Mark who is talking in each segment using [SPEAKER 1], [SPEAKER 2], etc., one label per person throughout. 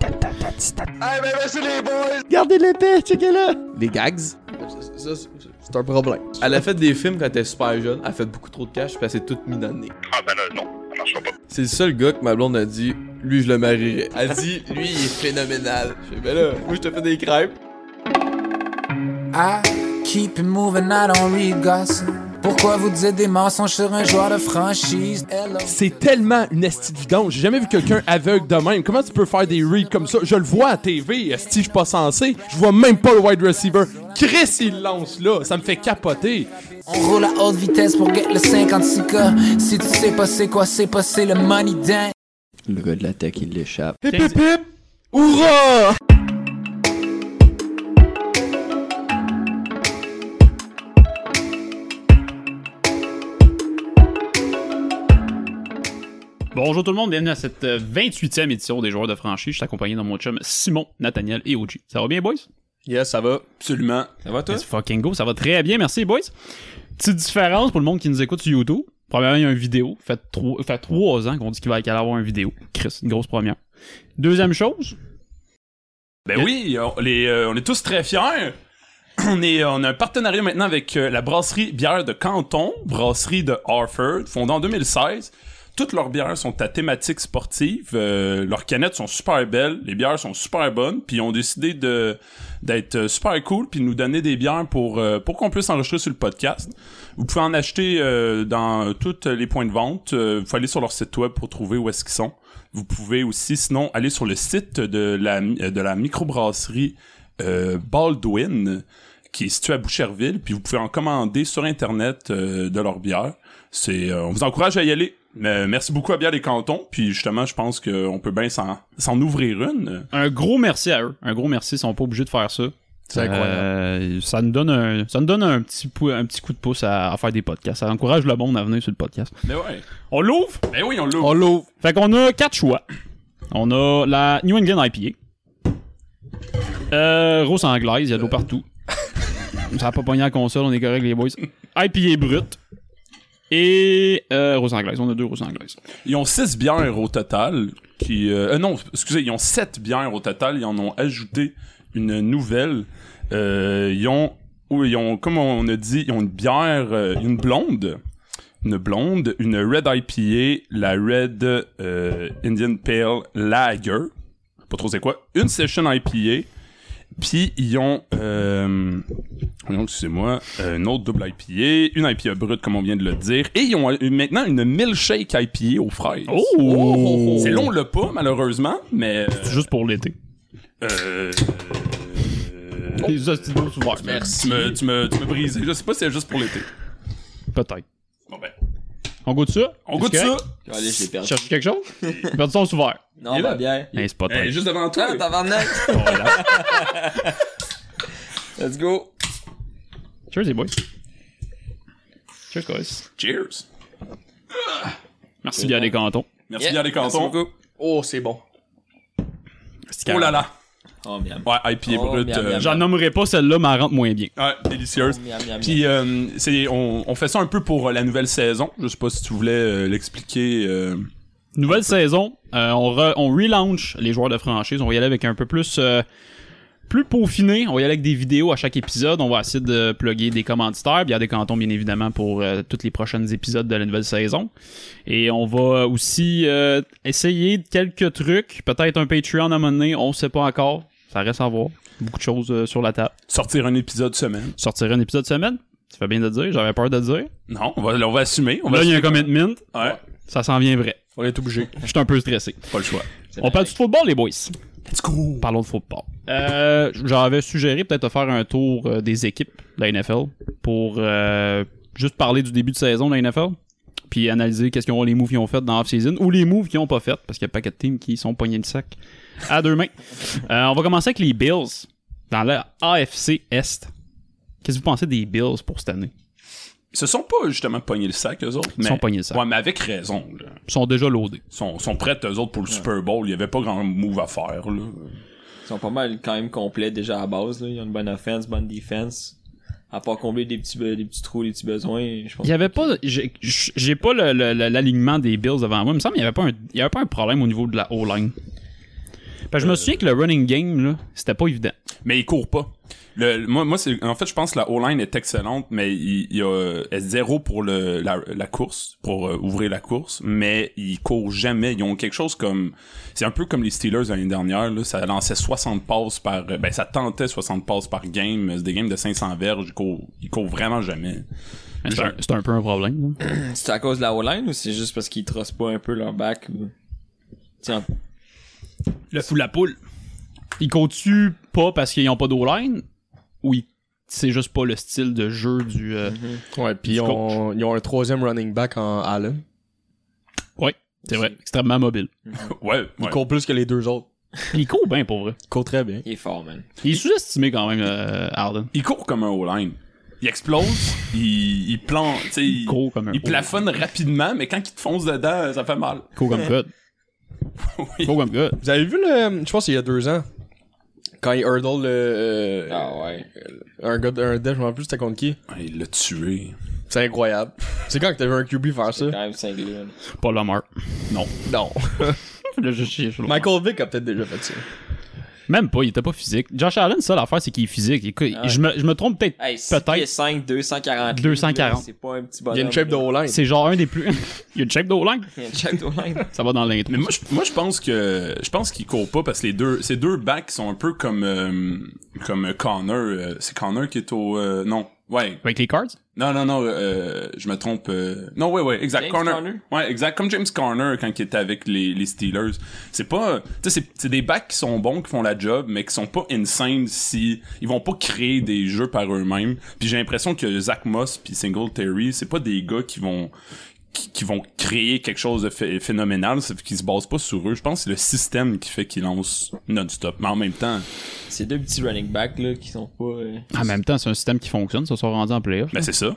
[SPEAKER 1] Hey, ben, merci les boys!
[SPEAKER 2] Gardez l'épée, checkez-le! Les gags,
[SPEAKER 3] Ça, ça, c'est un problème. Elle a fait des films quand elle était super jeune, elle a fait beaucoup trop de cash, puis elle s'est toute mise dans le nez.
[SPEAKER 4] Ah ben là, non, ça marchera pas.
[SPEAKER 3] C'est le seul gars que ma blonde a dit, lui, je le marierais. Elle dit, lui, il est phénoménal. Je fais, ben là, moi, je te fais des crêpes.
[SPEAKER 5] I keep it moving, I don't read gossip. Pourquoi vous dites des mensonges sur un joueur de franchise? Hello.
[SPEAKER 2] c'est tellement une esti de vidange. J'ai jamais vu quelqu'un aveugle de même. Comment tu peux faire des reads comme ça? Je le vois à TV, esti, je suis pas censé. Je vois même pas le wide receiver. Chris, il lance là. Ça me fait capoter.
[SPEAKER 5] On roule à haute vitesse pour get le 56K. Si tu sais pas c'est quoi, c'est pas c'est le money dance.
[SPEAKER 6] Le gars de la tech, il l'échappe.
[SPEAKER 2] Hip hip hip! Hurrah!
[SPEAKER 7] Bonjour tout le monde, bienvenue à cette euh, 28e édition des joueurs de franchise. Je suis accompagné de mon chum Simon, Nathaniel et Oji. Ça va bien, boys?
[SPEAKER 3] Yes, ça va, absolument. Ça va, toi?
[SPEAKER 7] Let's fucking go, ça va très bien, merci, boys. Petite différence pour le monde qui nous écoute sur YouTube. Premièrement, il y a une vidéo. Fait trois, fait trois ans qu'on dit qu'il va qu'il allait avoir une vidéo. Chris, une grosse première. Deuxième chose,
[SPEAKER 3] Ben oui, on, les, euh, on est tous très fiers. On, est, on a un partenariat maintenant avec euh, la brasserie bière de Canton, brasserie de Harford, fondée en 2016. Toutes leurs bières sont à thématique sportive. euh, leurs canettes sont super belles, les bières sont super bonnes, puis ils ont décidé de d'être euh, super cool, puis de nous donner des bières pour euh, pour qu'on puisse enregistrer sur le podcast. Vous pouvez en acheter euh, dans tous les points de vente. Euh, vous aller sur leur site web pour trouver où est-ce qu'ils sont. Vous pouvez aussi, sinon, aller sur le site de la, euh, de la microbrasserie euh, Baldwin, qui est située à Boucherville, puis vous pouvez en commander sur Internet euh, de leur bière. C'est, euh, on vous encourage à y aller. Euh, merci beaucoup à Bière des Cantons, puis justement, je pense qu'on peut bien s'en, s'en ouvrir une.
[SPEAKER 7] un gros merci à eux. Un gros merci, ils sont pas obligés de faire ça.
[SPEAKER 3] C'est incroyable.
[SPEAKER 7] Euh, ça nous donne un, ça nous donne un petit, pou- un petit coup de pouce à, à faire des podcasts. Ça encourage le monde à venir sur le podcast.
[SPEAKER 3] Mais ouais.
[SPEAKER 7] On l'ouvre!
[SPEAKER 3] Ben oui, on l'ouvre.
[SPEAKER 2] On l'ouvre.
[SPEAKER 7] Fait qu'on a quatre choix. On a la New England IPA. Euh, rose anglaise, il y a de l'eau partout. Ça a pas pogné la console, on est correct les boys. IPA brute. Et euh, rose anglaise, on a deux roses anglaises.
[SPEAKER 3] Ils ont 6 bières au total. Qui, euh, euh, non, excusez, ils ont 7 bières au total. Ils en ont ajouté une nouvelle. Euh, ils ont, oui, ils ont, comme on a dit, ils ont une bière, euh, une blonde, une blonde, une Red IPA, la Red euh, Indian Pale Lager, pas trop c'est quoi, une Session IPA. Puis ils ont, euh, voyons, excusez-moi, euh, une autre double IPA, une IPA brute comme on vient de le dire, et ils ont euh, maintenant une milkshake IPA aux fraises.
[SPEAKER 7] Oh!
[SPEAKER 3] C'est long le pas malheureusement, mais
[SPEAKER 7] C'est juste pour l'été.
[SPEAKER 3] euh, euh,
[SPEAKER 7] Les hosties d'eau sous verre.
[SPEAKER 3] Tu me, tu me, tu me brisais. Je sais pas si c'est juste pour l'été.
[SPEAKER 7] Peut-être.
[SPEAKER 3] Bon ben,
[SPEAKER 7] On goûte ça?
[SPEAKER 3] on goûte
[SPEAKER 7] Est-ce
[SPEAKER 3] ça.
[SPEAKER 7] correct?
[SPEAKER 6] Allez, je l'ai
[SPEAKER 7] Tu
[SPEAKER 6] perdu.
[SPEAKER 7] cherches quelque chose? Perdu son sous verre.
[SPEAKER 6] Non,
[SPEAKER 3] Il est
[SPEAKER 6] va
[SPEAKER 3] là.
[SPEAKER 6] bien.
[SPEAKER 7] Hey, c'est pas
[SPEAKER 3] Hey,
[SPEAKER 7] toi.
[SPEAKER 3] juste devant toi.
[SPEAKER 6] Ah, tabarnak! Let's go.
[SPEAKER 7] Cheers les boys. Cheers guys.
[SPEAKER 3] Cheers.
[SPEAKER 7] Merci bien les cantons.
[SPEAKER 3] Merci
[SPEAKER 6] Yeah,
[SPEAKER 3] bien les cantons.
[SPEAKER 6] beaucoup. Oh, c'est bon.
[SPEAKER 3] Oh là là.
[SPEAKER 6] Oh, miam.
[SPEAKER 3] Ouais, IPA
[SPEAKER 6] Oh,
[SPEAKER 3] brute.
[SPEAKER 6] miam,
[SPEAKER 3] euh,
[SPEAKER 6] miam. Oh,
[SPEAKER 7] J'en nommerai pas celle-là, mais elle rentre moins bien.
[SPEAKER 3] ouais, délicieuse.
[SPEAKER 6] Miam, miam, miam.
[SPEAKER 3] Puis euh, c'est, on, on fait ça un peu pour euh, la nouvelle saison. Je sais pas si tu voulais euh, l'expliquer. euh.
[SPEAKER 7] Nouvelle saison, euh, on, re- on relaunch les joueurs de franchise. On va y aller avec un peu plus, euh, plus peaufiné. On va y aller avec des vidéos à chaque épisode. On va essayer de plugger des commanditaires. puis Il y a des cantons, bien évidemment, pour euh, tous les prochains épisodes de la nouvelle saison. Et on va aussi euh, essayer quelques trucs. Peut-être un Patreon à un moment donné. On sait pas encore. Ça reste à voir. Beaucoup de choses euh, sur la table.
[SPEAKER 3] Sortir un épisode semaine.
[SPEAKER 7] Sortirait un épisode semaine. Ça fait bien de dire. J'avais peur de le dire.
[SPEAKER 3] Non, on va, on va assumer. On va
[SPEAKER 7] Là, il y a un commitment.
[SPEAKER 3] Ouais.
[SPEAKER 7] Ça s'en vient vrai.
[SPEAKER 3] On est obligé.
[SPEAKER 7] Je suis un peu stressé.
[SPEAKER 3] Pas le choix.
[SPEAKER 7] On parle du football, les boys.
[SPEAKER 3] Let's go.
[SPEAKER 7] Parlons de football. Euh, J'avais suggéré peut-être de faire un tour euh, des équipes de la NFL pour euh, juste parler du début de saison de la NFL, puis analyser qu'est-ce qu'ils ont les moves qu'ils ont fait dans l'off-season ou les moves qu'ils ont pas fait parce qu'il y a pas de teams qui sont poignés de sac à deux mains. Euh, on va commencer avec les Bills dans la AFC Est. Qu'est-ce que vous pensez des Bills pour cette année
[SPEAKER 3] Ils se sont pas justement pogné le sac, eux autres.
[SPEAKER 7] Ils
[SPEAKER 3] mais-
[SPEAKER 7] sont pognés de sac.
[SPEAKER 3] Ouais, mais avec raison. Là.
[SPEAKER 7] Ils sont déjà loadés.
[SPEAKER 3] Ils sont, sont prêts, eux autres, pour le Super Bowl. Il y avait pas grand move à faire. Là.
[SPEAKER 6] Ils sont pas mal quand même complets déjà à base. Là. Ils ont une bonne offense, bonne défense. À part combler des petits, be- des petits trous, des petits besoins, je pense.
[SPEAKER 7] Il y avait pas, j'ai j'ai pas le- le- le- l'alignement des Bills devant moi. Il me semble qu'il y avait pas un, il y avait pas un problème au niveau de la O-line. Parce que je me souviens que le running game, là, c'était pas évident.
[SPEAKER 3] Mais il court pas. Le, le- moi, moi c'est, en fait, je pense que la O-line est excellente, mais il, il y a euh, est zéro pour le, la, la course, pour euh, ouvrir la course, mais il court jamais. Ils ont quelque chose comme, c'est un peu comme les Steelers l'année dernière, là, ça lançait 60 passes par, euh, ben, ça tentait 60 passes par game, c'est des games de 500 verges, ils courent, ils courent vraiment jamais.
[SPEAKER 7] C'est un, c'est un peu un problème. là.
[SPEAKER 6] C'est à cause de la O-line ou c'est juste parce qu'ils trossent pas un peu leur back? ou- Tiens,
[SPEAKER 7] Le fou de la poule. Ils continuent pas parce qu'ils ont pas d'O-line ou ils- c'est juste pas le style de jeu du. euh,
[SPEAKER 8] Ouais, puis ils ont, ils ont un troisième running back en Allen.
[SPEAKER 7] C'est vrai, extrêmement mobile.
[SPEAKER 3] Ouais, ouais.
[SPEAKER 8] Il court plus que les deux autres.
[SPEAKER 7] Puis il court bien pour vrai.
[SPEAKER 8] Il court très bien.
[SPEAKER 6] il est fort, man.
[SPEAKER 7] Il est sous-estimé quand même, euh, Harden.
[SPEAKER 3] Il court comme un O-line. Il explose, il, il plante, tu sais, il,
[SPEAKER 7] Court comme un.
[SPEAKER 3] il plafonne rapidement, mais quand il te fonce dedans, ça fait mal.
[SPEAKER 7] Court comme God.
[SPEAKER 3] Oui.
[SPEAKER 7] Court comme God.
[SPEAKER 8] Vous avez vu le. Je pense qu'il y a deux ans. Quand il hurdle le. euh,
[SPEAKER 6] Ah ouais.
[SPEAKER 8] Un gars, de- un dev, je m'en rappelle plus c'était contre qui.
[SPEAKER 3] Ouais, il l'a tué.
[SPEAKER 8] C'est incroyable. C'est quand que t'as vu un QB faire ça?
[SPEAKER 6] C'est quand même cinglé. là.
[SPEAKER 7] Pas Lamar.
[SPEAKER 8] Non.
[SPEAKER 7] Là, je chie, je-
[SPEAKER 8] Michael Vick a peut-être déjà fait ça.
[SPEAKER 7] Même pas, il était pas physique. Josh Allen, ça, l'affaire, c'est qu'il est physique. Il- il-
[SPEAKER 6] Ouais.
[SPEAKER 7] je, me, je me trompe peut-être.
[SPEAKER 6] Hey,
[SPEAKER 7] Peut-être.
[SPEAKER 6] peut 5, 240. livres,
[SPEAKER 7] 240.
[SPEAKER 6] là, C'est pas un petit
[SPEAKER 8] Il
[SPEAKER 6] bonhomme.
[SPEAKER 8] y a une shape de O-line.
[SPEAKER 7] C'est genre un des plus. il y a une shape d'O-line.
[SPEAKER 6] Il y a une shape de O-line.
[SPEAKER 7] Ça va dans l'intro.
[SPEAKER 3] Mais moi, je, moi, je pense que je pense qu'il court pas parce que les deux ces deux backs sont un peu comme euh, comme Connor. euh, c'est Connor qui est au euh, non. Ouais.
[SPEAKER 7] Avec les cards?
[SPEAKER 3] Non, non, non. euh, je me trompe. euh, Non, ouais, ouais. Exact.
[SPEAKER 6] James
[SPEAKER 3] Conner.
[SPEAKER 6] Conner?
[SPEAKER 3] Ouais, exact. Comme James Conner quand il était avec les, les Steelers. C'est pas. Tu sais, c'est- c'est des backs qui sont bons, qui font la job, mais qui sont pas insane si ils vont pas créer des jeux par eux-mêmes. Puis j'ai l'impression que Zach Moss puis Singletary, c'est pas des gars qui vont qui, qui vont créer quelque chose de phé- phénoménal, c'est qu'ils se basent pas sur eux. Je pense que c'est le système qui fait qu'ils lancent non-stop. Mais en même temps,
[SPEAKER 6] C'est deux petits running backs là qui sont pas. euh,
[SPEAKER 7] Ah, En même temps, c'est un système qui fonctionne. Ça sont rendus en playoff.
[SPEAKER 3] ben c'est ça.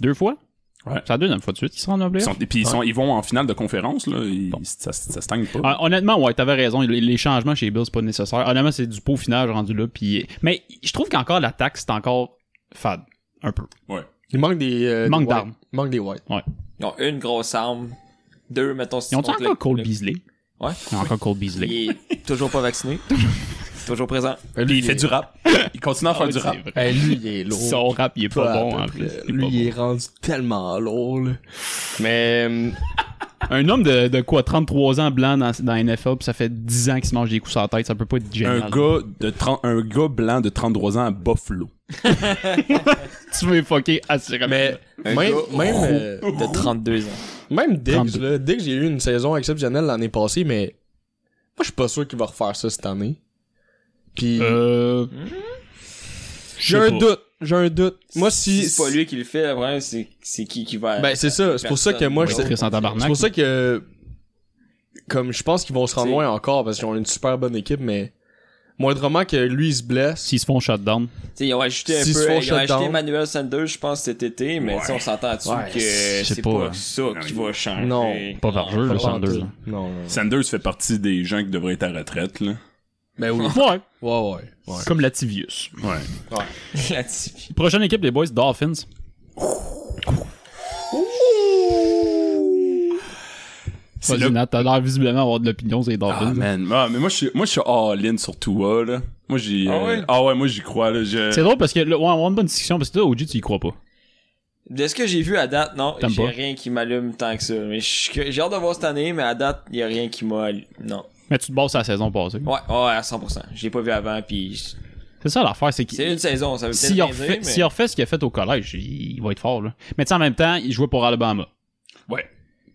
[SPEAKER 7] Deux fois?
[SPEAKER 3] Ouais.
[SPEAKER 7] C'est la deuxième fois de suite qu'ils se rendent en
[SPEAKER 3] Ils
[SPEAKER 7] playoff.
[SPEAKER 3] sont, et puis ils, sont, ils vont en finale de conférence, là. Ils- ça, ça se tangue pas.
[SPEAKER 7] Ah, honnêtement, ouais, t'avais raison. Les, les changements chez les Bills, c'est pas nécessaire. Honnêtement, c'est du peaufinage rendu là. Puis... Mais je trouve qu'encore l'attaque, c'est encore fade. Un peu.
[SPEAKER 8] Il manque des. euh,
[SPEAKER 7] Manque
[SPEAKER 8] des whites.
[SPEAKER 7] d'armes.
[SPEAKER 8] Il manque des whites.
[SPEAKER 6] Ils ont une grosse arme. Deux, mettons, si
[SPEAKER 7] Ils ont
[SPEAKER 6] tu comptes
[SPEAKER 7] encore
[SPEAKER 6] le-
[SPEAKER 7] Cole
[SPEAKER 6] le-
[SPEAKER 7] Beasley?
[SPEAKER 6] Ouais.
[SPEAKER 7] Ils ont encore Cole Beasley.
[SPEAKER 6] Il est toujours pas vacciné. toujours présent.
[SPEAKER 3] Puis il fait du rap. Il continue à faire
[SPEAKER 7] Ah,
[SPEAKER 3] du
[SPEAKER 7] c'est
[SPEAKER 3] rap.
[SPEAKER 7] vrai.
[SPEAKER 8] Eh, lui, il est lourd.
[SPEAKER 7] Son rap, il est pas bon en plus. Il est
[SPEAKER 8] Lui,
[SPEAKER 7] pas
[SPEAKER 8] il est rendu tellement lourd, là. Mais. hum,
[SPEAKER 7] bon. Un homme de, de quoi, 33 ans blanc dans, dans la NFL, puis ça fait 10 ans qu'il se mange des coups sur la tête, ça peut pas être génial.
[SPEAKER 3] Un gars, de 30 un gars blanc de 33 ans à Buffalo.
[SPEAKER 7] tu veux fucker assurément.
[SPEAKER 8] Mais.
[SPEAKER 6] Un
[SPEAKER 8] Même.
[SPEAKER 6] gars
[SPEAKER 8] Même.
[SPEAKER 6] roux
[SPEAKER 8] euh,
[SPEAKER 7] Oh.
[SPEAKER 6] De 32 ans.
[SPEAKER 8] Même Diggs,
[SPEAKER 7] 32.
[SPEAKER 8] là. Diggs, j'ai eu une saison exceptionnelle l'année passée, mais. Moi, je suis pas sûr qu'il va refaire ça cette année. Puis.
[SPEAKER 7] Euh...
[SPEAKER 8] j'ai
[SPEAKER 7] je
[SPEAKER 8] un
[SPEAKER 7] sais pas.
[SPEAKER 8] doute. J'ai un doute. Moi, si.
[SPEAKER 6] c'est pas lui qui le fait, le problème, c'est c'est qui qui va.
[SPEAKER 8] Ben, c'est ça. C'est pour ça que moi, je.
[SPEAKER 7] Ouais, Chris en tabarnak.
[SPEAKER 8] C'est pour ça que comme je pense qu'ils vont se rendre
[SPEAKER 6] T'sais.
[SPEAKER 8] loin encore parce qu'ils ont une super bonne équipe, mais moindrement que lui il se blesse.
[SPEAKER 7] S'ils se font shutdown.
[SPEAKER 6] T'sais, ils ont ajouté un
[SPEAKER 8] S'ils se
[SPEAKER 6] peu.
[SPEAKER 8] font
[SPEAKER 6] Ils ont ajouté
[SPEAKER 8] shutdown.
[SPEAKER 6] Emmanuel Sanders, je pense, cet été, mais t'sais, on s'entend dessus
[SPEAKER 8] Ouais,
[SPEAKER 6] que
[SPEAKER 8] je
[SPEAKER 7] sais
[SPEAKER 6] c'est
[SPEAKER 7] pas,
[SPEAKER 6] pas,
[SPEAKER 7] hein.
[SPEAKER 6] ça qui va changer.
[SPEAKER 8] Non.
[SPEAKER 7] Pas par jeu,
[SPEAKER 8] Pas
[SPEAKER 7] le
[SPEAKER 8] en tout.
[SPEAKER 7] Sanders.
[SPEAKER 8] Non, non.
[SPEAKER 3] Sanders fait partie des gens qui devraient être à retraite, là.
[SPEAKER 8] Ben oui.
[SPEAKER 7] Ouais.
[SPEAKER 8] ouais, ouais. ouais.
[SPEAKER 7] Comme Lativius.
[SPEAKER 3] Ouais.
[SPEAKER 6] Là-dessus.
[SPEAKER 7] Prochaine équipe, les boys, Dolphins.
[SPEAKER 3] C'est
[SPEAKER 7] Vas-y,
[SPEAKER 3] le...
[SPEAKER 7] Nat, t'as l'air visiblement avoir de l'opinion sur les
[SPEAKER 3] Ah,
[SPEAKER 7] Dolphins.
[SPEAKER 3] man. Ah, mais moi, je suis, moi, je suis all-in sur Tua, là. Moi, j'y, euh, ah, ouais? moi, j'y crois, là. Je-
[SPEAKER 7] c'est drôle parce que, là, ouais, on va avoir une bonne discussion parce que toi, OG, tu y crois pas.
[SPEAKER 6] De ce que j'ai vu à date, non,
[SPEAKER 7] T'aimes
[SPEAKER 6] j'ai
[SPEAKER 7] pas?
[SPEAKER 6] rien qui m'allume tant que ça. Mais je suis que- j'ai hâte de voir cette année, mais à date, il y a rien qui m'a allu- Non.
[SPEAKER 7] Mais tu te bases sur la saison passée.
[SPEAKER 6] Ouais, ouais, à 100%. Je l'ai pas vu avant, puis je-
[SPEAKER 7] C'est ça l'affaire, c'est
[SPEAKER 6] c'est
[SPEAKER 7] qu'il
[SPEAKER 6] une saison, ça veut peut-être
[SPEAKER 7] S'il
[SPEAKER 6] rien
[SPEAKER 7] refait,
[SPEAKER 6] dire, mais...
[SPEAKER 7] s'il refait ce qu'il a fait au collège, il, il va être fort. Là. Mais tu sais, en même temps, il jouait pour Alabama.
[SPEAKER 3] Ouais.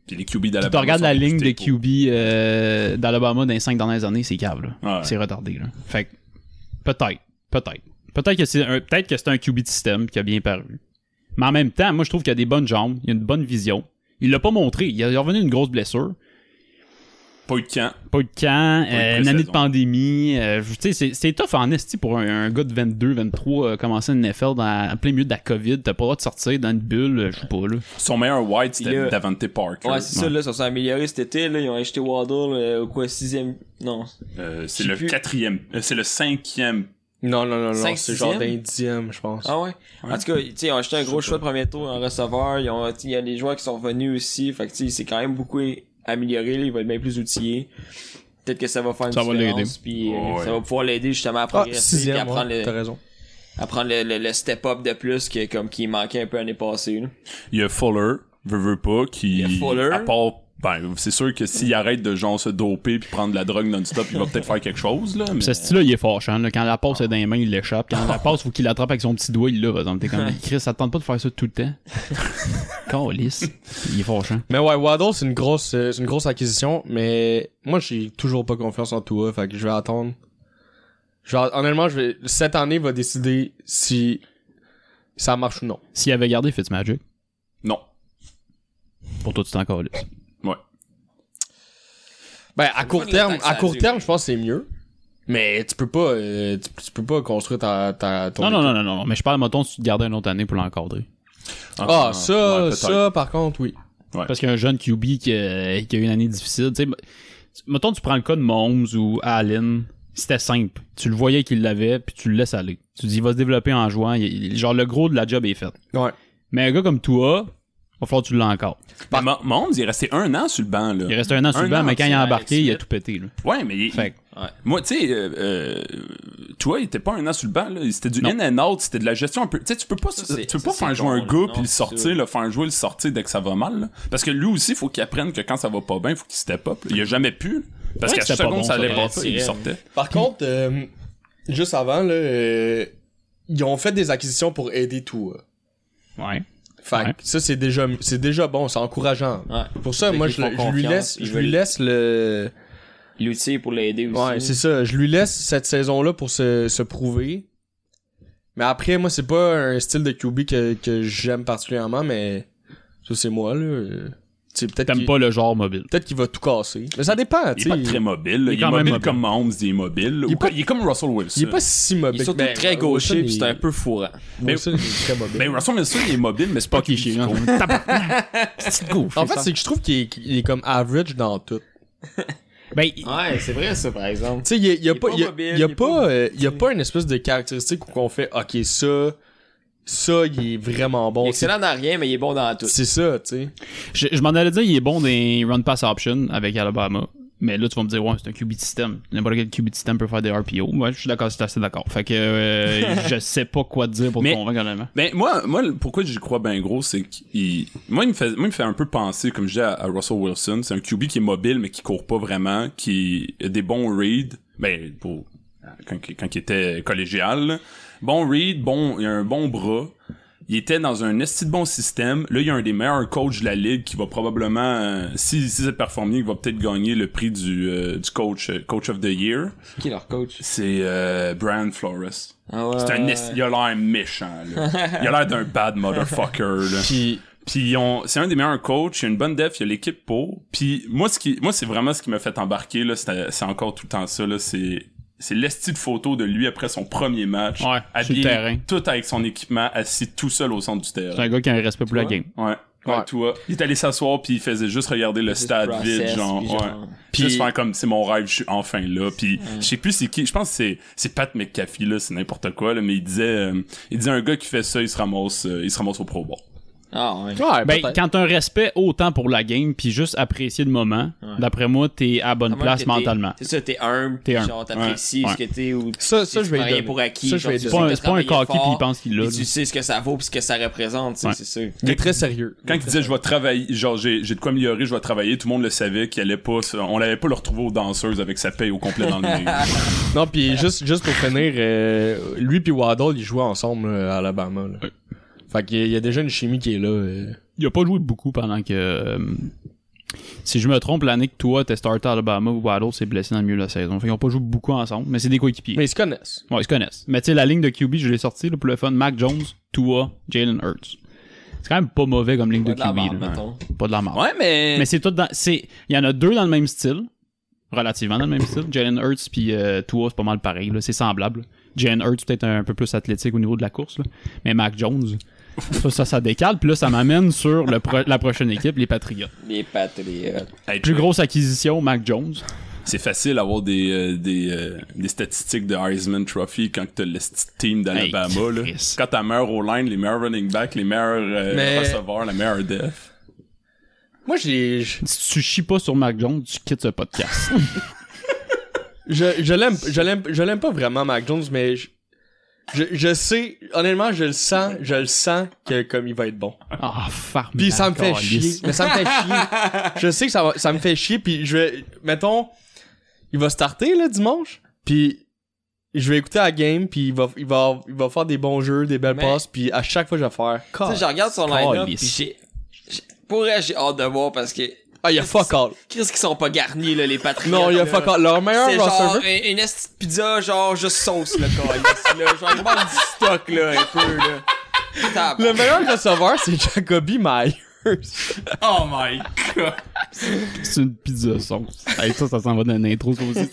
[SPEAKER 3] Puis les QB
[SPEAKER 7] Tu
[SPEAKER 3] d'Alabama.
[SPEAKER 7] te regardes
[SPEAKER 3] sont
[SPEAKER 7] la ligne de
[SPEAKER 3] réputés pour-
[SPEAKER 7] QB euh, d'Alabama dans les cinq dernières années, c'est cave. Là.
[SPEAKER 3] Ouais.
[SPEAKER 7] C'est retardé. Là. Fait que, peut-être, peut-être. Peut-être que c'est un, peut-être que c'est un QB de système qui a bien paru. Mais en même temps, moi, je trouve qu'il a des bonnes jambes, il a une bonne vision. Il l'a pas montré. Il a il a revenu une grosse blessure.
[SPEAKER 3] Pas eu de camp.
[SPEAKER 7] Pas eu de camp, euh, une année de
[SPEAKER 3] pré-saison.
[SPEAKER 7] pandémie. euh, je- tu sais, c'est, c'est tough en esti pour un, un gars de 22, 23, euh, commencer une NFL dans, en plein milieu de la COVID. T'as pas le droit de sortir dans une bulle, euh, je sais pas, là.
[SPEAKER 3] Son meilleur wide,
[SPEAKER 6] Il a-
[SPEAKER 3] c'était Davante Parker.
[SPEAKER 6] Ouais, c'est ça, là, ça s'est amélioré cet été, là, ils ont acheté Waddle, euh, au quoi, sixième, non.
[SPEAKER 3] Euh, c'est
[SPEAKER 6] J'ai
[SPEAKER 3] le
[SPEAKER 6] plus-
[SPEAKER 3] quatrième. euh, c'est le cinquième.
[SPEAKER 8] Non, non, non, non.
[SPEAKER 6] Cinq,
[SPEAKER 8] C'est genre d'un
[SPEAKER 6] sixième?
[SPEAKER 8] dixième, je pense.
[SPEAKER 6] Ah ouais? En tout cas, tu sais, ils ont acheté un gros choix de premier tour en receveur, ils ont, tu sais, il y a des joueurs qui sont revenus aussi, fait que, tu sais, c'est quand même beaucoup é- amélioré, là, il va être bien plus outillé. peut-être que ça va faire une
[SPEAKER 7] Ça va l'aider.
[SPEAKER 6] différence, puis euh,
[SPEAKER 3] Ouais.
[SPEAKER 6] ça va pouvoir l'aider justement à
[SPEAKER 8] Ah,
[SPEAKER 6] progresser, puis à
[SPEAKER 8] sixième,
[SPEAKER 6] prendre,
[SPEAKER 8] ouais, t'as
[SPEAKER 6] le,
[SPEAKER 8] raison.
[SPEAKER 6] à prendre le, le- le step-up de plus que, comme, qui manquait un peu l'année passée. là.
[SPEAKER 3] Il y a Fuller, veut, veut pas, qui.
[SPEAKER 6] Il y a Fuller.
[SPEAKER 3] À part. Ben, c'est sûr que s'il arrête de genre se doper puis prendre de la drogue non-stop, il va peut-être faire quelque chose, là. Mais...
[SPEAKER 7] Ce style-là, il est fâchant. Là. Quand la passe est dans les mains, il l'échappe. Quand la passe, faut qu'il l'attrape avec son petit doigt, il l'a. par exemple. T'es comme, Chris, ça te tente pas de faire ça tout le temps. Calice. Il est fâchant.
[SPEAKER 8] Mais ouais, Waddle, c'est une grosse, euh, c'est une grosse acquisition, mais moi, j'ai toujours pas confiance en Tua, fait que je vais attendre. Je vais- honnêtement, je vais, cette année va décider si ça marche ou non.
[SPEAKER 7] S'il avait gardé Fitzmagic,
[SPEAKER 3] Non.
[SPEAKER 7] pour toi, tu t'en calices.
[SPEAKER 3] Ouais.
[SPEAKER 8] Ben, à court
[SPEAKER 6] le
[SPEAKER 8] terme,
[SPEAKER 6] temps que
[SPEAKER 8] à
[SPEAKER 6] ça
[SPEAKER 8] court
[SPEAKER 6] dure.
[SPEAKER 8] terme, je pense que c'est mieux. Mais tu peux pas, euh, tu, tu peux pas construire ta, ta, ton
[SPEAKER 7] Non, non, non, non, non. Mais je parle, mettons, si tu te gardais une autre année pour l'encadrer.
[SPEAKER 8] Ah,
[SPEAKER 3] ouais,
[SPEAKER 8] ça,
[SPEAKER 3] peut-être.
[SPEAKER 8] ça, par contre, oui.
[SPEAKER 7] Parce qu'un jeune QB qui a, qui a eu une année difficile, tu sais, m- mettons, tu prends le cas de Mahomes ou Allen, c'était simple. Tu le voyais qu'il l'avait, puis tu le laisses aller. Tu dis, il va se développer en jouant. Il- il- genre, le gros de la job est fait.
[SPEAKER 8] Ouais.
[SPEAKER 7] Mais un gars comme toi, va falloir que tu l'as encore.
[SPEAKER 3] Mais Ma- Mahomes, il est resté un an sur le banc, là.
[SPEAKER 7] Il est resté un an sur
[SPEAKER 3] Un
[SPEAKER 7] le banc,
[SPEAKER 3] an,
[SPEAKER 7] mais quand il a
[SPEAKER 6] c'est
[SPEAKER 7] embarqué,
[SPEAKER 6] Alex
[SPEAKER 7] il a
[SPEAKER 6] Smith.
[SPEAKER 7] tout pété. Là.
[SPEAKER 3] Ouais, mais il-
[SPEAKER 7] Fait que-
[SPEAKER 3] Moi, tu sais, euh, euh, toi, il était pas un an sur le banc, là. C'était du
[SPEAKER 7] Non.
[SPEAKER 3] in and out, c'était de la gestion un peu. Tu sais, tu peux pas,
[SPEAKER 6] Ça, c'est-
[SPEAKER 3] tu peux
[SPEAKER 6] ça,
[SPEAKER 3] pas
[SPEAKER 6] c'est
[SPEAKER 3] faire jouer
[SPEAKER 6] con,
[SPEAKER 3] un
[SPEAKER 6] là.
[SPEAKER 3] gars
[SPEAKER 6] Non,
[SPEAKER 3] puis le
[SPEAKER 6] c'est
[SPEAKER 3] sortir,
[SPEAKER 6] sûr.
[SPEAKER 3] le faire jouer, le sortir dès que ça va mal, là. Parce que lui aussi, faut qu'il apprenne que quand ça va pas bien, faut qu'il step up. là. Il a jamais pu, là. Parce
[SPEAKER 7] Ouais,
[SPEAKER 3] qu'à chaque
[SPEAKER 7] c'était pas
[SPEAKER 3] seconde,
[SPEAKER 7] bon,
[SPEAKER 3] ça allait
[SPEAKER 7] ça,
[SPEAKER 3] passer, il
[SPEAKER 6] Tirel.
[SPEAKER 3] sortait.
[SPEAKER 8] Par contre, euh, juste avant, là, euh, ils ont fait des acquisitions pour aider tout. euh.
[SPEAKER 7] Ouais.
[SPEAKER 8] Fait que
[SPEAKER 7] Ouais.
[SPEAKER 8] ça, c'est déjà, c'est déjà bon, c'est encourageant.
[SPEAKER 6] Ouais.
[SPEAKER 8] Ah. Pour ça,
[SPEAKER 6] Fait
[SPEAKER 8] moi,
[SPEAKER 6] qu'ils
[SPEAKER 8] je, le-
[SPEAKER 6] font
[SPEAKER 8] je lui
[SPEAKER 6] confiance,
[SPEAKER 8] laisse,
[SPEAKER 6] ils
[SPEAKER 8] je
[SPEAKER 6] veulent-
[SPEAKER 8] lui laisse le.
[SPEAKER 6] L'outil pour l'aider aussi.
[SPEAKER 8] Ouais, c'est ça. Je lui laisse cette saison-là pour se, se prouver. Mais après, moi, c'est pas un style de QB que, que j'aime particulièrement, mais ça, c'est moi, là. Euh, Tu sais, peut-être
[SPEAKER 7] T'aimes
[SPEAKER 8] qu'il
[SPEAKER 7] pas le genre mobile.
[SPEAKER 8] peut-être qu'il va tout casser. Mais ça dépend, Ah, tu
[SPEAKER 3] Il
[SPEAKER 8] sais.
[SPEAKER 3] est pas très mobile, là.
[SPEAKER 7] il est
[SPEAKER 3] Il est
[SPEAKER 7] quand même
[SPEAKER 3] mobile
[SPEAKER 7] mobile.
[SPEAKER 3] comme Mahomes, il est mobile.
[SPEAKER 8] Il est
[SPEAKER 3] Ou
[SPEAKER 8] pas-
[SPEAKER 3] co- Il est comme Russell Wilson.
[SPEAKER 8] Il est pas si
[SPEAKER 6] Il
[SPEAKER 8] mobile.
[SPEAKER 6] est surtout
[SPEAKER 8] Ben,
[SPEAKER 6] très
[SPEAKER 8] Wilson,
[SPEAKER 6] gaucher,
[SPEAKER 8] il-
[SPEAKER 6] puis c'est un peu fourrant.
[SPEAKER 8] Wilson, il est très mobile.
[SPEAKER 3] Mais Ben, Russell Wilson, il est mobile, mais c'est pas
[SPEAKER 7] Pas qui
[SPEAKER 3] qu'il
[SPEAKER 7] chie, hein. Petite gauche.
[SPEAKER 8] en fait, c'est que je trouve qu'il est, qu'il est comme average dans tout.
[SPEAKER 7] Ben, il-
[SPEAKER 6] Ouais, c'est vrai ça, par exemple.
[SPEAKER 8] Tu sais, il y a, il y a
[SPEAKER 6] Il est
[SPEAKER 8] pas,
[SPEAKER 6] pas
[SPEAKER 8] il y a-
[SPEAKER 6] mobile,
[SPEAKER 8] il y a
[SPEAKER 6] il est
[SPEAKER 8] pas,
[SPEAKER 6] pas-
[SPEAKER 8] euh, il y a pas une espèce de caractéristique où on fait, ok, ça, ça, il est vraiment
[SPEAKER 6] Il est
[SPEAKER 8] bon. C'est
[SPEAKER 6] excellent dans rien, mais il est bon dans tout.
[SPEAKER 8] c'est ça, tu sais.
[SPEAKER 7] je, je m'en allais dire, il est bon des run-pass option avec Alabama. Mais là, tu vas me dire, ouais, c'est un QB de système. N'importe quel QB de système peut faire des RPO. Ouais, je suis d'accord, c'est assez d'accord. Fait que euh, je sais pas quoi te dire pour
[SPEAKER 3] Mais-
[SPEAKER 7] te convaincre, honnêtement.
[SPEAKER 3] Ben, moi, moi, le- pourquoi j'y crois bien gros, c'est qu'il, moi, il me fait, moi, il me fait un peu penser, comme je dis à, à Russell Wilson. C'est un QB qui est mobile, mais qui court pas vraiment, qui a des bons reads. Ben, pour, quand, quand il était collégial, là. Bon read, bon, il a un bon bras. Il était dans un esti de bon système. Là, il y a un des meilleurs coachs de la ligue qui va probablement, euh, si, si c'est performé, il va peut-être gagner le prix du, euh, du coach, euh, coach of the year.
[SPEAKER 6] qui leur coach?
[SPEAKER 3] C'est, euh, Brian Flores.
[SPEAKER 6] Ah ouais.
[SPEAKER 3] C'est
[SPEAKER 7] Euh,
[SPEAKER 3] un esti- il a l'air méchant, là. Il a l'air d'un bad motherfucker, là.
[SPEAKER 8] Puis,
[SPEAKER 3] Puis ils ont- c'est un des meilleurs coachs, il y a une bonne def, il y a l'équipe pour. Puis moi, ce qui, moi, c'est vraiment ce qui m'a fait embarquer, là. C'est euh, c'est encore tout le temps ça, là. C'est, c'est l'esti de photo de lui après son premier match.
[SPEAKER 7] Ouais, sur le
[SPEAKER 3] habillé
[SPEAKER 7] terrain.
[SPEAKER 3] Tout avec son équipement, assis tout seul au centre du
[SPEAKER 7] C'est
[SPEAKER 3] terrain.
[SPEAKER 7] un gars qui a un respect pour la game.
[SPEAKER 3] Ouais. Ouais,
[SPEAKER 8] Ouais.
[SPEAKER 3] toi. Il est allé s'asseoir puis il faisait juste regarder le stade
[SPEAKER 6] process,
[SPEAKER 3] vide, genre.
[SPEAKER 6] puis
[SPEAKER 3] ouais.
[SPEAKER 6] genre-
[SPEAKER 3] Puis
[SPEAKER 8] Puis-
[SPEAKER 3] juste faire comme c'est mon rêve, je suis enfin là. Puis je sais plus c'est qui. Je pense que c'est c'est Pat McAfee là, c'est n'importe quoi là, mais il disait euh, il disait un gars qui fait ça, il se ramasse euh, il se ramasse au Pro Bowl.
[SPEAKER 6] Ah ouais.
[SPEAKER 8] ouais,
[SPEAKER 7] Ben,
[SPEAKER 8] peut-être.
[SPEAKER 7] quand t'as un respect autant pour la game, puis juste apprécier le moment,
[SPEAKER 6] Ouais.
[SPEAKER 7] d'après moi, t'es à bonne
[SPEAKER 6] À moins que
[SPEAKER 7] place
[SPEAKER 6] t'es-
[SPEAKER 7] mentalement.
[SPEAKER 6] C'est ça, t'es humble.
[SPEAKER 7] T'es
[SPEAKER 6] T'es
[SPEAKER 7] humble.
[SPEAKER 6] humble. Genre, t'apprécies
[SPEAKER 7] Ouais.
[SPEAKER 6] ce que t'es ou.
[SPEAKER 8] Ça- ça,
[SPEAKER 6] tu
[SPEAKER 8] je vais lui
[SPEAKER 6] prends rien
[SPEAKER 8] donner.
[SPEAKER 6] pour acquis.
[SPEAKER 8] Ça, je
[SPEAKER 6] genre,
[SPEAKER 8] vais
[SPEAKER 6] tu
[SPEAKER 8] lui
[SPEAKER 7] C'est
[SPEAKER 6] sais
[SPEAKER 7] pas
[SPEAKER 6] que
[SPEAKER 7] un,
[SPEAKER 6] t'as
[SPEAKER 7] c'est pas un
[SPEAKER 6] travaillé
[SPEAKER 7] cocky, puis il
[SPEAKER 6] fort,
[SPEAKER 7] pense qu'il l'a.
[SPEAKER 6] puis
[SPEAKER 7] là.
[SPEAKER 6] Tu sais ce que ça vaut puis ce que ça représente, tu sais,
[SPEAKER 7] Ouais.
[SPEAKER 6] c'est sûr.
[SPEAKER 8] Il est très sérieux.
[SPEAKER 3] Quand il disait je vais travailler, genre j'ai j'ai de quoi améliorer, je vais travailler, tout le monde le savait qu'il allait pas se- on l'avait pas le retrouver aux danseuses avec sa paye au complet dans le nez.
[SPEAKER 8] Non, puis juste, juste pour finir, euh, lui puis Waddle, ils jouaient ensemble là, à Alabama. Là. Fait qu'il y a- il y a déjà une chimie qui est là. euh.
[SPEAKER 7] Il a pas joué beaucoup pendant que. euh, si je me trompe, l'année que toi, t'es starter à Alabama, Waddle s'est blessé dans le milieu de la saison. Fait qu'ils ont pas joué beaucoup ensemble, mais c'est des coéquipiers.
[SPEAKER 8] Mais ils se connaissent.
[SPEAKER 7] Ouais, ils se connaissent. Mais tu sais, la ligne de QB, je l'ai sortie là, pour le fun. Mac Jones, Tua, Jalen Hurts. C'est quand même pas mauvais comme ligne
[SPEAKER 6] Pas
[SPEAKER 7] de
[SPEAKER 6] de la
[SPEAKER 7] QB.
[SPEAKER 6] barbe,
[SPEAKER 7] là.
[SPEAKER 6] mettons.
[SPEAKER 7] Pas de la marde.
[SPEAKER 3] ouais, mais
[SPEAKER 7] Mais c'est tout dans. c'est- Il y en a deux dans le même style. Relativement dans le même style. Jalen Hurts puis euh, Tua, c'est pas mal pareil. là. C'est semblable. Jalen Hurts, peut-être un peu plus athlétique au niveau de la course. là. Mais Mac Jones, ça, ça, ça décale. Puis là, ça m'amène sur le pro- la prochaine équipe, les Patriots.
[SPEAKER 6] Les patriotes.
[SPEAKER 3] Hey,
[SPEAKER 7] Plus grosse acquisition, Mac Jones.
[SPEAKER 3] c'est facile d'avoir des euh, des, euh, des statistiques de Heisman Trophy quand t'as le sti- team d'Alabama là.
[SPEAKER 7] Christ.
[SPEAKER 3] Quand t'as meilleur au line, les meilleurs running back, les meilleurs euh,
[SPEAKER 8] Mais-
[SPEAKER 3] receveurs, la meilleure def.
[SPEAKER 8] Moi, j'ai. j'-
[SPEAKER 7] Si tu chies pas sur Mac Jones, tu quittes ce podcast.
[SPEAKER 8] Je, je l'aime, je l'aime, je l'aime pas vraiment, Mac Jones, mais je, je, je sais, honnêtement, je le sens, je le sens que comme il va être bon.
[SPEAKER 7] Ah, farme.
[SPEAKER 8] Puis ça me fait chier, mais ça me fait chier. Je sais que ça, va, ça me fait chier, puis je vais, mettons, il va starter le dimanche, puis je vais écouter la game, puis il va, il va, il va faire des bons jeux, des belles
[SPEAKER 6] Mais-
[SPEAKER 8] passes, puis à chaque fois je vais faire.
[SPEAKER 6] Tu sais, je regarde son line-up, pis j'ai... j'ai- Pour vrai, j'ai hâte de voir, parce que...
[SPEAKER 8] Ah, il y a fuck all.
[SPEAKER 6] Qu'est-ce qu'ils sont pas garnis, là, les Patriots?
[SPEAKER 8] Non, il y a fuck all. Leur meilleur
[SPEAKER 6] C'est genre
[SPEAKER 8] receiver.
[SPEAKER 6] une, une esti de pizza, genre juste sauce, le calice, là. Genre, il manque du stock, là, un peu, là. Tabarnak.
[SPEAKER 8] Le meilleur receveur, c'est Jacoby Myers.
[SPEAKER 3] Oh my god.
[SPEAKER 7] C'est une pizza sauce. Hey, ça, ça s'en va dans une intro, ça aussi.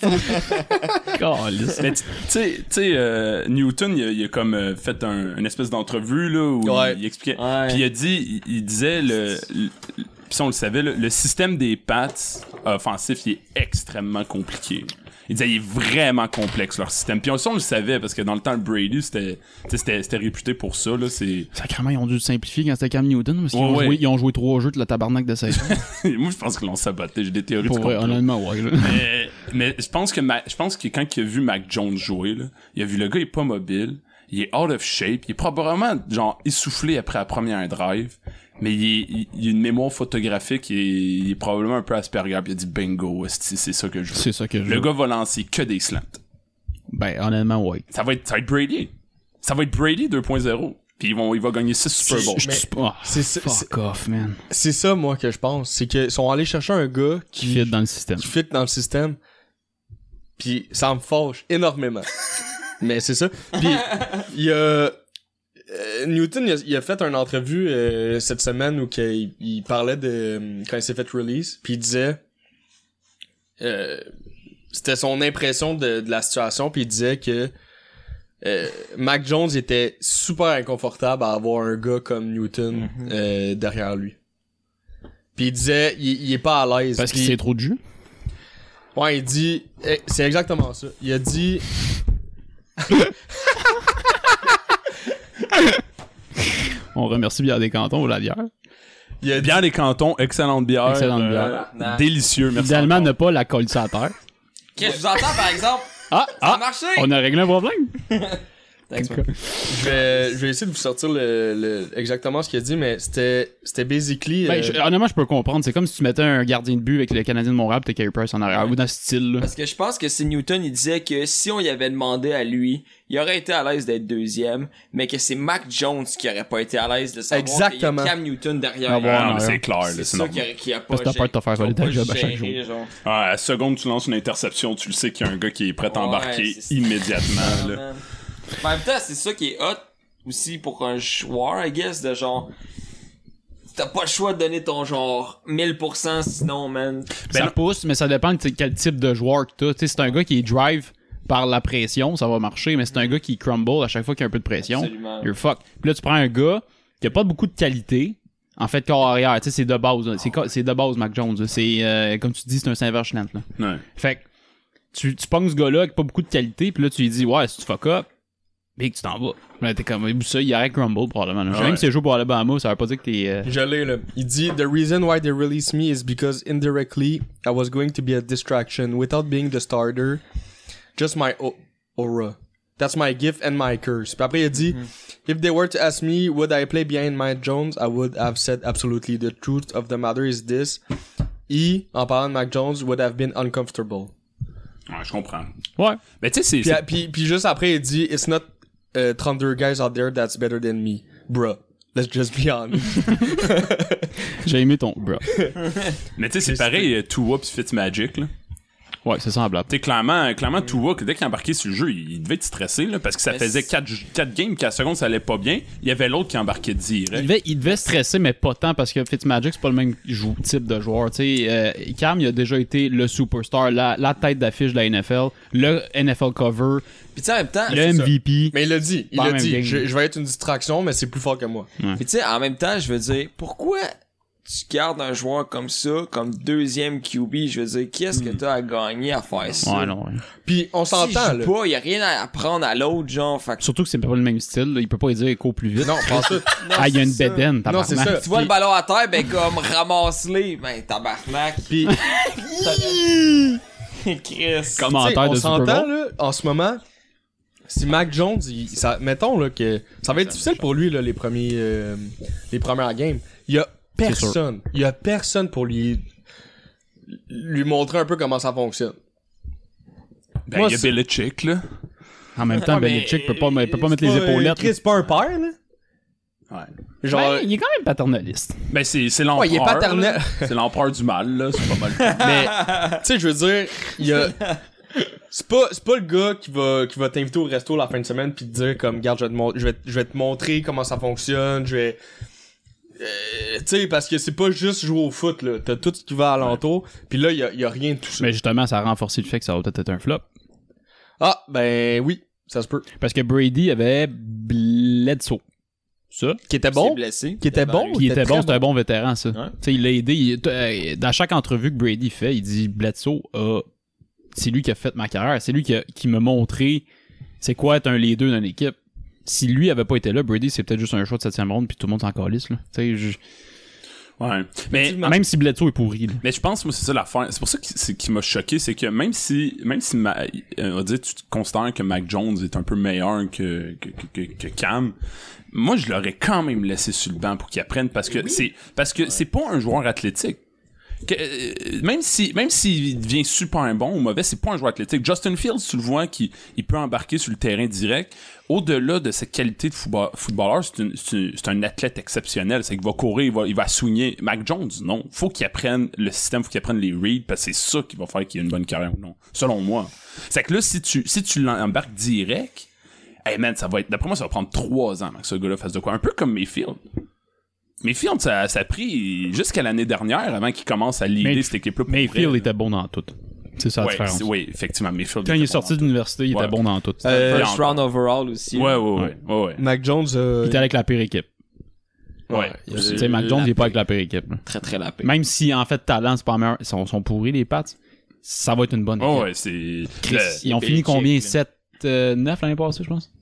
[SPEAKER 7] Calisse.
[SPEAKER 3] Mais tu tu sais, tu sais, euh, Newton, il a, il a comme euh, fait un, une espèce d'entrevue là où
[SPEAKER 8] Ouais.
[SPEAKER 3] il, il expliquait.
[SPEAKER 6] Ouais.
[SPEAKER 3] Puis il a dit, il, il disait le, le- le- puis ça, on le savait, le, le système des Pats offensifs, il est extrêmement compliqué. Il disait, il est vraiment complexe leur système. Puis on, ça, on le savait parce que dans le temps, le Brady, c'était, tu sais, c'était, c'était réputé pour ça là. C'est,
[SPEAKER 7] Sacrément, ils ont dû simplifier quand c'était Cam Newton parce qu'ils
[SPEAKER 3] Ouais,
[SPEAKER 7] ont,
[SPEAKER 3] ouais.
[SPEAKER 7] joué- ils ont joué trois jeux de la tabarnak de saison.
[SPEAKER 3] moi, je pense qu'ils l'ont saboté. J'ai des théories
[SPEAKER 7] Pour
[SPEAKER 3] du
[SPEAKER 7] vrai,
[SPEAKER 3] complot.
[SPEAKER 7] honnêtement, ouais. là.
[SPEAKER 3] mais, Euh, mais je pense que Ma- je pense que quand il a vu Mac Jones jouer là, il a vu le gars il est pas mobile, il est out of shape, il est probablement genre essoufflé après la première drive, mais il, est- il, il a une mémoire photographique, il est, il est probablement un peu Asperger, puis il a dit bingo, esti, c'est ça que je veux.
[SPEAKER 7] C'est ça que je
[SPEAKER 3] Le
[SPEAKER 7] veux.
[SPEAKER 3] gars va lancer que des slants.
[SPEAKER 7] Ben, honnêtement, ouais.
[SPEAKER 3] Ça va être ça va être Brady. Ça va être Brady 2.0. Puis ils vont, il va gagner 6 Super Bowls.
[SPEAKER 7] Je suis pas.
[SPEAKER 8] C'est ça-
[SPEAKER 7] fuck
[SPEAKER 8] c'est-
[SPEAKER 7] off, man.
[SPEAKER 8] C'est ça, moi, que je pense. C'est qu'ils sont allés chercher un gars
[SPEAKER 7] Qui
[SPEAKER 8] qui,
[SPEAKER 7] fit dans le système.
[SPEAKER 8] qui fit dans le système. Puis ça me fâche énormément. Mais c'est ça. Puis il y a... euh, Newton, il a, il a fait une entrevue euh, cette semaine où qu'il- il, parlait de... euh, Quand il s'est fait release. Puis il disait... euh, C'était son impression de, de la situation. Puis il disait que... euh, Mac Jones était super inconfortable à avoir un gars comme Newton
[SPEAKER 7] Mm-hmm.
[SPEAKER 8] euh, derrière lui. Puis il disait, il, il est pas à l'aise.
[SPEAKER 7] Parce qu'il
[SPEAKER 8] Puis-
[SPEAKER 7] sait trop de jus.
[SPEAKER 8] Ouais, il dit. eh, C'est exactement ça. Il a dit.
[SPEAKER 7] On remercie bien des cantons ou la bière.
[SPEAKER 8] Il a dit.
[SPEAKER 3] Bière des cantons, excellente bière. euh,
[SPEAKER 7] Excellente
[SPEAKER 6] bière.
[SPEAKER 3] Délicieux, merci.
[SPEAKER 7] Idéalement,
[SPEAKER 3] encore.
[SPEAKER 7] ne pas la coller sur la terre.
[SPEAKER 6] Ok, je vous entends, par exemple.
[SPEAKER 7] Ah,
[SPEAKER 6] Ça a
[SPEAKER 7] ah!
[SPEAKER 6] marché!
[SPEAKER 7] On a réglé un problème.
[SPEAKER 6] Thanks, man.
[SPEAKER 8] Je vais, je vais essayer de vous sortir le, le- exactement ce qu'il a dit, mais c'était c'était basically.
[SPEAKER 7] Ben,
[SPEAKER 8] euh,
[SPEAKER 7] je- honnêtement, je peux comprendre. C'est comme si tu mettais un gardien de but avec le Canadien de Montréal pis t'es Carey Price en arrière. Ou dans ce style, là.
[SPEAKER 6] Parce que je pense que c'est Newton, il disait que si on y avait demandé à lui, il aurait été à l'aise d'être deuxième, mais que c'est Mac Jones qui aurait pas été à l'aise de savoir qu'il y
[SPEAKER 8] Exactement.
[SPEAKER 6] a Cam Newton derrière.
[SPEAKER 7] Ah
[SPEAKER 6] lui.
[SPEAKER 7] bon,
[SPEAKER 3] Ah, non, mais
[SPEAKER 7] Ouais,
[SPEAKER 3] c'est
[SPEAKER 7] ouais.
[SPEAKER 3] clair, là,
[SPEAKER 6] c'est
[SPEAKER 3] c'est
[SPEAKER 6] ça qui
[SPEAKER 3] normal.
[SPEAKER 6] a, qui a pas.
[SPEAKER 7] Parce que t'as peur de te faire voler ta job à chaque
[SPEAKER 6] jour.
[SPEAKER 3] Ah, à la seconde, tu lances une interception, tu le sais qu'il y a un gars qui est prêt à embarquer
[SPEAKER 6] Ouais, c'est-
[SPEAKER 3] immédiatement. là.
[SPEAKER 6] En même temps, c'est ça qui est hot aussi pour un joueur, I guess, de genre. T'as pas le choix de donner ton genre 1000% sinon, man.
[SPEAKER 7] ça
[SPEAKER 3] Ben non.
[SPEAKER 7] pousse, mais ça dépend de t- quel type de joueur que t'as. Tu sais, c'est un gars qui drive par la pression, ça va marcher, mais c'est un gars qui crumble à chaque fois qu'il y a un peu de pression.
[SPEAKER 6] Absolument.
[SPEAKER 7] You're fuck. Puis là, tu prends un gars qui a pas beaucoup de qualité. En fait, corps arrière, tu sais, c'est de base. là. C'est co- C'est de base, Mac Jones. là. C'est, euh, comme tu dis, c'est un Saint-Vergenant, là.
[SPEAKER 3] Ouais.
[SPEAKER 7] Fait que tu, tu pognes ce gars-là qui a pas beaucoup de qualité, puis là tu lui dis ouais, si tu fuck up, et que tu t'en vas. Là, t'es comme ça, il y aurait Crumble probablement. là.
[SPEAKER 3] Ah ouais.
[SPEAKER 7] Même si il joue pour Alabama, ça veut pas dire que t'es. euh,
[SPEAKER 8] Je l'ai, là. Il dit The reason why they released me is because indirectly I was going to be a distraction without being the starter. Just my au- aura. That's my gift and my curse. Puis après, il a dit
[SPEAKER 7] Mm-hmm.
[SPEAKER 8] If they were to ask me, would I play behind Mac Jones, I would have said absolutely. The truth of the matter is this. He, en parlant de Mac Jones, would have been uncomfortable.
[SPEAKER 3] Ouais, je comprends.
[SPEAKER 7] Ouais.
[SPEAKER 3] Mais tu sais, c'est-
[SPEAKER 8] Puis,
[SPEAKER 3] c'est.
[SPEAKER 8] puis, puis juste après, il dit It's not uh, 32 guys out there that's better than me. Bruh. Let's just be honest.
[SPEAKER 7] J'ai aimé ton. Bro.
[SPEAKER 3] Mais tu sais, c'est pareil, euh, Tua pis Fitzmagic, là.
[SPEAKER 7] Ouais, c'est semblable.
[SPEAKER 3] Tu sais, clairement, clairement Tua, que dès qu'il embarquait sur le jeu, il, il devait être stressé, là, parce que ça
[SPEAKER 6] Mm. Mais
[SPEAKER 3] faisait
[SPEAKER 6] c'est-
[SPEAKER 3] 4 games qu'à la seconde, ça allait pas bien. Il y avait l'autre qui embarquait
[SPEAKER 7] Il
[SPEAKER 3] direct.
[SPEAKER 7] devait, il devait stresser, mais pas tant parce que Fitzmagic, c'est pas le même jou- type de joueur. Tu sais, euh, Cam, il a déjà été le superstar, la, la tête d'affiche de la NFL, le NFL cover,
[SPEAKER 6] Pis tu sais, en même temps,
[SPEAKER 8] Ah,
[SPEAKER 7] le MVP.
[SPEAKER 8] mais il l'a dit. Il
[SPEAKER 7] Pas
[SPEAKER 8] l'a
[SPEAKER 7] même game.
[SPEAKER 8] dit. Je, je vais être une distraction, mais c'est plus fort que moi.
[SPEAKER 6] Puis tu sais, en même temps, je veux dire, pourquoi tu gardes un joueur comme ça, comme deuxième QB, je veux dire, qu'est-ce que t'as à gagner à faire ça?
[SPEAKER 7] Ouais, non, ouais.
[SPEAKER 8] Puis on
[SPEAKER 6] S'il
[SPEAKER 8] s'entend,
[SPEAKER 6] joue
[SPEAKER 8] là.
[SPEAKER 6] pas, y a rien à apprendre à l'autre, genre, fait que-
[SPEAKER 7] Surtout que c'est pas le même style, là. il peut pas dire cours plus vite.
[SPEAKER 8] Non, pense ça.
[SPEAKER 6] Non,
[SPEAKER 7] ah, il y a
[SPEAKER 6] c'est
[SPEAKER 7] une
[SPEAKER 6] ça.
[SPEAKER 7] bedaine,
[SPEAKER 8] Non, c'est ça.
[SPEAKER 6] Tu vois
[SPEAKER 8] Puis-
[SPEAKER 6] le ballon à terre, ben comme ramasse-les, ben tabarnak.
[SPEAKER 8] Puis,
[SPEAKER 6] Chris.
[SPEAKER 7] commentaire
[SPEAKER 8] on
[SPEAKER 7] de Super
[SPEAKER 8] s'entend,
[SPEAKER 7] Bowl.
[SPEAKER 8] là, en ce moment, si Mac Jones, il- ça, mettons là, que ça va être difficile pour lui là, les, premiers, euh, les premières games. Il y a personne. Il y a personne pour lui lui montrer un peu comment ça fonctionne.
[SPEAKER 3] Ben,
[SPEAKER 8] Moi,
[SPEAKER 3] il y a
[SPEAKER 8] c'est-
[SPEAKER 3] Belichick, là.
[SPEAKER 7] En même temps,
[SPEAKER 8] Ouais, Ah, mais-
[SPEAKER 7] Ah, Belichick peut pas, il peut pas mettre les
[SPEAKER 8] C'est pas, euh,
[SPEAKER 7] épaulettes.
[SPEAKER 8] Chris, c'est pas un père, là.
[SPEAKER 3] Ouais.
[SPEAKER 8] Genre,
[SPEAKER 7] Ben, il est quand même paternaliste.
[SPEAKER 3] Ben, c'est c'est l'empereur.
[SPEAKER 8] Ouais, il est paternel.
[SPEAKER 3] là. C'est l'empereur du mal, là. C'est pas mal.
[SPEAKER 8] Mais, tu sais, je veux dire, il y a. C'est pas, c'est pas le gars qui va, qui va t'inviter au resto la fin de semaine puis te dire comme, garde, je vais te, mon- je vais, te- je vais te montrer comment ça fonctionne, je vais. Euh, tu sais, parce que c'est pas juste jouer au foot, là. T'as tout ce qui va alentour, puis là, il y a, il y a rien de tout ça.
[SPEAKER 7] Mais justement, ça a renforcé le fait que ça va peut-être être un flop.
[SPEAKER 8] Ah, ben oui, ça se peut.
[SPEAKER 7] Parce que Brady avait Bledsoe. Ça.
[SPEAKER 8] Qui était
[SPEAKER 6] Il s'est
[SPEAKER 8] bon?
[SPEAKER 6] blessé.
[SPEAKER 8] Qui était bon?
[SPEAKER 7] Qui
[SPEAKER 8] très
[SPEAKER 7] était bon, c'était un bon vétéran, ça.
[SPEAKER 6] Ouais.
[SPEAKER 7] Tu sais, il l'a aidé. il- t- euh, dans chaque entrevue que Brady fait, il dit Bledsoe a- C'est lui qui a fait ma carrière. C'est lui qui, a- qui m'a montré c'est quoi être un leader d'une équipe. Si lui avait pas été là, Brady, c'est peut-être juste un choix de 7 ronde, puis tout le monde s'en calisse, là. Tu sais, je-
[SPEAKER 3] ouais. Mais
[SPEAKER 7] Même si Bledsoe est pourri, là.
[SPEAKER 3] Mais je pense, moi, c'est ça l'affaire. C'est pour ça que c'est- qui m'a choqué, c'est que même si, même si, Ma- euh, on va dire, tu te considères que Mac Jones est un peu meilleur que, que, que- que- que Cam, moi, je l'aurais quand même laissé sur le banc pour qu'il apprenne parce que c'est, parce que c'est pas un joueur athlétique. Que, euh, même si même s'il devient super bon ou mauvais, c'est pas un joueur athlétique. Justin Fields, tu le vois, qui il peut embarquer sur le terrain direct. Au-delà de sa qualité de football- footballeur, c'est une- c'est une- c'est un athlète exceptionnel. C'est qu'il va courir, il va, il va soigner. Mac Jones, non. Faut qu'il apprenne le système, faut qu'il apprenne les reads, parce que c'est ça qui va faire qu'il ait une bonne carrière ou non. Selon moi. C'est que là, si tu, si tu l'embarques direct, hey man, ça va être, d'après moi, ça va prendre trois ans avant que ce gars-là fasse de quoi. Un peu comme Mayfield. Mayfield, ça, ça a pris jusqu'à l'année dernière avant qu'il commence à
[SPEAKER 7] Mais-
[SPEAKER 3] l'idée cette équipe-là. pour
[SPEAKER 7] Mayfield
[SPEAKER 3] vrai.
[SPEAKER 7] était bon dans tout. C'est ça la
[SPEAKER 3] Ouais,
[SPEAKER 7] différence.
[SPEAKER 3] c'est- oui, effectivement, Mayfield.
[SPEAKER 7] Quand il
[SPEAKER 3] était bon
[SPEAKER 7] est sorti
[SPEAKER 3] dans
[SPEAKER 7] de l'université, il
[SPEAKER 3] Ouais.
[SPEAKER 7] était bon dans tout.
[SPEAKER 8] Euh,
[SPEAKER 6] First round overall aussi.
[SPEAKER 3] tout. Ouais, ouais, ouais. ouais, ouais.
[SPEAKER 8] Mac Jones, euh,
[SPEAKER 7] Il était avec la pire équipe.
[SPEAKER 3] ouais.
[SPEAKER 7] Tu sais, Mac Jones, il est pas avec euh, la pire équipe. là.
[SPEAKER 6] Très très lapé.
[SPEAKER 7] Même si, en fait, talent, c'est pas la meilleure- Ils sont, sont pourris, les pattes. Ça va être une bonne équipe.
[SPEAKER 3] Oh, ouais, c'est.
[SPEAKER 7] Chris,
[SPEAKER 3] le-
[SPEAKER 7] ils ont fini
[SPEAKER 6] Belichick,
[SPEAKER 7] combien
[SPEAKER 6] là.
[SPEAKER 7] 7, 9 l'année passée, je pense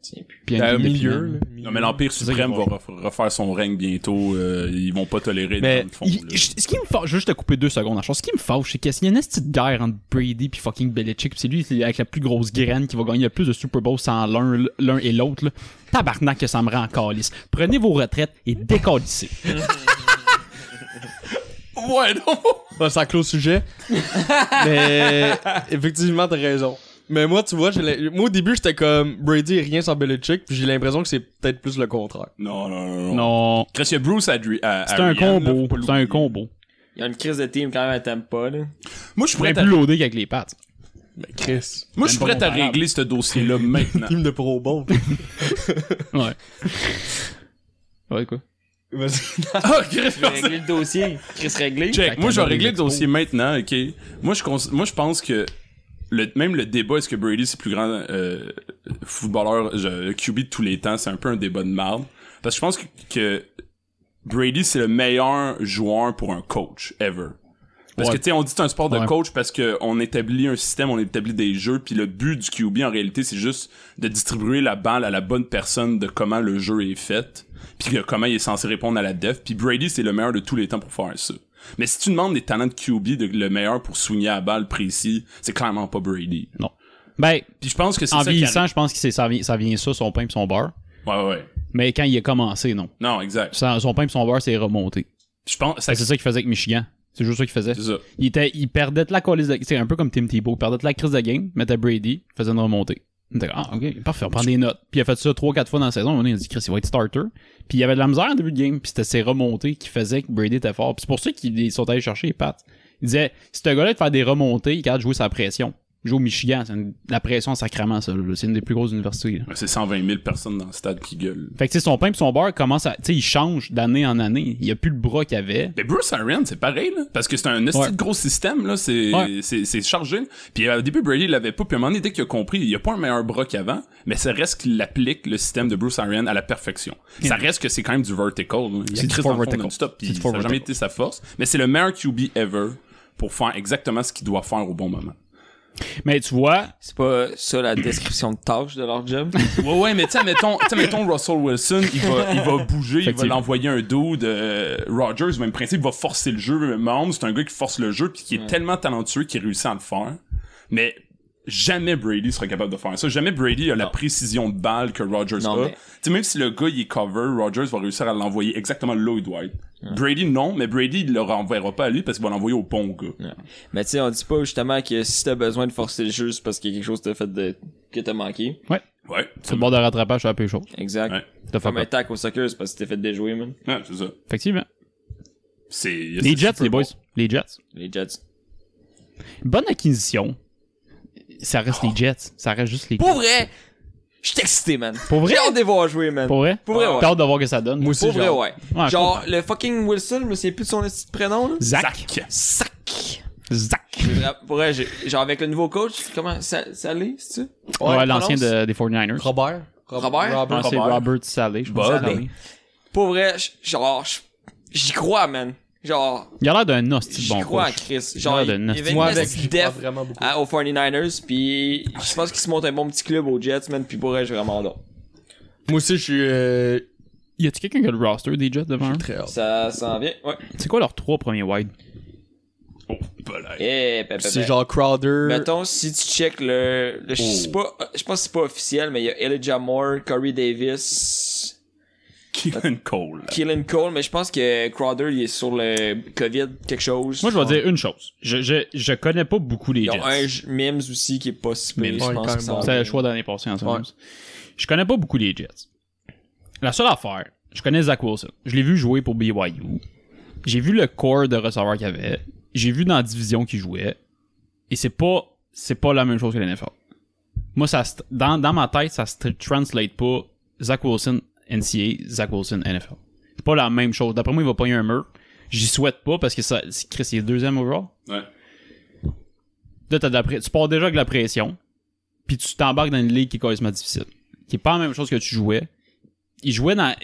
[SPEAKER 6] Tiens, plus.
[SPEAKER 7] Puis
[SPEAKER 8] euh,
[SPEAKER 7] un
[SPEAKER 8] milieu, là.
[SPEAKER 3] Non, mais l'Empire
[SPEAKER 7] ça
[SPEAKER 3] suprême va ref- refaire son règne bientôt. euh, ils vont pas tolérer
[SPEAKER 7] Mais
[SPEAKER 3] dans le fond.
[SPEAKER 7] il-
[SPEAKER 3] là.
[SPEAKER 7] je- ce qui me fâche, je veux juste te couper deux secondes. Chose. Ce qui me fâche, c'est qu'il y a une petite guerre entre Brady puis fucking Belichick. Puis c'est lui c'est avec la plus grosse graine qui va gagner le plus de Super Bowl sans l'un, l'un et l'autre. là. Tabarnak que ça me rend calice. Prenez vos retraites et décalissez.
[SPEAKER 3] Ouais, non!
[SPEAKER 8] Bon, ça clôt le sujet. mais effectivement, t'as raison. Mais moi, tu vois, j'ai l'im- moi au début, j'étais comme Brady et rien sans Belichick, puis j'ai l'impression que c'est peut-être plus le contraire.
[SPEAKER 3] Non, non, non.
[SPEAKER 7] Oh. Non.
[SPEAKER 3] Chris, il y a Bruce Adri à-
[SPEAKER 7] C'est un
[SPEAKER 3] Ariane, là,
[SPEAKER 7] combo.
[SPEAKER 3] faut pas
[SPEAKER 7] C'est un
[SPEAKER 3] l'oublier.
[SPEAKER 7] combo.
[SPEAKER 6] Il y a une crise de team quand même à Tampa, là.
[SPEAKER 3] Moi, je suis
[SPEAKER 7] Je pourrais
[SPEAKER 3] prêt à,
[SPEAKER 7] plus loader qu'avec les pattes.
[SPEAKER 8] Mais Chris,
[SPEAKER 3] moi, je suis
[SPEAKER 7] Même
[SPEAKER 3] prêt
[SPEAKER 7] pas
[SPEAKER 3] à
[SPEAKER 7] comparable.
[SPEAKER 3] régler ce dossier-là maintenant.
[SPEAKER 8] team de Pro Bowl.
[SPEAKER 7] Ouais. ouais, quoi.
[SPEAKER 8] Vas-y.
[SPEAKER 3] Ah, Chris,
[SPEAKER 6] Tu veux régler le dossier. Chris réglé.
[SPEAKER 3] Check, moi je vais
[SPEAKER 7] Academy
[SPEAKER 3] régler le
[SPEAKER 7] d'Expo.
[SPEAKER 3] dossier maintenant, ok? Moi je, cons- moi, je pense que le, même le débat, est-ce que Brady c'est le plus grand euh, footballeur je- QB de tous les temps, c'est un peu un débat de marde. Parce que je pense que, que Brady c'est le meilleur joueur pour un coach, ever. Parce
[SPEAKER 7] Ouais.
[SPEAKER 3] que tu sais, on dit c'est un sport de
[SPEAKER 7] Ouais.
[SPEAKER 3] coach parce que on établit un système, on établit des jeux, puis le but du QB en réalité c'est juste de distribuer la balle à la bonne personne de comment le jeu est fait, puis de comment il est censé répondre à la def. Puis Brady c'est le meilleur de tous les temps pour faire ça. Mais si tu demandes des talents de QB de le meilleur pour soigner à la balle précis, c'est clairement pas Brady.
[SPEAKER 7] Non. Ben,
[SPEAKER 3] Puis je pense que c'est
[SPEAKER 7] en
[SPEAKER 3] ça qui
[SPEAKER 7] vieillissant, je pense que c'est- ça vient, ça vient ça, son pain pis son beurre.
[SPEAKER 3] arrive. Ouais ouais.
[SPEAKER 7] Mais quand il a commencé, non.
[SPEAKER 3] Non, exact.
[SPEAKER 7] Son, son pain pis son beurre, c'est remonté.
[SPEAKER 3] Je pense ça
[SPEAKER 7] C'est ça qu'il faisait avec Michigan. C'est juste ça qu'il faisait.
[SPEAKER 3] c'est ça.
[SPEAKER 7] Il, était, il perdait de la colise de... C'est un peu comme Tim Tebow. Il perdait de la crise de game, mettait Brady, faisait une remontée. Il était comme, ah, ok, parfait, on prend des notes. Puis il a fait ça 3-4 fois dans la saison. Et on a dit, Chris, il va être starter. Puis il y avait de la misère en début de game. Puis c'était ses remontées qui faisaient que Brady était fort. Puis c'est pour ça qu'ils sont allés chercher les pattes. Il disait, si ce gars-là de faire des remontées, il est capable de jouer sa pression. Il joue au Michigan. C'est une- La pression, sacrément, ça. là. C'est une des plus grosses universités. là.
[SPEAKER 3] C'est 120 000 personnes dans le stade qui gueulent.
[SPEAKER 7] Fait que, tu sais, son pain et son beurre commence à. Tu sais, il change d'année en année. Il n'y a plus le bras qu'il avait.
[SPEAKER 3] Mais ben, Bruce Arians, c'est pareil, là. Parce que c'est un esti
[SPEAKER 7] Ouais.
[SPEAKER 3] de gros système, là. C'est,
[SPEAKER 7] Ouais.
[SPEAKER 3] c'est, c'est chargé. Puis euh, au début, Brady l'avait pas. Puis à un moment donné, dès qu'il a compris, il a pas un meilleur bras qu'avant, mais ça reste qu'il applique le système de Bruce Arians à la perfection. Ça reste que c'est quand même du vertical, là. Il
[SPEAKER 7] Mm. C'est du
[SPEAKER 3] Chris dans
[SPEAKER 7] four
[SPEAKER 3] le fond
[SPEAKER 7] vertical.
[SPEAKER 3] non-stop, puis
[SPEAKER 7] C'est du
[SPEAKER 3] ça
[SPEAKER 7] four
[SPEAKER 3] a jamais
[SPEAKER 7] vertical.
[SPEAKER 3] été sa force. Mais c'est le meilleur QB ever pour faire exactement ce qu'il doit faire au bon moment.
[SPEAKER 7] Mais tu vois,
[SPEAKER 6] C'est pas ça la description de tâche de leur job.
[SPEAKER 3] Ouais, ouais, mais tu sais, mettons, tu sais, mettons Russell Wilson, il va, il va bouger, il va
[SPEAKER 7] Effectivement.
[SPEAKER 3] l'envoyer un dude. euh, Rodgers, même principe, va forcer le jeu. Mahomes, c'est un gars qui force le jeu, puis qui est tellement talentueux qu'il réussit à le faire. Mais jamais Brady serait capable de faire ça. Jamais Brady a la précision de balle que Rodgers
[SPEAKER 6] Non,
[SPEAKER 3] a.
[SPEAKER 6] mais-
[SPEAKER 3] Tu sais, même si le gars, il est cover, Rodgers va réussir à l'envoyer exactement là où il doit être. Brady, non, mais Brady, il le renverra pas à lui parce qu'il va l'envoyer au bon gars.
[SPEAKER 6] Mais tu sais, on dit pas justement que si t'as besoin de forcer le jeu, c'est parce qu'il y a quelque chose que t'as fait de... que t'as manqué.
[SPEAKER 3] Ouais.
[SPEAKER 7] sur le bord de rattrapage, c'est la pire chose.
[SPEAKER 6] Exact.
[SPEAKER 3] Ouais.
[SPEAKER 7] T'as fait
[SPEAKER 6] Comme un
[SPEAKER 7] peur.
[SPEAKER 6] tac au soccer, c'est parce que t'es fait déjouer, man.
[SPEAKER 3] Ouais, c'est ça.
[SPEAKER 7] Effectivement.
[SPEAKER 3] C'est,
[SPEAKER 7] Les Jets,
[SPEAKER 3] c'est
[SPEAKER 7] les boys. Les Jets.
[SPEAKER 6] Les Jets.
[SPEAKER 7] Bonne acquisition. Ça reste les Jets. Ça reste juste les
[SPEAKER 6] Pour vrai! Je suis excité, man.
[SPEAKER 7] Pour vrai?
[SPEAKER 6] J'ai hâte de les voir jouer, man.
[SPEAKER 7] Pour vrai?
[SPEAKER 6] Pour vrai, ouais.
[SPEAKER 7] T'as hâte de voir que ça donne.
[SPEAKER 8] Moi aussi,
[SPEAKER 6] Pour vrai,
[SPEAKER 8] j'ai hâte.
[SPEAKER 6] ouais.
[SPEAKER 7] Ouais,
[SPEAKER 6] Genre, le fucking Wilson, je me souviens plus de son petit prénom, là.
[SPEAKER 7] Zach.
[SPEAKER 6] Sac!
[SPEAKER 7] Zach.
[SPEAKER 6] J'ai vra- Pour vrai, j'ai- genre, avec le nouveau coach, comment, Sa- Salé, c'est tu
[SPEAKER 7] Ouais,
[SPEAKER 8] Ouais,
[SPEAKER 7] l'ancien
[SPEAKER 8] prononce.
[SPEAKER 7] de- des 49ers.
[SPEAKER 8] Robert.
[SPEAKER 6] Robert?
[SPEAKER 7] Non, c'est
[SPEAKER 3] Robert.
[SPEAKER 7] Robert Saleh. je pense.
[SPEAKER 3] Bob.
[SPEAKER 7] Saleh.
[SPEAKER 6] Pour vrai, j- genre, j- j'y crois, man. Genre,
[SPEAKER 7] Il a l'air d'un hostie de
[SPEAKER 6] j'y
[SPEAKER 7] bon
[SPEAKER 6] crois à
[SPEAKER 7] coach.
[SPEAKER 6] Chris.
[SPEAKER 7] Ah,
[SPEAKER 6] Genre, il
[SPEAKER 7] de
[SPEAKER 6] il y
[SPEAKER 7] nasty.
[SPEAKER 6] avait une
[SPEAKER 8] Moi avec,
[SPEAKER 6] nasty
[SPEAKER 8] je crois
[SPEAKER 6] def Ah.
[SPEAKER 8] vraiment beaucoup.
[SPEAKER 6] à- Hein, aux 49ers, puis je pense qu'il se monte un bon petit club aux Jets, man, puis pour vrai, j'ai vraiment hâte.
[SPEAKER 8] Moi aussi, je suis euh,
[SPEAKER 7] Y a-tu quelqu'un qui a le roster des Jets devant eux?
[SPEAKER 8] très hâte.
[SPEAKER 6] Ça s'en vient, ouais.
[SPEAKER 7] C'est quoi leurs trois premiers wide?
[SPEAKER 3] Oh, balaye.
[SPEAKER 6] Eh, ben, ben,
[SPEAKER 8] C'est
[SPEAKER 6] ben.
[SPEAKER 8] genre Crowder.
[SPEAKER 6] Mettons, si tu check le,
[SPEAKER 7] Oh.
[SPEAKER 6] le- je sais pas, je pense que c'est pas officiel, mais il y a Elijah Moore, Corey Davis,
[SPEAKER 3] Keelan Cole.
[SPEAKER 6] Keelan Cole, mais je pense que Crowder, il est sur le COVID, quelque chose.
[SPEAKER 7] Moi, je vais dire une chose. Je, je, je connais pas beaucoup les
[SPEAKER 6] Ah. Ils ont un
[SPEAKER 7] Jets.
[SPEAKER 6] j- Mims aussi qui est pas si pire,
[SPEAKER 8] Mims,
[SPEAKER 6] je
[SPEAKER 8] ouais,
[SPEAKER 6] pense.
[SPEAKER 8] quand
[SPEAKER 6] que ça
[SPEAKER 8] même bon.
[SPEAKER 6] va.
[SPEAKER 7] C'est le choix d'année passée en ce
[SPEAKER 8] Ouais.
[SPEAKER 7] moment. Je connais pas beaucoup les Jets. La seule affaire, je connais Zach Wilson. Je l'ai vu jouer pour BYU. J'ai vu le corps de receveur qu'il avait. J'ai vu dans la division qu'il jouait. Et c'est pas, c'est pas la même chose que l'NFL. Moi, ça, se- dans, dans ma tête, ça se tr- translate pas Zach Wilson NCA, Zach Wilson NFL. C'est pas la même chose. D'après moi, il va pogner un mur. J'y souhaite pas parce que ça, Chris, il est deuxième overall.
[SPEAKER 3] Ouais.
[SPEAKER 7] Là, t'as de la pré- tu pars déjà avec de la pression, puis tu t'embarques dans une ligue qui est complètement difficile, qui est pas la même chose que tu jouais. Il jouait dans...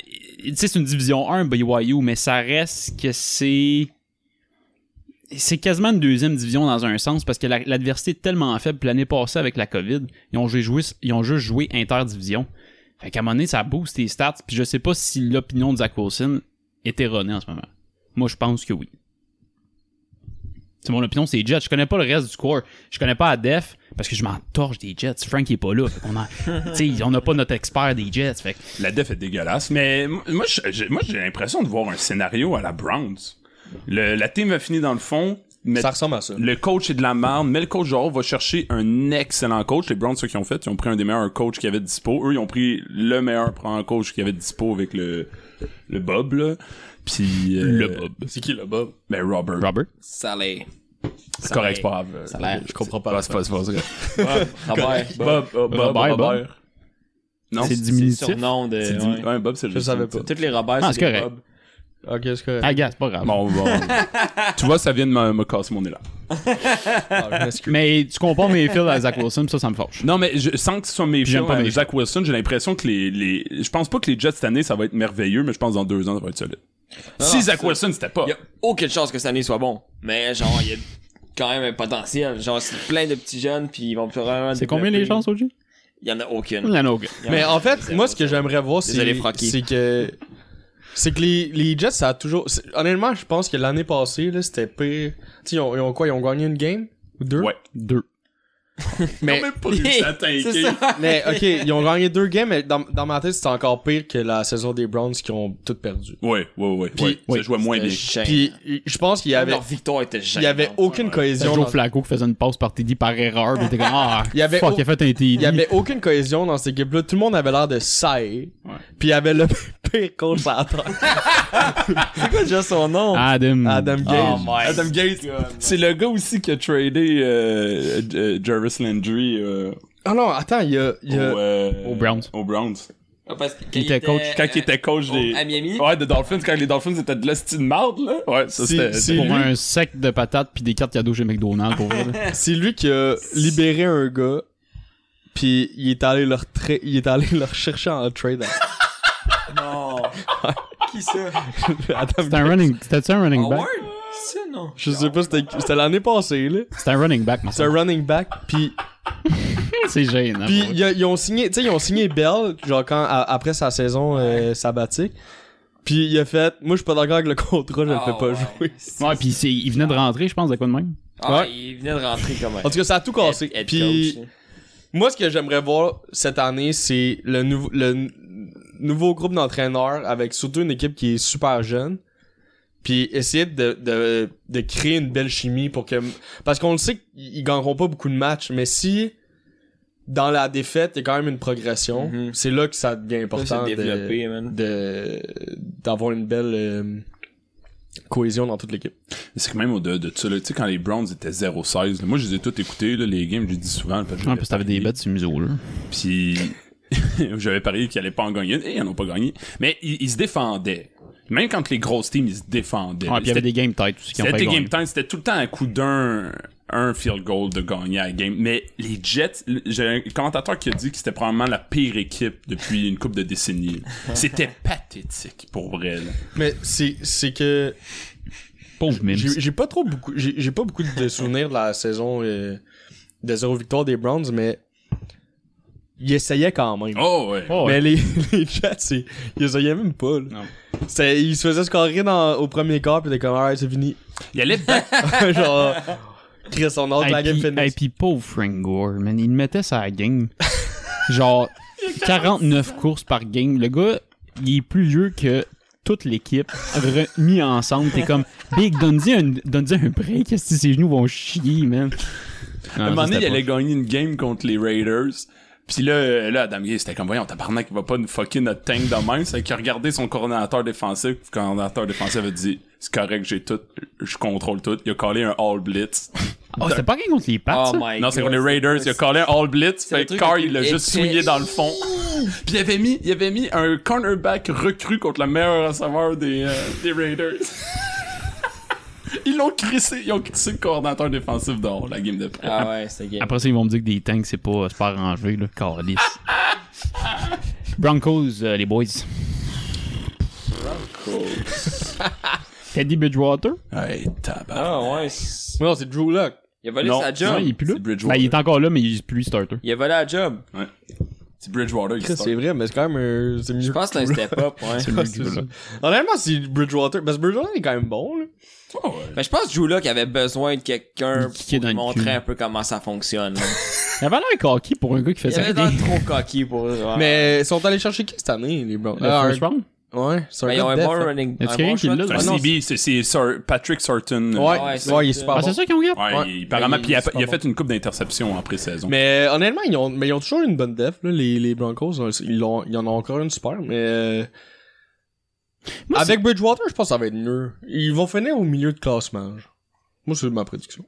[SPEAKER 7] Tu sais, c'est une division 1, BYU, mais ça reste que c'est... C'est quasiment une deuxième division dans un sens, parce que la- l'adversité est tellement faible, puis l'année passée avec la COVID, ils ont, joué, joué- ils ont juste joué interdivision. Fait qu'à un moment donné, ça booste tes stats, puis je sais pas si l'opinion de Zach Wilson est erronée en ce moment. Moi, je pense que oui. C'est mon opinion, c'est les Jets. Je connais pas le reste du corps. Je connais pas la def parce que je m'en torche des Jets. Frank il est pas là. Fait qu'on en- tu sais, on n'a pas notre expert des Jets. Fait que-
[SPEAKER 3] La def est dégueulasse, mais m- moi, je- j'ai moi, j'ai l'impression de voir un scénario à la Browns. Le- la team va finir dans le fond, mais
[SPEAKER 8] Ça ressemble à ça.
[SPEAKER 3] le coach est de la merde, mais le coach genre va chercher un excellent coach. Les Browns, ceux qui ont fait, ils ont pris un des meilleurs coachs qui avait dispo. Eux, ils ont pris le meilleur prend coach qui avait dispo avec le, le Bob, là. Puis, euh,
[SPEAKER 7] Le Bob.
[SPEAKER 3] C'est qui le Bob? Ben, Robert.
[SPEAKER 7] Robert.
[SPEAKER 6] Salé.
[SPEAKER 3] C'est correct, c'est pas grave. Euh,
[SPEAKER 6] l'air.
[SPEAKER 3] Je comprends pas. C'est pas, c'est pas vrai.
[SPEAKER 6] Robert.
[SPEAKER 3] Bob, oh, Bob, Robert.
[SPEAKER 7] Robert, Bob.
[SPEAKER 3] Non,
[SPEAKER 7] C'est
[SPEAKER 3] c'est
[SPEAKER 6] C'est
[SPEAKER 7] diminutif.
[SPEAKER 6] le surnom de.
[SPEAKER 3] c'est
[SPEAKER 6] ouais.
[SPEAKER 3] du- ouais, Bob, c'est
[SPEAKER 8] Je
[SPEAKER 3] juste.
[SPEAKER 8] savais pas.
[SPEAKER 6] Tous les Robert,
[SPEAKER 7] Ah,
[SPEAKER 6] c'est
[SPEAKER 7] c'est
[SPEAKER 6] des
[SPEAKER 7] correct.
[SPEAKER 6] Bob.
[SPEAKER 8] Ok, c'est correct.
[SPEAKER 7] Ah, gars, c'est pas grave.
[SPEAKER 3] Bon, bon. tu vois, ça vient de me, me casser mon élan.
[SPEAKER 8] Ah, je m'excuse.
[SPEAKER 7] Mais tu compares mes fils à Zach Wilson, ça, ça me fâche.
[SPEAKER 3] Non, mais je, sans que ce soit mes
[SPEAKER 7] J'aime
[SPEAKER 3] films
[SPEAKER 7] pas
[SPEAKER 3] avec
[SPEAKER 7] mes
[SPEAKER 3] Zach Wilson, j'ai l'impression que les, les. Je pense pas que les Jets cette année, ça va être merveilleux, mais je pense que dans deux ans, ça va être solide. si
[SPEAKER 6] non,
[SPEAKER 3] Zach
[SPEAKER 6] c'est-
[SPEAKER 3] Wilson, c'était pas.
[SPEAKER 6] Il y a aucune Oh, chance que cette année soit bon. Mais genre, il y a quand même un potentiel. Genre, c'est plein de petits jeunes, puis ils vont probablement.
[SPEAKER 7] C'est combien les
[SPEAKER 6] développer.
[SPEAKER 7] chances, OG?
[SPEAKER 6] Il y en a
[SPEAKER 7] Il
[SPEAKER 6] aucune.
[SPEAKER 7] y en a aucun.
[SPEAKER 6] Il y en a
[SPEAKER 8] Mais en fait,
[SPEAKER 6] zéro,
[SPEAKER 8] moi, ce que
[SPEAKER 6] zéro.
[SPEAKER 8] j'aimerais voir, c'est
[SPEAKER 6] Désolé, Francky.
[SPEAKER 8] c'est que c'est que les, les Jets, ça a toujours. c'est- Honnêtement, je pense que l'année passée, là, c'était pire. Tu sais, ils, ont- ils ont quoi Ils ont gagné une game ou deux
[SPEAKER 3] Ouais.
[SPEAKER 7] Deux.
[SPEAKER 8] Mais,
[SPEAKER 3] Même pas réussi à
[SPEAKER 6] C'est
[SPEAKER 3] tanker.
[SPEAKER 6] ça.
[SPEAKER 8] mais ok, ils ont gagné deux games, mais dans, dans ma tête, c'était encore pire que la saison des Browns qui ont toutes perdu.
[SPEAKER 3] Ouais, ouais, ouais.
[SPEAKER 8] Puis-
[SPEAKER 3] ouais. Ça
[SPEAKER 7] oui.
[SPEAKER 3] jouait moins bien.
[SPEAKER 6] Gênant.
[SPEAKER 8] Puis je pense qu'il y avait
[SPEAKER 6] Leur victoire était
[SPEAKER 8] il
[SPEAKER 6] gênante.
[SPEAKER 8] y avait aucune
[SPEAKER 7] C'est
[SPEAKER 8] cohésion.
[SPEAKER 7] Joe
[SPEAKER 8] dans-
[SPEAKER 7] Flacco qui faisait une passe par TD par erreur. mais t'es comme, ah,
[SPEAKER 8] Il y avait
[SPEAKER 7] fuck,
[SPEAKER 8] au-
[SPEAKER 7] il a fait un TD.
[SPEAKER 8] Il y avait aucune cohésion dans cette équipe-là. Tout le monde avait l'air de saillir. Puis il y avait le pire coach à la terre.
[SPEAKER 6] C'est quoi déjà son nom?
[SPEAKER 7] Adam. Ah,
[SPEAKER 8] Adam
[SPEAKER 6] Oh
[SPEAKER 8] Gage.
[SPEAKER 6] my.
[SPEAKER 3] Adam Gates, c'est le gars aussi qui a tradé euh, euh, Jarvis Landry euh,
[SPEAKER 8] Ah non, attends, il y a. il y
[SPEAKER 6] Oh,
[SPEAKER 8] a-
[SPEAKER 3] au, euh,
[SPEAKER 7] Aux Browns.
[SPEAKER 3] Aux Browns.
[SPEAKER 6] Ah, Parce que
[SPEAKER 7] Il était coach
[SPEAKER 3] Quand il était coach
[SPEAKER 6] euh, au-
[SPEAKER 3] des.
[SPEAKER 6] à Miami?
[SPEAKER 3] Ouais, des Dolphins, quand les Dolphins étaient de l'hostie de marde, là. Ouais, ça
[SPEAKER 8] Si-
[SPEAKER 3] c'était.
[SPEAKER 8] si-
[SPEAKER 7] Pour
[SPEAKER 8] lui.
[SPEAKER 7] un sec de patates puis des cartes cadeaux chez McDonald's. Pour vrai, là.
[SPEAKER 8] C'est lui qui a libéré un gars, puis il est allé leur tra- il est allé leur chercher en trade.
[SPEAKER 6] Non. Qui ça?
[SPEAKER 8] Adam
[SPEAKER 7] C'était un running, c'était un running back?
[SPEAKER 6] Ah Howard? C'est ça, non? non.
[SPEAKER 8] Je sais pas, c'était c'était l'année passée, là.
[SPEAKER 7] C'est un running back, mais
[SPEAKER 8] C'est un running back, puis
[SPEAKER 6] Ah,
[SPEAKER 7] c'est gênant.
[SPEAKER 8] Puis
[SPEAKER 7] pour vrai.
[SPEAKER 8] y a- ils ont signé, tu sais, ils ont signé Bell, genre quand à- après sa saison euh, sabbatique. Puis il a fait, moi je suis pas d'accord avec le contrat, je le
[SPEAKER 6] Ah,
[SPEAKER 8] fais pas
[SPEAKER 6] ouais.
[SPEAKER 8] jouer.
[SPEAKER 7] Ouais, puis c'est- il venait de rentrer, je pense, de quoi de même.
[SPEAKER 6] Ah,
[SPEAKER 8] Ouais.
[SPEAKER 6] il venait de rentrer comme un.
[SPEAKER 8] En tout cas, ça a tout cassé.
[SPEAKER 6] head- head
[SPEAKER 8] Puis
[SPEAKER 6] coach, là. Oh
[SPEAKER 8] moi ce que j'aimerais voir cette année, c'est le nouveau le n- nouveau groupe d'entraîneurs avec surtout une équipe qui est super jeune. Puis essayer de, de, de créer une belle chimie pour que parce qu'on le sait qu'ils ils gagneront pas beaucoup de matchs, mais si dans la défaite, il y a quand même une progression.
[SPEAKER 6] Mhm.
[SPEAKER 8] C'est là que ça devient
[SPEAKER 6] Ça,
[SPEAKER 8] important.
[SPEAKER 6] c'est
[SPEAKER 8] de-
[SPEAKER 6] développé, man.
[SPEAKER 8] de d'avoir une belle euh, cohésion dans toute l'équipe.
[SPEAKER 3] C'est quand même au-delà de ça, là. Tu sais, quand les Browns étaient 0-16, là, moi, je les ai tous écoutés, là, les games, je les dis souvent. parce que
[SPEAKER 7] Ouais,
[SPEAKER 3] j'avais
[SPEAKER 7] Ah, parce que t'avais des
[SPEAKER 3] parié.
[SPEAKER 7] bêtes sur Muso, là.
[SPEAKER 3] Puis j'avais parié qu'ils allaient pas en gagner une, et ils en ont pas gagné. Mais ils, ils se défendaient. Même quand les grosses teams, ils se défendaient.
[SPEAKER 7] Ouais, Ah, puis il y
[SPEAKER 3] C'était-
[SPEAKER 7] avait des game tight aussi qui ont
[SPEAKER 3] C'était
[SPEAKER 7] fait
[SPEAKER 3] des
[SPEAKER 7] gagner.
[SPEAKER 3] game time, c'était tout le temps un coup d'un un field goal de gagner à la game. Mais les Jets, l- j'ai un commentateur qui a dit que c'était probablement la pire équipe depuis une couple de décennies. C'était pathétique, pour vrai. là.
[SPEAKER 8] Mais c'est c'est que
[SPEAKER 7] Pauvre Mims.
[SPEAKER 8] j'ai j'ai pas trop beaucoup j'ai j'ai pas beaucoup de souvenirs de la saison euh, de zéro victoire des Browns, mais ils essayaient quand même.
[SPEAKER 3] Oh, ouais.
[SPEAKER 7] Oh, ouais.
[SPEAKER 8] Mais les, les Jets, c'est- ils essayaient même pas. Là.
[SPEAKER 7] Non.
[SPEAKER 8] C'était- Ils se faisaient scorer dans, au premier quart, puis t'es comme, alright, c'est fini.
[SPEAKER 3] Il allait back-
[SPEAKER 8] Genre, Chris, on a hâte que la
[SPEAKER 7] Hey,
[SPEAKER 8] game
[SPEAKER 7] puis- hey,
[SPEAKER 8] finisse.
[SPEAKER 7] puis pauvre Frank Gore, man, il le mettait sa game. Genre 49 courses par game. Le gars, il est plus vieux que toute l'équipe remis ensemble. T'es comme Big, donne-y un, donne un break. Est-ce que ses genoux vont chier, man?
[SPEAKER 3] À un moment donné, il allait
[SPEAKER 7] les
[SPEAKER 3] gagner une game contre les Raiders. Puis là, euh, là, Adam Gay, c'était comme, voyons, tabarnak, il va pas nous fucker notre tank de même. C'est qu'il a regardé son coordonnateur défensif. Le coordonnateur défensif a dit, c'est correct, j'ai tout, je contrôle tout. Il a collé un all blitz.
[SPEAKER 7] Oh, c'était pas gagné contre les Pats,
[SPEAKER 6] Oh
[SPEAKER 7] ça?
[SPEAKER 6] my
[SPEAKER 3] non, c'est contre les Raiders. Il a collé un all blitz.
[SPEAKER 6] le
[SPEAKER 3] Fait que
[SPEAKER 6] truc
[SPEAKER 3] Carr,
[SPEAKER 6] le plus
[SPEAKER 3] il l'a juste
[SPEAKER 6] épais.
[SPEAKER 3] souillé dans le fond. Puis il avait mis, il avait mis un cornerback recru contre le meilleur receveur des, euh, des Raiders. ils l'ont crissé. Ils ont crissé le coordonnateur défensif dehors, la game de près.
[SPEAKER 6] Ah ouais, c'était gay.
[SPEAKER 7] Après ça, ils vont me dire que des tanks, c'est pas, c'est pas arrangé, là. Calice. Broncos, euh, les boys. Broncos. Teddy Bridgewater?
[SPEAKER 3] Hey, tabarnak.
[SPEAKER 6] Ah ouais. c'est-
[SPEAKER 8] Non, c'est Drew Luck.
[SPEAKER 6] Il a volé
[SPEAKER 3] Non.
[SPEAKER 6] sa
[SPEAKER 7] Non,
[SPEAKER 6] job.
[SPEAKER 7] il est plus là.
[SPEAKER 3] C'est Bridgewater.
[SPEAKER 7] Ben, il est encore là, mais il est plus starter.
[SPEAKER 6] Il a volé la job.
[SPEAKER 3] C'est Bridgewater qui
[SPEAKER 8] Chris,
[SPEAKER 3] start.
[SPEAKER 8] c'est vrai, mais c'est quand même. euh, c'est
[SPEAKER 6] Je
[SPEAKER 8] mieux.
[SPEAKER 6] pense que c'est un step-up, ouais.
[SPEAKER 8] Ah, c'est ça. Honnêtement, c'est Bridgewater. Parce que Bridgewater est quand même bon, là.
[SPEAKER 3] Oh, ouais.
[SPEAKER 6] Mais je pense que Drew Locke avait besoin de quelqu'un
[SPEAKER 7] Il kickait
[SPEAKER 6] pour
[SPEAKER 7] dans
[SPEAKER 6] lui
[SPEAKER 7] le cul.
[SPEAKER 6] montrer un peu comment ça fonctionne. là.
[SPEAKER 7] Il avait l'air cocky pour un gars qui
[SPEAKER 6] Il
[SPEAKER 7] faisait
[SPEAKER 6] avait
[SPEAKER 7] rien.
[SPEAKER 6] l'air trop coquille pour eux.
[SPEAKER 8] Mais ils sont allés chercher qui cette année, les Browns?
[SPEAKER 7] Le
[SPEAKER 8] Ah,
[SPEAKER 7] first round?
[SPEAKER 8] un- Ouais, c'est un
[SPEAKER 6] Mais Ben, ils ont
[SPEAKER 8] gars
[SPEAKER 6] un
[SPEAKER 8] de
[SPEAKER 6] bon
[SPEAKER 8] def, hein.
[SPEAKER 6] running.
[SPEAKER 7] Est-ce
[SPEAKER 6] un
[SPEAKER 7] qu'il y a
[SPEAKER 6] bon
[SPEAKER 7] un qui
[SPEAKER 6] shot.
[SPEAKER 7] l'a,
[SPEAKER 3] Ben,
[SPEAKER 7] Ah non,
[SPEAKER 3] CB, c'est- c'est Sor- Patrick Sorton. euh,
[SPEAKER 8] Ouais,
[SPEAKER 6] Ouais,
[SPEAKER 8] ouais,
[SPEAKER 6] c'est-
[SPEAKER 8] il est super
[SPEAKER 7] Ah,
[SPEAKER 8] bon.
[SPEAKER 7] c'est ça qu'ils ont gagné?
[SPEAKER 3] Ouais,
[SPEAKER 8] ouais.
[SPEAKER 3] il- il- apparemment,
[SPEAKER 8] Ben,
[SPEAKER 3] puis il a,
[SPEAKER 8] c'est pas
[SPEAKER 3] il a
[SPEAKER 8] bon.
[SPEAKER 3] fait une coupe d'interceptions en pré-saison.
[SPEAKER 8] Mais honnêtement, ils ont, mais ils ont toujours une bonne def, là, les, les Broncos. Ils, l'ont- ils en ont encore une super, mais... euh,
[SPEAKER 7] Moi,
[SPEAKER 8] avec Bridgewater, je pense que ça va être mieux. Ils vont finir au milieu de classement. genre. Moi, c'est ma prédiction.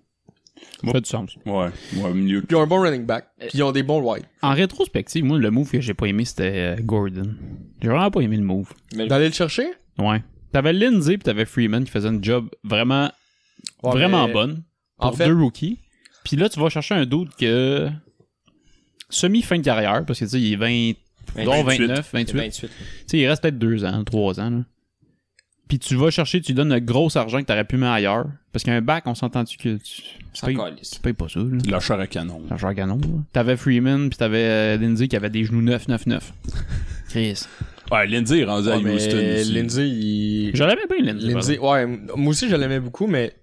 [SPEAKER 7] Ça fait du sens.
[SPEAKER 3] Ouais, ouais, mieux.
[SPEAKER 8] Puis ils ont un bon running back. Puis ils ont des bons wide.
[SPEAKER 7] En rétrospective, moi, le move que j'ai pas aimé, c'était euh, Gordon. J'ai vraiment pas aimé le move.
[SPEAKER 8] D'aller le chercher?
[SPEAKER 7] Ouais. T'avais Lindsay pis t'avais Freeman qui faisait une job vraiment,
[SPEAKER 8] Ouais,
[SPEAKER 7] vraiment
[SPEAKER 8] mais-
[SPEAKER 7] bonne pour
[SPEAKER 8] En fait,
[SPEAKER 7] deux rookies. Puis là, tu vas chercher un doute que semi-fin de carrière, parce que tu sais, il est 20, dont
[SPEAKER 3] 28.
[SPEAKER 7] 29, 28.
[SPEAKER 6] 28.
[SPEAKER 7] Tu sais, il reste peut-être deux ans, trois ans. Là. Puis tu vas chercher, tu lui donnes le gros argent que t'aurais pu mettre ailleurs. Parce qu'un bac, on s'entend-tu que tu, tu,
[SPEAKER 6] Ça
[SPEAKER 7] payes,
[SPEAKER 6] calisse.
[SPEAKER 7] tu payes pas ça, là.
[SPEAKER 3] Le char à canon.
[SPEAKER 8] Ah.
[SPEAKER 7] C'est un joueur canon, là. T'avais Freeman, puis t'avais euh, Lindsay qui avait des genoux 9-9-9. Chris.
[SPEAKER 3] Ouais, Lindsay est rendu à
[SPEAKER 8] ouais, mais
[SPEAKER 3] Houston. aussi.
[SPEAKER 8] Lindsay, il...
[SPEAKER 7] Je l'aimais bien, Lindsay.
[SPEAKER 8] Lindsay, ouais, m- moi aussi je l'aimais beaucoup, mais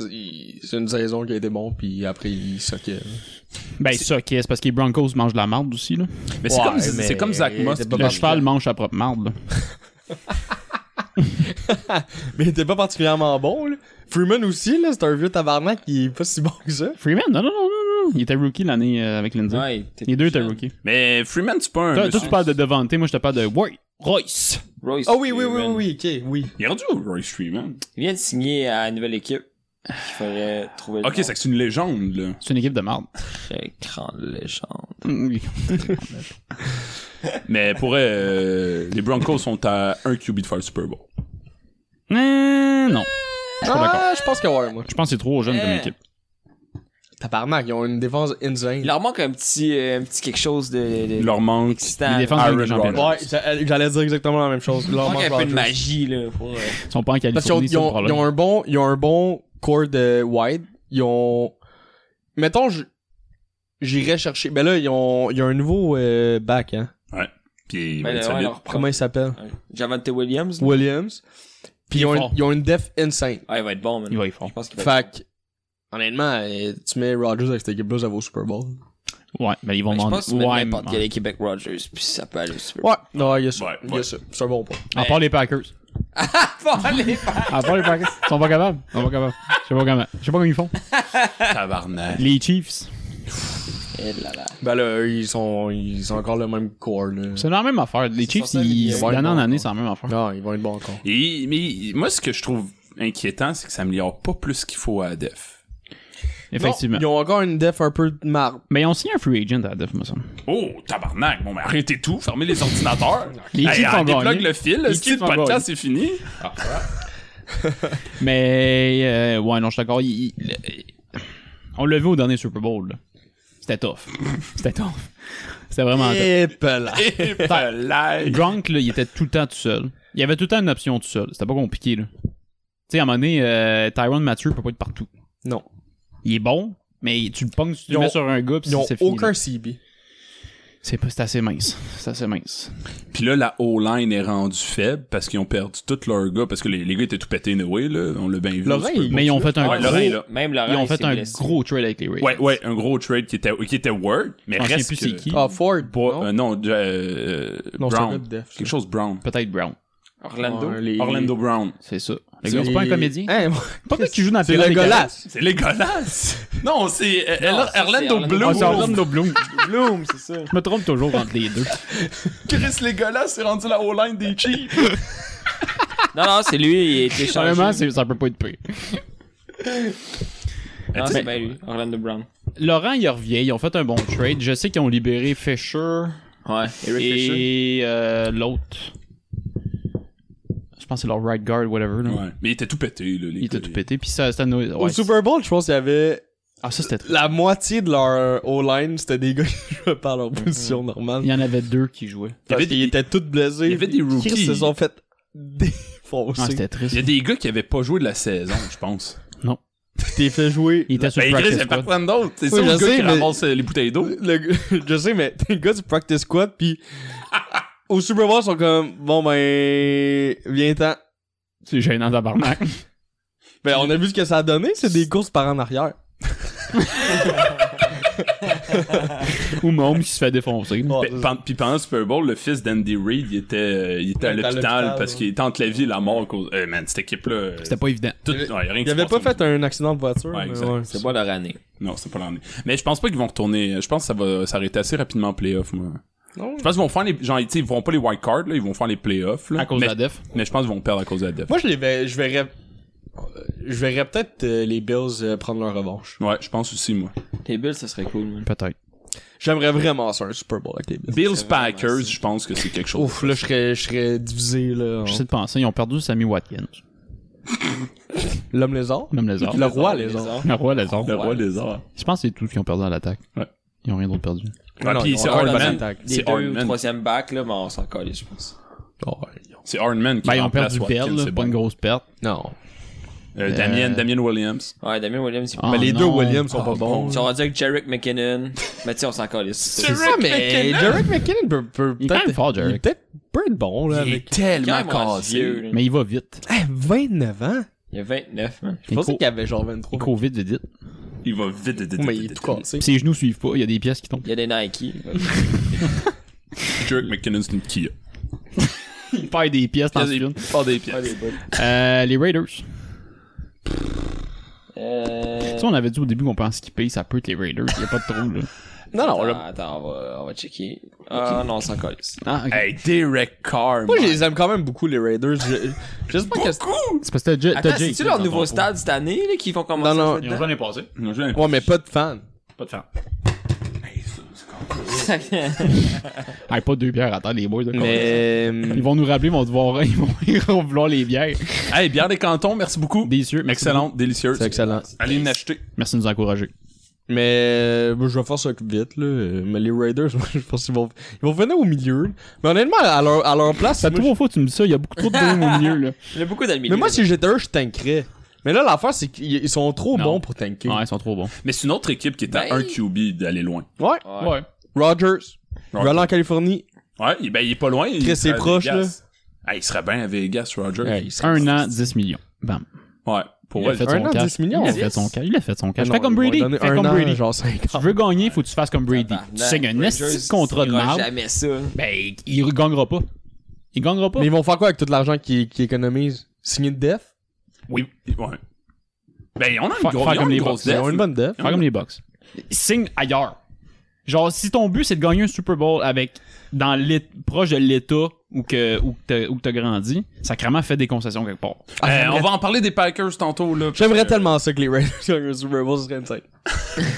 [SPEAKER 8] il- c'est une saison qui a été bon, puis après il soquait.
[SPEAKER 7] pardon. Ben, ça, Chris, parce que les Broncos mangent de la marde aussi, là.
[SPEAKER 3] Mais c'est
[SPEAKER 8] Ouais,
[SPEAKER 3] comme,
[SPEAKER 8] mais-
[SPEAKER 3] c'est comme Zach Moss.
[SPEAKER 8] C'est
[SPEAKER 3] pis
[SPEAKER 8] pas
[SPEAKER 7] Le
[SPEAKER 3] le-
[SPEAKER 8] parce
[SPEAKER 7] cheval mange sa propre marde, là.
[SPEAKER 8] Mais il était pas particulièrement bon, là. Freeman aussi, là, c'est un vieux tabarnak qui est pas si bon que ça.
[SPEAKER 7] Freeman, non, non, non, non, non. Il était rookie l'année euh, avec Lindsay.
[SPEAKER 6] Ouais,
[SPEAKER 7] Les deux étaient rookie.
[SPEAKER 3] Mais Freeman, c'est pas un.
[SPEAKER 7] Toi, toi,
[SPEAKER 3] monsieur-
[SPEAKER 7] tu parles de Devante, moi, je te parle de Roy- Royce.
[SPEAKER 6] Royce.
[SPEAKER 8] Ah oui, oui, oui,
[SPEAKER 6] Freeman.
[SPEAKER 8] oui, oui, ok, oui.
[SPEAKER 3] Il est rendu au Royce Freeman.
[SPEAKER 6] Il vient de signer à une nouvelle équipe. Il fallait trouver le
[SPEAKER 3] Ok,
[SPEAKER 6] nom.
[SPEAKER 3] c'est que c'est une légende, là.
[SPEAKER 7] C'est une équipe de marde.
[SPEAKER 6] Quelle grande légende.
[SPEAKER 7] Mm.
[SPEAKER 3] Mais pour vrai, euh, les Broncos sont à un QB de faire le Super Bowl.
[SPEAKER 7] Euh, non. Je suis pas d'accord.
[SPEAKER 8] Ah, je pense que ouais, moi.
[SPEAKER 6] Euh.
[SPEAKER 7] Je pense que c'est trop jeune comme équipe.
[SPEAKER 8] Tabarnak, ils ont une défense insane.
[SPEAKER 6] Il leur manque un petit, euh, un petit quelque chose de. de-
[SPEAKER 3] Il leur manque
[SPEAKER 6] d'excitant,
[SPEAKER 7] Les
[SPEAKER 6] là.
[SPEAKER 7] défenses
[SPEAKER 3] Aaron
[SPEAKER 7] de championnat.
[SPEAKER 3] Rodgers.
[SPEAKER 8] Ouais, j'a- euh, j'allais dire exactement la même chose. Leur
[SPEAKER 6] Il manque
[SPEAKER 8] manque
[SPEAKER 6] un peu de
[SPEAKER 8] Rodgers.
[SPEAKER 6] magie, là. Pour, euh,
[SPEAKER 7] Ils sont pas en
[SPEAKER 8] Parce qu'ils ont,
[SPEAKER 7] Californie, c'est
[SPEAKER 8] ils
[SPEAKER 7] le
[SPEAKER 8] ont, ils
[SPEAKER 7] problème.
[SPEAKER 8] ont un bon, ils ont un bon corps de wide. Ils ont, mettons, je- j'irais chercher. Ben là, ils ont, il y a un nouveau euh, back, hein.
[SPEAKER 3] Puis,
[SPEAKER 6] ben,
[SPEAKER 3] ben,
[SPEAKER 6] ouais,
[SPEAKER 3] solide.
[SPEAKER 6] leur propre-
[SPEAKER 8] Comment il s'appelle?
[SPEAKER 6] Ouais. Javante Williams. là.
[SPEAKER 8] Williams. Puis ils ont,
[SPEAKER 7] fort.
[SPEAKER 8] une- ils ont une def insane.
[SPEAKER 6] Ah, il va être bon, man.
[SPEAKER 7] Il va y fort.
[SPEAKER 6] Je pense qu'il va être
[SPEAKER 8] Fait que, honnêtement, euh, tu mets Rodgers avec cette équipe-là, ça vaut au Super Bowl.
[SPEAKER 7] Ouais, mais ils vont
[SPEAKER 6] bon. Ben,
[SPEAKER 7] demander.
[SPEAKER 6] Je pense que tu mets
[SPEAKER 7] Ouais,
[SPEAKER 6] n'importe
[SPEAKER 7] ouais.
[SPEAKER 6] quel Québec Rogers, puis ça peut aller super.
[SPEAKER 8] Ouais, non, il y a ça.
[SPEAKER 3] Ouais,
[SPEAKER 8] il y
[SPEAKER 3] ouais.
[SPEAKER 8] a ça. C'est un bon point.
[SPEAKER 7] À part les Packers.
[SPEAKER 6] Ah.
[SPEAKER 7] À part les Packers. Ils sont pas capables. Ils sont pas capables. Je sais pas comment. Je sais pas comment ils font.
[SPEAKER 3] Tabarnak.
[SPEAKER 7] Les Chiefs.
[SPEAKER 6] Eh là là.
[SPEAKER 8] Ben là, eux, ils sont, ils sont encore le même corps, là.
[SPEAKER 7] C'est la même affaire. Les Chiefs,
[SPEAKER 6] censé
[SPEAKER 7] ils,
[SPEAKER 6] être-
[SPEAKER 7] d'année en
[SPEAKER 8] Ouais,
[SPEAKER 7] année,
[SPEAKER 8] bon,
[SPEAKER 7] c'est la même affaire.
[SPEAKER 8] Non, ils vont être bons encore.
[SPEAKER 3] Et, mais moi, ce que je trouve inquiétant, c'est que ça améliore pas plus qu'il faut à Def.
[SPEAKER 7] Effectivement.
[SPEAKER 8] Non, ils ont encore une def un peu de marre.
[SPEAKER 7] Mais ils ont signé un free agent à la Def, me semble.
[SPEAKER 3] Oh, tabarnak. Bon, mais arrêtez tout, fermez les ordinateurs.
[SPEAKER 7] Les
[SPEAKER 3] hey,
[SPEAKER 7] Chiefs ont
[SPEAKER 3] déplugue
[SPEAKER 7] gagné.
[SPEAKER 3] le fil,
[SPEAKER 7] Les
[SPEAKER 3] le
[SPEAKER 7] Chiefs
[SPEAKER 3] style
[SPEAKER 7] ont
[SPEAKER 3] podcast, c'est fini.
[SPEAKER 7] Mais, euh, ouais, non, je suis d'accord. il- il- le- On l'a vu au dernier Super Bowl. là. C'était tough. C'était tough. C'était vraiment tough.
[SPEAKER 8] Et là.
[SPEAKER 3] Et like.
[SPEAKER 7] Gronk, là, il était tout le temps tout seul. Il y avait tout le temps une option tout seul. C'était pas compliqué, là. Tu sais, à un moment donné, euh, Tyron Mathieu peut pas être partout.
[SPEAKER 8] Non.
[SPEAKER 7] Il est bon, mais tu le ponges, tu
[SPEAKER 8] Ils
[SPEAKER 7] le mets
[SPEAKER 8] ont-
[SPEAKER 7] sur un gars, pis
[SPEAKER 8] Ils ont
[SPEAKER 7] c'est fini.
[SPEAKER 8] aucun
[SPEAKER 7] là.
[SPEAKER 8] CB.
[SPEAKER 7] C'est pas- c'est assez mince. C'est assez mince.
[SPEAKER 3] Puis là, la O-line est rendue faible parce qu'ils ont perdu tous leurs gars. Parce que les, les gars étaient tout pétés, anyway, là. On l'a bien vu.
[SPEAKER 8] Lorrain,
[SPEAKER 3] au Super Bowl.
[SPEAKER 7] Mais ils ont fait un
[SPEAKER 3] Ouais,
[SPEAKER 7] gros...
[SPEAKER 3] Lorrain, là.
[SPEAKER 6] Même Laurent,
[SPEAKER 7] Ils ont
[SPEAKER 6] il
[SPEAKER 7] fait
[SPEAKER 6] s'est
[SPEAKER 7] un
[SPEAKER 6] blessé.
[SPEAKER 7] gros trade avec les Raiders.
[SPEAKER 3] Ouais, ouais, un gros trade qui était, qui était Word, mais
[SPEAKER 7] Je me
[SPEAKER 3] reste
[SPEAKER 7] sais plus c'est
[SPEAKER 3] que-
[SPEAKER 7] qui.
[SPEAKER 8] Ah, Ford.
[SPEAKER 3] Bo-
[SPEAKER 8] non?
[SPEAKER 3] euh, non, ja- euh,
[SPEAKER 8] Non, c'est un gars
[SPEAKER 3] Brown.
[SPEAKER 8] de def.
[SPEAKER 3] Quelque chose Brown.
[SPEAKER 7] Peut-être Brown.
[SPEAKER 6] Orlando.
[SPEAKER 8] Ouais, Ah, les-
[SPEAKER 3] Orlando Brown.
[SPEAKER 7] C'est ça. Le
[SPEAKER 8] C'est-
[SPEAKER 7] gars, c'est pas un comédien.
[SPEAKER 8] Hein, moi-
[SPEAKER 7] Pas vrai qu'il joue dans la
[SPEAKER 8] C'est
[SPEAKER 7] Pyramide
[SPEAKER 8] le
[SPEAKER 7] des Caraïbes.
[SPEAKER 8] golasse.
[SPEAKER 3] C'est dégueulasse! Non, c'est euh,
[SPEAKER 6] Non,
[SPEAKER 3] Orla-
[SPEAKER 6] ça, c'est
[SPEAKER 3] Orlando
[SPEAKER 6] Orlando
[SPEAKER 3] Bloom.
[SPEAKER 7] Ah, c'est Orlando Bloom.
[SPEAKER 6] Bloom, c'est ça.
[SPEAKER 7] Je me trompe toujours entre les deux.
[SPEAKER 3] Chris Legolas s'est rendu la O-line des Chiefs.
[SPEAKER 6] Non, non, c'est lui, il a été changé.
[SPEAKER 7] Vraiment, c'est- ça peut pas être pire.
[SPEAKER 3] Ah,
[SPEAKER 7] Ah,
[SPEAKER 6] Non, c'est bien lui, Orlando Brown.
[SPEAKER 7] Laurent, il revient. Ils ont fait un bon trade. Je sais qu'ils ont libéré Fisher
[SPEAKER 6] Ouais, Eric Fisher.
[SPEAKER 7] et euh, l'autre. Je pense que c'est leur right guard, whatever. là.
[SPEAKER 3] Ouais. Mais il était tout pété, là, les
[SPEAKER 7] Il était
[SPEAKER 3] gars.
[SPEAKER 7] tout pété. Puis ça, c'était. nos-
[SPEAKER 8] Au
[SPEAKER 7] ouais,
[SPEAKER 8] Super Bowl, je pense qu'il y avait
[SPEAKER 7] c'est- Ah, ça, c'était.
[SPEAKER 8] la moitié de leur euh, O-line, c'était des gars qui jouaient par leur position normale.
[SPEAKER 7] Mm-hmm. Il y en avait deux qui jouaient.
[SPEAKER 8] Parce
[SPEAKER 3] Il y avait
[SPEAKER 8] qu'ils
[SPEAKER 3] des-
[SPEAKER 8] étaient tous blessés.
[SPEAKER 3] il y avait des rookies.
[SPEAKER 8] Ils se sont fait
[SPEAKER 7] Ah,
[SPEAKER 8] défoncer.
[SPEAKER 7] c'était
[SPEAKER 3] Il y
[SPEAKER 7] triste.
[SPEAKER 3] a des gars qui avaient pas joué de la saison, je pense.
[SPEAKER 8] T'es fait jouer.
[SPEAKER 7] Il était sur
[SPEAKER 3] Ben, Chris,
[SPEAKER 7] practice
[SPEAKER 3] il y a
[SPEAKER 7] squad.
[SPEAKER 3] personne d'autre. C'est
[SPEAKER 8] Oui,
[SPEAKER 3] ça, le
[SPEAKER 8] je
[SPEAKER 3] gars
[SPEAKER 8] sais,
[SPEAKER 3] qui
[SPEAKER 8] mais-
[SPEAKER 3] ramasse euh, les bouteilles d'eau.
[SPEAKER 8] Le gars- je sais, mais t'es le gars du practice squad, pis au Super Bowl, ils sont comme, bon ben, viens-t'en.
[SPEAKER 7] C'est gênant tabarnak.
[SPEAKER 8] Ben, on a vu ce que ça a donné, c'est des courses par en arrière.
[SPEAKER 7] Ou Mom qui se fait défoncer.
[SPEAKER 3] Pe- pen- Puis pendant le Super Bowl, le fils d'Andy Reid, il était, euh, il était à
[SPEAKER 8] Il était à
[SPEAKER 3] l'hôpital
[SPEAKER 8] l'hôpital,
[SPEAKER 3] parce
[SPEAKER 8] ouais.
[SPEAKER 3] qu'il était entre la vie et la mort. à cause- Eh, man, cette équipe-là. euh,
[SPEAKER 7] C'était pas évident.
[SPEAKER 3] tout-
[SPEAKER 8] Il avait-
[SPEAKER 3] ouais, y a rien
[SPEAKER 8] Il
[SPEAKER 3] qui se
[SPEAKER 8] avait
[SPEAKER 3] passe
[SPEAKER 8] pas
[SPEAKER 3] comme
[SPEAKER 8] fait un accident de voiture.
[SPEAKER 3] Ouais,
[SPEAKER 8] mais
[SPEAKER 3] exact.
[SPEAKER 8] ouais.
[SPEAKER 6] C'est pas leur année.
[SPEAKER 3] Non, c'est pas l'année. Mais je pense pas qu'ils vont retourner. euh, Je pense que ça va s'arrêter assez rapidement en playoff, moi.
[SPEAKER 8] Non.
[SPEAKER 3] Je pense qu'ils vont faire les. Genre, tu sais, ils vont pas les wild cards, là, ils vont faire les playoffs. là.
[SPEAKER 7] À cause
[SPEAKER 3] mais,
[SPEAKER 7] de la def.
[SPEAKER 3] Mais je pense qu'ils vont perdre à cause de la def.
[SPEAKER 8] Moi, je les vais, je verrais, je verrais peut-être euh, les Bills euh, prendre leur revanche.
[SPEAKER 3] Ouais, je pense aussi, moi.
[SPEAKER 6] Les Bills, ça serait cool, man.
[SPEAKER 7] Peut-être.
[SPEAKER 8] J'aimerais vraiment ça, un Super Bowl avec les Bills.
[SPEAKER 3] Bills Packers, je pense que c'est quelque chose.
[SPEAKER 8] Ouf, là, je serais, je serais divisé, là. en-
[SPEAKER 7] J'essaie de penser. Ils ont perdu Sammy Watkins.
[SPEAKER 8] L'homme lézard?
[SPEAKER 7] Même les arts.
[SPEAKER 8] Le roi lézard.
[SPEAKER 7] Le roi, les arts.
[SPEAKER 3] Le roi des arts.
[SPEAKER 7] Je pense que c'est tout qu'ils ont perdu à l'attaque.
[SPEAKER 3] Ouais.
[SPEAKER 7] Ils ont rien d'autre perdu.
[SPEAKER 3] Ouais,
[SPEAKER 8] Non,
[SPEAKER 3] puis
[SPEAKER 8] ils ont
[SPEAKER 3] c'est
[SPEAKER 8] encore
[SPEAKER 3] Hardman.
[SPEAKER 8] la même attaque.
[SPEAKER 6] Les
[SPEAKER 3] C'est
[SPEAKER 6] deux ou
[SPEAKER 3] Hardman.
[SPEAKER 6] troisième back, là, mais on s'en calait, je pense.
[SPEAKER 8] Oh,
[SPEAKER 3] C'est Hardman qui
[SPEAKER 7] Ben, ils ont
[SPEAKER 3] remplace
[SPEAKER 7] perdu
[SPEAKER 3] Watkins,
[SPEAKER 7] Bell, là,
[SPEAKER 3] c'est
[SPEAKER 7] pas
[SPEAKER 3] bon.
[SPEAKER 7] une grosse perte.
[SPEAKER 8] Non.
[SPEAKER 3] Euh, Damien, Damien Williams.
[SPEAKER 6] Ouais, Damien Williams, il
[SPEAKER 7] Ah,
[SPEAKER 8] Mais les
[SPEAKER 7] non.
[SPEAKER 8] deux Williams sont
[SPEAKER 7] Ah,
[SPEAKER 8] pas bons.
[SPEAKER 6] Ils sont rendus avec Jarek McKinnon. mais tiens, on s'en calait.
[SPEAKER 8] C'est ça, mais Derek McKinnon peut, peut
[SPEAKER 7] Il est quand même
[SPEAKER 8] peut-être
[SPEAKER 7] fort, Jerick.
[SPEAKER 8] il peut être peut être bon, là, avec
[SPEAKER 3] tellement
[SPEAKER 6] Quand même rendu vieux, là.
[SPEAKER 7] Mais il va vite.
[SPEAKER 8] Eh, 29 ans.
[SPEAKER 6] Il y a 29, man.
[SPEAKER 8] Je pensais qu'il avait genre 23.
[SPEAKER 7] Il court vite, vite, vite.
[SPEAKER 3] Il va vite, vite, vite.
[SPEAKER 8] Mais il
[SPEAKER 3] vite,
[SPEAKER 8] est tout
[SPEAKER 3] vite, vite.
[SPEAKER 8] cassé.
[SPEAKER 7] Puis ses genoux suivent pas. Il y a des pièces qui tombent.
[SPEAKER 6] Il y a des Nike.
[SPEAKER 3] Jerk McKinnon, c'est une Kia.
[SPEAKER 7] Il perd des pièces dans
[SPEAKER 3] Il
[SPEAKER 7] ce film.
[SPEAKER 3] part des pièces.
[SPEAKER 7] Euh, les Raiders. Tu
[SPEAKER 6] euh...
[SPEAKER 7] sais, on avait dit au début qu'on peut en skipper. Ça peut être les Raiders. Il y a pas de trou, là.
[SPEAKER 8] Non, non, là.
[SPEAKER 6] Attends, Ah, attends, on va, on va checker. Ah non, on s'en calait.
[SPEAKER 7] Ah, ok.
[SPEAKER 3] Hey, Derek Carr.
[SPEAKER 8] Moi, je
[SPEAKER 3] man.
[SPEAKER 8] les aime quand même beaucoup, les Raiders. Je, je sais pas que
[SPEAKER 7] C'est parce que t'as Jay-
[SPEAKER 6] Attends,
[SPEAKER 7] t'as Jay.
[SPEAKER 6] c'est-tu leur nouveau stade cette année, là, qu'ils vont
[SPEAKER 8] Non,
[SPEAKER 6] commencer
[SPEAKER 8] non.
[SPEAKER 6] à jouer
[SPEAKER 7] Ils ont
[SPEAKER 6] dedans?
[SPEAKER 7] jamais passé.
[SPEAKER 3] Ils ont joué un-
[SPEAKER 8] Ouais, mais pas de fans.
[SPEAKER 7] Pas de fan. Hey, pas deux bières. Attends, les boys. là,
[SPEAKER 8] Mais.
[SPEAKER 7] Ils vont nous rappeler, ils vont devoir, ils vont, ils vont vouloir les bières.
[SPEAKER 3] Hey, bière des cantons, merci beaucoup.
[SPEAKER 7] Délicieux. Merci
[SPEAKER 3] Excellente, délicieuse.
[SPEAKER 8] C'est excellent.
[SPEAKER 3] Allez en acheter.
[SPEAKER 7] Merci de nous encourager.
[SPEAKER 8] Mais euh, je vais faire ça vite, là. Euh, Mais les Raiders, je pense qu'ils vont, ils vont venir au milieu. Mais honnêtement, à leur, à leur place,
[SPEAKER 7] Ça
[SPEAKER 8] moi,
[SPEAKER 7] trop faux, tu me dis ça. Il y a beaucoup trop de dômes au milieu, là.
[SPEAKER 6] Il y a beaucoup Ah,
[SPEAKER 8] je-
[SPEAKER 6] d'admirer.
[SPEAKER 8] mais moi, si j'étais eux, je tankerais. Mais là, l'affaire, c'est qu'ils ils sont trop
[SPEAKER 7] Non.
[SPEAKER 8] bons pour tanker.
[SPEAKER 7] Ouais, ils sont trop bons.
[SPEAKER 3] Mais c'est une autre équipe qui est à
[SPEAKER 6] Ben-
[SPEAKER 3] 1 QB d'aller loin.
[SPEAKER 8] Ouais.
[SPEAKER 6] Ouais.
[SPEAKER 8] Rodgers. Je
[SPEAKER 3] Rodgers.
[SPEAKER 8] vais aller en Californie.
[SPEAKER 3] Ouais, il- ben il est pas loin. il
[SPEAKER 8] Chris, c'est
[SPEAKER 3] serait à
[SPEAKER 8] proche,
[SPEAKER 3] Vegas. Ah, il serait bien à Vegas, Roger.
[SPEAKER 8] Ouais, ils sont-
[SPEAKER 7] Euh, Un an, 10 millions. Bam.
[SPEAKER 3] Ouais, pour
[SPEAKER 7] Il a
[SPEAKER 3] vrai.
[SPEAKER 7] fait
[SPEAKER 8] un
[SPEAKER 7] son
[SPEAKER 8] an,
[SPEAKER 7] cash.
[SPEAKER 8] 10 millions. Ah
[SPEAKER 7] Il a fait
[SPEAKER 6] Yes.
[SPEAKER 7] son cash. Il a fait son cash.
[SPEAKER 8] Non,
[SPEAKER 7] Ah, Fais comme
[SPEAKER 8] ils vont lui
[SPEAKER 7] Brady.
[SPEAKER 8] donner
[SPEAKER 7] Fais
[SPEAKER 8] un
[SPEAKER 7] comme
[SPEAKER 8] an,
[SPEAKER 7] Brady.
[SPEAKER 8] Genre 5
[SPEAKER 7] Tu veux gagner, faut que tu fasses comme Brady. Tu signes un
[SPEAKER 6] bah, Rangers,
[SPEAKER 7] esti de contrat de
[SPEAKER 6] signera
[SPEAKER 7] merde.
[SPEAKER 6] jamais ça.
[SPEAKER 7] Ben, il gagnera pas. Il gagnera pas.
[SPEAKER 8] Mais ils vont faire quoi avec tout l'argent qu'ils qu'ils économisent? Signer de def?
[SPEAKER 3] Oui, ouais. Ben on a une,
[SPEAKER 7] Faire-
[SPEAKER 3] gros,
[SPEAKER 7] faire
[SPEAKER 3] ils ont
[SPEAKER 7] comme
[SPEAKER 3] une
[SPEAKER 7] les
[SPEAKER 3] grosse
[SPEAKER 7] Bucks,
[SPEAKER 8] Ils
[SPEAKER 3] dette.
[SPEAKER 8] ont une bonne def.
[SPEAKER 7] Faire comme les Bucks. Signe ailleurs. Genre, si ton but c'est de gagner un Super Bowl avec dans l'é- proche de l'État où que où que t'as- où que t'as grandi, sacrément fait des concessions quelque part.
[SPEAKER 3] Eh, on va en parler des Packers tantôt là.
[SPEAKER 8] J'aimerais
[SPEAKER 3] Euh,
[SPEAKER 8] tellement ça que les Raiders gagnent un Super Bowl, ce serait insane.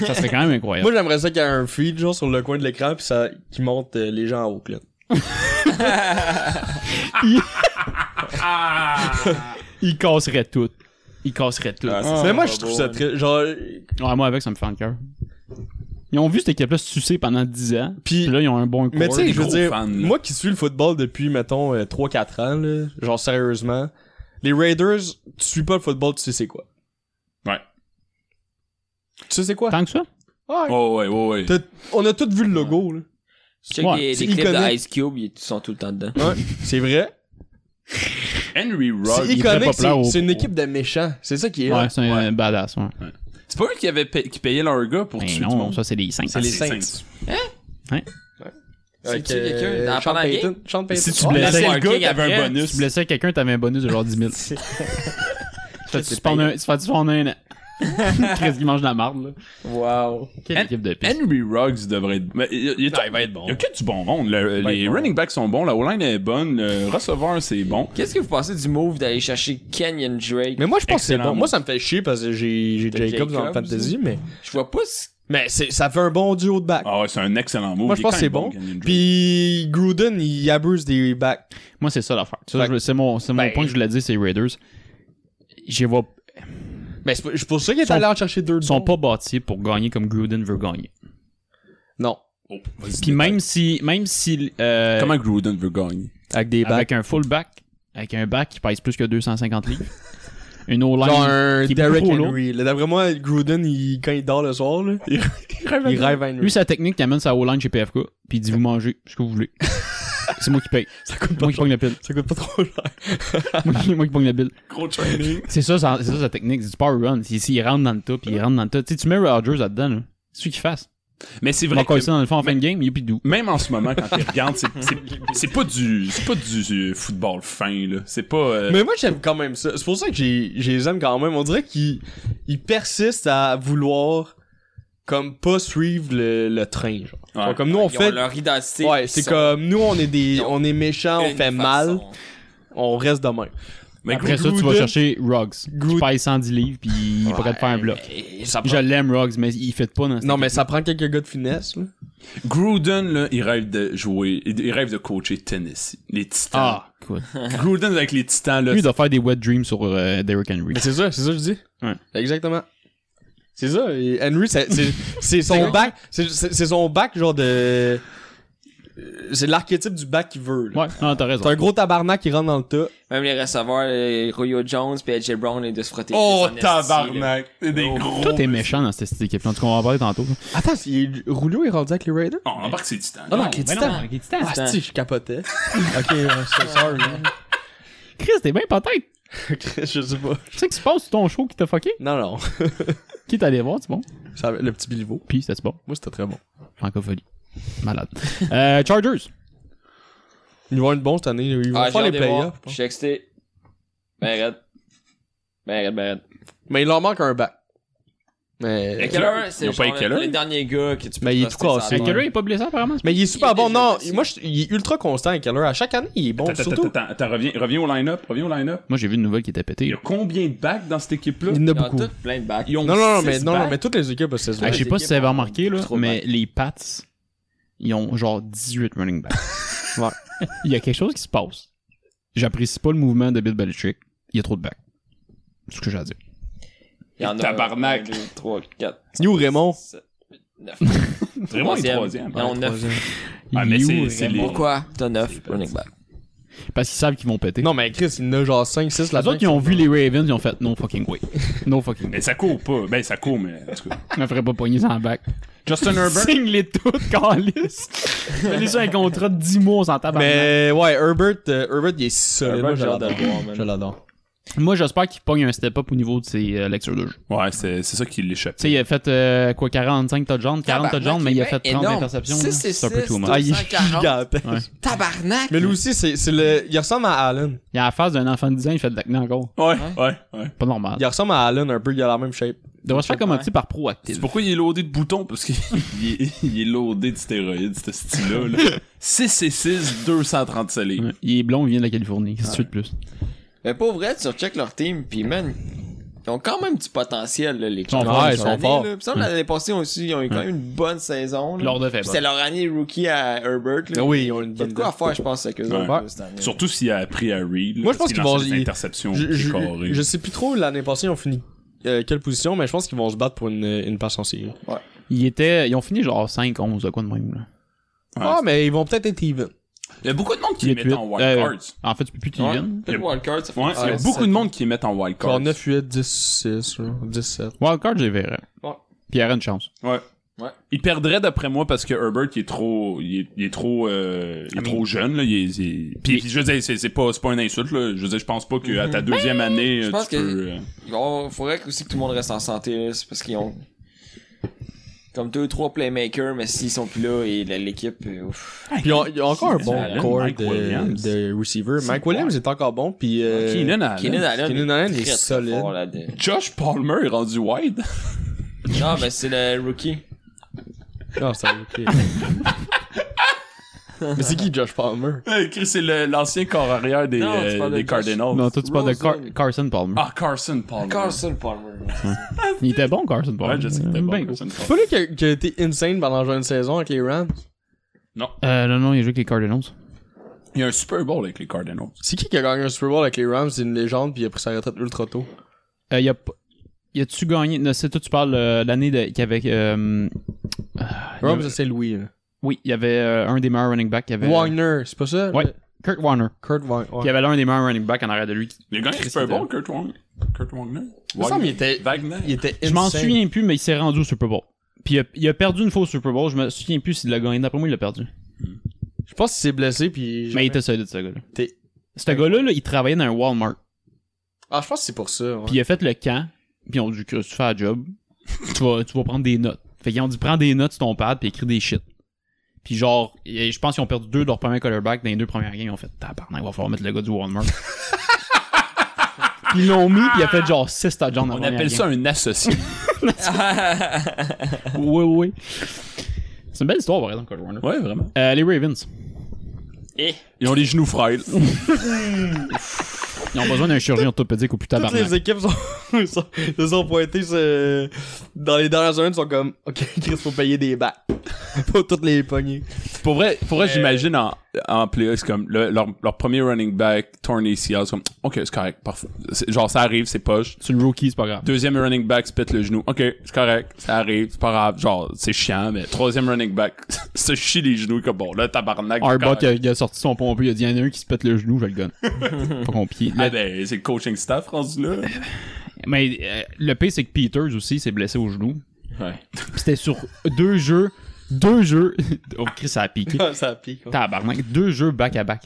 [SPEAKER 7] Ça serait quand même incroyable.
[SPEAKER 8] Moi, j'aimerais ça qu'il y ait un feed, genre, sur le coin de l'écran, pis ça, qui monte euh, les gens en haut, là.
[SPEAKER 7] Il casserait tout. Il casserait tout.
[SPEAKER 3] Ah,
[SPEAKER 8] Mais moi, je trouve ça très, genre,
[SPEAKER 7] Ouais, moi avec ça me fait un cœur. Ils ont vu cette équipe-là se sucer pendant 10 ans.
[SPEAKER 8] Puis-
[SPEAKER 7] Puis là, ils ont un bon
[SPEAKER 8] mais
[SPEAKER 7] core.
[SPEAKER 8] tu sais, je veux
[SPEAKER 3] gros
[SPEAKER 8] dire,
[SPEAKER 3] fan, là.
[SPEAKER 8] moi qui suis le football depuis, mettons, euh, 3-4 ans, là, genre, sérieusement, les Raiders, tu suis pas le football, tu sais c'est quoi.
[SPEAKER 3] Ouais.
[SPEAKER 8] Tu sais c'est quoi?
[SPEAKER 7] Tant que ça?
[SPEAKER 8] Ouais.
[SPEAKER 3] Ouais, ouais, ouais, ouais.
[SPEAKER 8] T'as- On a tous vu le logo, là.
[SPEAKER 6] Check
[SPEAKER 7] Ouais,
[SPEAKER 6] les,
[SPEAKER 8] c'est
[SPEAKER 6] les clips de
[SPEAKER 8] iconique.
[SPEAKER 6] Ice Cube, ils sont tout le temps dedans.
[SPEAKER 8] Ouais. C'est vrai.
[SPEAKER 3] Henry Rugg.
[SPEAKER 8] C'est
[SPEAKER 7] il est très
[SPEAKER 8] iconique,
[SPEAKER 7] populaire
[SPEAKER 8] c'est
[SPEAKER 7] au-
[SPEAKER 8] c'est une équipe de méchants. C'est ça qui est.
[SPEAKER 7] Ouais, c'est un
[SPEAKER 3] Ouais.
[SPEAKER 7] badass, ouais.
[SPEAKER 3] C'est pas eux qui avaient pay- qui payaient leur gars pour
[SPEAKER 7] Ben
[SPEAKER 3] tuer du
[SPEAKER 7] non,
[SPEAKER 3] monde. Ah,
[SPEAKER 7] ça c'est les 5.
[SPEAKER 8] C'est les Saints.
[SPEAKER 7] Hein?
[SPEAKER 8] Avec,
[SPEAKER 6] C'est-tu quelqu'un
[SPEAKER 8] euh, Sean
[SPEAKER 6] dans- pendant la
[SPEAKER 8] Payton. Sean Payton.
[SPEAKER 3] Si tu
[SPEAKER 7] Ouais.
[SPEAKER 3] blessais
[SPEAKER 6] Laisse
[SPEAKER 3] le gars,
[SPEAKER 6] King
[SPEAKER 3] t'avais un
[SPEAKER 6] après.
[SPEAKER 7] Si
[SPEAKER 3] bonus.
[SPEAKER 7] tu blessais quelqu'un, t'avais un bonus de genre 10 000. Tu fais-tu suspendre un- tu fais-tu suspendre un an? Chris qui mange de la marde, là.
[SPEAKER 6] Wow.
[SPEAKER 7] Quelle
[SPEAKER 3] Hein?
[SPEAKER 7] équipe de piste.
[SPEAKER 3] Henry Ruggs devrait être. mais il, il est-
[SPEAKER 8] va être bon.
[SPEAKER 3] il y a que du bon monde. Le-
[SPEAKER 8] va
[SPEAKER 3] les
[SPEAKER 8] être bon.
[SPEAKER 3] running backs sont bons, la O-line est bonne, le receveur c'est bon.
[SPEAKER 6] Qu'est-ce que vous pensez du move d'aller chercher Kenyon Drake?
[SPEAKER 8] Mais moi, je pense que c'est
[SPEAKER 3] Excellent.
[SPEAKER 8] bon. Moi, ça me fait chier parce que j'ai j'ai
[SPEAKER 6] T'as
[SPEAKER 8] Jacobs en
[SPEAKER 6] Jacobs,
[SPEAKER 8] fantasy, mais.
[SPEAKER 6] Je vois pas ce...
[SPEAKER 8] Mais c'est- ça fait un bon duo de back.
[SPEAKER 3] Ah ouais, c'est un excellent move.
[SPEAKER 8] Moi, je
[SPEAKER 3] Il est
[SPEAKER 8] pense que
[SPEAKER 3] quand
[SPEAKER 8] c'est bon.
[SPEAKER 3] même Kenyon Drake.
[SPEAKER 8] Puis Gruden, il abuse des backs.
[SPEAKER 7] Moi, c'est ça l'affaire. Ça,
[SPEAKER 8] Fait-
[SPEAKER 7] je veux- C'est mon, c'est mon
[SPEAKER 8] Ben-
[SPEAKER 7] point que je voulais dire, c'est les Raiders. Je les vois.
[SPEAKER 8] Mais c'est pour- c'est pour ça qu'il est
[SPEAKER 7] Sont-
[SPEAKER 8] allé en chercher deux. de
[SPEAKER 7] Ils sont
[SPEAKER 8] bons.
[SPEAKER 7] pas bâtis pour gagner comme Gruden veut gagner.
[SPEAKER 8] Non.
[SPEAKER 3] Oh, vas-y.
[SPEAKER 7] Puis même si. Même si euh,
[SPEAKER 3] Comment Gruden veut gagner
[SPEAKER 8] Avec des backs.
[SPEAKER 7] avec un full back, avec un back qui pèse plus que 250 livres, une O-line.
[SPEAKER 8] Genre un
[SPEAKER 7] qui est
[SPEAKER 8] Derrick
[SPEAKER 7] beaucoup trop
[SPEAKER 8] Henry. Là, D'après moi, Gruden, il- quand il dort le soir, là, il rêve à
[SPEAKER 7] Lui,
[SPEAKER 8] Henry.
[SPEAKER 7] sa technique, il amène sa O-line chez PFK, puis il dit Vous mangez ce que vous voulez. C'est moi qui paye.
[SPEAKER 8] Ça coûte
[SPEAKER 7] C'est
[SPEAKER 8] pas
[SPEAKER 7] moi qui
[SPEAKER 8] trop.
[SPEAKER 7] pogne la pile.
[SPEAKER 8] Ça coûte pas trop cher.
[SPEAKER 7] Moi qui- moi qui pogne la pile.
[SPEAKER 3] Gros training.
[SPEAKER 7] C'est ça, sa- c'est ça sa technique. C'est du power run. Il, il rentre dans le tas, puis il rentre dans le tas. Tu sais, tu mets Rodgers là-dedans, là. C'est celui qui fasse.
[SPEAKER 3] Mais c'est vrai
[SPEAKER 7] Donc,
[SPEAKER 3] que
[SPEAKER 7] ça dans le fond, en fin de game, youpi dou.
[SPEAKER 3] même en ce moment, quand tu regardes, c'est- c'est- c'est pas du c'est pas du euh, football fin, là. C'est pas. euh,
[SPEAKER 8] Mais moi, j'aime quand même ça. C'est pour ça que j'ai, j'ai les aime quand même. On dirait qu'ils ils persistent à vouloir, comme, pas suivre le, le train, genre.
[SPEAKER 3] Ouais.
[SPEAKER 8] Genre, Comme nous, on
[SPEAKER 6] Ils
[SPEAKER 8] fait.
[SPEAKER 6] ont leur identité.
[SPEAKER 8] Ouais,
[SPEAKER 6] ils
[SPEAKER 8] c'est
[SPEAKER 6] sont
[SPEAKER 8] comme, nous, on est des,
[SPEAKER 6] Ils ont
[SPEAKER 8] on est méchants, on
[SPEAKER 6] une
[SPEAKER 8] fait mal,
[SPEAKER 6] façon.
[SPEAKER 8] on reste de même.
[SPEAKER 3] mais
[SPEAKER 7] Après ça, tu vas
[SPEAKER 8] Gruden-
[SPEAKER 7] chercher Ruggs. Qui
[SPEAKER 8] Gruden-
[SPEAKER 7] pèse 110 livres, puis il est prêt de faire un bloc.
[SPEAKER 8] Et ça prend-
[SPEAKER 7] Je l'aime, Ruggs, mais il fait pas dans cette
[SPEAKER 8] Non, mais
[SPEAKER 7] équipe.
[SPEAKER 8] ça prend quelques gars de finesse, là.
[SPEAKER 3] Gruden, là, il rêve de jouer, il il rêve de coacher Tennessee. Les Titans.
[SPEAKER 7] Ah, cool.
[SPEAKER 3] Gruden avec les Titans, là.
[SPEAKER 7] Lui, il doit faire des wet dreams sur euh, Derrick Henry.
[SPEAKER 8] Mais c'est ça, c'est ça que je dis.
[SPEAKER 7] Ouais.
[SPEAKER 8] Exactement. C'est ça, et Henry, c'est, c'est, c'est son bac, c'est, c'est c'est son bac, genre de. euh, C'est l'archétype du bac qu'il veut, là.
[SPEAKER 7] Ouais, non, t'as raison.
[SPEAKER 8] C'est un gros tabarnak qui rentre dans le tas.
[SPEAKER 6] Même les receveurs, les Royo Jones puis AJ Brown, les deux se frotter.
[SPEAKER 3] Oh,
[SPEAKER 6] les fesses en esti, là.
[SPEAKER 3] tabarnak! C'est des gros.
[SPEAKER 7] Toi, t'es méchant dans cette équipe. En tout cas, on va en parler tantôt.
[SPEAKER 8] Attends, il- Rouleau est rendu avec les Raiders?
[SPEAKER 3] Non, on embarque ses Titans.
[SPEAKER 8] Ah non,
[SPEAKER 7] Ben
[SPEAKER 8] qui est titan. Ah,
[SPEAKER 6] Titan.
[SPEAKER 8] si, je capotais. ok, euh, c'est sorry.
[SPEAKER 7] Chris, t'es bien peut-être.
[SPEAKER 8] je sais pas.
[SPEAKER 7] Tu sais que se passe sur ton show qui t'a fucké?
[SPEAKER 8] Non, non.
[SPEAKER 7] Qui t'allais voir, c'est bon?
[SPEAKER 8] Ça, le petit biliveau.
[SPEAKER 7] Puis, c'était bon.
[SPEAKER 8] Moi, c'était très bon.
[SPEAKER 7] Francophonie. Malade. Euh, Chargers.
[SPEAKER 8] Ils vont être bons cette année. Ils vont
[SPEAKER 6] Ah,
[SPEAKER 8] faire
[SPEAKER 6] j'ai
[SPEAKER 8] les
[SPEAKER 6] hâte de voir.
[SPEAKER 8] playoffs. je
[SPEAKER 6] Je
[SPEAKER 8] pense.
[SPEAKER 6] suis excité. Ben, arrête. Ben, arrête, ben, arrête.
[SPEAKER 8] Mais il leur manque un bac. Mais.
[SPEAKER 6] Mais Keller, c'est
[SPEAKER 3] Ils ont pas
[SPEAKER 6] genre
[SPEAKER 3] Keller?
[SPEAKER 6] le dernier gars que tu peux
[SPEAKER 8] Mais Ben, il est
[SPEAKER 6] truster
[SPEAKER 8] tout
[SPEAKER 6] sur la
[SPEAKER 8] cassé.
[SPEAKER 7] Fait
[SPEAKER 8] Ouais.
[SPEAKER 7] que là, il est pas blessé apparemment.
[SPEAKER 8] Mais il est
[SPEAKER 6] Il
[SPEAKER 8] super
[SPEAKER 6] est
[SPEAKER 8] bon.
[SPEAKER 6] déjà
[SPEAKER 8] Non,
[SPEAKER 6] blessé.
[SPEAKER 8] moi, je- il est ultra constant avec Keller. À chaque année, il est bon,
[SPEAKER 3] Attends,
[SPEAKER 8] surtout.
[SPEAKER 3] attends, attends, attends, reviens, reviens au line-up, reviens au line-up.
[SPEAKER 7] Moi, j'ai vu une nouvelle qui était
[SPEAKER 3] Il y
[SPEAKER 7] pétée.
[SPEAKER 3] a combien de backs dans cette équipe-là?
[SPEAKER 8] Il en a
[SPEAKER 6] Ils ont
[SPEAKER 8] beaucoup.
[SPEAKER 6] tous plein de bacs.
[SPEAKER 3] Ils ont
[SPEAKER 8] Non, non, non,
[SPEAKER 3] six
[SPEAKER 8] mais, non, non,
[SPEAKER 3] backs.
[SPEAKER 8] mais toutes les équipes, c'est ça.
[SPEAKER 7] Ah, je sais pas
[SPEAKER 6] les
[SPEAKER 7] si vous avez
[SPEAKER 6] équipes
[SPEAKER 7] remarqué,
[SPEAKER 6] ont
[SPEAKER 7] là,
[SPEAKER 6] trop de
[SPEAKER 7] mais les Pats, ils ont genre 18 running backs.
[SPEAKER 8] Ouais.
[SPEAKER 7] il y a quelque chose qui se passe. J'apprécie pas le mouvement de Bill Belichick. Il y a trop de backs. C'est ce que j'ai à dire.
[SPEAKER 6] Il y en a
[SPEAKER 3] Tabarnak.
[SPEAKER 6] 3, 4,
[SPEAKER 8] New Raymond.
[SPEAKER 6] 7, 9.
[SPEAKER 3] Vraiment le troisième.
[SPEAKER 6] Non, 9.
[SPEAKER 3] Ah, mais c'est-
[SPEAKER 7] You,
[SPEAKER 3] c'est les-
[SPEAKER 7] Raymond.
[SPEAKER 6] Pourquoi t'as 9 running back?
[SPEAKER 7] Parce qu'ils savent qu'ils vont péter.
[SPEAKER 8] Non, mais Chris, il y en a genre 5, 6
[SPEAKER 7] Les
[SPEAKER 8] là-dedans.
[SPEAKER 7] autres, ils ont vu les Ravens, ils ont fait no fucking way. No fucking way.
[SPEAKER 3] Mais ça court pas. Ben, ça court, mais en tout cas.
[SPEAKER 7] Je me ferais pas pogner sans bac.
[SPEAKER 3] Justin Herbert.
[SPEAKER 7] Signe-les toutes, calice. Fais-les sur un contrat de 10 mois, on s'en tabarnak.
[SPEAKER 8] Mais ouais, Herbert, euh, Herbert, il est solide.
[SPEAKER 6] Herbert,
[SPEAKER 8] Moi,
[SPEAKER 6] j'ai
[SPEAKER 8] je
[SPEAKER 6] hâte de
[SPEAKER 8] l'adore.
[SPEAKER 6] le voir, man.
[SPEAKER 8] Je l'adore.
[SPEAKER 7] Moi, j'espère qu'il pogne un step-up au niveau de ses euh, lectures de jeu. Tu
[SPEAKER 3] Ouais, c'est c'est ça qui l'échappe.
[SPEAKER 7] sais, il a fait euh, quoi, 45 touchdowns, 40 touchdowns, mais il a fait 30 interceptions. là.
[SPEAKER 6] C'est
[SPEAKER 7] C'est un peu tout,
[SPEAKER 8] Ah,
[SPEAKER 7] moi.
[SPEAKER 8] il est
[SPEAKER 6] 240.
[SPEAKER 8] gigantesque.
[SPEAKER 7] Ouais.
[SPEAKER 6] Tabarnak!
[SPEAKER 8] Mais lui aussi, c'est c'est le. Il ressemble à Allen.
[SPEAKER 7] Il a la face d'un enfant de 10 ans, il fait de l'acné encore.
[SPEAKER 3] Ouais, ouais, ouais.
[SPEAKER 7] Pas normal.
[SPEAKER 8] Il ressemble à Allen un peu, il a la même shape.
[SPEAKER 7] Il devrait se faire commenter par proactif.
[SPEAKER 3] C'est pourquoi il est loadé de boutons, parce qu'il il est, il est loadé de stéroïdes, ce style-là. là. 6 et 6, 237 livres.
[SPEAKER 7] Ouais. Il est blond, il vient de la Californie. Qu'est-ce que tu veux de plus?
[SPEAKER 6] Mais pour vrai, tu recheck leur team, pis man, ils ont quand même du potentiel, là, les
[SPEAKER 7] sont
[SPEAKER 6] Cowboys,
[SPEAKER 7] forts, ils
[SPEAKER 6] cette
[SPEAKER 7] sont
[SPEAKER 6] année,
[SPEAKER 7] forts.
[SPEAKER 6] là. Puis ça, l'année passée aussi, ils ont eu
[SPEAKER 8] Hein.
[SPEAKER 6] quand même une bonne saison. là.
[SPEAKER 7] Leur de
[SPEAKER 6] Puis
[SPEAKER 7] fait.
[SPEAKER 6] C'était leur année rookie à Herbert. Là.
[SPEAKER 8] Oui, ils ont une
[SPEAKER 6] Il y a
[SPEAKER 8] bonne
[SPEAKER 6] de quoi à faire, je pense, avec eux autres,
[SPEAKER 3] Ouais.
[SPEAKER 6] là, cette année.
[SPEAKER 3] Surtout s'il a appris à read.
[SPEAKER 8] Moi, je pense qu'ils vont-
[SPEAKER 3] des
[SPEAKER 8] ils-
[SPEAKER 3] interceptions
[SPEAKER 8] Je, je,
[SPEAKER 3] carrées.
[SPEAKER 8] je sais plus trop l'année passée, ils ont fini euh, quelle position, mais je pense qu'ils vont se battre pour une, une passe en série.
[SPEAKER 7] Ils étaient, ils ont fini genre 5, 11, de quoi de même, là.
[SPEAKER 8] Ah, mais ils vont peut-être être even.
[SPEAKER 3] Il y a beaucoup de monde qui
[SPEAKER 7] Il
[SPEAKER 3] les
[SPEAKER 7] est
[SPEAKER 3] met
[SPEAKER 7] huit.
[SPEAKER 3] en wild
[SPEAKER 8] Eh,
[SPEAKER 7] Euh,
[SPEAKER 3] cards.
[SPEAKER 7] En fait, tu peux plus t'y
[SPEAKER 6] Ouais.
[SPEAKER 7] venir.
[SPEAKER 6] Peut-être Wildcard, ça fait
[SPEAKER 3] Ouais, il y a
[SPEAKER 6] Ouais,
[SPEAKER 3] beaucoup
[SPEAKER 6] c'est-
[SPEAKER 3] de monde qui les met en wild
[SPEAKER 8] Ah, Genre
[SPEAKER 3] cards.
[SPEAKER 8] 9, 8, 10, 6, 10, 7.
[SPEAKER 7] Wildcard, j'ai verrais.
[SPEAKER 6] Ouais.
[SPEAKER 7] Puis il y aurait une chance.
[SPEAKER 3] Ouais.
[SPEAKER 6] Ouais.
[SPEAKER 3] Il perdrait d'après moi parce que Herbert il est trop il est, il est trop euh,
[SPEAKER 8] Ah,
[SPEAKER 3] il est trop jeune là, il est, il est- Puis, je veux dire c'est c'est pas c'est pas une insulte là, je veux dire je pense pas qu'à
[SPEAKER 8] Mhm.
[SPEAKER 3] ta deuxième
[SPEAKER 8] Ben,
[SPEAKER 3] année
[SPEAKER 6] Je
[SPEAKER 3] euh,
[SPEAKER 6] pense
[SPEAKER 3] tu
[SPEAKER 6] que-
[SPEAKER 3] peux euh,
[SPEAKER 6] Il va- faudrait aussi que tout le monde reste en santé, là, c'est parce qu'ils ont comme deux trois playmakers, mais s'ils sont plus là, et la- l'équipe, euh, ouf.
[SPEAKER 8] Puis ils ont, ils ont encore Ah, un bon
[SPEAKER 6] Allen,
[SPEAKER 8] corps
[SPEAKER 3] Mike
[SPEAKER 8] de,
[SPEAKER 3] Williams. Ah,
[SPEAKER 8] de receiver. Mike Williams est encore bon, puis. Euh,
[SPEAKER 3] Keenan Allen.
[SPEAKER 6] Keenan Allen,
[SPEAKER 8] Keenan Allen
[SPEAKER 6] très,
[SPEAKER 8] est
[SPEAKER 6] très
[SPEAKER 8] solide.
[SPEAKER 6] fort là-dedans.
[SPEAKER 3] Josh Palmer est rendu wide.
[SPEAKER 6] Non, mais c'est le rookie.
[SPEAKER 8] Non, c'est Ah, ok. mais c'est qui Josh Palmer?
[SPEAKER 3] Euh, Chris c'est le- l'ancien corps arrière des,
[SPEAKER 6] Non, tu
[SPEAKER 3] euh,
[SPEAKER 6] parles de
[SPEAKER 3] des
[SPEAKER 6] Josh.
[SPEAKER 3] Cardinals.
[SPEAKER 7] Non, toi, tu parles de
[SPEAKER 6] Rosen.
[SPEAKER 7] Car- Carson Palmer.
[SPEAKER 3] Ah Carson Palmer.
[SPEAKER 6] Carson Palmer.
[SPEAKER 7] Il était bon, Carson Palmer.
[SPEAKER 3] Ouais, je sais que t'es
[SPEAKER 7] Euh,
[SPEAKER 3] bon.
[SPEAKER 7] ben,
[SPEAKER 3] Carson Palmer.
[SPEAKER 8] C'est pas lui qui a, qui a été insane pendant genre une saison avec les Rams?
[SPEAKER 7] Euh, non, non, il a joué avec les Cardinals.
[SPEAKER 3] Il y a un Super Bowl avec les Cardinals.
[SPEAKER 8] C'est qui qui a gagné un Super Bowl avec les Rams? C'est une légende, puis il a pris sa retraite ultra tôt.
[SPEAKER 7] Euh, y a p- y a-tu gagné. Non, c'est toi, tu parles euh, l'année de- qu'il y avait. euh, euh, il y
[SPEAKER 8] Rams,
[SPEAKER 7] avait-
[SPEAKER 8] c'est Louis. là.
[SPEAKER 7] oui, il y avait euh, un des meilleurs running backs. Il y avait.
[SPEAKER 8] Wagner, c'est pas ça?
[SPEAKER 7] Ouais.
[SPEAKER 8] Le-
[SPEAKER 7] Kurt Warner.
[SPEAKER 8] Kurt Wagner.
[SPEAKER 7] Puis Il y avait là un des meilleurs running backs en arrière de lui. qui-
[SPEAKER 3] Il a gagné le Super Bowl Kurt Wagner. Kurt Wagner.
[SPEAKER 8] Il me semble qu'il était-
[SPEAKER 3] Wagner.
[SPEAKER 8] Il était
[SPEAKER 7] Je m'en
[SPEAKER 8] insane.
[SPEAKER 7] souviens plus, mais il s'est rendu au Super Bowl. Puis il a, il a perdu une fausse Super Bowl. Je me souviens plus s'il l'a gagné. D'après moi, il l'a perdu.
[SPEAKER 8] Je pense qu'il s'est blessé, puis.
[SPEAKER 7] Mais il était solide, ce gars-là.
[SPEAKER 8] T'es-
[SPEAKER 7] Ce gars-là, là, il travaillait dans un Walmart.
[SPEAKER 8] Ah, je pense que c'est pour ça. ouais.
[SPEAKER 7] Puis il a fait le camp. Puis ils ont dit que tu fais un job. tu, vas, tu vas prendre des notes. Fait qu'ils ont dit prends des notes sur ton pad puis écris des shit. Puis genre, et je pense qu'ils ont perdu deux de leurs premiers colorback dans les deux premières games. Ils ont fait tabarnak, il va falloir mettre le gars du Walmart. puis ils l'ont mis puis il a fait genre 6 touchdowns dans
[SPEAKER 3] On
[SPEAKER 7] la première
[SPEAKER 3] appelle ça
[SPEAKER 7] game.
[SPEAKER 3] un associé.
[SPEAKER 7] Oui, oui. C'est une belle histoire, par exemple, Kurt Warner.
[SPEAKER 3] ouais, vraiment.
[SPEAKER 7] Euh, les Ravens,
[SPEAKER 6] Et
[SPEAKER 3] Ils ont les genoux frêles.
[SPEAKER 7] ils ont besoin d'un chirurgien orthopédique au plus
[SPEAKER 8] Toutes
[SPEAKER 7] tabarnak.
[SPEAKER 8] les équipes sont, sont- se sont pointées ce- dans les dernières semaines, sont comme OK, Chris, faut payer des bacs. faut toutes les pogner.
[SPEAKER 3] Pour vrai, pour vrai j'imagine en, en playoffs, comme le- leur, leur premier running back, torn ACL, c'est comme, ok, c'est correct, parfait. C'est- Genre, ça arrive, c'est poche.
[SPEAKER 7] C'est une rookie, c'est pas grave.
[SPEAKER 3] Deuxième running back, se pète le genou. Ok, c'est correct, ça arrive, c'est pas grave. Genre, c'est chiant, mais troisième running back, se chie les genoux, comme bon, là, tabarnak. c'est
[SPEAKER 7] Arbot,
[SPEAKER 3] correct.
[SPEAKER 7] il a, il a sorti son pompeux, il a dit il y en a un qui se pète le genou, je le gonne. pas compliqué. Le-
[SPEAKER 3] Ah ben, c'est le coaching staff rendu là.
[SPEAKER 7] Mais euh, le pire, c'est que Peters aussi s'est blessé au genou.
[SPEAKER 3] Ouais.
[SPEAKER 7] Puis C'était sur deux jeux. Deux jeux. Oh, Chris, ça a piqué.
[SPEAKER 8] Ah, ça pique.
[SPEAKER 7] Tabarnak. Deux jeux back-à-back.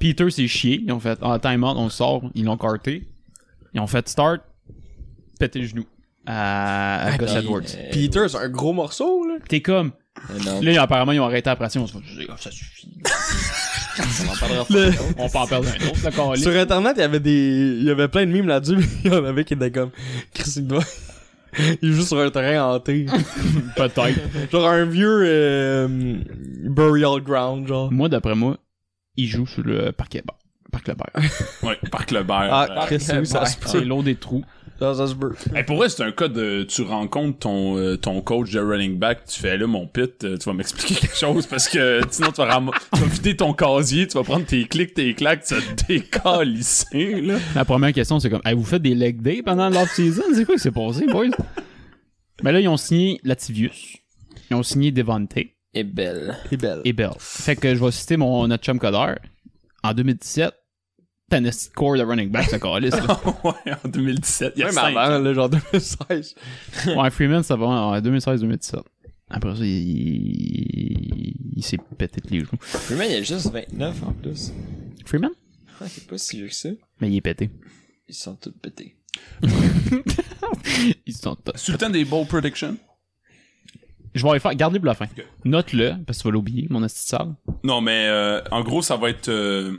[SPEAKER 7] Peters s'est chié. Ils ont fait ah, time out, on le sort. Ils l'ont carté. Ils ont fait start. Pété le genou. À, à Gus Edwards.
[SPEAKER 8] euh, Peter, c'est un gros morceau, là.
[SPEAKER 7] T'es comme.
[SPEAKER 6] non,
[SPEAKER 7] Là, apparemment, ils ont arrêté la pratique. On se fait, Ah, ça suffit.
[SPEAKER 6] on en parlera
[SPEAKER 7] On peut en perdre un autre, le câlisse.
[SPEAKER 8] Sur Internet, il y avait des. Il y avait plein de mimes là-dessus, mais il y en avait qui étaient comme Chris, il doit. Il joue sur un terrain hanté.
[SPEAKER 7] Peut-être.
[SPEAKER 8] Genre un vieux euh, burial ground, genre.
[SPEAKER 7] Moi, d'après moi, ils jouent sur le parquet. Bon, parc Lebert.
[SPEAKER 3] Ouais, Parc Lebert.
[SPEAKER 8] Ah, Chris, oui, ça se
[SPEAKER 7] C'est l'eau des trous.
[SPEAKER 8] Ça, ça se peut.
[SPEAKER 3] Hey, pour vrai, c'est un cas de. Tu rencontres ton, euh, ton coach de running back, tu fais là, mon pit, euh, tu vas m'expliquer quelque chose parce que sinon tu vas, ram- tu vas vider ton casier, tu vas prendre tes clics, tes claques, tu vas te décalisser, là.
[SPEAKER 7] La première question, c'est comme, hey, vous faites des leg day pendant l'off-season? C'est quoi qui s'est passé, boys? Mais là, ils ont signé Lativius. Ils ont signé Devante
[SPEAKER 6] Et belle.
[SPEAKER 8] C'est belle.
[SPEAKER 7] et Bell. Fait que je vais citer mon, notre chum Coder. En 2017, t'as un esti de corps de running back, ce calice, là.
[SPEAKER 3] ouais, en 2017. Il y a
[SPEAKER 8] Même
[SPEAKER 3] cinq ans.
[SPEAKER 8] avant, là, genre 2016.
[SPEAKER 7] Ouais, Freeman, ça va en 2016-2017. Après ça, il, il- il s'est pété tous les genoux.
[SPEAKER 6] Freeman, il a juste 29 en plus.
[SPEAKER 7] Freeman?
[SPEAKER 6] Ouais, c'est pas si vieux que ça.
[SPEAKER 7] Mais il est pété.
[SPEAKER 6] Ils sont tous pétés.
[SPEAKER 7] Ils sont top.
[SPEAKER 3] C'est le temps des bold predictions?
[SPEAKER 7] Je vais aller faire, garde-les pour la fin. Note-le, parce que tu vas l'oublier, mon esti de sale.
[SPEAKER 3] Non, mais euh, en gros, ça va être. euh,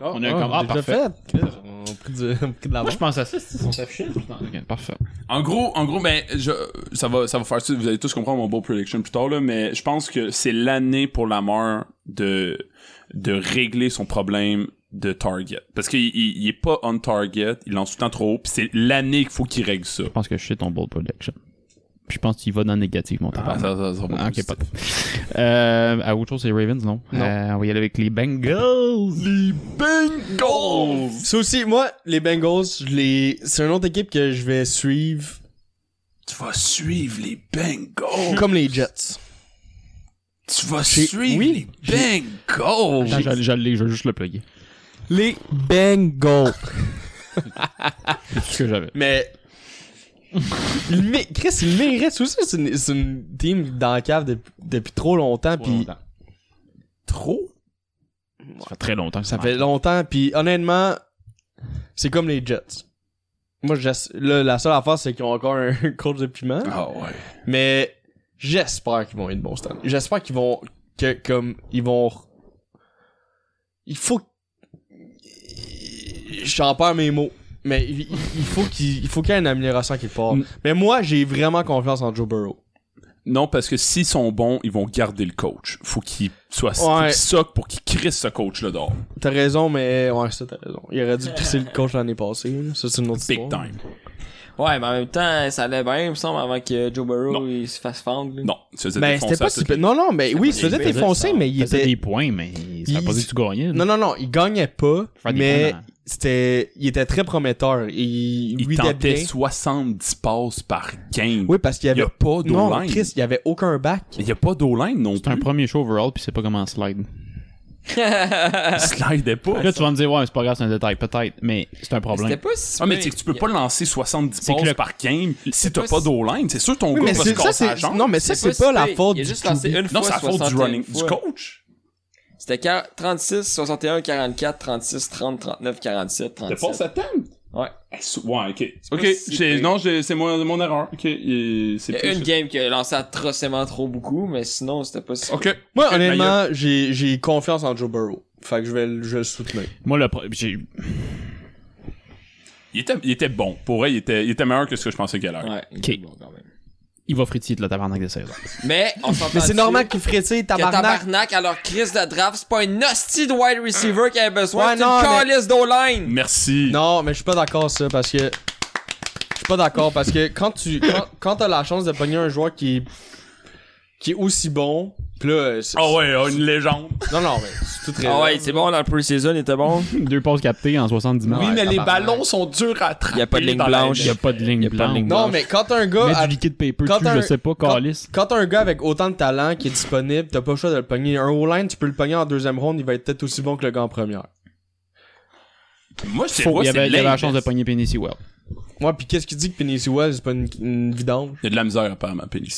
[SPEAKER 7] On a un com- ah,
[SPEAKER 8] déjà
[SPEAKER 7] parfait.
[SPEAKER 8] fait. Chris, On a pris de, on a pris de
[SPEAKER 7] Moi, je
[SPEAKER 8] l'avance.
[SPEAKER 7] pense à ça, c'est ça fait Ok, parfait.
[SPEAKER 3] En gros, en gros, ben, je, ça va, ça va faire, vous allez tous comprendre mon beau prediction plus tard, là, mais je pense que c'est l'année pour Lamar de, de régler son problème de target. Parce qu'il, il, il est pas on target, il lance tout le temps trop haut, pis c'est l'année qu'il faut qu'il règle ça.
[SPEAKER 7] Je pense que je sais ton bold prediction. Puis je pense qu'il va dans le négatif, mon
[SPEAKER 3] Ah,
[SPEAKER 7] tabac.
[SPEAKER 3] ça, ça sera pas
[SPEAKER 7] Ah, ok,
[SPEAKER 3] positif.
[SPEAKER 7] pas. Euh, à autre chose, c'est les Ravens, non?
[SPEAKER 8] Non.
[SPEAKER 7] Euh, on va y aller avec les Bengals.
[SPEAKER 3] Les Bengals!
[SPEAKER 8] Ça aussi, moi, les Bengals, je les... c'est une autre équipe que je vais suivre
[SPEAKER 3] Tu vas suivre les Bengals!
[SPEAKER 8] comme les Jets.
[SPEAKER 3] tu vas
[SPEAKER 8] J'ai-
[SPEAKER 3] suivre
[SPEAKER 8] oui,
[SPEAKER 3] les Bengals!
[SPEAKER 7] Attends, je, je l'ai, je vais juste le plugger.
[SPEAKER 8] Les Bengals.
[SPEAKER 7] C'est tout ce que j'avais.
[SPEAKER 8] Mais. il mé- Chris, il mérite. C'est aussi, c'est une, c'est une team dans la cave de- depuis trop longtemps.
[SPEAKER 7] Trop
[SPEAKER 8] Ah, puis
[SPEAKER 7] longtemps.
[SPEAKER 8] Trop?
[SPEAKER 7] Ça fait très longtemps. que
[SPEAKER 8] Ça
[SPEAKER 7] ça
[SPEAKER 8] fait longtemps. Puis honnêtement, c'est comme les Jets. Moi, j'ass- là, la seule affaire, c'est qu'ils ont encore un coach de piment.
[SPEAKER 3] Ah ouais.
[SPEAKER 8] Mais j'espère qu'ils vont être bons cette année. J'espère qu'ils vont. que comme ils vont. Il faut. J'en perds mes mots. Mais il, il faut qu'il il faut qu'il y ait une amélioration quelque part.
[SPEAKER 3] Mm.
[SPEAKER 8] Mais moi, j'ai vraiment confiance en Joe Burrow.
[SPEAKER 3] Non, parce que s'ils sont bons, ils vont garder le coach. Faut qu'ils soient
[SPEAKER 8] Ouais.
[SPEAKER 3] ouais. soc pour qu'ils crissent ce coach-là dehors.
[SPEAKER 8] T'as raison, mais ouais, ça t'as raison. Il aurait dû pisser le coach l'année passée. là. Ça c'est une autre
[SPEAKER 3] Big
[SPEAKER 8] histoire.
[SPEAKER 3] time.
[SPEAKER 6] Ouais, mais en même temps, ça allait bien, il me semble, avant que Joe Burrow
[SPEAKER 3] Non.
[SPEAKER 6] il se fasse fendre. là.
[SPEAKER 3] Non, ça faisait
[SPEAKER 8] Ben
[SPEAKER 3] défoncer
[SPEAKER 8] c'était pas
[SPEAKER 3] à
[SPEAKER 8] si
[SPEAKER 3] toutes
[SPEAKER 8] pire.
[SPEAKER 3] les-
[SPEAKER 8] Non non, mais oui, il se faisait
[SPEAKER 7] fait-
[SPEAKER 8] défoncer, mais il
[SPEAKER 7] Il faisait
[SPEAKER 8] était
[SPEAKER 7] des points, mais ça veut pas
[SPEAKER 8] Il-
[SPEAKER 7] dire que tu gagnais.
[SPEAKER 8] Non, non, non, il gagnait pas,
[SPEAKER 7] Faire des
[SPEAKER 8] mais
[SPEAKER 7] points dans-
[SPEAKER 8] c'était, il était très prometteur. Il,
[SPEAKER 3] Il
[SPEAKER 8] readait
[SPEAKER 3] tentait
[SPEAKER 8] bien.
[SPEAKER 3] 70 passes par game.
[SPEAKER 8] Oui, parce qu'il y
[SPEAKER 3] il y
[SPEAKER 8] avait
[SPEAKER 3] a pas
[SPEAKER 8] non,
[SPEAKER 3] d'O-line.
[SPEAKER 8] Chris, il y avait aucun bac.
[SPEAKER 3] Il y a pas d'O-line non
[SPEAKER 7] C'est un
[SPEAKER 3] plus.
[SPEAKER 7] premier show overall, puis c'est pas comment slide.
[SPEAKER 3] Il slidait pas.
[SPEAKER 7] Là, tu vas me dire, ouais, c'est pas grave, c'est un détail, peut-être, mais c'est un
[SPEAKER 6] C'était
[SPEAKER 7] problème.
[SPEAKER 6] pas si.
[SPEAKER 3] Ah, mais
[SPEAKER 6] pire.
[SPEAKER 3] tu sais que tu peux pas lancer 70
[SPEAKER 7] C'est que
[SPEAKER 3] passes
[SPEAKER 7] le-
[SPEAKER 3] par game si t'as
[SPEAKER 6] pas
[SPEAKER 3] pas
[SPEAKER 6] si-
[SPEAKER 3] d'O-line. C'est sûr, ton
[SPEAKER 8] Oui,
[SPEAKER 3] gars
[SPEAKER 8] mais
[SPEAKER 3] va se
[SPEAKER 8] c'est, ça,
[SPEAKER 3] casser la
[SPEAKER 8] c'est,
[SPEAKER 3] jambe.
[SPEAKER 8] non, mais ça, c'est,
[SPEAKER 6] si
[SPEAKER 8] pas
[SPEAKER 6] pire.
[SPEAKER 8] la faute
[SPEAKER 6] Il a
[SPEAKER 8] du
[SPEAKER 6] juste lancé
[SPEAKER 8] QB.
[SPEAKER 6] une fois.
[SPEAKER 3] Non, c'est la faute du
[SPEAKER 6] 61
[SPEAKER 3] running, du
[SPEAKER 6] fois.
[SPEAKER 3] coach.
[SPEAKER 6] C'était 40 36, 61, 44, 36, 30, 39, 47, 37.
[SPEAKER 3] atteinte?
[SPEAKER 6] Ouais.
[SPEAKER 3] Eh, Ouais, ok.
[SPEAKER 6] pas
[SPEAKER 3] Ok,
[SPEAKER 6] si
[SPEAKER 3] j'ai-
[SPEAKER 6] pire.
[SPEAKER 3] non, j'ai- c'est mon, mon erreur. Ok, il- c'est
[SPEAKER 6] Il y a
[SPEAKER 3] plus-
[SPEAKER 6] une game qui a lancé atrocement trop beaucoup, mais sinon, c'était pas si.
[SPEAKER 3] Ok.
[SPEAKER 8] Moi,
[SPEAKER 3] Ok, mais
[SPEAKER 8] honnêtement, j'ai, j'ai confiance en Joe Burrow. Fait que je vais, le- je vais le soutenir.
[SPEAKER 7] Moi, le pro- j'ai-
[SPEAKER 3] Il était, il était bon. Pour vrai, il était, il était meilleur que ce que je pensais qu'il allait.
[SPEAKER 6] Ouais, il
[SPEAKER 7] Ok.
[SPEAKER 6] est bon quand même.
[SPEAKER 7] il va fritiller de la tabarnak de saison.
[SPEAKER 6] Mais on s'entend.
[SPEAKER 8] Mais c'est
[SPEAKER 6] dessus
[SPEAKER 8] normal qu'il frétille,
[SPEAKER 6] Que
[SPEAKER 8] tabarnak.
[SPEAKER 6] tabarnak, alors Chris de draft, c'est pas un hostie de wide receiver qui avait besoin,
[SPEAKER 8] Ouais,
[SPEAKER 6] c'est
[SPEAKER 8] non,
[SPEAKER 6] une calice d'O-line!
[SPEAKER 3] Merci.
[SPEAKER 8] Non, mais je suis pas d'accord ça parce que je suis pas d'accord parce que quand tu quand, quand t'as la chance de pogner un joueur qui est qui est aussi bon, pis là euh, c'est-
[SPEAKER 3] Ah ouais, oh, une légende.
[SPEAKER 8] Non non, mais c'est tout
[SPEAKER 6] Ah
[SPEAKER 8] raison.
[SPEAKER 6] ouais, c'est bon, dans le pre-season, il était bon.
[SPEAKER 7] Deux passes captées en 70 minutes.
[SPEAKER 8] Ouais, tabarnak.
[SPEAKER 3] sont durs à attraper.
[SPEAKER 6] Y a pas de ligne
[SPEAKER 3] dans la
[SPEAKER 6] blanche.
[SPEAKER 7] Il y a pas de ligne
[SPEAKER 6] pas de
[SPEAKER 7] blanche.
[SPEAKER 6] ligne
[SPEAKER 7] Non,
[SPEAKER 8] Non, mais quand t'as un gars
[SPEAKER 7] Mets
[SPEAKER 8] à-
[SPEAKER 7] du liquide paper
[SPEAKER 8] quand
[SPEAKER 7] dessus,
[SPEAKER 8] un-
[SPEAKER 7] je sais pas,
[SPEAKER 8] quand-
[SPEAKER 7] calice.
[SPEAKER 8] Quand t'as un gars avec autant de talent qui est disponible, t'as pas le choix de le pogner. Un O-line, tu peux le pogner en deuxième ronde, il va être peut-être aussi bon que le gars en première.
[SPEAKER 3] Moi, je sais
[SPEAKER 7] Faut-
[SPEAKER 3] pas,
[SPEAKER 7] Il y
[SPEAKER 3] c'est
[SPEAKER 7] avait il y avait la
[SPEAKER 3] l'inverse.
[SPEAKER 7] chance de pogner Penny Well.
[SPEAKER 8] Moi, pis qu'est-ce qui dit que Penny Wells, c'est pas une, une vidange?
[SPEAKER 3] Il y a de la misère, apparemment, Penny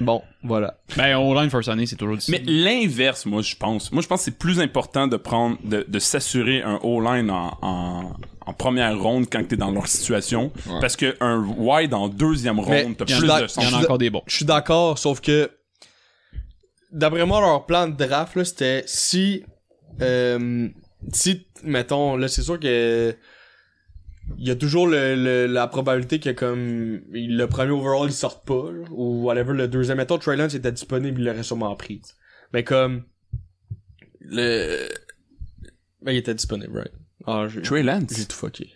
[SPEAKER 8] Bon, voilà.
[SPEAKER 7] Ben, on line first année, c'est toujours
[SPEAKER 3] Mais
[SPEAKER 7] difficile.
[SPEAKER 3] l'inverse, moi, je pense. Moi, je pense que c'est plus important de prendre, de, de s'assurer un O-line en, en, en première ronde quand t'es dans leur situation. Parce que un wide en deuxième
[SPEAKER 8] Mais
[SPEAKER 3] ronde, t'as
[SPEAKER 7] Il y
[SPEAKER 3] plus
[SPEAKER 7] en
[SPEAKER 8] d'ac-
[SPEAKER 7] a-
[SPEAKER 3] de
[SPEAKER 7] il y
[SPEAKER 3] sens.
[SPEAKER 7] en a encore des bons.
[SPEAKER 8] Je suis d'accord, sauf que, d'après moi, leur plan de draft, là, c'était si, euh, si, mettons, là, c'est sûr que, il y a toujours le, le- la probabilité que comme le premier overall il sorte pas là, ou whatever le deuxième mettons Trey Lance était disponible il l'aurait sûrement pris tu sais. mais comme le ben il était disponible right ah j'ai
[SPEAKER 3] Trey Lance.
[SPEAKER 8] j'ai tout fucké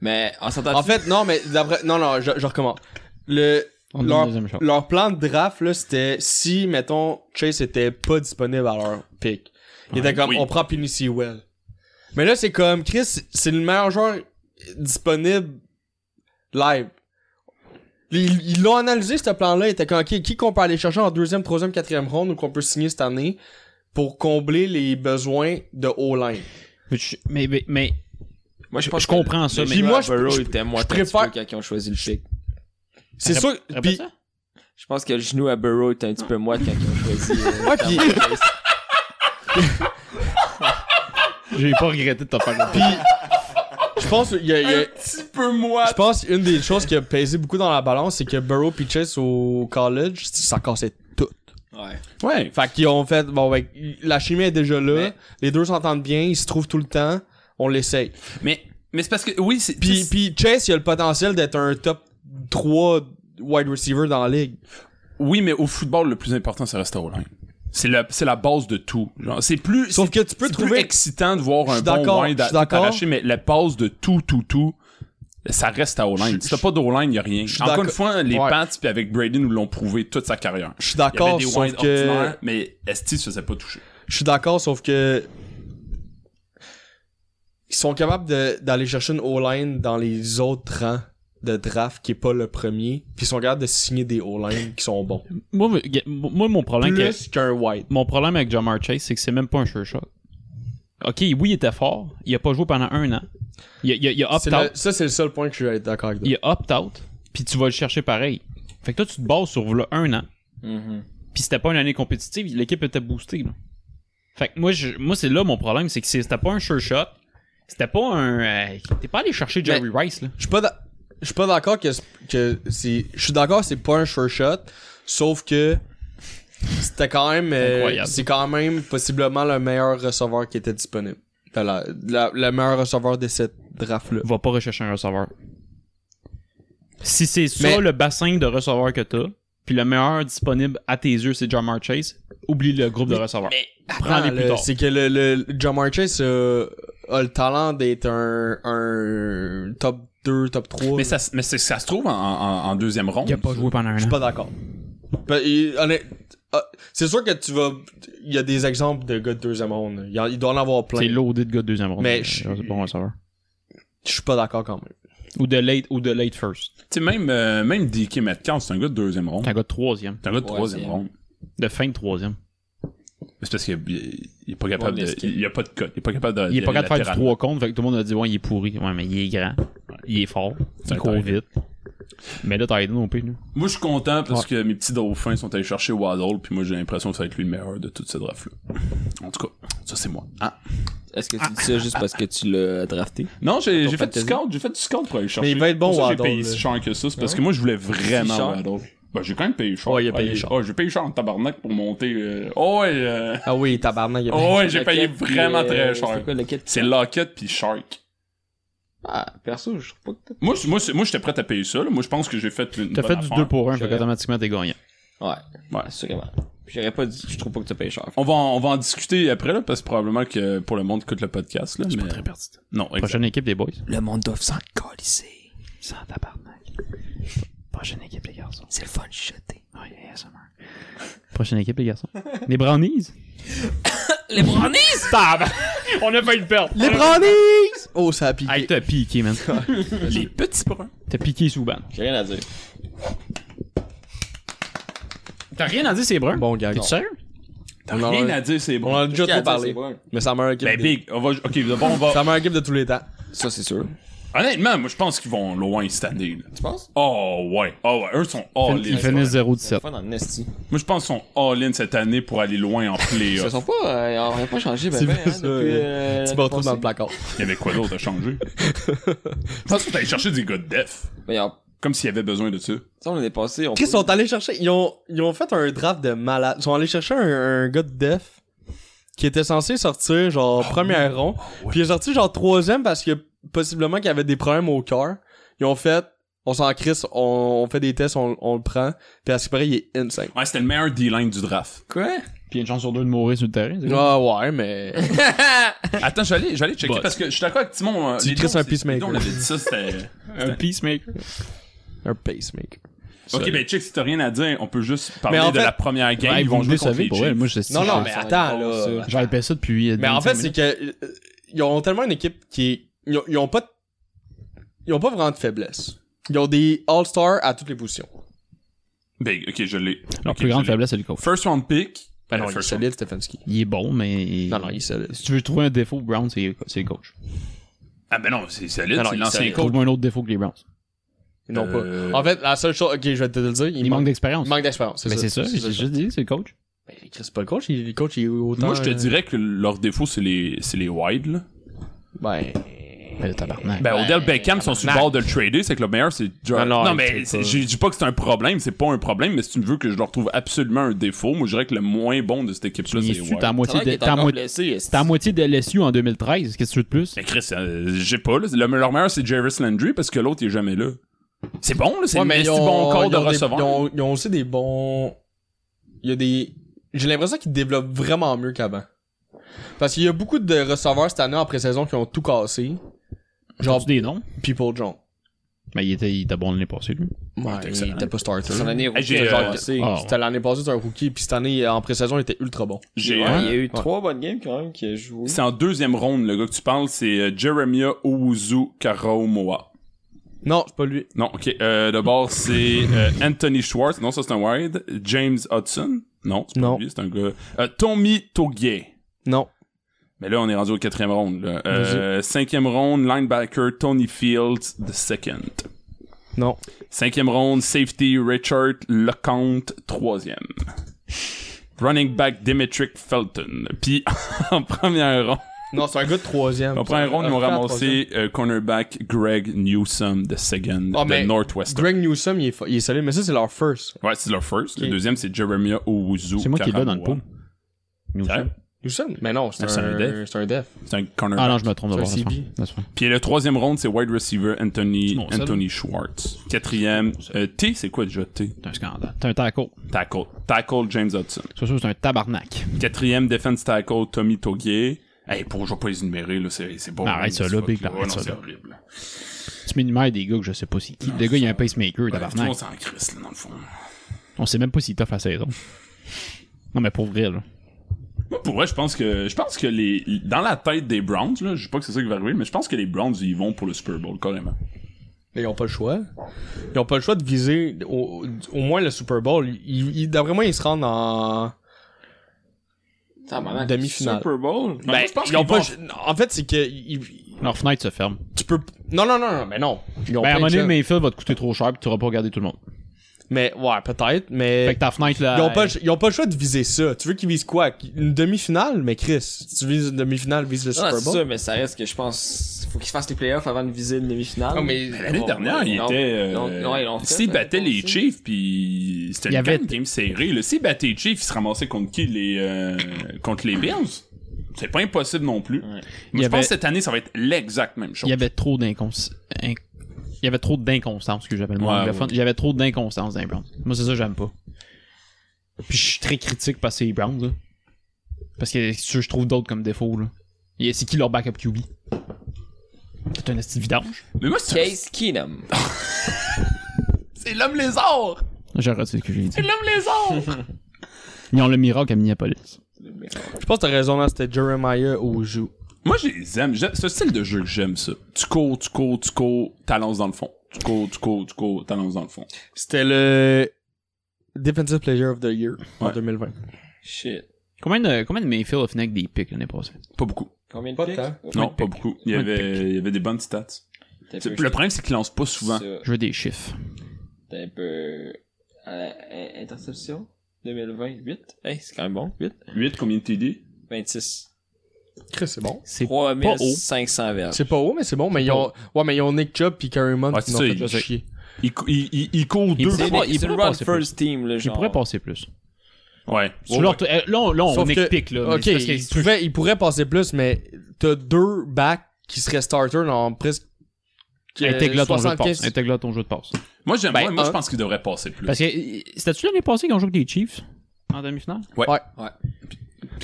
[SPEAKER 6] Mais on s'entend.
[SPEAKER 8] En fait, non, mais d'après, non, non, je, je recommande. Le,
[SPEAKER 7] On
[SPEAKER 8] leur,
[SPEAKER 7] donne une deuxième chance.
[SPEAKER 8] leur plan de draft, là, c'était si, mettons, Chase était pas disponible à leur pick. Il était comme,
[SPEAKER 3] oui.
[SPEAKER 8] on prend Penny Sewell. Mais là, c'est comme, Chris, c'est le meilleur joueur disponible live. Ils ils l'ont analysé, ce plan-là. Il était comme, OK, qui qu'on peut aller chercher en deuxième, troisième, quatrième ronde ou qu'on peut signer cette année pour combler les besoins de O-line.
[SPEAKER 7] Mais, je- mais, mais, mais
[SPEAKER 6] moi,
[SPEAKER 7] je,
[SPEAKER 6] pense
[SPEAKER 7] je
[SPEAKER 6] que
[SPEAKER 7] comprends ça,
[SPEAKER 6] le
[SPEAKER 7] mais
[SPEAKER 8] Puis moi, je-
[SPEAKER 6] Burrow
[SPEAKER 8] je-
[SPEAKER 6] était moins
[SPEAKER 8] je préfère-
[SPEAKER 6] quand ils ont choisi le pick.
[SPEAKER 8] C'est sûr,
[SPEAKER 7] Répète
[SPEAKER 8] puis
[SPEAKER 7] ça.
[SPEAKER 6] Je pense que le genou à Burrow était un petit peu moite quand ils ont choisi. euh,
[SPEAKER 8] Ouais, puis-
[SPEAKER 6] Jamar Chase.
[SPEAKER 7] j'ai pas regretté de te faire le
[SPEAKER 8] je pense qu'il y a- il y a,
[SPEAKER 6] petit peu moite.
[SPEAKER 8] Je pense une des choses qui a pesé beaucoup dans la balance, c'est que Burrow puis Chase au college, ça cassait tout.
[SPEAKER 6] Ouais.
[SPEAKER 3] Ouais.
[SPEAKER 8] Fait qu'ils ont fait, bon, ben, la chimie est déjà là,
[SPEAKER 6] Mais-
[SPEAKER 8] les deux s'entendent bien, ils se trouvent tout le temps, on l'essaye.
[SPEAKER 3] Mais, mais c'est parce que, oui, c'est.
[SPEAKER 8] Puis, puis Chase, il a le potentiel d'être un top 3 wide receiver dans la ligue.
[SPEAKER 3] Oui, mais au football, le plus important, ça reste au line. C'est la, c'est la base de tout. Genre, C'est plus.
[SPEAKER 8] Sauf
[SPEAKER 3] c'est-
[SPEAKER 8] que tu peux
[SPEAKER 3] c'est
[SPEAKER 8] trouver-
[SPEAKER 3] plus excitant de voir
[SPEAKER 8] Je
[SPEAKER 3] un
[SPEAKER 8] suis
[SPEAKER 3] bon
[SPEAKER 8] d'accord,
[SPEAKER 3] wide
[SPEAKER 8] je
[SPEAKER 3] à-
[SPEAKER 8] suis d'accord.
[SPEAKER 3] arraché, mais la base de tout, tout, tout, ça reste à O-line. Si t'as pas d'O-line, y a rien.
[SPEAKER 8] je suis
[SPEAKER 3] Encore une
[SPEAKER 8] d'accord.
[SPEAKER 3] fois, les
[SPEAKER 8] Ouais.
[SPEAKER 3] Pats, puis avec Brady, nous l'ont prouvé toute sa carrière.
[SPEAKER 8] Je suis
[SPEAKER 3] Il y avait
[SPEAKER 8] d'accord,
[SPEAKER 3] des
[SPEAKER 8] sauf
[SPEAKER 3] wide
[SPEAKER 8] que,
[SPEAKER 3] ordinaires, mais Esti se faisait pas toucher.
[SPEAKER 8] je suis d'accord, sauf que, ils sont capables de- d'aller chercher une O-line dans les autres rangs de draft qui est pas le premier, puis ils sont capables de signer des O-line qui sont bons.
[SPEAKER 7] moi, mais- ga- moi, mon problème, que-
[SPEAKER 8] Plus qu'un White.
[SPEAKER 7] mon problème avec Jamar Chase, c'est que c'est même pas un sure shot. Ok, oui, il était fort. Il a pas joué pendant un an. Il a, il a- il a
[SPEAKER 8] C'est
[SPEAKER 7] opt-out.
[SPEAKER 8] le- ça, c'est le seul point que je suis d'accord avec toi.
[SPEAKER 7] Il a opt-out. Puis tu vas le chercher pareil. Fait que toi, tu te bases sur voilà, un an.
[SPEAKER 8] Mm-hmm.
[SPEAKER 7] Puis c'était pas une année compétitive. L'équipe était boostée. là. Fait que moi, je- moi c'est là mon problème. C'est que c'est- c'était pas un sure shot. C'était pas un. euh, T'es pas allé chercher Jerry Rice. là.
[SPEAKER 8] Je suis pas d'a- je suis pas d'accord que, c'est- que c'est. Je suis d'accord que c'est pas un sure shot, sauf que c'était quand même. euh,
[SPEAKER 7] Incroyable.
[SPEAKER 8] c'est quand même possiblement le meilleur receveur qui était disponible. De la- de la- le meilleur receveur de cette draft-là.
[SPEAKER 7] va pas rechercher un receveur. Si c'est ça
[SPEAKER 8] Mais-
[SPEAKER 7] le bassin de receveurs que t'as, puis le meilleur disponible à tes yeux, c'est Jamar Chase, oublie le groupe de receveurs. Prends-les
[SPEAKER 8] Attends, Ah,
[SPEAKER 7] plus
[SPEAKER 8] le-
[SPEAKER 7] tard.
[SPEAKER 8] C'est que le, le Jamar Chase euh, a le talent d'être un, un top 2, top 3.
[SPEAKER 3] Mais ça, se- mais c'est- ça se trouve en, en- en deuxième ronde.
[SPEAKER 7] Il a pas joué pendant un
[SPEAKER 8] Je suis
[SPEAKER 7] an.
[SPEAKER 8] pas d'accord. Ben, il- honnêt- ah, C'est sûr que tu vas. Il y a des exemples de gars de deuxième ronde. Il, y en- il doit en avoir
[SPEAKER 7] C'est
[SPEAKER 8] plein.
[SPEAKER 7] loadé de gars de deuxième ronde.
[SPEAKER 8] Mais
[SPEAKER 7] Euh,
[SPEAKER 8] je-
[SPEAKER 7] c'est pas un receveur.
[SPEAKER 8] Je suis pas d'accord quand même.
[SPEAKER 7] Ou de late, ou de late first.
[SPEAKER 3] Tu sais, même, euh, même DK Metcalf, c'est un gars de deuxième ronde.
[SPEAKER 7] T'as un gars de troisième.
[SPEAKER 3] C'est un gars de troisième
[SPEAKER 6] c'est-
[SPEAKER 3] ronde.
[SPEAKER 7] De fin de troisième.
[SPEAKER 3] Mais C'est parce qu'il il- il est pas capable
[SPEAKER 6] Ouais,
[SPEAKER 3] de.
[SPEAKER 6] mais est-ce
[SPEAKER 3] Il il a pas de cote. Il est pas capable de.
[SPEAKER 7] Il est pas capable de faire du
[SPEAKER 3] latéralement.
[SPEAKER 7] 3 contre, fait que tout le monde a dit, ouais, il est pourri. Ouais, mais il est grand. Il est fort.
[SPEAKER 3] C'est
[SPEAKER 7] Il
[SPEAKER 3] un
[SPEAKER 7] court
[SPEAKER 3] tight end.
[SPEAKER 7] vite. Mais là, Tyden, on peut, nous.
[SPEAKER 3] Moi, je suis content parce que mes petits dauphins sont allés chercher Waddle, puis moi, j'ai l'impression que ça va être lui le meilleur de toute cette draft-là. En tout cas, ça, c'est moi. Ah.
[SPEAKER 6] Est-ce que tu dis ça juste parce que tu l'as drafté?
[SPEAKER 3] Non, j'ai j'ai fait du
[SPEAKER 6] fantasy.
[SPEAKER 3] scout, j'ai fait du scout pour aller chercher.
[SPEAKER 8] Mais il va être bon,
[SPEAKER 3] Pour ça,
[SPEAKER 8] Waddle,
[SPEAKER 3] J'ai payé
[SPEAKER 8] là.
[SPEAKER 3] si cher que ça, c'est parce que moi, je voulais vraiment
[SPEAKER 6] Si cher.
[SPEAKER 3] Waddle. Ben, j'ai quand même payé cher.
[SPEAKER 8] Ouais, il a payé cher.
[SPEAKER 3] Oh, j'ai payé cher en tabarnak pour monter. euh, Oh, ouais, euh,
[SPEAKER 8] Ah oui, tabarnak. il y a-
[SPEAKER 3] oh, ouais, j'ai payé
[SPEAKER 6] Lequel,
[SPEAKER 3] vraiment
[SPEAKER 6] euh,
[SPEAKER 3] très
[SPEAKER 6] C'est
[SPEAKER 3] cher.
[SPEAKER 6] quoi lequel?
[SPEAKER 3] C'est Lockett puis Shark.
[SPEAKER 6] Ah, perso, je trouve pas que
[SPEAKER 3] Moi, je- moi, c'est- moi, j'étais prêt à payer ça. là. Moi, je pense que j'ai fait une.
[SPEAKER 7] T'as
[SPEAKER 3] bonne
[SPEAKER 7] fait du
[SPEAKER 3] affaire.
[SPEAKER 7] 2 pour 1, fait
[SPEAKER 6] J'aurais-
[SPEAKER 7] qu'automatiquement, t'es gagnant.
[SPEAKER 6] t'as. Ouais.
[SPEAKER 3] Ouais.
[SPEAKER 6] Assurément. J'aurais pas dit, je trouve pas que tu payes cher.
[SPEAKER 3] On va, en, on va en discuter après, là, parce que probablement que pour le monde qui écoute le podcast. Là, mais...
[SPEAKER 7] pertinent.
[SPEAKER 3] Non, exact.
[SPEAKER 7] Prochaine équipe des boys.
[SPEAKER 6] Le monde doit s'en calisser.
[SPEAKER 7] Sans tabarnak. Prochaine équipe, les garçons.
[SPEAKER 6] C'est le fun de chuter.
[SPEAKER 7] Oh, yeah, ça meurt. Prochaine équipe, les garçons. Les brownies.
[SPEAKER 6] Les brownies!
[SPEAKER 7] Stab! On a failli le perdre.
[SPEAKER 8] Les brownies! Oh, ça a piqué.
[SPEAKER 7] Hey, t'as piqué, man.
[SPEAKER 3] Les petits bruns.
[SPEAKER 7] T'as piqué sous ban.
[SPEAKER 6] J'ai rien à dire.
[SPEAKER 7] T'as rien à dire, c'est brun.
[SPEAKER 8] Bon, gars.
[SPEAKER 7] T'es sérieux?
[SPEAKER 3] T'as
[SPEAKER 8] Non,
[SPEAKER 3] rien
[SPEAKER 8] ouais.
[SPEAKER 3] à dire, c'est
[SPEAKER 8] On en
[SPEAKER 3] bon.
[SPEAKER 8] a déjà
[SPEAKER 6] Qu'à
[SPEAKER 8] trop
[SPEAKER 6] dire, c'est
[SPEAKER 8] parlé.
[SPEAKER 6] bon.
[SPEAKER 8] Mais ça meurt un équipe.
[SPEAKER 3] Ben,
[SPEAKER 8] de-
[SPEAKER 3] big. On va... Ok, d'abord, on va.
[SPEAKER 8] Ça meurt un équipe de tous les temps.
[SPEAKER 6] Ça, c'est sûr.
[SPEAKER 3] Honnêtement, moi, je pense qu'ils vont loin cette année. là.
[SPEAKER 6] Tu penses?
[SPEAKER 3] Oh, ouais. Oh, ouais. Eux sont
[SPEAKER 7] Ils
[SPEAKER 3] all-in.
[SPEAKER 7] Ils finissent
[SPEAKER 6] C'est
[SPEAKER 7] 0-17.
[SPEAKER 6] fun en esti.
[SPEAKER 3] Moi, je pense qu'ils sont all-in cette année pour aller loin en
[SPEAKER 6] Ils se
[SPEAKER 3] playoff.
[SPEAKER 6] sont pas, euh, on aurait pas changé, ben,
[SPEAKER 8] C'est
[SPEAKER 6] ben,
[SPEAKER 8] vrai,
[SPEAKER 6] hein,
[SPEAKER 8] ça,
[SPEAKER 6] depuis,
[SPEAKER 8] ouais.
[SPEAKER 6] euh,
[SPEAKER 8] Tu
[SPEAKER 6] l'année
[SPEAKER 8] me retrouves dans le
[SPEAKER 6] passée.
[SPEAKER 8] placard.
[SPEAKER 3] Il y avait quoi d'autre à changer? je pense que t'allais chercher des gars de def.
[SPEAKER 6] Ben, on-
[SPEAKER 3] Comme s'il y avait besoin de ça.
[SPEAKER 6] ça, on est passé, on
[SPEAKER 8] Chris, ils
[SPEAKER 6] peut-
[SPEAKER 8] sont allés chercher. Ils ont, ils ont fait un draft de malade. Ils sont allés chercher un, un gars de def qui était censé sortir genre premier rond. Puis il est sorti genre troisième parce que possiblement qu'il avait des problèmes au cœur. Ils ont fait. On s'en crisse, on, on fait des tests, on, on le prend. Puis à ce qui paraît, il est insane.
[SPEAKER 3] Ouais, c'était le meilleur D-line du draft.
[SPEAKER 6] Quoi?
[SPEAKER 7] Puis il y a une chance sur deux de mourir sur le terrain. c'est
[SPEAKER 8] Ah ouais, mais.
[SPEAKER 3] Attends, j'allais, j'allais checker
[SPEAKER 7] But.
[SPEAKER 3] parce que je suis d'accord avec Timon. euh,
[SPEAKER 8] Tu
[SPEAKER 3] les
[SPEAKER 8] crisses
[SPEAKER 3] dons,
[SPEAKER 8] un
[SPEAKER 3] c'est-
[SPEAKER 8] peacemaker.
[SPEAKER 3] les dons, On avait dit ça, c'était.
[SPEAKER 7] Un peacemaker.
[SPEAKER 8] Un pacemaker.
[SPEAKER 3] ok, ben check, si t'as rien à dire, on peut juste parler
[SPEAKER 8] Mais en
[SPEAKER 3] de
[SPEAKER 8] fait-
[SPEAKER 3] la première game.
[SPEAKER 7] Ouais,
[SPEAKER 3] ils vont
[SPEAKER 7] me
[SPEAKER 3] jouer contre
[SPEAKER 7] décevez
[SPEAKER 3] les
[SPEAKER 7] pour
[SPEAKER 3] Chiefs.
[SPEAKER 7] elle. Moi, je sais
[SPEAKER 8] Non, non,
[SPEAKER 7] je-
[SPEAKER 8] mais attends, là.
[SPEAKER 7] J'ai hypé ça depuis. euh,
[SPEAKER 8] Mais en
[SPEAKER 7] 25
[SPEAKER 8] fait, c'est
[SPEAKER 7] minutes.
[SPEAKER 8] que euh, ils ont tellement une équipe qui est- ils ont, ils ont pas de- ils ont pas vraiment de faiblesse. Ils ont des All-Stars à toutes les positions.
[SPEAKER 3] Ben, ok, je l'ai.
[SPEAKER 7] Leur
[SPEAKER 3] Ok,
[SPEAKER 7] plus
[SPEAKER 3] je
[SPEAKER 7] grande
[SPEAKER 3] l'ai.
[SPEAKER 7] faiblesse, c'est le coach.
[SPEAKER 3] First round pick.
[SPEAKER 8] Ben
[SPEAKER 3] Euh,
[SPEAKER 8] non, il est
[SPEAKER 3] first
[SPEAKER 8] solide, Stefanski.
[SPEAKER 7] Il est bon, mais.
[SPEAKER 8] Non, non, il est solide.
[SPEAKER 7] Si tu veux trouver un défaut, Brown, c'est c'est le coach.
[SPEAKER 3] round. Ah, ben non, c'est solide,
[SPEAKER 8] Non, non, il
[SPEAKER 3] c'est
[SPEAKER 8] est
[SPEAKER 3] l'ancien
[SPEAKER 8] solide.
[SPEAKER 3] coach.
[SPEAKER 7] Trouve-moi un autre défaut que les Browns.
[SPEAKER 8] Ils n'ont
[SPEAKER 3] Euh,
[SPEAKER 8] pas. En fait, la seule chose, ok, je vais te le dire, il,
[SPEAKER 7] Il manque d'expérience.
[SPEAKER 8] il manque d'expérience.
[SPEAKER 7] Mais c'est ça, j'ai juste dit, c'est le coach.
[SPEAKER 8] Mais Ben, Chris, c'est pas le coach, il, le coach, il est autant.
[SPEAKER 3] Moi, je te
[SPEAKER 8] euh,
[SPEAKER 3] dirais que leur défaut, c'est les, c'est les wide, là.
[SPEAKER 8] Ben.
[SPEAKER 7] Ben, tabarnak.
[SPEAKER 3] Ben, Odell Beckham, ils sont sur le bord de le trader, c'est que le meilleur, c'est Jordan.
[SPEAKER 8] Non,
[SPEAKER 3] Non,
[SPEAKER 8] non, il
[SPEAKER 3] mais
[SPEAKER 8] trade
[SPEAKER 3] c'est-
[SPEAKER 8] pas.
[SPEAKER 3] je dis pas que c'est un problème, c'est pas un problème, mais si tu me veux que je leur trouve absolument un défaut, moi, je dirais que le moins bon de cette équipe-là,
[SPEAKER 7] Il
[SPEAKER 3] c'est
[SPEAKER 7] est
[SPEAKER 3] les
[SPEAKER 7] su,
[SPEAKER 3] Wild.
[SPEAKER 7] t'as à moitié de- t'as à mo- t'as à moitié de LSU en 2013. Qu'est-ce que tu veux de plus?
[SPEAKER 8] Ben,
[SPEAKER 3] Mais Chris, euh, j'ai pas, là. Le, leur meilleur, c'est Jarvis Landry, parce que l'autre, il est jamais là. C'est bon, là. C'est
[SPEAKER 8] Ouais,
[SPEAKER 3] un
[SPEAKER 8] mais
[SPEAKER 3] esti
[SPEAKER 8] ils ont-
[SPEAKER 3] bon corps
[SPEAKER 8] ils
[SPEAKER 3] de
[SPEAKER 8] ont des- Ils
[SPEAKER 3] receveur.
[SPEAKER 8] ont, ils ont aussi des bons. Il y a des. J'ai l'impression qu'ils développent vraiment mieux qu'avant. Parce qu'il y a beaucoup de receveurs cette année en pré-saison qui ont tout cassé. Genre
[SPEAKER 7] Genre des noms.
[SPEAKER 8] People John.
[SPEAKER 7] Mais il était, il était bon l'année passée, lui.
[SPEAKER 8] Ouais, il
[SPEAKER 3] excellent.
[SPEAKER 8] était pas starter.
[SPEAKER 6] Son année
[SPEAKER 3] Hey,
[SPEAKER 6] rookie,
[SPEAKER 3] j'ai,
[SPEAKER 6] c'était genre
[SPEAKER 3] euh,
[SPEAKER 6] cassé.
[SPEAKER 7] ah.
[SPEAKER 8] C'était l'année passée, c'était un rookie, puis cette année, en pré-saison, il était ultra bon.
[SPEAKER 3] J'ai,
[SPEAKER 6] Ouais,
[SPEAKER 3] euh,
[SPEAKER 6] Il y a eu
[SPEAKER 8] Ouais.
[SPEAKER 6] trois bonnes games quand même qu'il a joué.
[SPEAKER 3] c'est en deuxième ronde, le gars que tu parles, c'est euh, Jeremiah Owuzu Karaomoa.
[SPEAKER 8] Non, c'est pas lui.
[SPEAKER 3] Non, ok. Euh, D'abord, c'est euh, Anthony Schwartz. Non, ça, c'est un wide. James Hudson. Non, c'est pas
[SPEAKER 8] Non.
[SPEAKER 3] lui, c'est un gars. Euh, Tommy Togier.
[SPEAKER 8] Non.
[SPEAKER 3] Mais là, on est rendu au quatrième round. là. Euh, cinquième round, linebacker Tony Fields the second.
[SPEAKER 8] Non.
[SPEAKER 3] Cinquième round, safety Richard Lecomte, troisième. Running back Dimitri Felton. Puis en première ronde,
[SPEAKER 8] Non, c'est un gars de troisième.
[SPEAKER 3] en première ronde, ils ont ramassé euh, cornerback Greg Newsom the second
[SPEAKER 8] Oh,
[SPEAKER 3] de
[SPEAKER 8] mais
[SPEAKER 3] Northwestern.
[SPEAKER 8] Greg Newsom, il est, fa- il est solide, mais ça, c'est leur first.
[SPEAKER 3] Ouais, c'est leur first.
[SPEAKER 8] Ok.
[SPEAKER 3] Le deuxième, c'est Jeremiah Owuzu.
[SPEAKER 7] C'est moi qui est bas dans le pool.
[SPEAKER 3] Hein?
[SPEAKER 8] Newsom? Mais non, c'est
[SPEAKER 3] Ah, c'est un
[SPEAKER 8] un,
[SPEAKER 3] def.
[SPEAKER 8] c'est un def.
[SPEAKER 3] C'est un cornerback.
[SPEAKER 7] Ah non, je me trompe de
[SPEAKER 8] C'est un
[SPEAKER 7] voir. ça se
[SPEAKER 8] CB.
[SPEAKER 7] fait. Ça se fait.
[SPEAKER 3] Puis le troisième round, c'est wide receiver Anthony,
[SPEAKER 7] C'est bon, ça, là.
[SPEAKER 3] Anthony Schwartz. Quatrième, euh, T, c'est quoi déjà T?
[SPEAKER 7] C'est un scandale. C'est un taco.
[SPEAKER 3] Tackle. Tackle James Hudson.
[SPEAKER 7] C'est sûr, c'est un tabarnak.
[SPEAKER 3] Quatrième, defense tackle Tommy Togier. Hey, pour, je vais pas les énumérer, là, c'est, c'est bon.
[SPEAKER 7] Arrête ça, là, Big, arrête ça,
[SPEAKER 3] c'est
[SPEAKER 7] là.
[SPEAKER 3] horrible.
[SPEAKER 7] Tu minimises des gars que je sais pas c'est qui. Le gars, il y a un pacemaker,
[SPEAKER 3] Tout le
[SPEAKER 7] tabarnak.
[SPEAKER 3] monde s'en crisse, là, dans le fond.
[SPEAKER 7] On sait même pas s'il toffe la saison. Non, mais pour vrai, là.
[SPEAKER 3] Moi, pour vrai, je pense que, je pense que les, dans la tête des Browns, là, je sais pas que c'est ça qui va arriver, mais je pense que les Browns, ils vont pour le Super Bowl, carrément.
[SPEAKER 8] Mais ils ont pas le choix. Ils ont pas le choix de viser au, au moins le Super Bowl. Ils- ils- D'après moi, ils se rendent en.
[SPEAKER 6] Tabarnak,
[SPEAKER 8] Demi-finale.
[SPEAKER 6] Super Bowl.
[SPEAKER 3] Ben, je pense
[SPEAKER 8] ils ont
[SPEAKER 3] qu'ils
[SPEAKER 8] pas.
[SPEAKER 3] vont-
[SPEAKER 8] En fait, c'est que. ils-
[SPEAKER 7] Leur fenêtre se ferme.
[SPEAKER 8] Tu peux. Non, non, non, non, mais non. Ils ont
[SPEAKER 7] Ben, à
[SPEAKER 8] plein de
[SPEAKER 7] un moment donné,
[SPEAKER 8] jeunes.
[SPEAKER 7] Mayfield va te coûter trop cher puis tu auras pas regardé tout le monde.
[SPEAKER 8] Mais ouais, peut-être, mais.
[SPEAKER 7] Fait que ta fenêtre, là.
[SPEAKER 8] Ils ont, pas,
[SPEAKER 7] elle-
[SPEAKER 8] ils ont pas le choix de viser ça. Tu veux qu'ils visent quoi? Une demi-finale? Mais Chris, si tu vises une demi-finale, vise le
[SPEAKER 6] Non,
[SPEAKER 8] Super
[SPEAKER 6] Ah, c'est
[SPEAKER 8] Bowl.
[SPEAKER 6] ça, mais ça reste que je pense faut qu'ils fassent les playoffs avant de viser une demi-finale.
[SPEAKER 8] Non, mais-
[SPEAKER 3] L'année dernière, ils
[SPEAKER 6] Non,
[SPEAKER 3] étaient.
[SPEAKER 6] non, non, ils l'ont fait,
[SPEAKER 3] S'ils
[SPEAKER 6] mais
[SPEAKER 3] battaient
[SPEAKER 6] pas
[SPEAKER 3] les
[SPEAKER 6] aussi.
[SPEAKER 3] Chiefs, puis c'était
[SPEAKER 7] Il y
[SPEAKER 3] une
[SPEAKER 7] avait-
[SPEAKER 3] grande game serrée. là. S'ils battaient les Chiefs, ils se ramassaient contre qui les, euh, Contre les Bills. C'est pas impossible non plus. Moi,
[SPEAKER 7] Il y
[SPEAKER 3] je
[SPEAKER 7] avait-
[SPEAKER 3] pense que cette année, ça va être l'exact même
[SPEAKER 7] Il
[SPEAKER 3] chose.
[SPEAKER 7] y avait trop d'inconstance. Il y avait trop d'inconstance, que j'appelle
[SPEAKER 3] Ouais,
[SPEAKER 7] moi.
[SPEAKER 3] ouais.
[SPEAKER 7] Il y avait trop d'inconstance dans les Browns. Moi, c'est ça que j'aime pas. Puis je suis très critique parce que c'est les Browns, là. Parce que c'est sûr, je trouve d'autres comme défaut, là. Et C'est qui leur backup QB? C'est un esti de vidange.
[SPEAKER 3] Mais moi, c'est
[SPEAKER 6] Case Keenum.
[SPEAKER 3] c'est l'homme lézard!
[SPEAKER 7] J'arrête ce que j'ai dit.
[SPEAKER 3] C'est l'homme lézard!
[SPEAKER 7] Ils ont le miracle à Minneapolis.
[SPEAKER 8] Je pense que t'as raison, là, c'était Jeremiah au jeu.
[SPEAKER 3] Moi, je les aime. J'aime- C'est un style de jeu que j'aime, ça. Tu cours, tu cours, tu cours, t'allonges dans le fond. Tu cours, tu cours, tu cours, t'allonges dans le fond.
[SPEAKER 8] C'était le Defensive Player of the Year en
[SPEAKER 3] Ouais.
[SPEAKER 8] 2020.
[SPEAKER 6] Shit.
[SPEAKER 7] Combien de, combien de Mayfield a fini avec des pics l'année passée?
[SPEAKER 3] Pas beaucoup.
[SPEAKER 6] Combien de
[SPEAKER 8] Pas de
[SPEAKER 6] picks? Oh,
[SPEAKER 8] temps.
[SPEAKER 3] Non,
[SPEAKER 7] de
[SPEAKER 3] pas
[SPEAKER 7] pics?
[SPEAKER 3] beaucoup. Il y
[SPEAKER 7] Combien de
[SPEAKER 3] avait, il y avait des bonnes stats.
[SPEAKER 6] T'as un peu-
[SPEAKER 3] Le problème, c'est qu'ils lancent pas souvent.
[SPEAKER 6] Ça,
[SPEAKER 7] Je veux des chiffres.
[SPEAKER 6] T'as un peu. euh, euh, Interception 2028. Hey, c'est quand même bon. 8.
[SPEAKER 3] 8, combien de TD?
[SPEAKER 6] 26.
[SPEAKER 8] Chris, c'est bon.
[SPEAKER 7] C'est
[SPEAKER 6] 3500 verges.
[SPEAKER 8] C'est pas haut, mais c'est bon. Mais ils ont, ouais, mais ils ont Nick Chubb puis Curry Munt
[SPEAKER 3] Ouais,
[SPEAKER 8] qui
[SPEAKER 3] c'est
[SPEAKER 8] m'ont
[SPEAKER 3] ça,
[SPEAKER 8] fait
[SPEAKER 3] il-
[SPEAKER 8] le
[SPEAKER 3] je-
[SPEAKER 8] chier.
[SPEAKER 3] Ils, cou- ils- ils- ils courent deux
[SPEAKER 7] pourrait-
[SPEAKER 6] C'est
[SPEAKER 3] fois.
[SPEAKER 6] le-
[SPEAKER 7] il
[SPEAKER 6] c'est le
[SPEAKER 7] pourrait
[SPEAKER 6] run
[SPEAKER 7] passer plus.
[SPEAKER 6] first team, là,
[SPEAKER 7] Il
[SPEAKER 6] genre.
[SPEAKER 7] pourrait passer plus.
[SPEAKER 3] Ouais.
[SPEAKER 7] Tu leur- euh, Là, on, là, on
[SPEAKER 8] Sauf
[SPEAKER 7] est
[SPEAKER 8] que-
[SPEAKER 7] pic, là. mais
[SPEAKER 8] Ok,
[SPEAKER 7] c'est parce que-
[SPEAKER 8] il, pourrait, il pourrait passer plus, mais t'as deux backs qui seraient starters dans presque.
[SPEAKER 7] Intègre-là ton jeu de
[SPEAKER 8] 75.
[SPEAKER 7] passe. Intègre-là ton jeu de passe.
[SPEAKER 3] Moi, j'aime,
[SPEAKER 8] Ben,
[SPEAKER 3] moi, moi, je
[SPEAKER 8] un.
[SPEAKER 3] pense qu'il devrait passer plus.
[SPEAKER 7] Parce que, euh, c'était-tu l'année passée qu'on joue avec les Chiefs en demi-finale?
[SPEAKER 3] Ouais.
[SPEAKER 8] Ouais.
[SPEAKER 6] Ouais.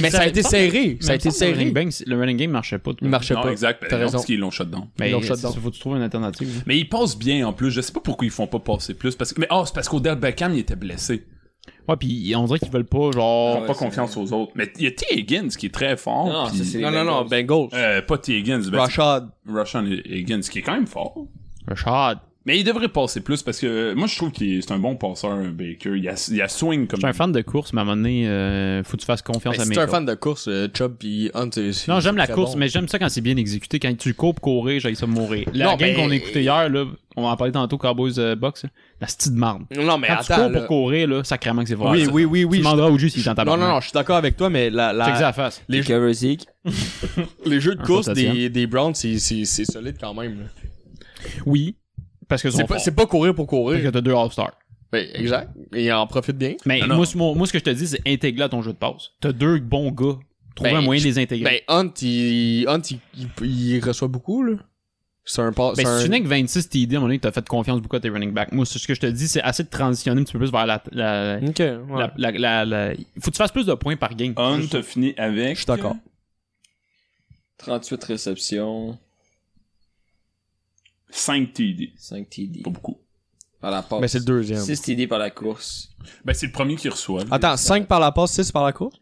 [SPEAKER 8] Mais ça a été serré. Ça a été
[SPEAKER 7] Le running,
[SPEAKER 8] serré.
[SPEAKER 7] bang, le running game marchait pas.
[SPEAKER 8] Il marchait
[SPEAKER 3] non,
[SPEAKER 8] pas.
[SPEAKER 3] exact. Ben,
[SPEAKER 8] T'as
[SPEAKER 3] non,
[SPEAKER 8] raison.
[SPEAKER 3] Parce qu'ils l'ont shut down.
[SPEAKER 7] Mais
[SPEAKER 8] Ils l'ont
[SPEAKER 7] il
[SPEAKER 8] shut down.
[SPEAKER 7] faut que tu trouves une alternative.
[SPEAKER 3] Mais ils passent bien en plus. Je sais pas pourquoi ils font pas passer plus. Parce que... Mais oh, c'est parce qu'Odell Beckham, il était blessé.
[SPEAKER 7] Ouais, puis on dirait qu'ils veulent pas,
[SPEAKER 6] Ah
[SPEAKER 3] Ils
[SPEAKER 7] genre.
[SPEAKER 3] font pas confiance aux autres. Mais il y a T. Higgins qui est très fort.
[SPEAKER 6] Non,
[SPEAKER 3] puis-
[SPEAKER 6] ça, c'est-
[SPEAKER 8] Non, non, non, Bengals.
[SPEAKER 3] Euh, pas T. Higgins. ben,
[SPEAKER 8] Rashad.
[SPEAKER 3] c'est Rashan Higgins qui est quand même fort.
[SPEAKER 7] Rashad.
[SPEAKER 3] Mais il devrait passer plus parce que euh, moi je trouve qu'il c'est un bon passeur, Baker. Il a, il a swing comme.
[SPEAKER 7] Je suis un fan de course, mais à un moment donné, euh, faut que tu fasses confiance
[SPEAKER 8] Mais Ben,
[SPEAKER 7] à
[SPEAKER 8] Si
[SPEAKER 7] mes
[SPEAKER 8] t'es un
[SPEAKER 7] gars.
[SPEAKER 8] fan de course, euh, Chubb pis Hunt, c'est- c'est-
[SPEAKER 7] Non, j'aime la
[SPEAKER 8] c'est
[SPEAKER 7] course,
[SPEAKER 8] bon.
[SPEAKER 7] mais j'aime ça quand c'est bien exécuté. Quand tu cours pour courir, j'aille ça mourir. La
[SPEAKER 8] Non,
[SPEAKER 7] game
[SPEAKER 8] mais-
[SPEAKER 7] qu'on écoutait hier, là, on en parlait tantôt, Cowboys euh, Box, là, la style de marde.
[SPEAKER 8] Non, mais
[SPEAKER 7] Quand tu
[SPEAKER 8] attends.
[SPEAKER 7] cours
[SPEAKER 8] là.
[SPEAKER 7] pour courir, là, sacrément que c'est vrai.
[SPEAKER 8] Oui, oui, oui,
[SPEAKER 7] Tu
[SPEAKER 8] oui. je-
[SPEAKER 7] demanderas au jus s'il est en
[SPEAKER 8] Non,
[SPEAKER 7] tabarnak.
[SPEAKER 8] non, non, je suis d'accord avec toi, mais la, la-
[SPEAKER 7] Check ça à la face.
[SPEAKER 8] les, jeux,
[SPEAKER 6] Kavrazik.
[SPEAKER 8] les jeux de
[SPEAKER 7] Un
[SPEAKER 8] course
[SPEAKER 7] septième.
[SPEAKER 8] des, des Browns, c'est, c'est, c'est solide quand même. là.
[SPEAKER 7] Oui. Parce que
[SPEAKER 8] C'est pas, c'est pas courir pour
[SPEAKER 7] parce que
[SPEAKER 8] courir.
[SPEAKER 7] t'as deux All-Stars.
[SPEAKER 8] Oui, exact. Et il en profite bien.
[SPEAKER 7] Mais
[SPEAKER 3] Non, non.
[SPEAKER 7] moi, c'est mon- moi, ce que je te dis, c'est intégrer à ton jeu de passe. T'as deux bons gars. Trouver
[SPEAKER 8] Ben,
[SPEAKER 7] un moyen de
[SPEAKER 8] je-
[SPEAKER 7] les intégrer.
[SPEAKER 8] Ben, Hunt, il, Hunt, il, il- il reçoit beaucoup, là. C'est un pas.
[SPEAKER 7] Ben,
[SPEAKER 8] c'est
[SPEAKER 7] si
[SPEAKER 8] un...
[SPEAKER 7] tu n'es que 26 TD, à un moment donné, t'as fait confiance beaucoup à tes running backs. Moi, c'est ce que je te dis, c'est assez de transitionner un petit peu plus vers la. la,
[SPEAKER 8] Ok, ouais.
[SPEAKER 7] la- la- la- la- Faut que tu fasses plus de points par game.
[SPEAKER 3] Hunt a fini avec.
[SPEAKER 8] Je suis d'accord.
[SPEAKER 6] 38 réceptions,
[SPEAKER 3] 5 TD.
[SPEAKER 6] 5 TD
[SPEAKER 3] Pas beaucoup.
[SPEAKER 6] par la passe.
[SPEAKER 8] Mais c'est le deuxième.
[SPEAKER 6] 6 TD par la course.
[SPEAKER 3] Ben c'est le premier qui reçoit. là.
[SPEAKER 8] Attends, 5 par la passe, 6 par la course?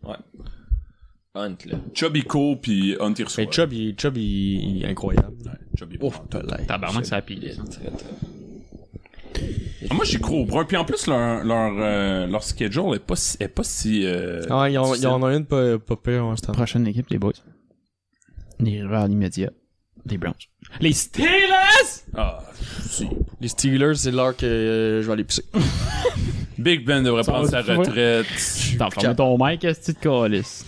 [SPEAKER 6] Hunt, là.
[SPEAKER 3] Chubb il court puis Hunt il reçoit.
[SPEAKER 8] Mais Chubb, il, Chubb, il, il est incroyable.
[SPEAKER 3] Ouais, Chubb, il
[SPEAKER 8] Ouf,
[SPEAKER 3] prend.
[SPEAKER 7] Tabarnak, ça a pillé.
[SPEAKER 6] Il est très, très...
[SPEAKER 3] Ah, Moi j'ai gros au brun. Puis en plus leur, leur, euh, leur schedule est pas si. Est pas si euh,
[SPEAKER 8] Ah, ils en,
[SPEAKER 3] difficile.
[SPEAKER 8] ils en ont une pas, pas pire, en ce temps.
[SPEAKER 7] Prochaine équipe, les boys. Les rivales à l'immédiat. Les Browns. Les Steelers!
[SPEAKER 3] Ah, si.
[SPEAKER 8] Les Steelers, c'est l'heure que euh, je vais aller pisser.
[SPEAKER 3] Big Ben devrait prendre sa
[SPEAKER 7] va, tu vois?
[SPEAKER 3] retraite.
[SPEAKER 7] T'en fermes ton mic, est-ce que calice?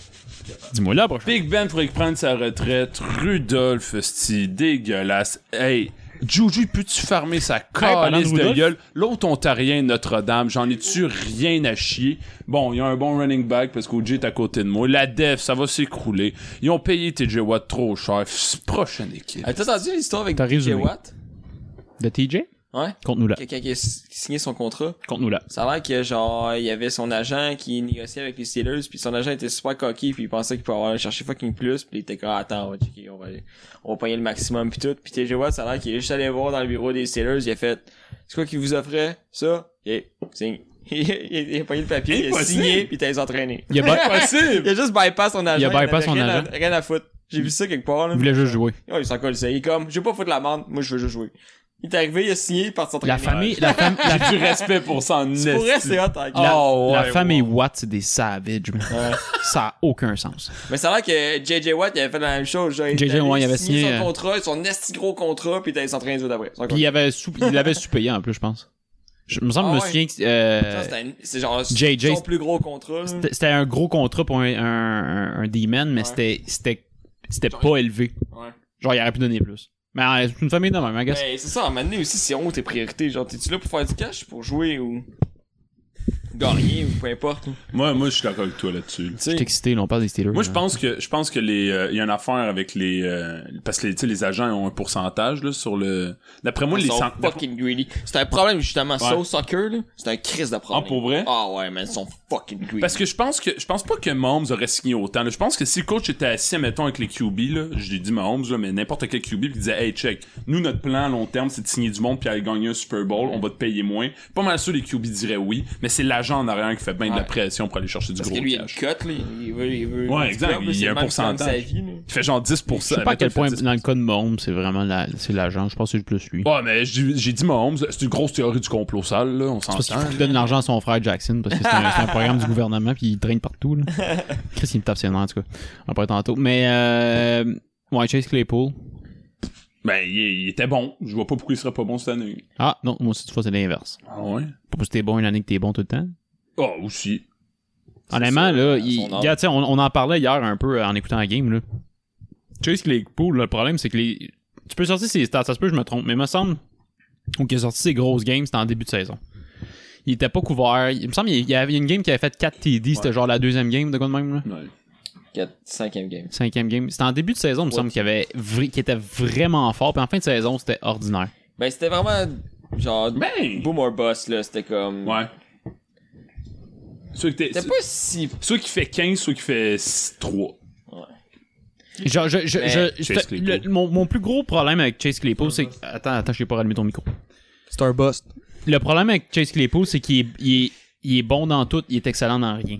[SPEAKER 7] Dis-moi là, prochain.
[SPEAKER 3] Big Ben pourrait prendre sa retraite. Rudolph, sti dégueulasse. Hey, Juju, peux-tu fermer sa
[SPEAKER 7] parlant de
[SPEAKER 3] calice de
[SPEAKER 7] Rudolph.
[SPEAKER 3] gueule? L'autre ontarien, Notre-Dame, j'en ai-tu rien à chier? Bon, il y a un bon running back parce qu'OJ est à côté de moi. La def, ça va s'écrouler. Ils ont payé TJ Watt trop cher. Pff, Prochaine équipe.
[SPEAKER 6] Ah, T'as entendu l'histoire avec
[SPEAKER 7] T'as
[SPEAKER 6] DJ
[SPEAKER 7] résumé.
[SPEAKER 6] Watt?
[SPEAKER 7] De TJ?
[SPEAKER 6] Ouais.
[SPEAKER 7] Compte-nous là.
[SPEAKER 6] Quelqu'un qui a s- signé son contrat.
[SPEAKER 7] Compte-nous là.
[SPEAKER 6] Ça a l'air que genre il y avait son agent qui négociait avec les Steelers, puis son agent était super coquille, puis il pensait qu'il pouvait avoir aller chercher fucking plus, puis il était comme attends, on va checker, on va aller- on va pogner le maximum puis tout. Puis TJ Watt, ça a l'air qu'il est juste allé voir dans le bureau des Steelers, il a fait c'est quoi qu'ils vous offraient ça Yeah, signe. il, a- il a pogné le papier, il a
[SPEAKER 3] Impossible.
[SPEAKER 6] signé, puis il les entraîné.
[SPEAKER 7] Il, a ba-
[SPEAKER 6] Il a juste bypass son agent.
[SPEAKER 7] Il a bypass
[SPEAKER 6] avait
[SPEAKER 7] son
[SPEAKER 6] rien à-
[SPEAKER 7] agent.
[SPEAKER 6] rien à foutre. J'ai vu ça quelque part là.
[SPEAKER 7] il voulait juste jouer.
[SPEAKER 6] Ouais, Ah, il s'en colle, il est comme je veux pas foutre la merde, moi je veux juste jouer. Il est arrivé, il a signé, il est parti s'entraîner.
[SPEAKER 7] La famille, la, fam- la,
[SPEAKER 3] Du respect pour ça, en
[SPEAKER 6] Pour vrai,
[SPEAKER 3] esti.
[SPEAKER 6] c'est hot, hein.
[SPEAKER 7] la,
[SPEAKER 3] Oh,
[SPEAKER 7] la
[SPEAKER 3] ouais,
[SPEAKER 7] famille
[SPEAKER 3] ouais.
[SPEAKER 7] Watt, c'est des savages. man. Ça a aucun sens.
[SPEAKER 6] Mais ça a l'air que JJ Watt il avait fait la même chose. Genre,
[SPEAKER 7] J.J.
[SPEAKER 6] avait
[SPEAKER 7] Watt, il avait
[SPEAKER 6] signé
[SPEAKER 7] signé,
[SPEAKER 6] son
[SPEAKER 7] euh,
[SPEAKER 6] contrat, son esti gros contrat, puis il était s'entraîner les autres d'après. C'est encore-
[SPEAKER 7] Puis il avait sous- il l'avait sous-payé en plus, je pense. Je me semble,
[SPEAKER 6] Ah
[SPEAKER 7] je me
[SPEAKER 6] ouais.
[SPEAKER 7] souviens que
[SPEAKER 6] Ça,
[SPEAKER 7] euh,
[SPEAKER 6] c'était un- C'est genre
[SPEAKER 7] J.J.
[SPEAKER 6] son plus gros contrat. là.
[SPEAKER 7] c'était- c'était un gros contrat pour un, un, un, un D-man, mais
[SPEAKER 6] Ouais.
[SPEAKER 7] c'était c'était c'était
[SPEAKER 6] Genre,
[SPEAKER 7] pas élevé.
[SPEAKER 6] Ouais.
[SPEAKER 7] Genre, il aurait pu donner plus. Mais euh, c'est une famille de même, I guess.
[SPEAKER 6] Mais c'est ça, à un moment donné aussi, c'est honte tes priorités. Genre, t'es-tu là pour faire du cash, pour jouer ou gagner ou peu importe. là.
[SPEAKER 3] Moi, moi, je suis d'accord avec toi là-dessus.
[SPEAKER 7] Je suis excité, là, on parle des Steelers.
[SPEAKER 3] Moi, je
[SPEAKER 7] là.
[SPEAKER 3] pense que je pense que les euh, il y a une affaire avec les euh, parce que les, tu sais, les agents ont un pourcentage là sur le. D'après moi,
[SPEAKER 6] Ils
[SPEAKER 3] les
[SPEAKER 6] sont
[SPEAKER 3] cent- d'après-
[SPEAKER 6] fucking greedy. C'est un problème, justement.
[SPEAKER 3] Ouais.
[SPEAKER 6] ça au soccer, là, c'est un crise de problème.
[SPEAKER 3] pour vrai?
[SPEAKER 6] Ah ouais, mais ils sont fucking greedy.
[SPEAKER 3] parce que je pense que je pense pas que Mahomes aurait signé autant. là. Je pense que si le coach était assis mettons avec les QB là, je l'ai dit Mahomes là, mais n'importe quel QB puis il disait hey check, nous notre plan à long terme c'est de signer du monde puis aller gagner un Super Bowl, on va te payer moins. Pas mal sûr les QB diraient oui, mais c'est l'agent en arrière qui fait bien de la
[SPEAKER 6] Ouais.
[SPEAKER 3] pression pour aller chercher du
[SPEAKER 6] Parce que
[SPEAKER 3] gros
[SPEAKER 6] lui, il a le
[SPEAKER 3] cash.
[SPEAKER 6] cut, là. Il veut, il veut.
[SPEAKER 3] Ouais, exact,
[SPEAKER 6] club, là,
[SPEAKER 3] il
[SPEAKER 6] c'est
[SPEAKER 3] y a
[SPEAKER 6] le
[SPEAKER 3] un
[SPEAKER 6] même qui gagne
[SPEAKER 3] pourcentage.
[SPEAKER 6] sa vie, là.
[SPEAKER 3] Il fait genre 10%.
[SPEAKER 7] Je sais pas à quel
[SPEAKER 3] mettons,
[SPEAKER 7] point,
[SPEAKER 3] il fait
[SPEAKER 7] dans le cas de Mahomes, c'est vraiment la, c'est l'agent. Je pense que c'est plus lui.
[SPEAKER 3] Ouais, mais j'ai j'ai dit Mahomes, là, c'est une grosse théorie du complot sale là, on
[SPEAKER 7] C'est parce qu'il
[SPEAKER 3] s'entend.
[SPEAKER 7] faut qu'il donne l'argent à son frère Jackson parce que c'est un, c'est un programme du gouvernement puis il draine partout. Là. Chris, il me tape ses nerfs, en tout cas. On parle tantôt. Mais, euh, ouais, Chase Claypool.
[SPEAKER 3] Ben, il, il était bon. Je vois pas pourquoi il serait pas bon cette année.
[SPEAKER 7] Ah, non, moi aussi, tu fois, c'est l'inverse.
[SPEAKER 3] Ah ouais?
[SPEAKER 7] Pas parce que t'es bon une année que t'es bon tout le temps.
[SPEAKER 3] Ah, aussi.
[SPEAKER 7] Honnêtement,
[SPEAKER 6] ça,
[SPEAKER 7] là,
[SPEAKER 6] à
[SPEAKER 7] il,
[SPEAKER 6] son âge.
[SPEAKER 7] regarde, tu sais, on, on en parlait hier un peu euh, en écoutant la game, là. Chase Claypool, là, le problème, c'est que les. Tu peux sortir ses stats, ça se peut, je me trompe, mais il me semble ou qu'il a sorti ses grosses games, c'était en début de saison. Il était pas couvert. Il me semble qu'il y avait une game qui avait fait 4 TD, c'était genre la deuxième game, de quoi de même, là.
[SPEAKER 3] Ouais.
[SPEAKER 6] Quatre- Cinquième game.
[SPEAKER 7] Cinquième game. C'était en début de saison, il me semble, qu'il avait vri- qu'il était vraiment fort, puis en fin de saison, c'était ordinaire.
[SPEAKER 6] Ben, c'était vraiment genre
[SPEAKER 3] Ben!
[SPEAKER 6] boom or bust là, c'était comme
[SPEAKER 3] Ouais. Ceux, qui étaient-
[SPEAKER 6] C'était pas si.
[SPEAKER 3] ceux qui fait 15, ceux qui fait s- 3.
[SPEAKER 7] Genre, je, je,
[SPEAKER 6] Mais-
[SPEAKER 7] je-
[SPEAKER 3] Chase
[SPEAKER 7] je-
[SPEAKER 3] Claypool.
[SPEAKER 7] le- mon, mon plus gros problème avec Chase Claypool, c'est que... Attends, attends, je pas rallumé ton micro.
[SPEAKER 8] C'est un bust.
[SPEAKER 7] Le problème avec Chase Claypool, c'est qu'il est, il est, il est bon dans tout, il est excellent dans rien.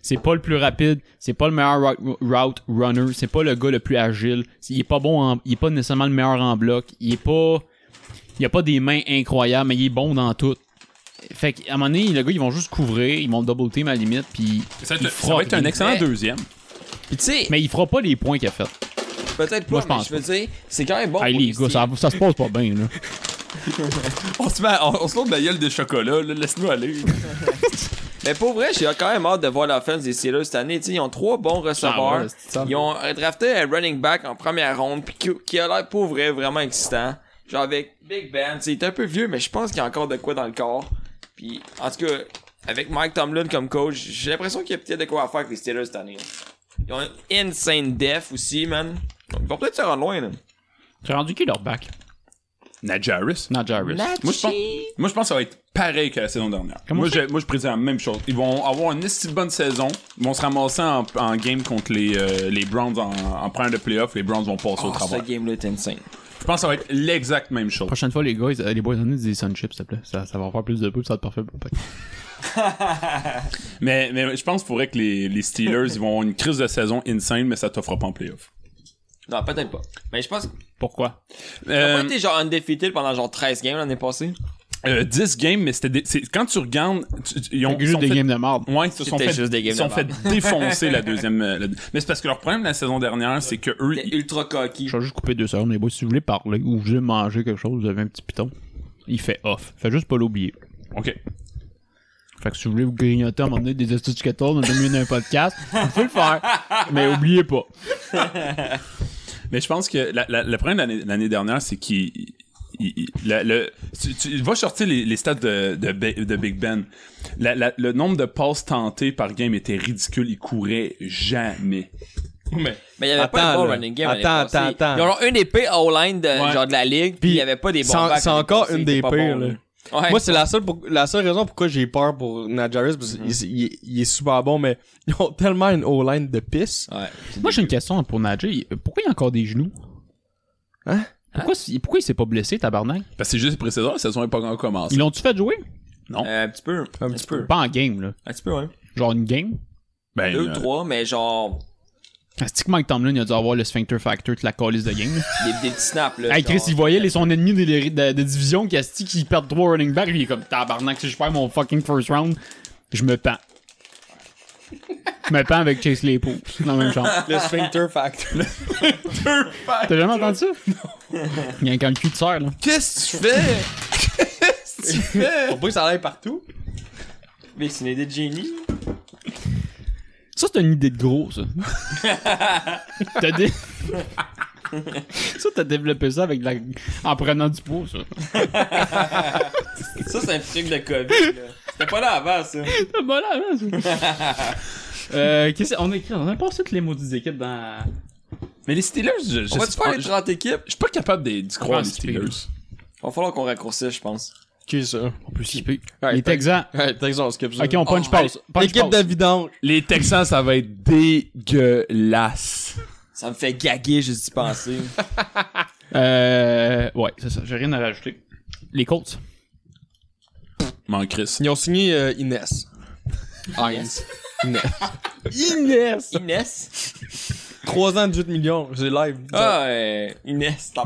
[SPEAKER 7] C'est pas le plus rapide, c'est pas le meilleur rou- route runner, c'est pas le gars le plus agile, c'est- il est pas bon en- il est pas nécessairement le meilleur en bloc, il est pas il a pas des mains incroyables, mais il est bon dans tout. Fait qu'à un moment donné, le gars, ils vont juste couvrir, ils vont le double team à la limite, puis
[SPEAKER 3] Ça,
[SPEAKER 7] il
[SPEAKER 3] va être- ça
[SPEAKER 7] fera
[SPEAKER 3] va être un
[SPEAKER 7] rien.
[SPEAKER 3] excellent
[SPEAKER 6] Mais-
[SPEAKER 3] deuxième.
[SPEAKER 6] Pis tu sais,
[SPEAKER 7] Mais il fera pas les points qu'il a fait.
[SPEAKER 6] peut-être
[SPEAKER 7] Moi,
[SPEAKER 6] pas,
[SPEAKER 7] je
[SPEAKER 6] mais
[SPEAKER 7] pense
[SPEAKER 6] je veux dire, c'est quand même bon.
[SPEAKER 7] Hey,
[SPEAKER 6] pour
[SPEAKER 7] les
[SPEAKER 6] les
[SPEAKER 7] gars, ça, ça se passe pas bien, là.
[SPEAKER 3] On se, met, on, on se l'autre la gueule de chocolat, là, laisse-nous aller.
[SPEAKER 6] Steelers. Mais pour vrai, j'ai quand même hâte de voir l'offense des Steelers cette année. Tu sais, ils ont trois bons
[SPEAKER 7] Ah, ouais,
[SPEAKER 6] receveurs.
[SPEAKER 7] c'est ça.
[SPEAKER 6] Ils ont drafté un running back en première ronde pis qui, qui a l'air pour vrai vraiment excitant. Genre avec Big Ben, tu sais, il est un peu vieux, mais je pense qu'il y a encore de quoi dans le corps. Puis en tout cas, avec Mike Tomlin comme coach, j'ai l'impression qu'il y a peut-être de quoi à faire avec les Steelers cette année. Ils ont une insane def aussi, man. Donc, Ils vont peut-être se rendre loin, là.
[SPEAKER 7] J'ai rendu qui leur back?
[SPEAKER 3] Najaris.
[SPEAKER 7] Not Jarvis.
[SPEAKER 3] Moi je, pense, moi, je pense que ça va être pareil que la saison dernière.
[SPEAKER 7] Comment
[SPEAKER 3] moi,
[SPEAKER 7] ça?
[SPEAKER 3] je, moi, je prédis la même chose. Ils vont avoir une si bonne saison. Ils vont se ramasser en, en game contre les, euh, les Browns en, en première de playoff. Les Browns vont passer au
[SPEAKER 6] Oh,
[SPEAKER 3] travail.
[SPEAKER 6] ce game-là est insane.
[SPEAKER 3] Je pense que ça va être l'exacte même chose.
[SPEAKER 7] Prochaine fois, les gars, euh, les boys, donnez des sun chips, s'il te plaît. Ça, ça va faire plus de pub, ça va être parfait. pour le podcast.
[SPEAKER 3] Mais, mais je pense qu'il faudrait que les, les Steelers ils vont avoir une crise de saison insane, mais ça t'offre pas en playoff.
[SPEAKER 6] Non, peut-être pas. Mais je pense qu'ils
[SPEAKER 7] Pourquoi?
[SPEAKER 6] ont
[SPEAKER 3] Euh,
[SPEAKER 6] pas été genre undefeated pendant genre 13 games l'année passée.
[SPEAKER 3] euh, 10 games, mais c'était des- c'est- quand tu regardes, tu- tu- ils ont, ils
[SPEAKER 7] Juste
[SPEAKER 3] sont
[SPEAKER 7] des
[SPEAKER 3] fait-
[SPEAKER 7] games de marde.
[SPEAKER 3] Ouais, ils se sont
[SPEAKER 6] C'était
[SPEAKER 3] fait,
[SPEAKER 6] juste des games
[SPEAKER 3] ils se sont
[SPEAKER 6] de
[SPEAKER 3] fait défoncer la deuxième. euh, la- Mais c'est parce que leur problème la saison dernière, c'est que eux,
[SPEAKER 6] C'était
[SPEAKER 3] ils-
[SPEAKER 6] ultra cocky.
[SPEAKER 7] Je vais juste couper deux secondes, les boys. Si vous voulez parler ou vous voulez manger quelque chose, vous avez un petit piton. Il fait off. Fait juste pas l'oublier.
[SPEAKER 3] ok,
[SPEAKER 7] Fait que si vous voulez vous grignoter à un moment donné des astuces 14 dans le milieu d'un podcast, vous pouvez le faire. Mais oubliez pas.
[SPEAKER 3] Mais je pense que la, la- le problème de l'année- l'année dernière, c'est qu'il. il- il- la- le, tu, tu- il va sortir les, les stats de, de, Ba- de Big Ben. La- la- le nombre de passes tentées par game était ridicule. Il courait jamais.
[SPEAKER 6] Mais il n'y avait
[SPEAKER 8] Attends,
[SPEAKER 6] pas de bon
[SPEAKER 8] là.
[SPEAKER 6] running game.
[SPEAKER 8] Attends,
[SPEAKER 6] l'année passée.
[SPEAKER 8] attends, attends.
[SPEAKER 6] Ils ont une épée all-line de,
[SPEAKER 3] Ouais.
[SPEAKER 6] genre de la ligue, puis
[SPEAKER 8] Puis
[SPEAKER 6] il n'y avait pas des bons
[SPEAKER 8] c'est en-
[SPEAKER 6] backs
[SPEAKER 8] c'est
[SPEAKER 6] l'année
[SPEAKER 8] encore
[SPEAKER 6] passée,
[SPEAKER 8] une des
[SPEAKER 6] c'était pas
[SPEAKER 8] pires,
[SPEAKER 6] bon,
[SPEAKER 8] là.
[SPEAKER 6] Ouais.
[SPEAKER 8] Moi, c'est la seule, pour- la seule raison pourquoi j'ai peur pour Najaris, parce qu'il il- il est super bon, mais ils ont tellement une O-line de pisse.
[SPEAKER 6] Ouais.
[SPEAKER 7] Moi, j'ai une question pour Najee. Pourquoi il y a encore des genoux?
[SPEAKER 8] Hein?
[SPEAKER 7] Pourquoi, c'est- pourquoi il s'est pas blessé, tabarnak?
[SPEAKER 3] Parce que c'est juste les précédents, la saison n'est pas encore commencée.
[SPEAKER 7] Ils l'ont-tu fait jouer?
[SPEAKER 6] Euh, un petit peu. Un petit peu.
[SPEAKER 7] Pas en game, là.
[SPEAKER 6] Un petit peu, ouais.
[SPEAKER 7] Genre une game?
[SPEAKER 3] Ben,
[SPEAKER 6] Deux ou
[SPEAKER 3] euh,
[SPEAKER 6] trois, mais genre
[SPEAKER 7] Est-ce que Mike Tomlin il a dû avoir le sphincter factor de la calice de game? là?
[SPEAKER 6] des, des petits snaps, là.
[SPEAKER 7] Hey Chris,
[SPEAKER 6] genre.
[SPEAKER 7] il voyait les- son ennemi de, de- de division qui a stick, qui perd trois running backs, lui il est comme tabarnak, si je perds mon fucking first round, je me pends. Je me pends avec Chase Claypool dans la même chambre.
[SPEAKER 8] Le sphincter factor.
[SPEAKER 7] T'as jamais entendu ça? Il y a un calcul de serre, là.
[SPEAKER 8] Qu'est-ce que tu fais? Faut pas que ça aille partout.
[SPEAKER 6] Mais c'est une idée de génie.
[SPEAKER 7] Ça, c'est une idée de gros, ça. t'as dé- ça, t'as développé ça avec de la... en prenant du poids, ça.
[SPEAKER 6] Ça, c'est un petit truc de COVID, là. C'était pas là avant, ça.
[SPEAKER 7] T'as pas là, hein, ça. euh, qu'est-ce qu'on a écrit? On a passé toutes les maudites équipes dans.
[SPEAKER 3] Mais les Steelers, je, je,
[SPEAKER 6] On va-tu
[SPEAKER 3] sais
[SPEAKER 6] faire
[SPEAKER 3] pas,
[SPEAKER 6] les
[SPEAKER 3] je-
[SPEAKER 6] 30 équipes?
[SPEAKER 3] je suis pas capable d'y d'y croire, les
[SPEAKER 7] pense qu'ils-
[SPEAKER 3] Steelers.
[SPEAKER 6] Va falloir qu'on raccourcisse, je pense.
[SPEAKER 8] Qu'est-ce ça?
[SPEAKER 7] On peut skipper.
[SPEAKER 8] Ouais,
[SPEAKER 7] les
[SPEAKER 8] t'as-
[SPEAKER 7] Texans.
[SPEAKER 8] Ouais, t'as raison, on skip ça.
[SPEAKER 7] Ok, on punch passe. Punch
[SPEAKER 8] Équipe de
[SPEAKER 7] passe.
[SPEAKER 8] vidange.
[SPEAKER 3] Les Texans, ça va être dégueulasse.
[SPEAKER 6] Ça me fait gaguer juste d'y penser.
[SPEAKER 7] Euh, ouais, c'est ça. J'ai rien à rajouter. Les Colts.
[SPEAKER 3] Mon Chris.
[SPEAKER 8] Ils ont signé euh, Inès.
[SPEAKER 6] Inès.
[SPEAKER 7] Inès!
[SPEAKER 6] Inès?
[SPEAKER 8] 3 ans, 18 millions. C'est live.
[SPEAKER 6] Ah, ouais. Inès, t'as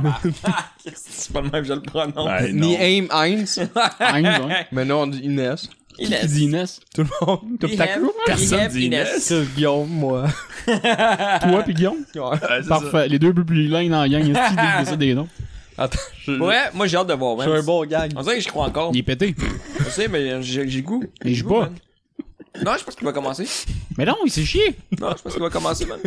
[SPEAKER 6] C'est pas le même, je le prononce.
[SPEAKER 3] Ouais, non.
[SPEAKER 8] Ni aim, Heinz.
[SPEAKER 7] Inès, ouais.
[SPEAKER 8] mais non, on dit Inès.
[SPEAKER 7] Qui dit Inès?
[SPEAKER 8] Tout le monde.
[SPEAKER 7] T'as ta crew?
[SPEAKER 3] Personne dit
[SPEAKER 8] C'est Guillaume, moi.
[SPEAKER 7] Toi pis Guillaume?
[SPEAKER 3] Ouais, c'est ça.
[SPEAKER 7] Parfait. Les deux plus plus lingues dans la gang. Est-ce qu'ils disent ça des noms?
[SPEAKER 8] Attends, je...
[SPEAKER 6] Ouais, moi j'ai hâte de voir,
[SPEAKER 8] je suis un
[SPEAKER 6] man.
[SPEAKER 8] bon gag.
[SPEAKER 6] On dirait que je crois encore.
[SPEAKER 7] Il est pété.
[SPEAKER 6] Je sais, mais j'ai j'ai goût.
[SPEAKER 7] Il
[SPEAKER 6] J'ai
[SPEAKER 7] joue
[SPEAKER 6] goût,
[SPEAKER 7] pas.
[SPEAKER 6] man. Non, je pense qu'il va commencer.
[SPEAKER 7] Mais non, il s'est chié.
[SPEAKER 6] Non, je pense qu'il va commencer, man.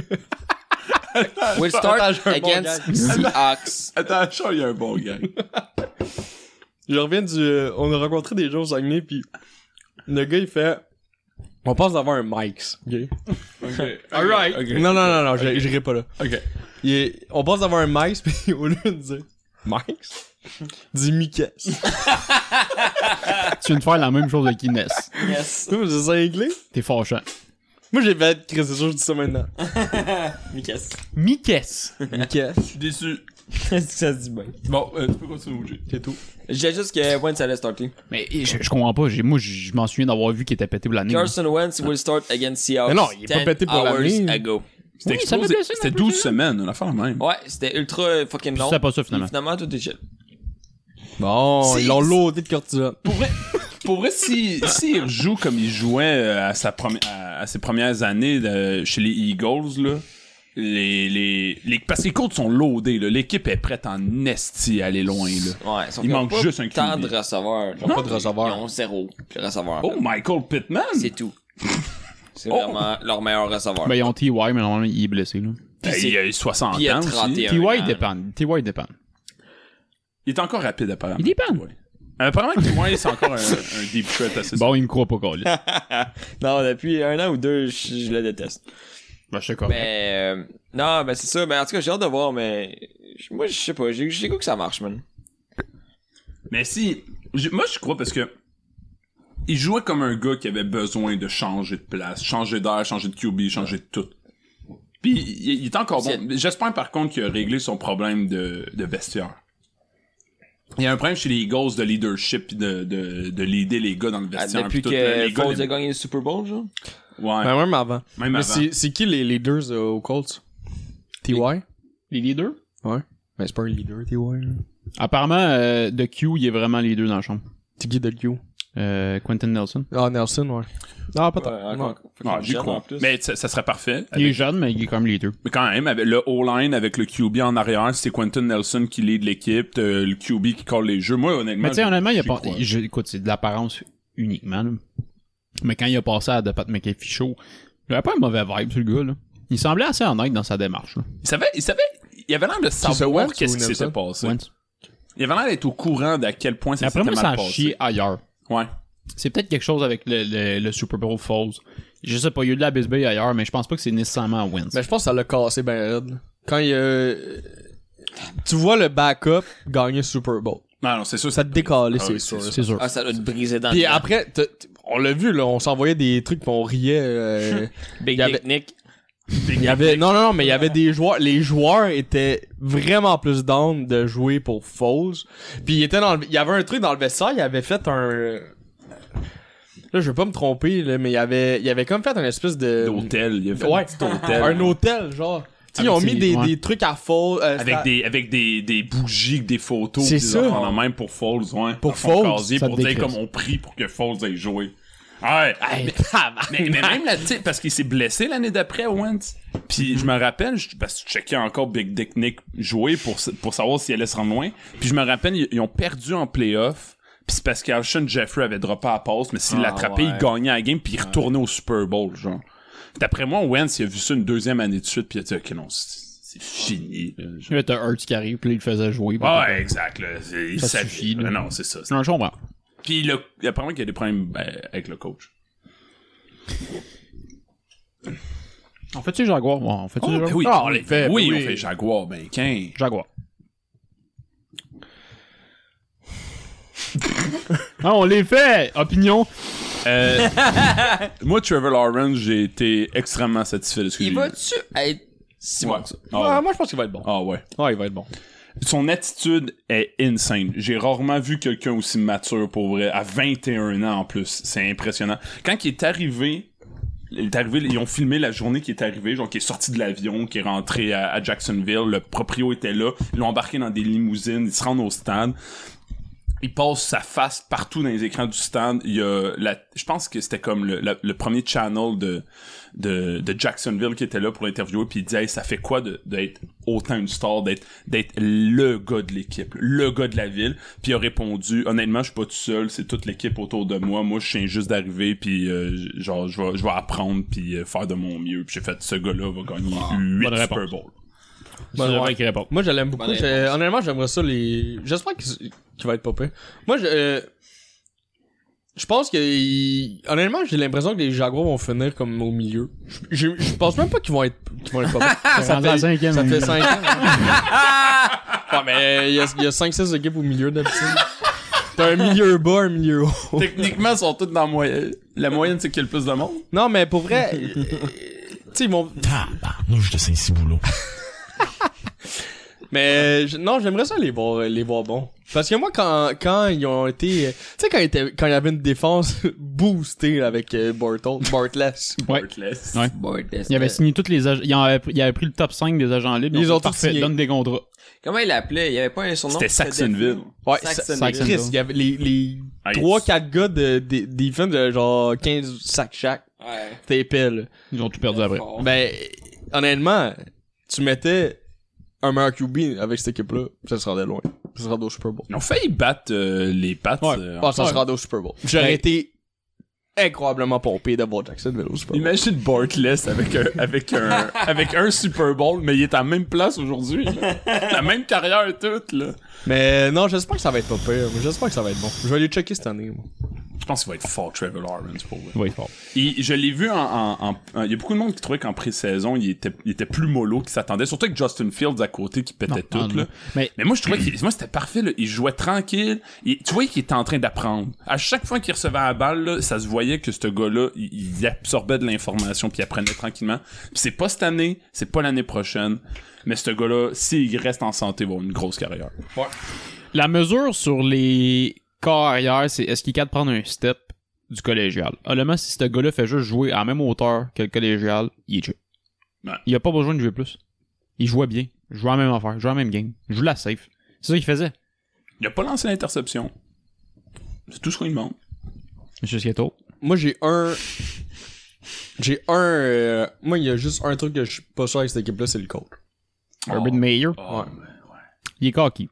[SPEAKER 6] We'll start
[SPEAKER 8] un bon
[SPEAKER 6] against Seahawks.
[SPEAKER 3] Attends, Charles, il y a un bon gars.
[SPEAKER 8] Je reviens du. euh, on a rencontré des gens au Saguenay, puis le gars, il fait. On pense d'avoir un Mike's. ok?
[SPEAKER 7] Alright.
[SPEAKER 8] Non, non, non, non, je- j'irai pas là.
[SPEAKER 3] Ok.
[SPEAKER 8] Il est- on pense d'avoir un Mike's, puis au lieu de dire Mike's, Dis Mikas.
[SPEAKER 7] Tu viens de faire la même chose avec Inès.
[SPEAKER 6] Yes.
[SPEAKER 8] Moi, j'ai cinglé.
[SPEAKER 7] T'es fâchant.
[SPEAKER 8] Moi, j'ai fait, Chris, c'est sûr que je dis ça maintenant.
[SPEAKER 6] Mikas.
[SPEAKER 7] Mikes.
[SPEAKER 8] Mikas.
[SPEAKER 3] Je suis déçu.
[SPEAKER 6] Est-ce que ça se dit bien?
[SPEAKER 3] Bon, euh, tu peux continuer à bouger. C'est tout.
[SPEAKER 6] Je disais juste que Wentz allait starter.
[SPEAKER 7] Mais je, je comprends pas. j'ai- Moi, je je m'en souviens d'avoir vu qu'il était pété pour l'année.
[SPEAKER 6] Carson Wentz will start against Seahawks.
[SPEAKER 8] Mais non, il est pas
[SPEAKER 6] 10
[SPEAKER 8] pété pour la
[SPEAKER 6] hours
[SPEAKER 8] ligne.
[SPEAKER 6] ago.
[SPEAKER 3] C'était
[SPEAKER 7] Oui, ça m'a
[SPEAKER 3] explosé.
[SPEAKER 7] blessé,
[SPEAKER 3] C'était
[SPEAKER 7] non plus,
[SPEAKER 3] 12
[SPEAKER 7] ça.
[SPEAKER 3] semaines, une affaire de même.
[SPEAKER 6] Ouais, c'était ultra euh, fucking long.
[SPEAKER 7] C'est pas ça, finalement.
[SPEAKER 6] Et Finalement, tout est chill.
[SPEAKER 8] Bon,
[SPEAKER 3] Si-
[SPEAKER 8] ils l'ont loadé de cortisone.
[SPEAKER 3] Pour vrai, pour vrai si, si il rejoue comme il jouait euh, à, sa premi- à, à ses premières années de- chez les Eagles, là, les, les, les, parce que les Colts sont loadés, là. L'équipe est prête en esti à aller loin, là.
[SPEAKER 6] Ouais, ils sont
[SPEAKER 3] Il
[SPEAKER 6] ils ont
[SPEAKER 3] manque
[SPEAKER 6] pas
[SPEAKER 3] juste un QB.
[SPEAKER 6] Tant de receveurs. Ils ont
[SPEAKER 3] Non.
[SPEAKER 8] Pas de
[SPEAKER 6] Ils
[SPEAKER 8] receveur.
[SPEAKER 6] ont zéro de receveurs.
[SPEAKER 3] Oh, Michael Pittman!
[SPEAKER 6] C'est tout. C'est
[SPEAKER 3] Oh.
[SPEAKER 6] vraiment leur meilleur receveur.
[SPEAKER 7] Ben, ils ont TY, mais normalement, il est blessé, là.
[SPEAKER 3] Ben,
[SPEAKER 6] Puis
[SPEAKER 3] il a eu 60
[SPEAKER 6] puis il a
[SPEAKER 3] ans aussi.
[SPEAKER 6] 31.
[SPEAKER 7] TY,
[SPEAKER 6] un
[SPEAKER 7] il
[SPEAKER 6] an.
[SPEAKER 7] dépanne. TY, il dépanne.
[SPEAKER 3] Il est encore rapide, apparemment.
[SPEAKER 7] Il dépanne.
[SPEAKER 3] Ouais. Apparemment que moi, c'est encore un, un deep threat assez
[SPEAKER 7] Bon, il me croit pas, Carlis.
[SPEAKER 6] non, depuis un an ou deux, je, je le déteste.
[SPEAKER 7] ben, je sais quoi.
[SPEAKER 6] Mais euh, non, ben c'est ça. Ben en tout cas, j'ai hâte de voir, mais je- moi je sais pas, j'ai j'ai goût que ça marche, man.
[SPEAKER 3] Mais si, je- moi je crois parce que il jouait comme un gars qui avait besoin de changer de place, changer d'air, changer de QB, changer de tout. Puis il, il est encore bon. J'espère par contre qu'il a réglé son problème de, de vestiaire. Il y a un problème chez les Eagles de leadership pis de, de, de l'aider les gars dans le
[SPEAKER 6] Ah,
[SPEAKER 3] vestiaire.
[SPEAKER 6] depuis
[SPEAKER 3] pis tout, là,
[SPEAKER 6] que
[SPEAKER 3] les gars,
[SPEAKER 6] Foles
[SPEAKER 3] les-
[SPEAKER 6] a gagné le Super Bowl, genre.
[SPEAKER 3] Ouais,
[SPEAKER 7] Ah,
[SPEAKER 8] Ben, même avant.
[SPEAKER 3] même
[SPEAKER 8] Mais
[SPEAKER 3] avant.
[SPEAKER 8] c'est c'est qui les leaders euh, aux Colts? TY?
[SPEAKER 7] Les leaders?
[SPEAKER 8] Ben, c'est pas un leader, TY. là.
[SPEAKER 7] Apparemment, euh, de Q, il est vraiment les deux dans la chambre.
[SPEAKER 8] C'est qui de Q?
[SPEAKER 7] Euh, Quentin Nelson.
[SPEAKER 8] Ah, Nelson, ouais. Ah, peut-être.
[SPEAKER 6] Ouais,
[SPEAKER 8] Ouais.
[SPEAKER 6] encore. Faut
[SPEAKER 3] Ouais,
[SPEAKER 6] qu'on
[SPEAKER 3] j'y
[SPEAKER 6] gère, en
[SPEAKER 3] crois.
[SPEAKER 6] plus.
[SPEAKER 3] Mais ça, ça serait parfait.
[SPEAKER 7] Il est
[SPEAKER 3] Avec-
[SPEAKER 7] jeune, mais il est quand même les deux.
[SPEAKER 3] Mais quand même, avec le O-line avec le QB en arrière, c'est Quentin Nelson qui lead l'équipe, t'as le QB qui colle les jeux. Moi, honnêtement.
[SPEAKER 7] Mais tu sais,
[SPEAKER 3] je-
[SPEAKER 7] honnêtement, il a
[SPEAKER 3] j'y
[SPEAKER 7] pas.
[SPEAKER 3] crois.
[SPEAKER 7] je- écoute, c'est de l'apparence uniquement, là. Mais quand il a passé à The Pat McAfee Show, il avait pas un mauvais vibe, ce gars, là. Il semblait assez honnête dans sa démarche, là.
[SPEAKER 3] Il savait, il savait, il avait l'air de
[SPEAKER 8] ça,
[SPEAKER 3] savoir
[SPEAKER 8] Wentz
[SPEAKER 3] qu'est-ce
[SPEAKER 8] ou
[SPEAKER 3] qui s'était passé.
[SPEAKER 7] Wentz.
[SPEAKER 3] Il avait l'air d'être au courant d'à quel point
[SPEAKER 7] Mais
[SPEAKER 3] ça
[SPEAKER 7] après
[SPEAKER 3] s'était
[SPEAKER 7] moi, ça
[SPEAKER 3] mal
[SPEAKER 7] a
[SPEAKER 3] passé.
[SPEAKER 7] chié ailleurs.
[SPEAKER 3] Ouais.
[SPEAKER 7] C'est peut-être quelque chose avec le, le- le Super Bowl Falls. Je sais pas, il y a eu de la bisbille ailleurs, mais je pense pas que c'est nécessairement à Wentz.
[SPEAKER 8] Ben, je pense que ça l'a cassé ben raide. là. Quand il euh, Tu vois le backup gagner le Super Bowl.
[SPEAKER 3] Non, non, c'est sûr.
[SPEAKER 8] Ça te décalait,
[SPEAKER 3] Ah
[SPEAKER 8] c'est
[SPEAKER 3] oui,
[SPEAKER 8] sûr.
[SPEAKER 3] c'est
[SPEAKER 8] là.
[SPEAKER 7] c'est sûr.
[SPEAKER 6] Ah, ça doit te briser dans
[SPEAKER 8] Puis
[SPEAKER 6] le
[SPEAKER 8] après, t'as- t- on l'a vu, là, on s'envoyait des trucs pis on riait. euh,
[SPEAKER 6] Big
[SPEAKER 8] il y avait-
[SPEAKER 6] Dick Nick.
[SPEAKER 8] il y avait, non, non, non, mais il y avait des joueurs. Les joueurs étaient vraiment plus down de jouer pour Foles. Puis il était dans le- il y avait un truc dans le vestiaire, il avait fait un. Là, je veux pas me tromper, là, mais il avait, il avait comme fait un espèce de.
[SPEAKER 3] L'hôtel, il a fait
[SPEAKER 8] Ouais.
[SPEAKER 3] un petit hôtel.
[SPEAKER 8] Un hôtel, genre. Tu sais, ils
[SPEAKER 7] Ah,
[SPEAKER 8] ont
[SPEAKER 7] mais
[SPEAKER 8] mis
[SPEAKER 7] c'est-
[SPEAKER 8] des,
[SPEAKER 7] ouais.
[SPEAKER 8] des trucs à Foles. euh,
[SPEAKER 3] Avec
[SPEAKER 8] ça-
[SPEAKER 3] des, avec des, des bougies, des photos.
[SPEAKER 8] C'est
[SPEAKER 3] pis des
[SPEAKER 8] ça.
[SPEAKER 3] affaires de même pour Falls, ouais.
[SPEAKER 8] Pour
[SPEAKER 3] Falls.
[SPEAKER 8] Foles,
[SPEAKER 7] ça
[SPEAKER 3] pour
[SPEAKER 7] te
[SPEAKER 3] dire
[SPEAKER 7] décrisse.
[SPEAKER 3] comme on prie pour que Falls aille jouer. Ouais. mais, mais- mais même là, tu sais, parce qu'il s'est blessé l'année d'après, Wentz. Puis je me rappelle, je, parce que je checkais encore Big Dick Nick jouer pour, s- pour savoir s'il allait se rendre loin. Puis je me rappelle, ils, ils ont perdu en playoff. Puis c'est parce qu'Alshon Jeffrey avait droppé à la passe, mais s'il l'attrapait, il gagnait la game, puis il retournait au Super Bowl, genre. D'après moi, Wentz, il a vu ça une deuxième année de suite, puis il a dit, OK, non, c'est c'est fini. là. Je-
[SPEAKER 7] Là, t'as Hurts qui arrive, puis là, il le faisait jouer. puis
[SPEAKER 3] Ah, Ouais,
[SPEAKER 7] t'as-
[SPEAKER 3] exact. Là. C'est- Il
[SPEAKER 7] Ça
[SPEAKER 3] savait.
[SPEAKER 7] suffit, là.
[SPEAKER 3] Non, non, c'est ça. c'est-
[SPEAKER 7] Non, je comprends.
[SPEAKER 3] Puis le, apparemment qu'il y a des problèmes ben, avec le coach.
[SPEAKER 7] On fait-tu Jaguar? Ouais, on fait-tu
[SPEAKER 3] Oh, ben
[SPEAKER 7] Jaguar?
[SPEAKER 3] oui,
[SPEAKER 8] Ah,
[SPEAKER 3] on
[SPEAKER 8] on
[SPEAKER 3] les
[SPEAKER 8] les
[SPEAKER 3] fait.
[SPEAKER 8] fait,
[SPEAKER 3] Oui,
[SPEAKER 8] ben
[SPEAKER 3] on
[SPEAKER 8] oui.
[SPEAKER 3] fait Jaguar, ben qu'un.
[SPEAKER 7] Jaguar. Ah, on les fait! Opinion.
[SPEAKER 3] Euh, moi, Trevor Lawrence, j'ai été extrêmement satisfait de ce que
[SPEAKER 6] Il
[SPEAKER 3] j'ai vu.
[SPEAKER 6] va-tu être si
[SPEAKER 3] Ouais.
[SPEAKER 6] bon que ça?
[SPEAKER 3] Ah,
[SPEAKER 8] Ah,
[SPEAKER 3] ouais.
[SPEAKER 8] moi, je pense qu'il va être bon.
[SPEAKER 3] Ah ouais.
[SPEAKER 8] Ouais, il va être bon.
[SPEAKER 3] Son attitude est insane. J'ai rarement vu quelqu'un aussi mature pour vrai, à 21 ans en plus. C'est impressionnant. Quand il est arrivé, il est arrivé, ils ont filmé la journée qui est arrivée, genre qui est sorti de l'avion, qui est rentré à, à Jacksonville, le proprio était là, ils l'ont embarqué dans des limousines, ils se rendent au stade. Il passe sa face partout dans les écrans du stade. Il y a la, je pense que c'était comme le, la- le premier channel de, de, de Jacksonville qui était là pour l'interviewer, puis il disait, Hey, ça fait quoi de- d'être autant une star, d'être, d'être le gars de l'équipe, le gars de la ville. Puis il a répondu, honnêtement, je suis pas tout seul, c'est toute l'équipe autour de moi. Moi, je viens juste d'arriver, puis euh, j- genre, je vais, je vais apprendre, puis euh, faire de mon mieux. Puis j'ai fait, ce gars-là va gagner 8
[SPEAKER 7] bonne
[SPEAKER 3] Super
[SPEAKER 7] réponse.
[SPEAKER 3] Bowl.
[SPEAKER 7] C'est vrai qu'il répond.
[SPEAKER 8] Moi, je l'aime beaucoup.
[SPEAKER 6] Bonne
[SPEAKER 8] J'ai- Honnêtement, j'aimerais ça les. J'espère qu'il qu'il va être popé. Moi, je. euh, Je pense que. il- Honnêtement, j'ai l'impression que les Jaguars vont finir comme au milieu. Je- Je hein. je pense même pas qu'ils vont être, qu'ils vont être popés.
[SPEAKER 7] Ça fait 5
[SPEAKER 8] Ça fait 5 ans. hein. Ouais, mais il y a, il y a 5-6 équipes au milieu d'habitude. T'as un milieu bas, un milieu haut.
[SPEAKER 3] Techniquement, ils sont tous dans la moyenne. La moyenne, c'est qu'il y a le plus de monde.
[SPEAKER 8] Non, mais pour vrai, euh, tu sais, ils vont.
[SPEAKER 9] Tabarnouche de Saint-Ciboulot.
[SPEAKER 8] Mais je- non, j'aimerais ça les voir, les voir bons. Parce que moi, quand, quand ils ont été, euh, tu sais, quand, ils étaient- quand il y avait une défense boostée avec euh, Bartol, Bartless,
[SPEAKER 7] Ouais.
[SPEAKER 3] Heartless.
[SPEAKER 7] Ouais. Il avait signé toutes les agents. Il, en avait, pris- il avait pris le top 5 des agents libres.
[SPEAKER 8] Ils
[SPEAKER 7] donc
[SPEAKER 8] ont tous
[SPEAKER 7] parfait,
[SPEAKER 8] signé.
[SPEAKER 7] Donne des contrats.
[SPEAKER 6] Comment il l'appelait Il y avait pas un surnom.
[SPEAKER 3] C'était Saxonville.
[SPEAKER 8] ouais,
[SPEAKER 6] Saxon
[SPEAKER 8] ça
[SPEAKER 7] Hill.
[SPEAKER 8] Chris, il y avait les, les
[SPEAKER 3] Ah,
[SPEAKER 8] 3-4 gars de, des des films de genre 15 sacs chaque,
[SPEAKER 6] Ouais.
[SPEAKER 8] c'était épais, là.
[SPEAKER 7] Ils ont tout perdu après.
[SPEAKER 6] Fort.
[SPEAKER 8] Ben, honnêtement, tu mettais un meilleur QB avec cette équipe-là, ça se rendait loin. Ça se rendait au Super Bowl.
[SPEAKER 3] Ils ont failli battre euh, les pattes.
[SPEAKER 7] Ouais.
[SPEAKER 3] euh,
[SPEAKER 8] Ah, ça se
[SPEAKER 7] ouais.
[SPEAKER 8] rendait au Super Bowl. J'aurais
[SPEAKER 7] Ben-
[SPEAKER 8] été incroyablement pompé d'avoir Jacksonville au Super Bowl.
[SPEAKER 3] Imagine Bartless avec un, avec un, avec un Super Bowl, mais il est à la même place aujourd'hui. là. La même carrière et tout, là.
[SPEAKER 8] Mais non, j'espère que ça va être pas pire. mais J'espère que ça va être bon. Je vais aller checker cette année. Moi.
[SPEAKER 3] Je pense qu'il va être fort, Trevor Lawrence, pour vrai.
[SPEAKER 7] Oui, fort.
[SPEAKER 3] Et je l'ai vu en, en- en- en- Il y a beaucoup de monde qui trouvait qu'en pré-saison, il était, il était plus mollo, qu'il s'attendait. Surtout avec Justin Fields à côté qui pétait
[SPEAKER 7] Non,
[SPEAKER 3] tout,
[SPEAKER 7] non,
[SPEAKER 3] là.
[SPEAKER 7] non. Mais
[SPEAKER 3] Mais moi, je trouvais que moi, c'était parfait. Là. Il jouait tranquille. Il- tu voyais qu'il était en train d'apprendre. À chaque fois qu'il recevait la balle, là, ça se voyait que ce gars-là, il, il absorbait de l'information puis il apprenait tranquillement. Puis c'est pas cette année, c'est pas l'année prochaine. Mais ce gars-là, s'il reste en santé, va avoir une grosse carrière.
[SPEAKER 7] la mesure sur les corps arrière, c'est est-ce qu'il est capable de prendre un step du collégial? Honnêtement, si ce gars-là fait juste jouer à la même hauteur que le collégial, il est chill.
[SPEAKER 3] Ouais.
[SPEAKER 7] Il a pas besoin de jouer plus. Il jouait bien. Il jouait la même affaire. Il jouait la même game. Il jouait la safe. C'est ça qu'il faisait.
[SPEAKER 3] Il a pas lancé l'interception. C'est tout ce qu'on lui demande.
[SPEAKER 7] Monsieur Sketo.
[SPEAKER 8] Moi, j'ai un. J'ai un. euh, Moi, il y a juste un truc que je suis pas sûr avec cette équipe-là, c'est le coach.
[SPEAKER 7] Urban Meyer.
[SPEAKER 3] Oh,
[SPEAKER 7] Il est cocky.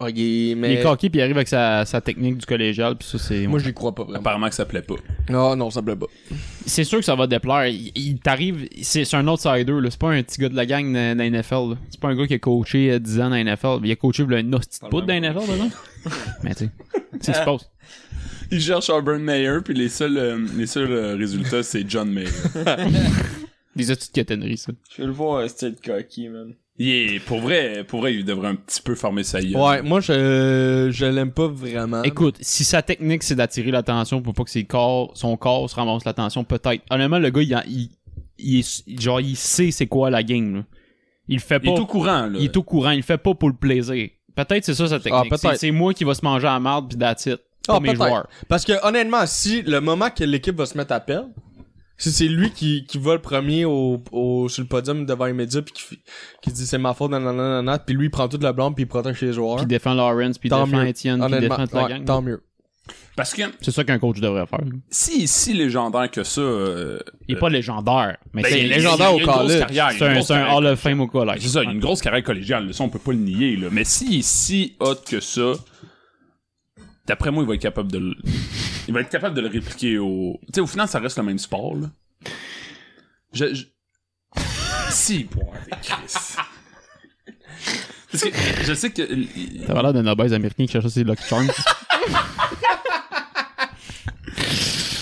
[SPEAKER 8] Ah, il est-
[SPEAKER 7] Il est
[SPEAKER 8] mais...
[SPEAKER 7] cocky puis il arrive avec sa, sa technique du collégial puis ça c'est.
[SPEAKER 8] Moi, j'y crois pas vraiment.
[SPEAKER 3] Apparemment que ça plaît pas.
[SPEAKER 8] Non, non, ça me plaît pas.
[SPEAKER 7] C'est sûr que ça va déplaire. Il, il t'arrive, c'est c'est un outsider là. C'est pas un petit gars de la gang dans la NFL. là. C'est pas un gars qui a coaché euh, 10 ans dans la NFL. Il a coaché le hostie de poudre dans la NFL, par exemple. Mais tu sais, c'est
[SPEAKER 3] Euh.
[SPEAKER 7] ce qui se passe.
[SPEAKER 3] Il cherche Urban Meyer puis les seuls, euh, les seuls euh, résultats, c'est John Mayer.
[SPEAKER 7] Des études de catégorie, ça.
[SPEAKER 6] Je veux le voir, euh, style coquille, man.
[SPEAKER 3] Il est- pour vrai, pour vrai, il devrait un petit peu former sa gueule.
[SPEAKER 8] Ouais, moi, je, je l'aime pas vraiment.
[SPEAKER 3] Ah,
[SPEAKER 7] Écoute, si sa technique c'est d'attirer l'attention pour pas que ses corps, son corps se ramasse l'attention, peut-être. Honnêtement, le gars, il, en- il, il est- genre, il sait c'est quoi la game. là. Il le fait pas.
[SPEAKER 3] Il est au courant, là.
[SPEAKER 7] Il est au courant, il le fait pas pour le plaisir. Peut-être c'est ça sa technique.
[SPEAKER 8] Ah, peut-être.
[SPEAKER 7] C'est- c'est moi qui va se manger à la marde pis that's it. Pas
[SPEAKER 8] Ah,
[SPEAKER 7] mes
[SPEAKER 8] peut-être.
[SPEAKER 7] joueurs.
[SPEAKER 8] Parce que honnêtement, si le moment que l'équipe va se mettre à perdre, si c'est lui qui, qui va le premier au, au- sur le podium devant les médias puis qui, fi- qui dit c'est ma faute, nanana, nanana, puis lui il prend toute la blâme puis il protège les joueurs.
[SPEAKER 7] Puis il défend Lawrence, puis il
[SPEAKER 8] tant
[SPEAKER 7] défend
[SPEAKER 8] mieux.
[SPEAKER 7] Etienne, puis il
[SPEAKER 8] honnêtement,
[SPEAKER 7] défend toute la
[SPEAKER 8] ouais,
[SPEAKER 7] gang.
[SPEAKER 8] tant mieux.
[SPEAKER 3] Parce que
[SPEAKER 7] C'est ça qu'un coach devrait faire.
[SPEAKER 3] si, si légendaire que ça, euh,
[SPEAKER 7] Il est pas légendaire, mais
[SPEAKER 3] ben, il-
[SPEAKER 7] c'est
[SPEAKER 3] il-
[SPEAKER 8] légendaire
[SPEAKER 3] il-
[SPEAKER 8] au
[SPEAKER 3] il a une grosse
[SPEAKER 8] college.
[SPEAKER 3] carrière, il
[SPEAKER 7] c'est
[SPEAKER 3] a une
[SPEAKER 7] un,
[SPEAKER 3] grosse
[SPEAKER 7] c'est un
[SPEAKER 3] carrière.
[SPEAKER 7] Hall of Fame au
[SPEAKER 3] Ouais,
[SPEAKER 7] collège.
[SPEAKER 3] C'est ça, il a une grosse carrière collégiale, ça on peut pas le nier, là. Mais s'il est si hot que ça, d'après moi, il va être capable de le... Il va être capable de le répliquer au. Tu sais, au final, ça reste le même sport, là. Je. je- si, pour des Chris. Parce que je sais que. il-
[SPEAKER 7] T'avais l'air d'un obèse américain qui cherchait ses Lucky Charms.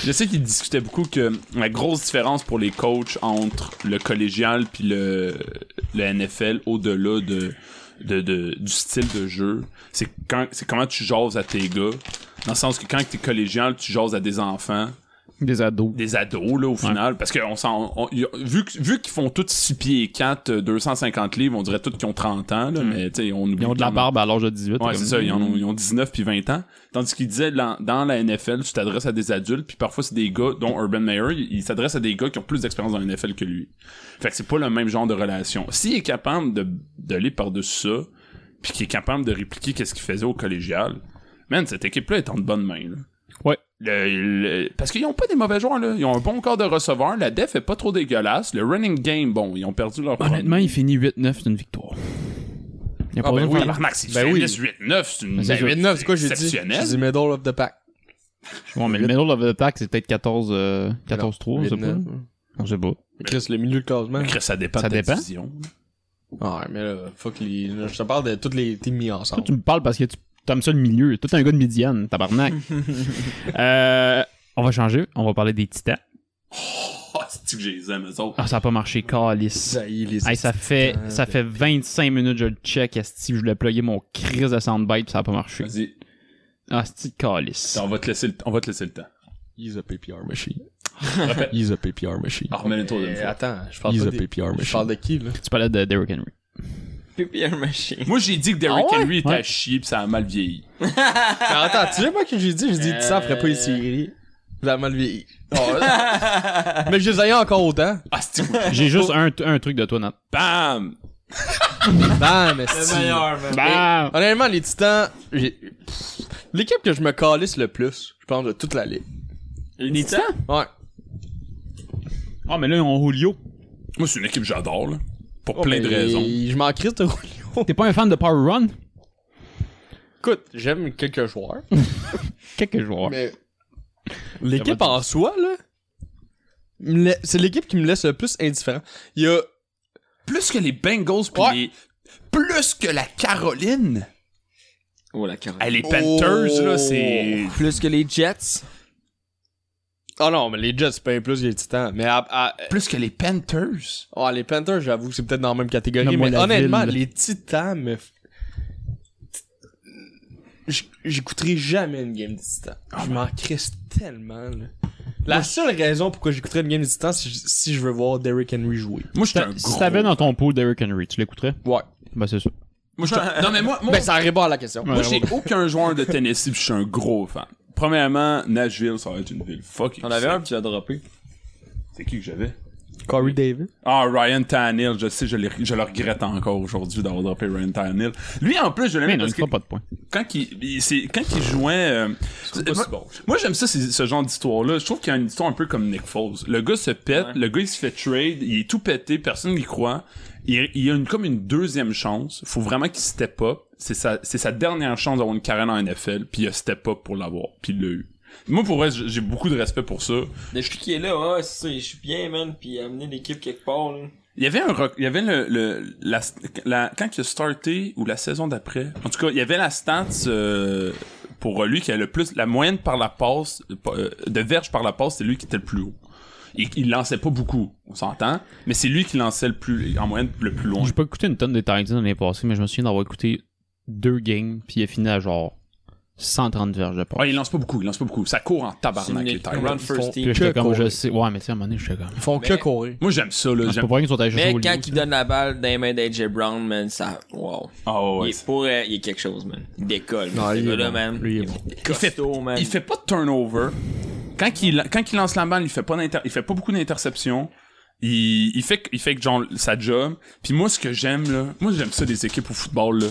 [SPEAKER 3] Je sais qu'il discutait beaucoup que la grosse différence pour les coachs entre le collégial puis le, le NFL au-delà de, de, de- du style de jeu, c'est quand c'est comment tu jases à tes gars. Dans le sens que quand t'es collégial, tu jases à des enfants,
[SPEAKER 7] des ados.
[SPEAKER 3] des ados là au final, parce que on s'en, on- y a- vu que- vu qu'ils font tous 6 pieds 4, euh, 250 livres, on dirait tous qu'ils ont 30 ans là, mais tu sais on oublie
[SPEAKER 7] Mm. Ils ont de la
[SPEAKER 3] quand même-
[SPEAKER 7] barbe à l'âge de 18.
[SPEAKER 3] Ouais,
[SPEAKER 7] comme-
[SPEAKER 3] c'est ça, ils en ont, ils ont 19 puis 20 ans. Tandis qu'il disait, dans, dans la NFL, tu t'adresses à des adultes, puis parfois c'est des gars, dont Urban Meyer, il, il s'adresse à des gars qui ont plus d'expérience dans la NFL que lui. Fait que c'est pas le même genre de relation. S'il est capable de d'aller par-dessus ça, puis qu'il est capable de répliquer qu'est-ce qu'il faisait au collégial, man, cette équipe-là est en de bonnes mains, là.
[SPEAKER 7] Ouais.
[SPEAKER 3] Le- le- parce qu'ils ont pas des mauvais joueurs, là. Ils ont un bon corps de receveur, la def est pas trop dégueulasse, le running game, bon, ils ont perdu leur
[SPEAKER 7] Honnêtement, il finit 8-9 d'une victoire. Il
[SPEAKER 3] Ah,
[SPEAKER 7] a pas besoin de faire
[SPEAKER 3] Tabarnak, si tu
[SPEAKER 8] Ah, Ben oui.
[SPEAKER 3] finis 8-9, c'est une
[SPEAKER 7] Ben,
[SPEAKER 3] c'est
[SPEAKER 8] 8-9, c'est quoi j'ai dit?
[SPEAKER 3] exceptionnel.
[SPEAKER 8] J'ai dit middle of the pack.
[SPEAKER 7] la- Ouais, mais le middle of the pack, c'est peut-être 14, euh, 14-3, on sait pas.
[SPEAKER 8] 8-9.
[SPEAKER 7] On sait pas.
[SPEAKER 8] Chris, le milieu de classement.
[SPEAKER 3] Chris, ça dépend
[SPEAKER 7] Ça
[SPEAKER 3] de ta
[SPEAKER 7] dépend.
[SPEAKER 3] division.
[SPEAKER 8] Ouais, mais là, fuck les... là, Je te parle de toutes les teams mis ensemble.
[SPEAKER 7] Toi, tu me parles parce que tu t'aimes ça le milieu. Toi, t'es un gars de médiane, tabarnak. euh, on va changer. On va parler des titans.
[SPEAKER 3] Oh, c'est que je les aime, eux autres.
[SPEAKER 7] Ah, ça a pas marché, calice. Hey, ça fait, ça fait 25 minutes, je le check, asti, je voulais plugger mon crise de soundbite, pis ça a pas marché.
[SPEAKER 3] Vas-y,
[SPEAKER 7] Asti, calice.
[SPEAKER 3] on va te laisser le, on va te laisser le temps.
[SPEAKER 8] He's a PPR machine.
[SPEAKER 3] Répète.
[SPEAKER 8] He's a PPR machine.
[SPEAKER 3] Ah, remets une tour d'une
[SPEAKER 8] Eh,
[SPEAKER 3] fois.
[SPEAKER 8] Attends, je parle
[SPEAKER 2] He's
[SPEAKER 8] pas
[SPEAKER 2] a
[SPEAKER 8] des-
[SPEAKER 2] PPR
[SPEAKER 8] Je
[SPEAKER 2] machine.
[SPEAKER 8] parle de qui, là?
[SPEAKER 7] Tu parlais de Derrick Henry.
[SPEAKER 6] PPR machine.
[SPEAKER 3] Moi, j'ai dit que Derrick
[SPEAKER 8] Ah ouais?
[SPEAKER 3] Henry était
[SPEAKER 7] Ouais.
[SPEAKER 3] à chier pis ça a mal vieilli.
[SPEAKER 8] Mais attends, tu sais pas que j'ai dit? J'ai dit, ça ferait pas ici gris. Vous avez mal vieilli. Mais je les aille encore autant.
[SPEAKER 3] Ah, c'est que-
[SPEAKER 7] J'ai juste un, un truc de toi, Nat.
[SPEAKER 3] Bam!
[SPEAKER 8] Bam, esti. Ben,
[SPEAKER 7] Bah!
[SPEAKER 8] Honnêtement, les Titans, j'ai- pff, l'équipe que je me calisse le plus, je pense, de toute la ligue.
[SPEAKER 6] Les titans?
[SPEAKER 8] Ouais.
[SPEAKER 7] Ah, mais là, on Julio.
[SPEAKER 3] Moi, c'est une équipe que j'adore, là. Pour plein de
[SPEAKER 8] Oh, Mais
[SPEAKER 3] raisons.
[SPEAKER 8] Je m'en crisse de Julio.
[SPEAKER 7] T'es pas un fan de Power Run?
[SPEAKER 8] Écoute, j'aime quelques joueurs.
[SPEAKER 7] Quelques joueurs.
[SPEAKER 8] Mais
[SPEAKER 7] Ça
[SPEAKER 8] l'équipe
[SPEAKER 7] va
[SPEAKER 8] en soi, là, me la- c'est l'équipe qui me laisse le plus indifférent. Il y a.
[SPEAKER 3] Plus que les Bengals pis
[SPEAKER 8] Ouais.
[SPEAKER 3] les... Plus que la Caroline!
[SPEAKER 6] Oh, la carotte.
[SPEAKER 3] Ah, les Panthers,
[SPEAKER 8] Oh.
[SPEAKER 3] là, c'est...
[SPEAKER 5] Plus que les Jets.
[SPEAKER 8] Ah non, mais les Jets, c'est pas plus que les Titans. Mais à- à-
[SPEAKER 3] Plus que les Panthers!
[SPEAKER 8] Ah, les Panthers, j'avoue que c'est peut-être dans la même catégorie,
[SPEAKER 7] Nomme-moi
[SPEAKER 8] mais
[SPEAKER 7] la
[SPEAKER 8] honnêtement,
[SPEAKER 7] ville.
[SPEAKER 8] les Titans me. f- J- J'écouterai jamais une game des Titans. je m'en crisse tellement, là. La seule raison pourquoi j'écouterais une game des Titans, c'est si je veux voir Derrick Henry jouer.
[SPEAKER 3] Moi, j'étais un
[SPEAKER 7] Si
[SPEAKER 3] gros...
[SPEAKER 7] t'avais dans ton pool Derrick Henry, tu l'écouterais?
[SPEAKER 8] Ouais.
[SPEAKER 7] Bah, c'est ça.
[SPEAKER 3] Moi, j'étais un- Non, mais moi... moi-
[SPEAKER 8] Ben, ça répond à la question.
[SPEAKER 3] Moi, j'ai aucun joueur de Tennessee, pis je suis un gros fan. Premièrement, Nashville, ça va être une ville fucking.
[SPEAKER 6] T'en avais un,
[SPEAKER 3] sick.
[SPEAKER 6] puis tu l'as droppé.
[SPEAKER 3] C'est qui que j'avais
[SPEAKER 8] Corey Davis.
[SPEAKER 3] Ah, Ryan Tannehill, je sais, je, l'ai- je le regrette encore aujourd'hui d'avoir droppé Ryan Tannehill. Lui, en plus, je
[SPEAKER 7] Mais
[SPEAKER 3] l'aimais
[SPEAKER 7] Ben, non, il
[SPEAKER 3] parce que
[SPEAKER 7] fera pas de points.
[SPEAKER 3] quand il, il- c'est- quand il jouait. euh,
[SPEAKER 8] pas
[SPEAKER 3] moi,
[SPEAKER 8] si bon.
[SPEAKER 3] moi, j'aime ça, ces- ce genre d'histoire-là. Je trouve qu'il y a une histoire un peu comme Nick Foles. Le gars se pète, le gars, il se fait trade, il est tout pété, personne n'y croit. Il, il a une, comme une deuxième chance. Faut vraiment qu'il step up. C'est sa, c'est sa dernière chance d'avoir une carrière en NFL, puis il a step up pour l'avoir, puis il l'a eu. Moi, pour vrai, j'ai j'ai beaucoup de respect pour ça.
[SPEAKER 6] Depuis qu'il est là, ouais, c'est ça, je suis bien, man, puis amener l'équipe quelque part, là.
[SPEAKER 3] Il y avait un rock, il y avait le, le la, la- quand il a starté ou la saison d'après. En tout cas, il y avait la stats euh, pour lui qui a le plus la moyenne par la passe euh, de verge par la passe, c'est lui qui était le plus haut. Il, il lançait pas beaucoup, on s'entend, mais c'est lui qui lançait le plus en moyenne le plus loin.
[SPEAKER 7] J'ai pas écouté une tonne de Titans l'année passée, mais je me souviens d'avoir écouté deux games, puis il a fini à genre 130 verges de passe.
[SPEAKER 3] Ouais, il lance pas beaucoup, il lance pas beaucoup. Ça court en tabarnak les Titans.
[SPEAKER 6] run
[SPEAKER 8] font-
[SPEAKER 6] first
[SPEAKER 7] Puis là,
[SPEAKER 6] team.
[SPEAKER 7] j'étais
[SPEAKER 8] que
[SPEAKER 7] comme, je
[SPEAKER 8] courir.
[SPEAKER 7] sais. Ouais, mais tu sais, à un moment donné, j'étais comme.
[SPEAKER 8] Ils font que
[SPEAKER 6] Mais-
[SPEAKER 8] courir.
[SPEAKER 3] Moi j'aime ça là,
[SPEAKER 7] Ah, C'est pas
[SPEAKER 3] j'aime.
[SPEAKER 7] pour rien qu'ils sont allés jouer
[SPEAKER 6] Mais
[SPEAKER 7] au
[SPEAKER 6] quand
[SPEAKER 7] Lyon,
[SPEAKER 6] il donne la balle dans les mains d'AJ Brown, man, ça, wow.
[SPEAKER 3] Ah ouais,
[SPEAKER 6] il est pour, euh, il est quelque chose, man. Il décolle.
[SPEAKER 8] Non,
[SPEAKER 6] ce
[SPEAKER 8] il est
[SPEAKER 6] gars-là,
[SPEAKER 8] bon.
[SPEAKER 6] man.
[SPEAKER 8] Lui, il est bon.
[SPEAKER 6] costaud, man.
[SPEAKER 3] Il fait pas de turnover. Quand il, quand il lance la balle, il fait pas d'inter- il fait pas beaucoup d'interceptions. Il, il fait que- il fait que genre sa job. Puis moi ce que j'aime là, moi j'aime ça des équipes au football là.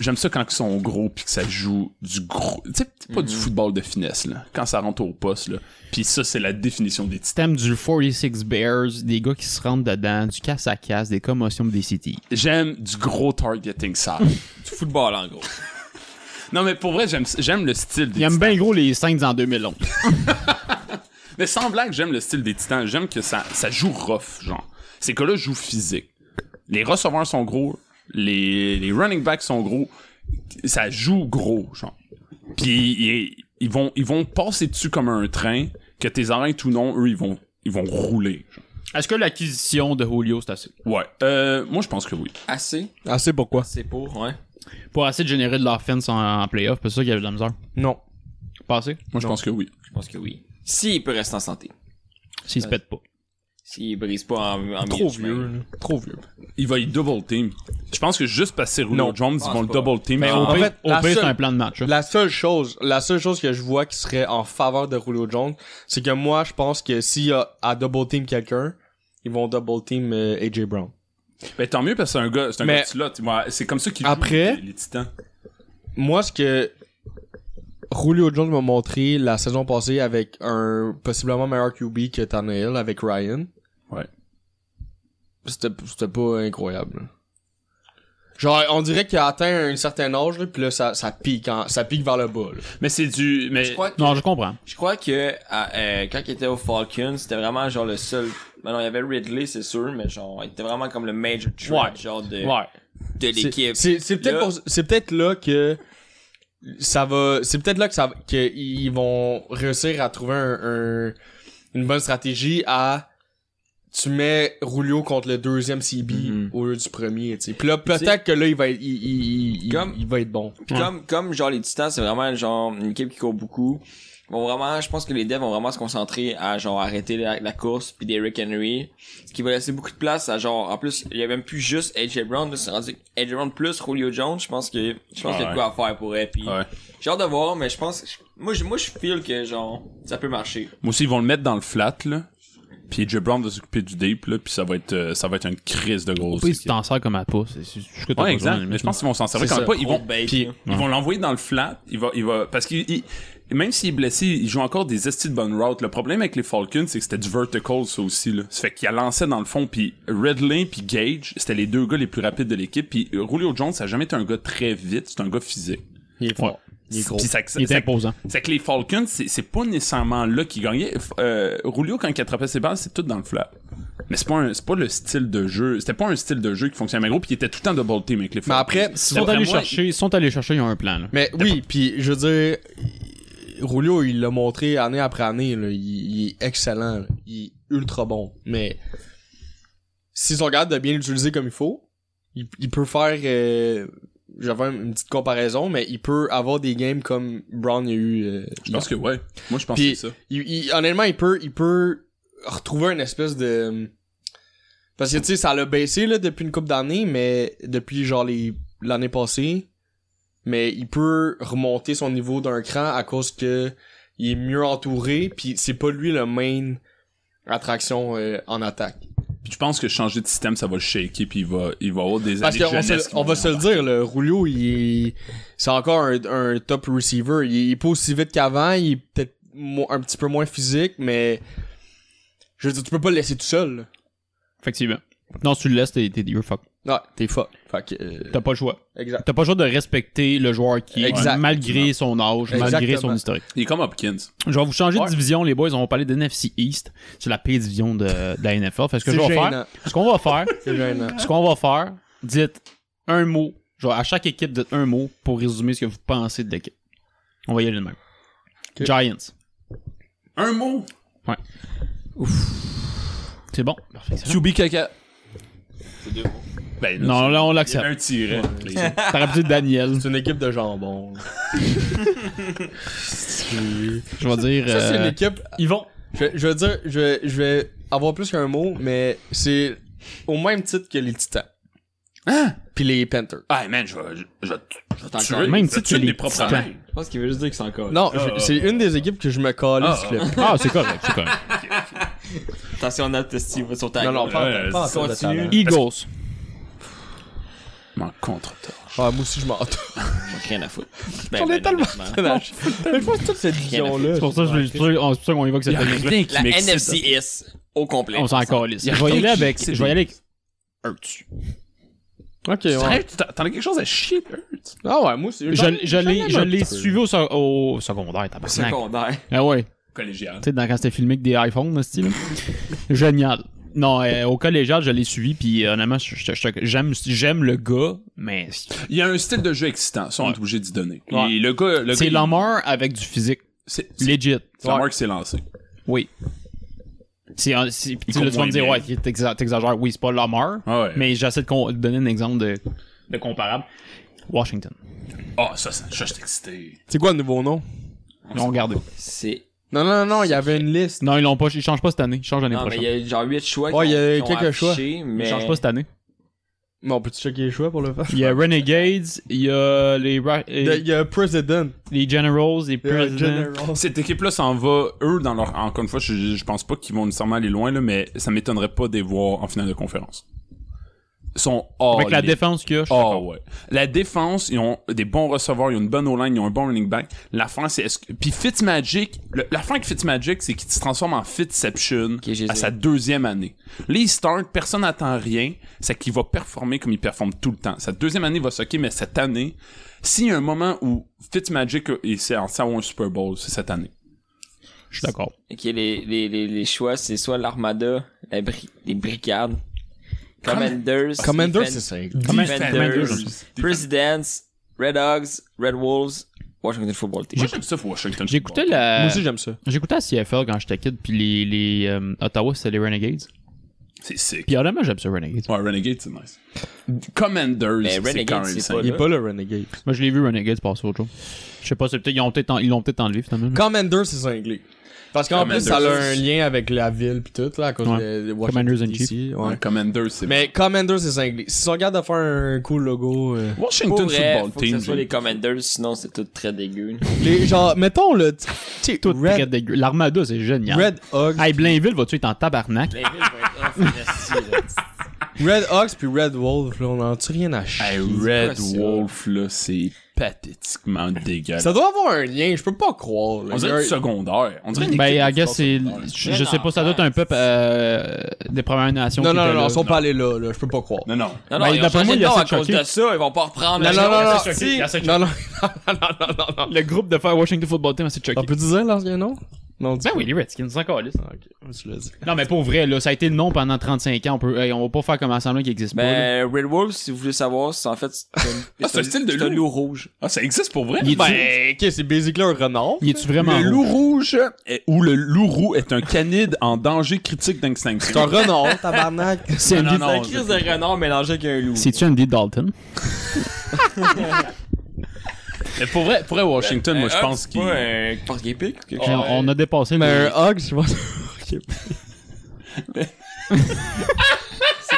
[SPEAKER 3] J'aime ça quand ils sont gros puis que ça joue du gros, tu sais pas
[SPEAKER 6] Mhm.
[SPEAKER 3] du football de finesse là, quand ça rentre au poste là. Puis ça c'est la définition des titans.
[SPEAKER 7] Thème du 46 Bears, des gars qui se rentrent dedans, du casse à casse, des commotions des cities.
[SPEAKER 3] J'aime du gros targeting ça.
[SPEAKER 6] du football, en gros.
[SPEAKER 3] non mais pour vrai j'aime j'aime le style des
[SPEAKER 7] Il aime
[SPEAKER 3] titans.
[SPEAKER 7] bien gros les Saints en 2011.
[SPEAKER 3] Mais sans blague, j'aime le style des Titans. J'aime que ça, ça joue rough, genre. Ces gars-là jouent physique. Les receveurs sont gros, les, les running backs sont gros. Ça joue gros, genre. Puis ils, ils vont, ils vont passer dessus comme un train, que tes arrêtes ou non, eux, ils vont, ils vont rouler. genre.
[SPEAKER 7] Est-ce que l'acquisition de Julio, c'est assez?
[SPEAKER 3] Ouais. Euh, moi, je pense que oui.
[SPEAKER 6] Assez,
[SPEAKER 8] Ah, c'est pourquoi?
[SPEAKER 6] c'est pour, ouais.
[SPEAKER 7] Pas assez de générer de l'offense en, en playoff, parce que c'est ça qu'il y avait de la misère.
[SPEAKER 8] Non.
[SPEAKER 7] Pas assez?
[SPEAKER 3] Moi, je pense que oui.
[SPEAKER 6] Je pense que oui. S'il peut rester en santé.
[SPEAKER 8] Euh,
[SPEAKER 7] S'il se pète pas.
[SPEAKER 6] S'il brise pas en, en milieu
[SPEAKER 8] Trop
[SPEAKER 6] de chemin.
[SPEAKER 8] vieux, là. Trop vieux.
[SPEAKER 3] Il va y double team. Je pense que juste parce que c'est Rouleau
[SPEAKER 8] Non,
[SPEAKER 3] Jones, ils
[SPEAKER 6] pense
[SPEAKER 3] vont le
[SPEAKER 6] pas.
[SPEAKER 3] double team. Ah.
[SPEAKER 8] Mais
[SPEAKER 3] en-
[SPEAKER 8] au pire- fait,
[SPEAKER 7] Ah. au
[SPEAKER 8] la
[SPEAKER 7] pire, c'est
[SPEAKER 8] seule-
[SPEAKER 7] un plan de match. hein.
[SPEAKER 8] La seule chose, la seule chose que je vois qui serait en faveur de Rouleau Jones, c'est que moi, je pense que s'il y a à double team quelqu'un, ils vont double team euh, AJ Brown.
[SPEAKER 3] Ben, tant mieux parce que c'est un gars, c'est un
[SPEAKER 8] Mais-
[SPEAKER 3] gars de slot. Ouais, C'est comme ça qu'ils
[SPEAKER 8] Après-
[SPEAKER 3] jouent, les, les Titans.
[SPEAKER 8] Moi, ce que Rouleau Jones m'a montré la saison passée avec un possiblement meilleur QB que Tannehill avec Ryan.
[SPEAKER 3] Ouais.
[SPEAKER 8] C'était, c'était pas incroyable. Genre, on dirait qu'il a atteint un certain âge, là, puis là, ça, ça pique, en- ça pique vers le bas, là.
[SPEAKER 3] Mais c'est du, mais.
[SPEAKER 6] Je crois que,
[SPEAKER 7] Non, je comprends.
[SPEAKER 6] je crois que à, euh, quand il était au Falcon, c'était vraiment genre le seul. Ben non, il y avait Ridley, c'est sûr, mais genre, il était vraiment comme le major threat,
[SPEAKER 3] Ouais.
[SPEAKER 6] genre de,
[SPEAKER 3] Ouais.
[SPEAKER 6] de
[SPEAKER 8] C'est-
[SPEAKER 6] l'équipe.
[SPEAKER 8] C'est c'est peut-être
[SPEAKER 6] Là-
[SPEAKER 8] pour- c'est peut-être là que ça va c'est peut-être là que ça que ils vont réussir à trouver un, un- une bonne stratégie à tu mets Rulio contre le deuxième CB
[SPEAKER 6] Mhm.
[SPEAKER 8] au lieu du premier, tu sais. Puis là, peut-être que là, il va être, il, il, il,
[SPEAKER 6] Comme-
[SPEAKER 8] il va être bon.
[SPEAKER 6] Puis comme, comme genre les Titans, c'est vraiment genre une équipe qui court beaucoup. Ils Vont vraiment, je pense que les devs vont vraiment se concentrer à genre arrêter la, la course puis Derrick Henry, ce qui va laisser beaucoup de place à genre en plus il y a même plus juste AJ Brown, là, c'est rendu AJ Brown plus Julio Jones, je pense que je pense qu'il y a de quoi à faire pour elle puis
[SPEAKER 3] Ouais.
[SPEAKER 6] j'ai hâte de voir mais je pense je- moi je moi je feel que genre ça peut marcher.
[SPEAKER 3] Moi aussi, ils vont le mettre dans le flat, là. Puis J. Brown va s'occuper du deep, là. Puis ça va être, euh, ça va être une crise de grosse.
[SPEAKER 7] Puis tu t'en sers comme à pas. C'est c'est ce que t'as
[SPEAKER 3] Ouais,
[SPEAKER 7] besoin,
[SPEAKER 3] exact. Mais je pense qu'ils vont s'en servir
[SPEAKER 8] C'est
[SPEAKER 3] quand même pas.
[SPEAKER 8] ça,
[SPEAKER 3] Ils vont,
[SPEAKER 6] bait,
[SPEAKER 3] puis
[SPEAKER 6] là.
[SPEAKER 3] ils vont l'envoyer dans le flat. Il va, il va, parce qu'il, il- même s'il est blessé, il joue encore des estis de bonne route. Le problème avec les Falcons, c'est que c'était du vertical, ça aussi, là. Ça fait qu'il a lancé dans le fond, puis Redley puis Gage, c'était les deux gars les plus rapides de l'équipe. Puis Julio Jones, ça a jamais été un gars très vite. C'est un gars physique.
[SPEAKER 8] Il est fort. Il est gros.
[SPEAKER 3] Puis ça,
[SPEAKER 7] Il est
[SPEAKER 3] ça-
[SPEAKER 7] imposant.
[SPEAKER 3] c'est que les Falcons, c'est c'est pas nécessairement là qu'ils gagnaient. F- Euh, Rulio, quand il attrapait ses balles, c'est tout dans le flap. Mais c'est pas, un- c'est pas le style de jeu. C'était pas un style de jeu qui fonctionnait gros, puis il était tout le temps double team avec les
[SPEAKER 8] Mais
[SPEAKER 3] Falcons.
[SPEAKER 8] après,
[SPEAKER 7] Ils sont
[SPEAKER 3] D'après
[SPEAKER 7] allés
[SPEAKER 3] moi,
[SPEAKER 7] chercher, ils sont allés chercher, ils ont un plan, là.
[SPEAKER 8] mais oui, puis je veux dire, Rulio, il l'a montré année après année, là. Il, il est excellent, là. il est ultra bon. Mais s'ils sont capables de bien l'utiliser comme il faut, il, il peut faire, euh, j'avais une petite comparaison, mais il peut avoir des games comme Brown a eu. euh,
[SPEAKER 3] Je pense que ouais. Moi, je pense
[SPEAKER 8] Puis-
[SPEAKER 3] que c'est ça.
[SPEAKER 8] Il- il- honnêtement, il peut, il peut retrouver une espèce de. Parce que, tu sais, ça l'a baissé là, depuis une couple d'années, mais depuis genre les l'année passée. Mais il peut remonter son niveau d'un cran à cause que il est mieux entouré, puis c'est pas lui le main attraction euh, en attaque.
[SPEAKER 3] Puis je pense que changer de système, ça va le shaker, puis il va, il va avoir des
[SPEAKER 8] Parce
[SPEAKER 3] années
[SPEAKER 8] qu'on
[SPEAKER 3] de
[SPEAKER 8] on
[SPEAKER 3] jeunesse
[SPEAKER 8] se-
[SPEAKER 3] qui
[SPEAKER 8] on
[SPEAKER 3] vont
[SPEAKER 8] va se le
[SPEAKER 3] embarquer.
[SPEAKER 8] dire, le Rulio, il est- c'est encore un, un top receiver. Il est pas aussi vite qu'avant, il est peut-être mo- un petit peu moins physique, mais je veux dire, tu peux pas le laisser tout seul. là.
[SPEAKER 7] Effectivement. Non, si tu le laisses, t'es, t'es, you're fuck.
[SPEAKER 8] Non, t'es fuck. Fait que, euh,
[SPEAKER 7] T'as pas le choix.
[SPEAKER 8] exact.
[SPEAKER 7] T'as pas le choix de respecter le joueur qui est,
[SPEAKER 8] Exact.
[SPEAKER 7] malgré son âge, malgré son
[SPEAKER 8] Exactement.
[SPEAKER 7] historique.
[SPEAKER 3] Il est comme Hopkins.
[SPEAKER 7] Je vais vous changer
[SPEAKER 3] Ouais.
[SPEAKER 7] de division, les boys. On va parler de NFC East. C'est la pire division de, de la NFL. Fait que ce que
[SPEAKER 8] C'est
[SPEAKER 7] je vais faire,
[SPEAKER 8] gênant.
[SPEAKER 7] ce qu'on va faire,
[SPEAKER 8] C'est gênant.
[SPEAKER 7] ce qu'on va faire, dites un mot. Genre, à chaque équipe, dites un mot pour résumer ce que vous pensez de l'équipe. On va y aller de même. Giants.
[SPEAKER 3] Un mot.
[SPEAKER 7] C'est bon. Parfait. c'est bon.
[SPEAKER 3] QB caca. Ben, là,
[SPEAKER 7] Non,
[SPEAKER 3] c'est- il
[SPEAKER 7] là, on
[SPEAKER 3] y avait
[SPEAKER 7] l'accepte.
[SPEAKER 3] un tiret. Les-
[SPEAKER 7] T'aurais pu dire Daniel.
[SPEAKER 8] C'est une équipe de jambon.
[SPEAKER 7] Je vais dire.
[SPEAKER 8] Ça, c'est une
[SPEAKER 7] euh,
[SPEAKER 8] équipe.
[SPEAKER 7] Yvon.
[SPEAKER 8] Je, je veux dire, je, vais- je vais avoir plus qu'un mot, mais c'est au même titre que les Titans. Puis les Panthers.
[SPEAKER 3] Ah, man, je vais, je, je vais te- je vais te
[SPEAKER 6] T'as
[SPEAKER 3] tuer.
[SPEAKER 7] même
[SPEAKER 3] Je vais
[SPEAKER 7] si
[SPEAKER 3] te
[SPEAKER 7] tu
[SPEAKER 3] tuer de
[SPEAKER 7] les
[SPEAKER 3] mes propres
[SPEAKER 7] titans.
[SPEAKER 3] mains.
[SPEAKER 6] Je pense qu'il veut juste dire que c'est encore.
[SPEAKER 8] Non, je- c'est une des équipes que je me calais
[SPEAKER 3] Ah,
[SPEAKER 8] sur
[SPEAKER 3] ah.
[SPEAKER 8] le
[SPEAKER 7] Ah, c'est correct, c'est correct.
[SPEAKER 6] Attention Nat Testi va sur ta
[SPEAKER 8] Non, non,
[SPEAKER 6] gueule.
[SPEAKER 8] pas,
[SPEAKER 3] Ouais,
[SPEAKER 8] pas encore de
[SPEAKER 6] continue.
[SPEAKER 8] talent.
[SPEAKER 7] Eagles.
[SPEAKER 3] M'en contre toi.
[SPEAKER 8] Ah, moi aussi, je m'en J'en
[SPEAKER 6] J'en ai rien à foutre.
[SPEAKER 8] ai
[SPEAKER 6] Ben, ben,
[SPEAKER 8] tellement
[SPEAKER 6] honnêtement.
[SPEAKER 8] Mais je pense que toute cette vision-là.
[SPEAKER 7] C'est pour ça que je voulais- c'est pour ça qu'on- c'est pour ça qu'on y va que cette année.
[SPEAKER 6] La NFC East au complet.
[SPEAKER 7] On s'en calisse. Je vais y aller avec. Je vais y aller avec.
[SPEAKER 3] Hurts.
[SPEAKER 8] Ok, ouais.
[SPEAKER 3] T'en as quelque chose à chier, Hurts?
[SPEAKER 8] Ah ouais, moi aussi.
[SPEAKER 7] Je, je l'ai, je l'ai
[SPEAKER 8] suivi
[SPEAKER 7] suivi au, so- au secondaire, t'as pas
[SPEAKER 6] Secondaire.
[SPEAKER 7] Ah ouais.
[SPEAKER 3] Collégial.
[SPEAKER 7] Tu sais, dans- quand c'était filmé avec des iPhones, là, style. Génial. Non, euh, au collégial, je l'ai suivi, puis euh, honnêtement, je- je- je- j'aime, j'aime le gars, mais
[SPEAKER 3] Il y a un style de jeu excitant, ça, on est obligé d'y donner.
[SPEAKER 7] Ouais.
[SPEAKER 3] Et le gars, le
[SPEAKER 7] c'est
[SPEAKER 3] gars, il-
[SPEAKER 7] Lamar avec du physique.
[SPEAKER 3] C'est c'est
[SPEAKER 7] Legit.
[SPEAKER 3] Lamar qui s'est lancé.
[SPEAKER 7] Oui. C'est, un- c'est- puis
[SPEAKER 3] Il
[SPEAKER 7] tu sais, là, tu vas
[SPEAKER 3] compte
[SPEAKER 7] me dire,
[SPEAKER 3] moins
[SPEAKER 7] ouais, t'exa- t'exagères, oui, c'est pas Lamar,
[SPEAKER 3] Ah ouais.
[SPEAKER 7] mais j'essaie de, con- de donner un exemple de, de comparable. Washington.
[SPEAKER 3] Ah, ça, ça, je suis excité.
[SPEAKER 8] C'est quoi le nouveau nom
[SPEAKER 7] Ils l'ont gardé.
[SPEAKER 6] C'est.
[SPEAKER 8] Non, non, non, il y avait une liste.
[SPEAKER 7] Non, ils l'ont pas, ils changent pas cette année, ils changent l'année
[SPEAKER 6] Non, mais
[SPEAKER 7] prochaine.
[SPEAKER 6] il y a genre 8 choix.
[SPEAKER 8] Ouais,
[SPEAKER 6] qui
[SPEAKER 8] il y a
[SPEAKER 6] ont- qui ont
[SPEAKER 8] quelques
[SPEAKER 6] affichés, Mais...
[SPEAKER 7] Ils changent pas cette année.
[SPEAKER 8] Mais on peut-tu checker les choix pour le faire
[SPEAKER 7] Il y a Renegades, il y a les, Ra-
[SPEAKER 8] Il y a- il y a President.
[SPEAKER 7] les Generals, les
[SPEAKER 8] Il y a
[SPEAKER 7] Presidents.
[SPEAKER 8] General.
[SPEAKER 3] Cette équipe-là s'en va, eux, dans leur. Encore une fois, je, je pense pas qu'ils vont nécessairement aller loin, là, mais ça m'étonnerait pas de les voir en finale de conférence. Ils sont hors
[SPEAKER 7] Avec la
[SPEAKER 6] Oh,
[SPEAKER 3] ligue.
[SPEAKER 7] défense qu'il y a, je suis
[SPEAKER 3] Ah
[SPEAKER 7] d'accord.
[SPEAKER 3] ouais. La défense, ils ont des bons receveurs, ils ont une bonne O-line, ils ont un bon running back. La fin, c'est... est-ce que- Puis Fitzmagic, le- la fin avec Fitzmagic, c'est qu'il se transforme en Fitzception
[SPEAKER 6] Ok, j'ai
[SPEAKER 3] à
[SPEAKER 6] dit.
[SPEAKER 3] sa deuxième année. Là, il start, personne n'attend rien, c'est qu'il va performer comme il performe tout le temps. Sa deuxième année va soquer, mais cette année, s'il y a un moment où Fitzmagic euh, il s'est en ça ou un Super Bowl, c'est cette année.
[SPEAKER 7] Je suis d'accord.
[SPEAKER 6] Ok, les, les, les, les choix, c'est soit l'Armada, la bri- les Brigades, Commanders,
[SPEAKER 8] Commander,
[SPEAKER 6] Defen-
[SPEAKER 8] c'est simple.
[SPEAKER 6] Defenders,
[SPEAKER 7] Commanders.
[SPEAKER 6] Presidents, Red Hogs, Red Wolves, Washington Football Team.
[SPEAKER 3] Moi, j'aime ça pour Washington.
[SPEAKER 7] J'écoutais
[SPEAKER 8] Euh,
[SPEAKER 3] Football.
[SPEAKER 7] la...
[SPEAKER 8] Moi aussi, j'aime ça.
[SPEAKER 7] J'écoutais la CFL quand j'étais kid, puis les, les euh, Ottawa, c'était les Renegades.
[SPEAKER 3] C'est sick.
[SPEAKER 7] Puis honnêtement, j'aime ça Renegade.
[SPEAKER 3] Ouais, Renegade, c'est nice. Commanders,
[SPEAKER 6] Mais
[SPEAKER 3] c'est
[SPEAKER 6] Renegade,
[SPEAKER 3] quand même
[SPEAKER 6] c'est
[SPEAKER 3] insane.
[SPEAKER 6] pas
[SPEAKER 8] Il est
[SPEAKER 6] là.
[SPEAKER 8] pas le Renegade.
[SPEAKER 7] Moi, je l'ai vu Renegade passer autre chose. Je sais pas, c'est peut-être ils ont peut-être en- ils l'ont peut-être enlevé finalement.
[SPEAKER 8] Commander, c'est cinglé. Parce qu'en plus,
[SPEAKER 3] Commander,
[SPEAKER 8] ça a un
[SPEAKER 3] c'est-
[SPEAKER 8] lien avec la ville pis tout, là, à cause
[SPEAKER 7] Ouais.
[SPEAKER 8] de de Washington
[SPEAKER 7] Commanders in
[SPEAKER 8] DC, ouais.
[SPEAKER 3] Ouais, Commanders, c'est
[SPEAKER 8] Mais Commander, c'est cinglé. Si on regarde de faire un cool logo... euh,
[SPEAKER 3] Washington
[SPEAKER 6] vrai, faut
[SPEAKER 3] Football
[SPEAKER 6] que
[SPEAKER 3] Team.
[SPEAKER 6] ce soit les
[SPEAKER 3] j'ai-
[SPEAKER 6] Commanders, sinon c'est tout très dégueu.
[SPEAKER 8] les, genre, mettons le... Tu sais,
[SPEAKER 7] Tout très
[SPEAKER 8] Red,
[SPEAKER 7] dégueu. L'armada, c'est génial.
[SPEAKER 8] Red Hawks.
[SPEAKER 7] Hey, Blainville va-tu être en tabarnak?
[SPEAKER 6] Les villes vont être off, merci, là.
[SPEAKER 8] Red Hawks pis Red Wolf, là, on en a rien à chier.
[SPEAKER 3] Hey, Red Wolf, là, c'est pathétiquement dégueulasse.
[SPEAKER 8] Ça doit avoir un lien, je peux pas croire. là.
[SPEAKER 3] On dirait
[SPEAKER 8] Un-
[SPEAKER 3] du secondaire. On dirait une
[SPEAKER 7] Ben,
[SPEAKER 3] équipe
[SPEAKER 7] I
[SPEAKER 3] de
[SPEAKER 7] guess
[SPEAKER 3] sport
[SPEAKER 7] c'est.
[SPEAKER 3] secondaire.
[SPEAKER 7] Je, je sais pas, ça doit être un peuple euh, des Premières Nations.
[SPEAKER 8] Non,
[SPEAKER 7] qui
[SPEAKER 8] non,
[SPEAKER 7] était
[SPEAKER 8] non,
[SPEAKER 7] là.
[SPEAKER 8] ils sont pas allés là, là, je peux pas croire.
[SPEAKER 3] Non, non.
[SPEAKER 7] Ben,
[SPEAKER 6] Non, non, ils ont
[SPEAKER 7] d'après moi,
[SPEAKER 6] changé
[SPEAKER 7] il
[SPEAKER 6] de
[SPEAKER 7] y a
[SPEAKER 6] nom
[SPEAKER 7] ça
[SPEAKER 6] à
[SPEAKER 7] de
[SPEAKER 6] cause
[SPEAKER 7] choqué.
[SPEAKER 6] de ça, ils vont pas reprendre.
[SPEAKER 8] Non,
[SPEAKER 6] la
[SPEAKER 8] non,
[SPEAKER 6] chose.
[SPEAKER 8] non, non,
[SPEAKER 7] choqué,
[SPEAKER 8] si.
[SPEAKER 7] il y a ça de
[SPEAKER 8] non, non, non, non, non, non, non.
[SPEAKER 7] Le groupe de faire Washington Football Team, c'est
[SPEAKER 8] On
[SPEAKER 7] Chucky.
[SPEAKER 8] peut dire l'ancien nom? Non, dis
[SPEAKER 7] Ben
[SPEAKER 8] pas.
[SPEAKER 7] oui, les Redskins, c'est encore lisse.
[SPEAKER 8] Ah, Ok, je le dis.
[SPEAKER 7] Non, mais pour vrai, là, ça a été le nom pendant 35 ans. On, peut, hey, on va pas faire comme un semblant qui existe pas. là.
[SPEAKER 6] Ben, Red Wolf, si vous voulez savoir, c'est en fait. C'est un,
[SPEAKER 3] Ah, c'est un style de
[SPEAKER 6] c'est un
[SPEAKER 3] loup.
[SPEAKER 6] loup rouge.
[SPEAKER 3] Ah, ça existe pour vrai?
[SPEAKER 7] Il est
[SPEAKER 3] Ben,
[SPEAKER 8] Ben, ok, c'est basically un renard.
[SPEAKER 7] Il est-tu vraiment.
[SPEAKER 3] le
[SPEAKER 7] rouge?
[SPEAKER 3] loup rouge, est- ou le loup roux, est un canide en danger critique
[SPEAKER 8] C'est un
[SPEAKER 3] d'extinction.
[SPEAKER 8] renard, tabarnak.
[SPEAKER 7] C'est
[SPEAKER 3] Non,
[SPEAKER 7] Andy-
[SPEAKER 3] non, non.
[SPEAKER 6] Crise de renard mélangée avec un loup.
[SPEAKER 7] C'est-tu Andy Dalton?
[SPEAKER 3] Mais pour vrai, pour vrai, Washington, moi, je pense qu'il...
[SPEAKER 6] Ouais, Ben, un porte épique ou quelque
[SPEAKER 7] Genre, On a dépassé
[SPEAKER 8] Mais
[SPEAKER 7] le.
[SPEAKER 8] un hog, je pense.
[SPEAKER 6] chose.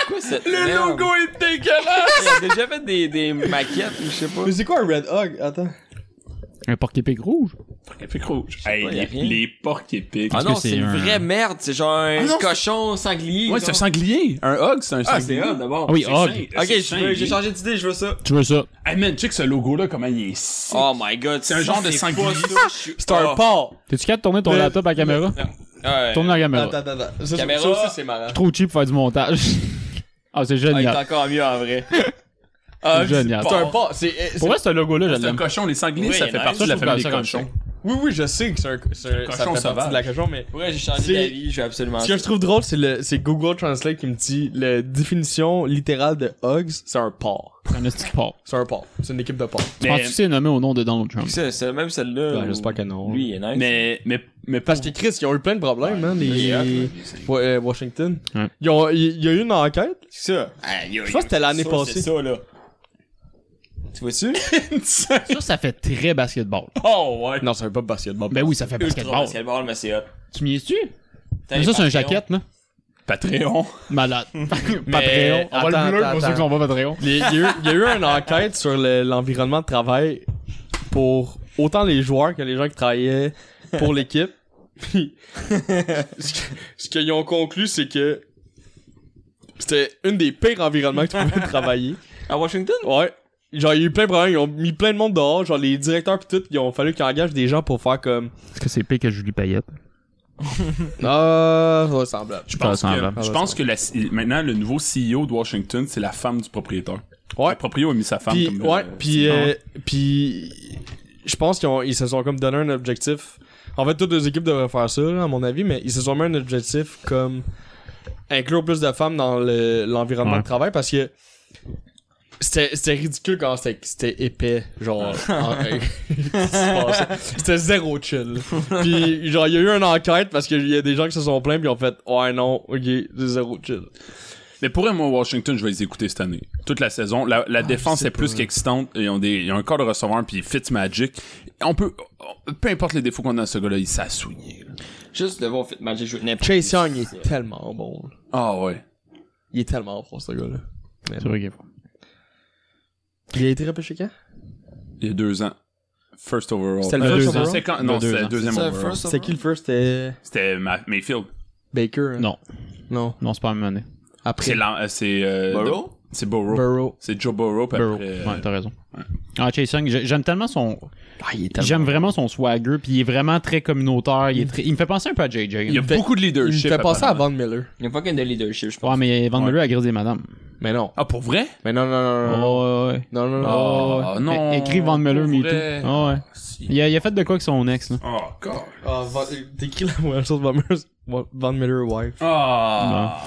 [SPEAKER 6] Quoi, cette merde?
[SPEAKER 3] est dégueulasse!
[SPEAKER 6] Il a déjà fait des, des maquettes ou je sais pas.
[SPEAKER 8] Mais c'est quoi un red hog? Attends.
[SPEAKER 7] Un porc-épic rouge?
[SPEAKER 3] Épic rouge. Hey,
[SPEAKER 6] pas, y a
[SPEAKER 3] les,
[SPEAKER 6] rien.
[SPEAKER 3] les porcs épiques.
[SPEAKER 6] Ah
[SPEAKER 7] que
[SPEAKER 6] non,
[SPEAKER 7] c'est
[SPEAKER 6] c'est une
[SPEAKER 7] un-
[SPEAKER 6] vraie merde. C'est genre un cochon sanglier.
[SPEAKER 3] Ouais,
[SPEAKER 6] genre.
[SPEAKER 3] c'est un sanglier. Un hog, c'est un
[SPEAKER 6] Ah,
[SPEAKER 3] sanglier.
[SPEAKER 6] c'est un d'abord.
[SPEAKER 7] Ah oui, hog.
[SPEAKER 6] Ok, je veux- j'ai changé d'idée, je veux ça.
[SPEAKER 7] Tu veux ça?
[SPEAKER 3] Hey man, check ce logo-là, comment il est sick.
[SPEAKER 6] Oh my god.
[SPEAKER 3] C'est un genre de sanglier.
[SPEAKER 8] C'est un
[SPEAKER 6] Oh.
[SPEAKER 8] porc.
[SPEAKER 7] T'es-tu capable de tourner ton
[SPEAKER 8] Le-
[SPEAKER 7] laptop à la caméra? Tourne la caméra.
[SPEAKER 8] Attends, attends, attends. Ça,
[SPEAKER 6] Caméra.
[SPEAKER 8] ça aussi, c'est marrant.
[SPEAKER 7] Trop cheap pour faire du montage. ah, c'est
[SPEAKER 6] Il est
[SPEAKER 7] génial.
[SPEAKER 6] encore mieux en vrai.
[SPEAKER 7] C'est génial.
[SPEAKER 8] C'est un porc. C'est, euh,
[SPEAKER 7] Pour
[SPEAKER 8] c'est-
[SPEAKER 7] vrai, ce logo-là, je
[SPEAKER 3] C'est un
[SPEAKER 7] l'aime.
[SPEAKER 3] cochon, les sangliers,
[SPEAKER 6] Oui,
[SPEAKER 3] ça
[SPEAKER 6] il est
[SPEAKER 3] fait
[SPEAKER 6] nice.
[SPEAKER 3] partie de la
[SPEAKER 7] Ça, je trouve
[SPEAKER 3] famille des
[SPEAKER 7] ça comme
[SPEAKER 3] cochons.
[SPEAKER 8] Oui, oui, je sais que c'est un, c'est un ça fait
[SPEAKER 3] cochon
[SPEAKER 8] partie
[SPEAKER 3] sauvage.
[SPEAKER 8] de la cochon, mais.
[SPEAKER 6] Ouais, j'ai
[SPEAKER 8] C'est-
[SPEAKER 6] changé d'avis, je vais absolument.
[SPEAKER 8] Ce que
[SPEAKER 6] ça.
[SPEAKER 8] je trouve drôle, c'est le, c'est Google Translate qui me dit la définition littérale de hogs, c'est un porc.
[SPEAKER 7] C'est un esti de porc.
[SPEAKER 8] C'est un porc. C'est une équipe de porcs.
[SPEAKER 7] Penses-tu que c'est nommé au nom de Donald Trump?
[SPEAKER 6] C'est c'est même celle-là.
[SPEAKER 8] Ouais,
[SPEAKER 6] où-
[SPEAKER 8] Ben, j'espère que non.
[SPEAKER 6] Lui, il est nice.
[SPEAKER 3] Mais, mais, mais
[SPEAKER 8] Parce que Chris, ils ont eu plein de problèmes, hein,
[SPEAKER 6] il est hot,
[SPEAKER 8] les. Wa- euh, Washington.
[SPEAKER 7] Ouais.
[SPEAKER 8] Ils ont, il il y a eu une enquête.
[SPEAKER 6] C'est ça.
[SPEAKER 8] Je pense que c'était l'année passée.
[SPEAKER 6] C'est Ben, ça, là. Tu vois-tu?
[SPEAKER 7] Ça, ça fait très basketball.
[SPEAKER 3] Oh ouais.
[SPEAKER 8] Non, ça veut pas basketball.
[SPEAKER 7] Ben oui, ça fait
[SPEAKER 6] Ultra
[SPEAKER 7] basketball.
[SPEAKER 6] basketball, mais c'est hot.
[SPEAKER 7] Tu m'y es-tu?
[SPEAKER 6] T'as
[SPEAKER 7] Mais
[SPEAKER 6] les
[SPEAKER 7] ça, c'est un
[SPEAKER 6] Patreons.
[SPEAKER 7] jaquette, là.
[SPEAKER 3] Patreon.
[SPEAKER 7] Malade. Patreon. On va
[SPEAKER 8] attends,
[SPEAKER 7] le bleu pour
[SPEAKER 8] attends,
[SPEAKER 7] ceux qui sont pas Patreon.
[SPEAKER 8] Les- Il y, a eu- il y a eu une enquête sur le- l'environnement de travail pour autant les joueurs que les gens qui travaillaient pour l'équipe. Puis, ce que- ce qu'ils ont conclu, c'est que c'était une des pires environnements que tu pouvais travailler.
[SPEAKER 6] À Washington?
[SPEAKER 8] Ouais. Genre, il y a eu plein de problèmes. Ils ont mis plein de monde dehors. Genre, les directeurs pis tout, ils ont fallu qu'ils engagent des gens pour faire comme...
[SPEAKER 7] Est-ce que c'est pire que Julie Payette?
[SPEAKER 8] Ah, ça ressemble.
[SPEAKER 3] Je pense
[SPEAKER 7] Ça
[SPEAKER 3] que,
[SPEAKER 7] ressemble.
[SPEAKER 3] je pense que la- maintenant, le nouveau CEO de Washington, c'est la femme du propriétaire.
[SPEAKER 8] Ouais.
[SPEAKER 3] Le propriétaire a mis sa femme
[SPEAKER 8] Puis,
[SPEAKER 3] comme...
[SPEAKER 8] ouais,
[SPEAKER 3] euh,
[SPEAKER 8] puis,
[SPEAKER 3] Ah,
[SPEAKER 8] euh, puis je pense qu'ils ont- ils se sont comme donné un objectif. En fait, toutes les équipes devraient faire ça, là, à mon avis, mais ils se sont mis un objectif comme inclure plus de femmes dans le- l'environnement
[SPEAKER 7] Ouais.
[SPEAKER 8] de travail parce que c'était c'était ridicule quand c'était c'était épais, genre. en- c'était zéro chill. Puis, genre, il y a eu une enquête parce qu'il y a des gens qui se sont plaints puis ils ont fait Ouais, non, ok, c'est zéro chill.
[SPEAKER 3] Mais pour moi, Washington, je vais les écouter cette année. Toute la saison. La,
[SPEAKER 8] Ah,
[SPEAKER 3] la défense est plus qu'excitante. Ils ont des, ils ont un corps de receveur puis Fitzmagic. On peut, on- peu importe les défauts qu'on a à ce gars-là, il s'est soigné.
[SPEAKER 6] Juste devant Fit Magic jouer n'importe
[SPEAKER 8] Chase Young est tellement bon. là.
[SPEAKER 3] Ah ouais.
[SPEAKER 8] Il est tellement fort, ce gars-là.
[SPEAKER 7] C'est vrai qu'il est fort.
[SPEAKER 8] Il a été repêché quand
[SPEAKER 3] Il y a deux ans. First overall.
[SPEAKER 8] C'était le
[SPEAKER 3] Euh,
[SPEAKER 8] first
[SPEAKER 3] deux ans.
[SPEAKER 8] overall?
[SPEAKER 3] C'est quand-
[SPEAKER 7] Il y a
[SPEAKER 3] Non,
[SPEAKER 7] deux
[SPEAKER 3] c'était
[SPEAKER 7] ans.
[SPEAKER 3] le deuxième
[SPEAKER 6] C'est un
[SPEAKER 3] overall.
[SPEAKER 6] first
[SPEAKER 8] C'est qui le first C'était
[SPEAKER 3] C'était Ma- Mayfield.
[SPEAKER 8] Baker. hein?
[SPEAKER 7] Non,
[SPEAKER 8] Non.
[SPEAKER 7] non, c'est pas la même année.
[SPEAKER 3] C'est
[SPEAKER 8] Après
[SPEAKER 3] l'an- euh, c'est, euh,
[SPEAKER 6] Burrow?
[SPEAKER 3] de- C'est Burrow.
[SPEAKER 8] Burrow.
[SPEAKER 3] C'est Joe Burrow. puis
[SPEAKER 7] Burrow.
[SPEAKER 3] après, euh,
[SPEAKER 7] Ouais, t'as raison. Ah, Chase Young, j'ai- j'aime tellement son.
[SPEAKER 8] Ah, il est
[SPEAKER 7] J'aime vraiment son swagger, puis il est vraiment très communautaire. Il, est très- il me fait penser un peu à JJ.
[SPEAKER 3] Il y a
[SPEAKER 7] Ouais,
[SPEAKER 8] fait-
[SPEAKER 3] beaucoup de
[SPEAKER 8] Il me
[SPEAKER 3] leadership.
[SPEAKER 8] fait passer à
[SPEAKER 3] apparemment.
[SPEAKER 8] Van Miller.
[SPEAKER 6] Il n'y a pas qu'un de leadership, je pense.
[SPEAKER 7] mais Van Miller a grisé madame.
[SPEAKER 8] Mais non.
[SPEAKER 3] Ah, pour vrai?
[SPEAKER 8] Mais non, non, non, non.
[SPEAKER 7] Oh, ouais.
[SPEAKER 8] Non, non, non.
[SPEAKER 7] Oh,
[SPEAKER 3] Ah,
[SPEAKER 7] ouais.
[SPEAKER 3] non.
[SPEAKER 7] É- Écrit Van Miller,
[SPEAKER 3] Pour
[SPEAKER 7] me
[SPEAKER 3] vrai.
[SPEAKER 7] too. Ah, ouais.
[SPEAKER 3] Si.
[SPEAKER 7] Il a, il a fait de quoi avec son ex, là?
[SPEAKER 3] Oh, God.
[SPEAKER 8] Ah, Van- T'écris la même chose de Van Miller. Van- Van Miller wife.
[SPEAKER 3] Ah,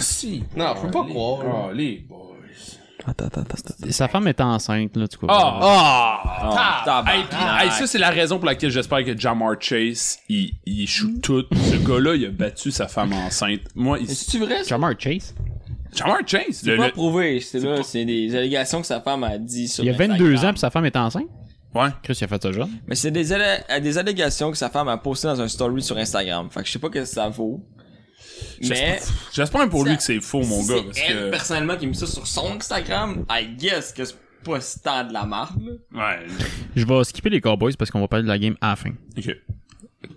[SPEAKER 3] si.
[SPEAKER 6] Oh,
[SPEAKER 8] Non, je peux pas croire.
[SPEAKER 3] Ah, les boys.
[SPEAKER 2] Attends, attends, attends.
[SPEAKER 7] Sa femme est enceinte, là, tu vois.
[SPEAKER 3] Ah!
[SPEAKER 6] Ah,
[SPEAKER 3] Ah! tab-
[SPEAKER 6] tabarnak.
[SPEAKER 3] Hey, puis, hey, ça, c'est la raison pour laquelle j'espère que Jamar Chase, il, il shoot tout. Ce gars-là, il a battu sa femme enceinte. Moi, il...
[SPEAKER 6] C'est-tu vrai? ça?
[SPEAKER 7] Jamar Chase.
[SPEAKER 3] Jamar Chase,
[SPEAKER 6] C'est
[SPEAKER 3] le-
[SPEAKER 6] pas
[SPEAKER 3] le-
[SPEAKER 6] prouvé, c'est là, c'est des allégations que sa femme a dit sur
[SPEAKER 7] Il y a 22
[SPEAKER 6] Instagram.
[SPEAKER 7] ans, puis sa femme est enceinte.
[SPEAKER 3] Ouais.
[SPEAKER 7] Chris, il a fait ça jeune.
[SPEAKER 6] Mais c'est des, allé- des allégations que sa femme a postées dans un story sur Instagram. Fait que je sais pas que ça vaut. Mais
[SPEAKER 3] J'espère pour lui
[SPEAKER 6] Ça-
[SPEAKER 3] que c'est faux, mon
[SPEAKER 6] si
[SPEAKER 3] gars,
[SPEAKER 6] c'est
[SPEAKER 3] parce
[SPEAKER 6] elle,
[SPEAKER 3] que...
[SPEAKER 6] personnellement, qui met ça sur son Instagram, I guess que c'est pas si tant de la marque, là.
[SPEAKER 3] Ouais,
[SPEAKER 7] Je vais skipper les Cowboys parce qu'on va parler de la game à la fin.
[SPEAKER 3] ok.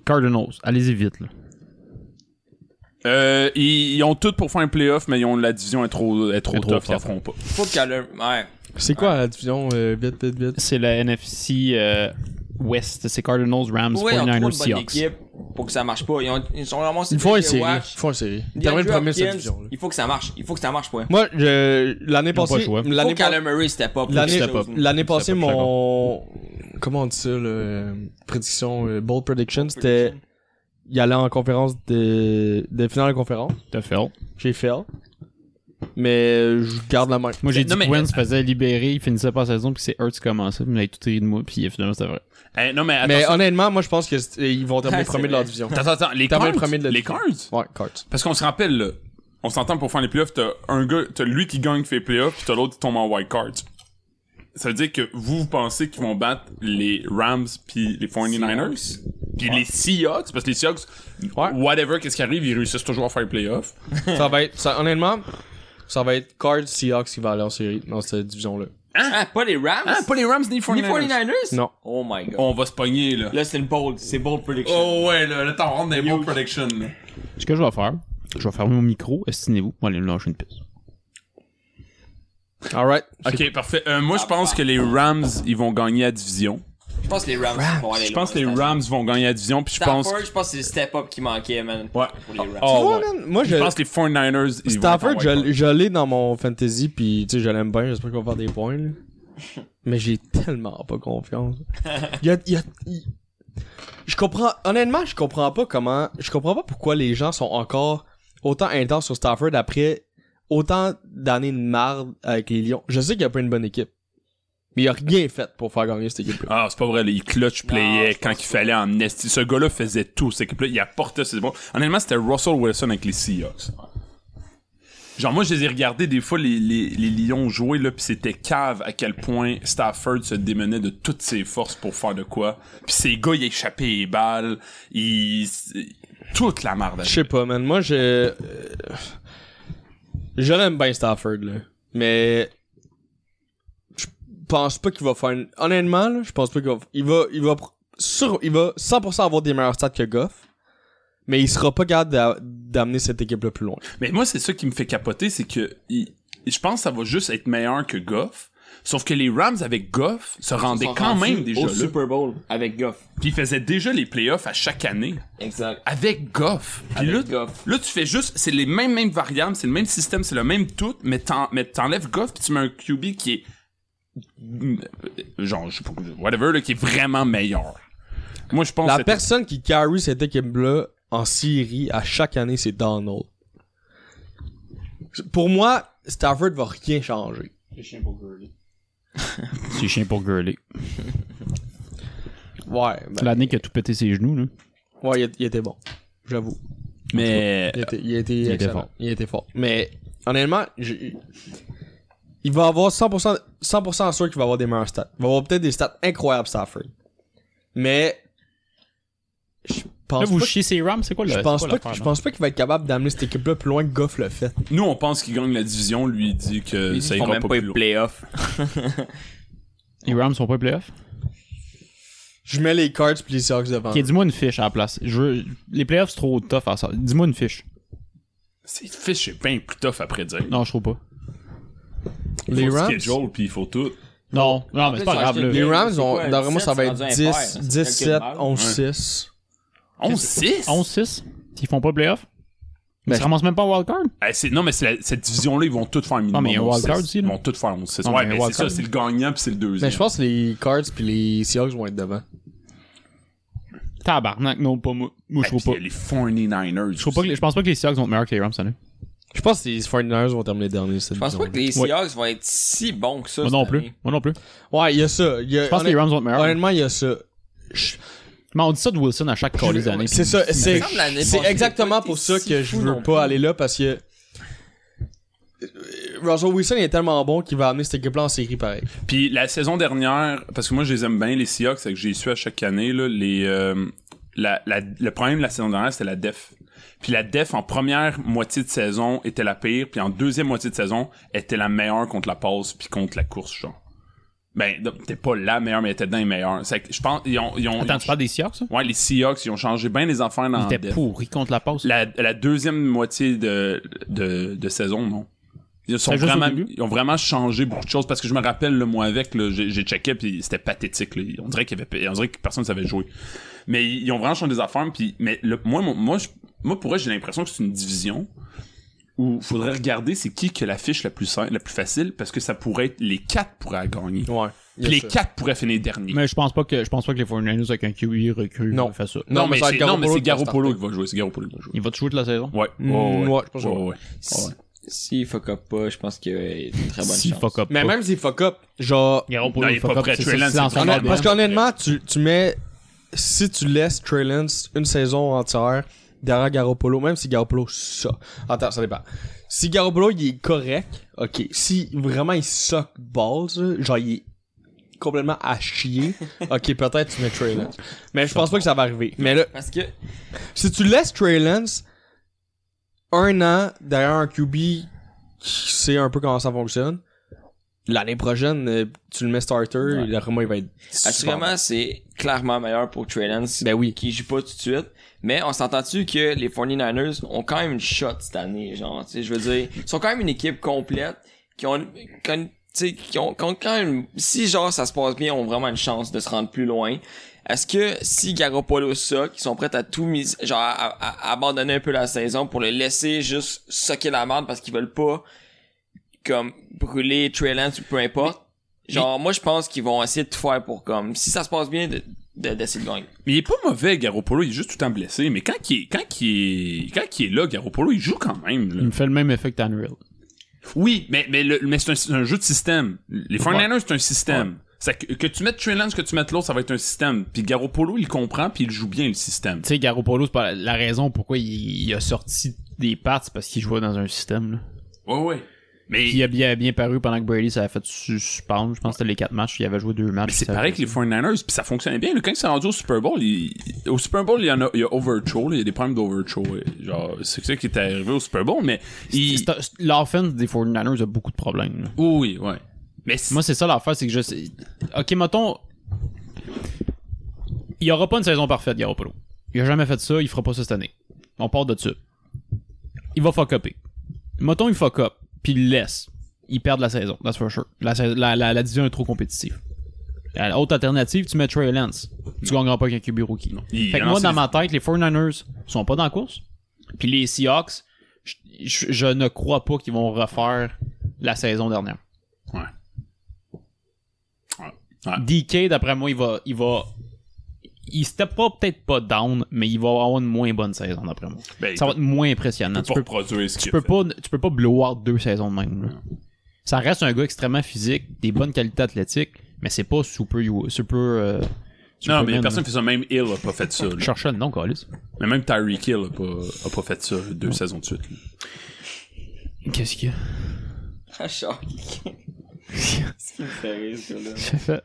[SPEAKER 7] Cardinals, allez-y vite, là.
[SPEAKER 3] Euh, ils, ils ont tout pour faire un playoff, mais ils ont la division est trop, est trop,
[SPEAKER 7] Est trop
[SPEAKER 3] tough, ils
[SPEAKER 7] forte.
[SPEAKER 3] la feront pas.
[SPEAKER 6] Faut qu'elle a... Ouais.
[SPEAKER 8] C'est quoi la division euh, vite, vite, vite?
[SPEAKER 7] C'est la NFC euh, West. C'est Cardinals, Rams,
[SPEAKER 6] Ouais,
[SPEAKER 7] 49ers,
[SPEAKER 6] on trouve une bonne
[SPEAKER 7] Seahawks.
[SPEAKER 6] équipe pour que ça marche pas. Ils, ont, ils sont vraiment...
[SPEAKER 8] Il faut
[SPEAKER 6] des
[SPEAKER 8] essayer.
[SPEAKER 6] watch.
[SPEAKER 8] Il faut essayer.
[SPEAKER 6] DeAndre
[SPEAKER 8] Termine premier cette
[SPEAKER 6] Hopkins,
[SPEAKER 8] division. là.
[SPEAKER 6] Il faut que ça marche. Il faut que ça marche, point.
[SPEAKER 8] Moi, je- l'année
[SPEAKER 7] pas le
[SPEAKER 8] passée,
[SPEAKER 7] choix.
[SPEAKER 6] Faut
[SPEAKER 8] l'année pas-
[SPEAKER 6] qu'Alan Murray step up.
[SPEAKER 8] l'année-
[SPEAKER 6] Faut que ça-
[SPEAKER 8] l'année passée,
[SPEAKER 7] pas, je suis
[SPEAKER 8] mon comment on dit ça, le prédiction, euh, bold prediction, c'était il allait en conférence de, de finale de conférence.
[SPEAKER 7] T'as fait.
[SPEAKER 8] J'ai fail, mais je garde la main.
[SPEAKER 7] Moi, j'ai
[SPEAKER 3] Non,
[SPEAKER 7] dit
[SPEAKER 3] mais-
[SPEAKER 7] que Wentz se faisait libérer, il finissait pas la saison, puis que c'est Hurts qui commençait, puis il a tout ri de moi, puis finalement, c'était vrai.
[SPEAKER 3] Eh, non, mais attends,
[SPEAKER 8] mais
[SPEAKER 3] ça-
[SPEAKER 8] honnêtement, moi, je pense que c'est- ils vont terminer
[SPEAKER 6] Ah, c'est
[SPEAKER 8] premier de leur
[SPEAKER 6] vrai.
[SPEAKER 8] division.
[SPEAKER 3] attends, attends, les
[SPEAKER 8] T'as
[SPEAKER 3] cards,
[SPEAKER 8] mal premier de la
[SPEAKER 3] les
[SPEAKER 8] division.
[SPEAKER 3] cards,
[SPEAKER 8] Ouais, cards.
[SPEAKER 3] parce qu'on se rappelle, là, on s'entend pour faire les playoffs, t'as un gars, t'as lui qui gagne qui fait playoffs, puis t'as l'autre qui tombe en wild card. Ça veut dire que vous, vous pensez qu'ils vont battre les Rams puis les 49ers? Puis les Seahawks, parce que les Seahawks,
[SPEAKER 8] Ouais.
[SPEAKER 3] whatever, qu'est-ce qui arrive, ils réussissent toujours à faire les playoffs.
[SPEAKER 8] ça va être, ça- honnêtement, ça va être cards Seahawks qui va aller en série dans cette division-là.
[SPEAKER 6] Ah, pas les Rams?
[SPEAKER 3] Ah, pas les Rams ni les
[SPEAKER 6] Ni
[SPEAKER 3] 49ers.
[SPEAKER 6] 49ers?
[SPEAKER 8] Non.
[SPEAKER 6] Oh my god.
[SPEAKER 3] On va se pogner, là.
[SPEAKER 6] Là, c'est une bold. C'est bold prediction.
[SPEAKER 3] Oh ouais, là, là, t'en rentres des bons predictions, là.
[SPEAKER 7] Ce que je vais faire, je vais fermer mon micro, estinez-vous, moi, allez me lâcher une piste.
[SPEAKER 8] Alright.
[SPEAKER 3] Ok, parfait. Euh, moi, je pense que les Rams, ils vont gagner la division.
[SPEAKER 6] Je pense que les Rams vont aller
[SPEAKER 3] Je pense que les
[SPEAKER 6] loin, cette année.
[SPEAKER 3] Rams vont gagner la division, puis je pense.
[SPEAKER 6] Stafford, je pense que c'est le step-up qui manquait, man.
[SPEAKER 3] Ouais.
[SPEAKER 6] Pour les Rams.
[SPEAKER 3] Oh,
[SPEAKER 8] Moi,
[SPEAKER 3] ouais.
[SPEAKER 8] man, moi,
[SPEAKER 3] Je
[SPEAKER 8] je,
[SPEAKER 3] pense que les 49ers, ils
[SPEAKER 8] Stafford,
[SPEAKER 3] vont. être en
[SPEAKER 8] je,
[SPEAKER 3] wild
[SPEAKER 8] je l'ai dans mon fantasy, puis tu sais, je l'aime bien, j'espère qu'on va faire des points, là. Mais j'ai tellement pas confiance. Il y a, il y a- il- Je comprends, honnêtement, je comprends pas comment, je comprends pas pourquoi les gens sont encore autant intenses sur Stafford après autant d'années de marde avec les Lions. Je sais qu'il y a pas une bonne équipe. Mais il a rien fait pour faire gagner cette équipe-là.
[SPEAKER 3] card. Ah, c'est pas vrai, là. Il clutch
[SPEAKER 6] Non,
[SPEAKER 3] playait
[SPEAKER 6] je
[SPEAKER 3] quand
[SPEAKER 6] pense
[SPEAKER 3] il fallait en esti. Ce gars-là faisait tout. Cette équipe-là, il apportait ses bons. Honnêtement, c'était Russell Wilson avec les Seahawks. Genre, moi, je les ai regardés des fois, les, les, les Lions jouer, là, pis c'était cave à quel point Stafford se démenait de toutes ses forces pour faire de quoi. Pis ces gars, ils échappaient les balles. Ils. Toute la merde.
[SPEAKER 8] Je sais pas, man. Moi, je. euh, Je l'aime bien Stafford, là. Mais. Je pense pas qu'il va faire une... Honnêtement, là, je pense pas qu'il va. Il va. Il va, pr- sur... il va 100% avoir des meilleurs stats que Goff. Mais il sera pas capable d'a- d'amener cette équipe-là plus loin.
[SPEAKER 3] Mais moi, c'est ça qui me fait capoter, c'est que il- je pense que ça va juste être meilleur que Goff. Sauf que les Rams avec Goff se
[SPEAKER 6] Ils
[SPEAKER 3] rendaient
[SPEAKER 6] sont
[SPEAKER 3] quand
[SPEAKER 6] rendus
[SPEAKER 3] même déjà
[SPEAKER 6] Au
[SPEAKER 3] là.
[SPEAKER 6] Super Bowl avec Goff.
[SPEAKER 3] Puis ils faisaient déjà les playoffs à chaque année
[SPEAKER 6] Exact.
[SPEAKER 3] avec Goff. Puis
[SPEAKER 6] Avec
[SPEAKER 3] là,
[SPEAKER 6] Goff.
[SPEAKER 3] là, tu fais juste, c'est les mêmes mêmes variables, c'est le même système, c'est le même tout, mais t'en- mais t'enlèves Goff puis tu mets un QB qui est genre je sais pas whatever là, qui est vraiment meilleur. Moi, je pense
[SPEAKER 8] La
[SPEAKER 3] que-
[SPEAKER 8] personne qui carry cette équipe-là en Syrie à chaque année, c'est Donald. Pour moi, Stafford va rien changer.
[SPEAKER 7] C'est chien pour gueuler.
[SPEAKER 8] Ouais, ben,
[SPEAKER 7] L'année qu'il a tout pété ses genoux, là.
[SPEAKER 8] ouais, il est- il était bon. J'avoue.
[SPEAKER 3] mais
[SPEAKER 8] Il était, il était
[SPEAKER 7] était
[SPEAKER 8] excellent.
[SPEAKER 7] fort.
[SPEAKER 8] Il était fort. Mais honnêtement, je- il va avoir 100%, 100% sûr qu'il va avoir des meilleurs stats. Il va avoir peut-être des stats incroyables, Stafford. Mais je pense
[SPEAKER 7] Là, vous
[SPEAKER 8] pas,
[SPEAKER 7] chiez ses Rams, c'est quoi le
[SPEAKER 8] je pense pas, que- je pense pas qu'il va être capable d'amener cette équipe-là plus loin que Goff le fait.
[SPEAKER 3] nous on pense qu'il gagne la division, lui il dit que ça
[SPEAKER 6] Ils font
[SPEAKER 3] ira
[SPEAKER 6] même
[SPEAKER 3] pas
[SPEAKER 6] pas
[SPEAKER 3] plus
[SPEAKER 6] les
[SPEAKER 3] loin.
[SPEAKER 6] playoffs.
[SPEAKER 7] Les Rams sont pas playoffs.
[SPEAKER 8] Je mets les cards puis les Seahawks devant.
[SPEAKER 7] Ok, dis-moi une fiche à la place. Je veux... Les playoffs, c'est trop tough à ça. Dis-moi une fiche.
[SPEAKER 3] C'est fiche, c'est bien plus tough à prédire.
[SPEAKER 7] Non, je trouve pas.
[SPEAKER 8] Les
[SPEAKER 3] faut le
[SPEAKER 8] Rams,
[SPEAKER 3] schedule, puis il faut tout.
[SPEAKER 7] Non, non, mais c'est pas grave, là.
[SPEAKER 8] les Rams
[SPEAKER 6] C'est
[SPEAKER 8] ont,
[SPEAKER 6] quoi,
[SPEAKER 8] d'après moi,
[SPEAKER 6] 17,
[SPEAKER 8] ça va
[SPEAKER 6] c'est
[SPEAKER 8] être
[SPEAKER 6] rendu
[SPEAKER 8] 10,
[SPEAKER 6] impair.
[SPEAKER 8] 17,
[SPEAKER 6] Ouais.
[SPEAKER 8] 11, 6.
[SPEAKER 3] 11-6?
[SPEAKER 7] 11-6, s'ils font pas playoff.
[SPEAKER 8] Ben,
[SPEAKER 7] Ils se ramassent même pas en wildcard.
[SPEAKER 3] Eh, c'est- non, mais c'est la- cette division-là, ils vont tout faire minimum.
[SPEAKER 7] Ah, mais il y a un
[SPEAKER 3] 11-6.
[SPEAKER 7] wildcard aussi,
[SPEAKER 3] Ils
[SPEAKER 7] là.
[SPEAKER 3] vont tout faire 11-6.
[SPEAKER 7] Ah,
[SPEAKER 3] ouais,
[SPEAKER 7] mais
[SPEAKER 3] mais
[SPEAKER 7] un
[SPEAKER 3] c'est ça,
[SPEAKER 7] wildcard.
[SPEAKER 3] c'est le gagnant, puis c'est le deuxième.
[SPEAKER 8] Mais je pense que les cards puis les Seahawks vont être devant.
[SPEAKER 7] Tabarnak, non, pas moi.
[SPEAKER 3] Eh,
[SPEAKER 7] Moi, je trouve
[SPEAKER 3] puis
[SPEAKER 7] pas.
[SPEAKER 3] Ah, il y a Les 49ers.
[SPEAKER 7] Je, trouve pas que les- je pense pas que les Seahawks vont être meilleurs que les Rams, ça, là.
[SPEAKER 8] Je pense que les 49ers vont terminer dernier cette
[SPEAKER 6] Je pense pas
[SPEAKER 8] division-là.
[SPEAKER 6] que les Seahawks vont être si bons que ça.
[SPEAKER 7] Moi non
[SPEAKER 6] cette
[SPEAKER 7] plus.
[SPEAKER 6] année.
[SPEAKER 7] Moi non plus.
[SPEAKER 8] Ouais, il y a ça. Il y a-
[SPEAKER 7] Je pense que les Rams vont être meilleurs.
[SPEAKER 8] Honnêtement, il y a ça. Je-
[SPEAKER 7] Mais on dit ça de Wilson à chaque call des années.
[SPEAKER 8] C'est ça, c'est,
[SPEAKER 6] me semble l'année
[SPEAKER 8] c'est
[SPEAKER 6] passée,
[SPEAKER 8] exactement
[SPEAKER 6] t'es
[SPEAKER 8] pour
[SPEAKER 6] si
[SPEAKER 8] ça que je
[SPEAKER 6] fou
[SPEAKER 8] veux
[SPEAKER 6] non
[SPEAKER 8] pas
[SPEAKER 6] plus.
[SPEAKER 8] aller là parce que euh, Russell Wilson il est tellement bon qu'il va amener cette équipe-là en série pareil.
[SPEAKER 3] Puis la saison dernière, parce que moi je les aime bien les Seahawks, c'est que j'y suis à chaque année là, les euh, la, la- le problème de la saison dernière c'était la def. Puis la def en première moitié de saison était la pire, puis en deuxième moitié de saison était la meilleure contre la passe puis contre la course genre. Ben non, t'es pas la meilleure mais elle était dans les meilleures. C'est que je pense ils ont ils ont, ils ont-
[SPEAKER 7] Attends, tu parles des Seahawks, ça?
[SPEAKER 3] ouais les Seahawks ils ont changé bien les enfants dans
[SPEAKER 7] Ils
[SPEAKER 3] la
[SPEAKER 7] étaient
[SPEAKER 3] def.
[SPEAKER 7] pourris contre la passe.
[SPEAKER 3] La, la deuxième moitié de, de, de saison, non. Ils, sont
[SPEAKER 7] C'était Ben, juste au
[SPEAKER 3] vraiment,
[SPEAKER 7] début?
[SPEAKER 3] ils ont vraiment changé beaucoup de choses parce que je me rappelle le mois avec, là, j'ai, j'ai checké puis c'était pathétique. là. On, dirait qu'il y avait, on dirait que personne ne savait jouer. Mais ils ils ont vraiment changé des affaires. Puis, mais le, moi, moi, moi, je- moi, pour vrai, j'ai l'impression que c'est une division où faudrait regarder c'est qui que la fiche la plus, simple- la plus facile parce que ça pourrait être les quatre pourraient gagner.
[SPEAKER 8] Ouais.
[SPEAKER 3] Puis les quatre pourraient finir dernier.
[SPEAKER 7] Mais je pense pas que je pense pas que les 49ers avec un QI recru
[SPEAKER 8] Non.
[SPEAKER 7] euh, fassent ça.
[SPEAKER 3] non, mais,
[SPEAKER 8] ça va
[SPEAKER 3] c'est,
[SPEAKER 8] être
[SPEAKER 3] non, mais c'est
[SPEAKER 8] Garoppolo
[SPEAKER 3] Garoppolo
[SPEAKER 8] qui
[SPEAKER 3] qui va jouer. C'est Garoppolo qui va jouer.
[SPEAKER 7] Il va te jouer toute la saison.
[SPEAKER 3] Ouais.
[SPEAKER 8] Mm,
[SPEAKER 3] ouais,
[SPEAKER 8] ouais, je pense que-
[SPEAKER 3] ouais, ouais.
[SPEAKER 6] Si- S'il fuck up pas, je pense qu'il y a une très bonne
[SPEAKER 7] Si
[SPEAKER 6] chance.
[SPEAKER 7] fuck up.
[SPEAKER 8] Mais même s'il fuck up, genre.
[SPEAKER 7] Garoppolo,
[SPEAKER 3] Non, il est
[SPEAKER 7] il
[SPEAKER 3] pas
[SPEAKER 7] fuck up,
[SPEAKER 3] prêt.
[SPEAKER 7] c'est
[SPEAKER 3] Trey
[SPEAKER 7] ça,
[SPEAKER 3] Lance,
[SPEAKER 7] c'est dans
[SPEAKER 3] il
[SPEAKER 7] son
[SPEAKER 3] est
[SPEAKER 8] honnête-
[SPEAKER 7] ADN.
[SPEAKER 8] parce qu'honnêtement, tu, tu mets. Si tu laisses Trey Lance une saison entière derrière Garoppolo, même si Garoppolo ça. Attends, ça dépend. Si Garoppolo il est correct, ok. Si vraiment il suck balls, là, genre il est complètement à chier, ok, peut-être tu mets Trey Lance. Mais je pense pas que ça va arriver. Mais là,
[SPEAKER 6] Parce que
[SPEAKER 8] si tu laisses Trey Lance un an derrière un QB qui sait un peu comment ça fonctionne, l'année prochaine, euh, tu le mets starter, et d'après moi, il va être. super
[SPEAKER 6] Assurément, c'est clairement meilleur pour Trey Lance.
[SPEAKER 8] Ben oui.
[SPEAKER 6] Qui joue pas tout de suite. Mais on s'entend-tu que les 49ers ont quand même une shot cette année, genre, tu sais, je veux dire, ils sont quand même une équipe complète, qui ont, qui ont- tu sais, qui ont, qui ont quand même, si genre ça se passe bien, ont vraiment une chance de se rendre plus loin. Est-ce que si Garoppolo sock, ils sont prêts à tout mis, genre, à, à- à abandonner un peu la saison pour le laisser juste socker la merde parce qu'ils veulent pas, comme, brûler Trey Lance ou peu importe. Genre, moi, je pense qu'ils vont essayer de tout faire pour comme, si ça se passe bien, de, de, d'essayer de gagner.
[SPEAKER 3] Mais il est pas mauvais, Garoppolo, il est juste tout le temps blessé. Mais quand il est, quand il est, quand il est là, Garoppolo, il joue quand même. là.
[SPEAKER 7] Il me fait le même effet que Tannehill.
[SPEAKER 3] Oui, mais, mais, le- mais c'est un, c'est un jeu de système. Les 49ers, c'est un système. Ça, que, que tu mettes Trey Lance, que tu mettes l'autre, ça va être un système. Puis Garoppolo, il comprend, puis il joue bien le système.
[SPEAKER 7] Tu sais, Garoppolo, c'est pas la- la raison pourquoi il, il a sorti des pattes, c'est parce qu'il jouait dans un système. Là.
[SPEAKER 3] Ouais, ouais. euh, Mais,
[SPEAKER 7] Puis il a bien, bien paru pendant que Brady, ça a fait su- suspendre. Je pense que c'était les quatre matchs. Il avait joué deux matchs.
[SPEAKER 3] mais c'est
[SPEAKER 7] ça-
[SPEAKER 3] pareil que les 49ers, puis ça fonctionnait bien. là. Quand ils sont rendus au Super Bowl, il- au Super Bowl, il y en a, il y a overthrow, là. il y a des problèmes d'overthrow. là. Genre, c'est ça qui est arrivé au Super Bowl, mais il...
[SPEAKER 7] C'est- c'est- L'offense des 49ers a beaucoup de problèmes. là.
[SPEAKER 3] Oui, ouais. Mais c'est-
[SPEAKER 7] Moi, c'est ça l'affaire, c'est que je sais. Ok, mettons. Il n'y aura pas une saison parfaite, Garoppolo. Il a jamais fait ça, il fera pas ça cette année. On part de dessus. Il va fuck upper. Mettons, il fuck up, puis il le laisse. Il perd la saison, that's for sure. La, sais- la, la- la division est trop compétitive. La autre alternative, tu mets Trey Lance. Tu gagneras pas qu'un QB rookie.
[SPEAKER 3] Il
[SPEAKER 7] Fait que
[SPEAKER 3] a
[SPEAKER 7] moi,
[SPEAKER 3] lancé
[SPEAKER 7] dans
[SPEAKER 3] des-
[SPEAKER 7] ma tête, les 49ers sont pas dans la course. Puis les Seahawks, je, je- je ne crois pas qu'ils vont refaire la saison dernière.
[SPEAKER 3] Ouais. Ouais. Ouais.
[SPEAKER 7] DK, d'après moi, il va. Il va il step pas peut-être pas down, mais il va avoir une moins bonne saison d'après moi.
[SPEAKER 3] Ben,
[SPEAKER 7] ça va être moins impressionnant. Tu
[SPEAKER 3] pour
[SPEAKER 7] peux,
[SPEAKER 3] produire ce
[SPEAKER 7] tu
[SPEAKER 3] qu'il
[SPEAKER 7] peux
[SPEAKER 3] a fait.
[SPEAKER 7] pas, tu peux pas blowout deux saisons de même. là. Ça reste un gars extrêmement physique, des bonnes qualités athlétiques, mais c'est pas super you- super. euh,
[SPEAKER 3] Non,
[SPEAKER 7] Superman,
[SPEAKER 3] mais personne
[SPEAKER 7] là.
[SPEAKER 3] fait ça. Même Hill a pas fait ça. là.
[SPEAKER 7] Je cherchais le nom, Calis.
[SPEAKER 3] Mais même Tyreek Hill a pas, a pas fait ça deux saisons de suite. là.
[SPEAKER 7] Qu'est-ce qu'il y a
[SPEAKER 6] Ah, Charles. Qu'est-ce qui me fait rire, ce
[SPEAKER 7] J'ai fait.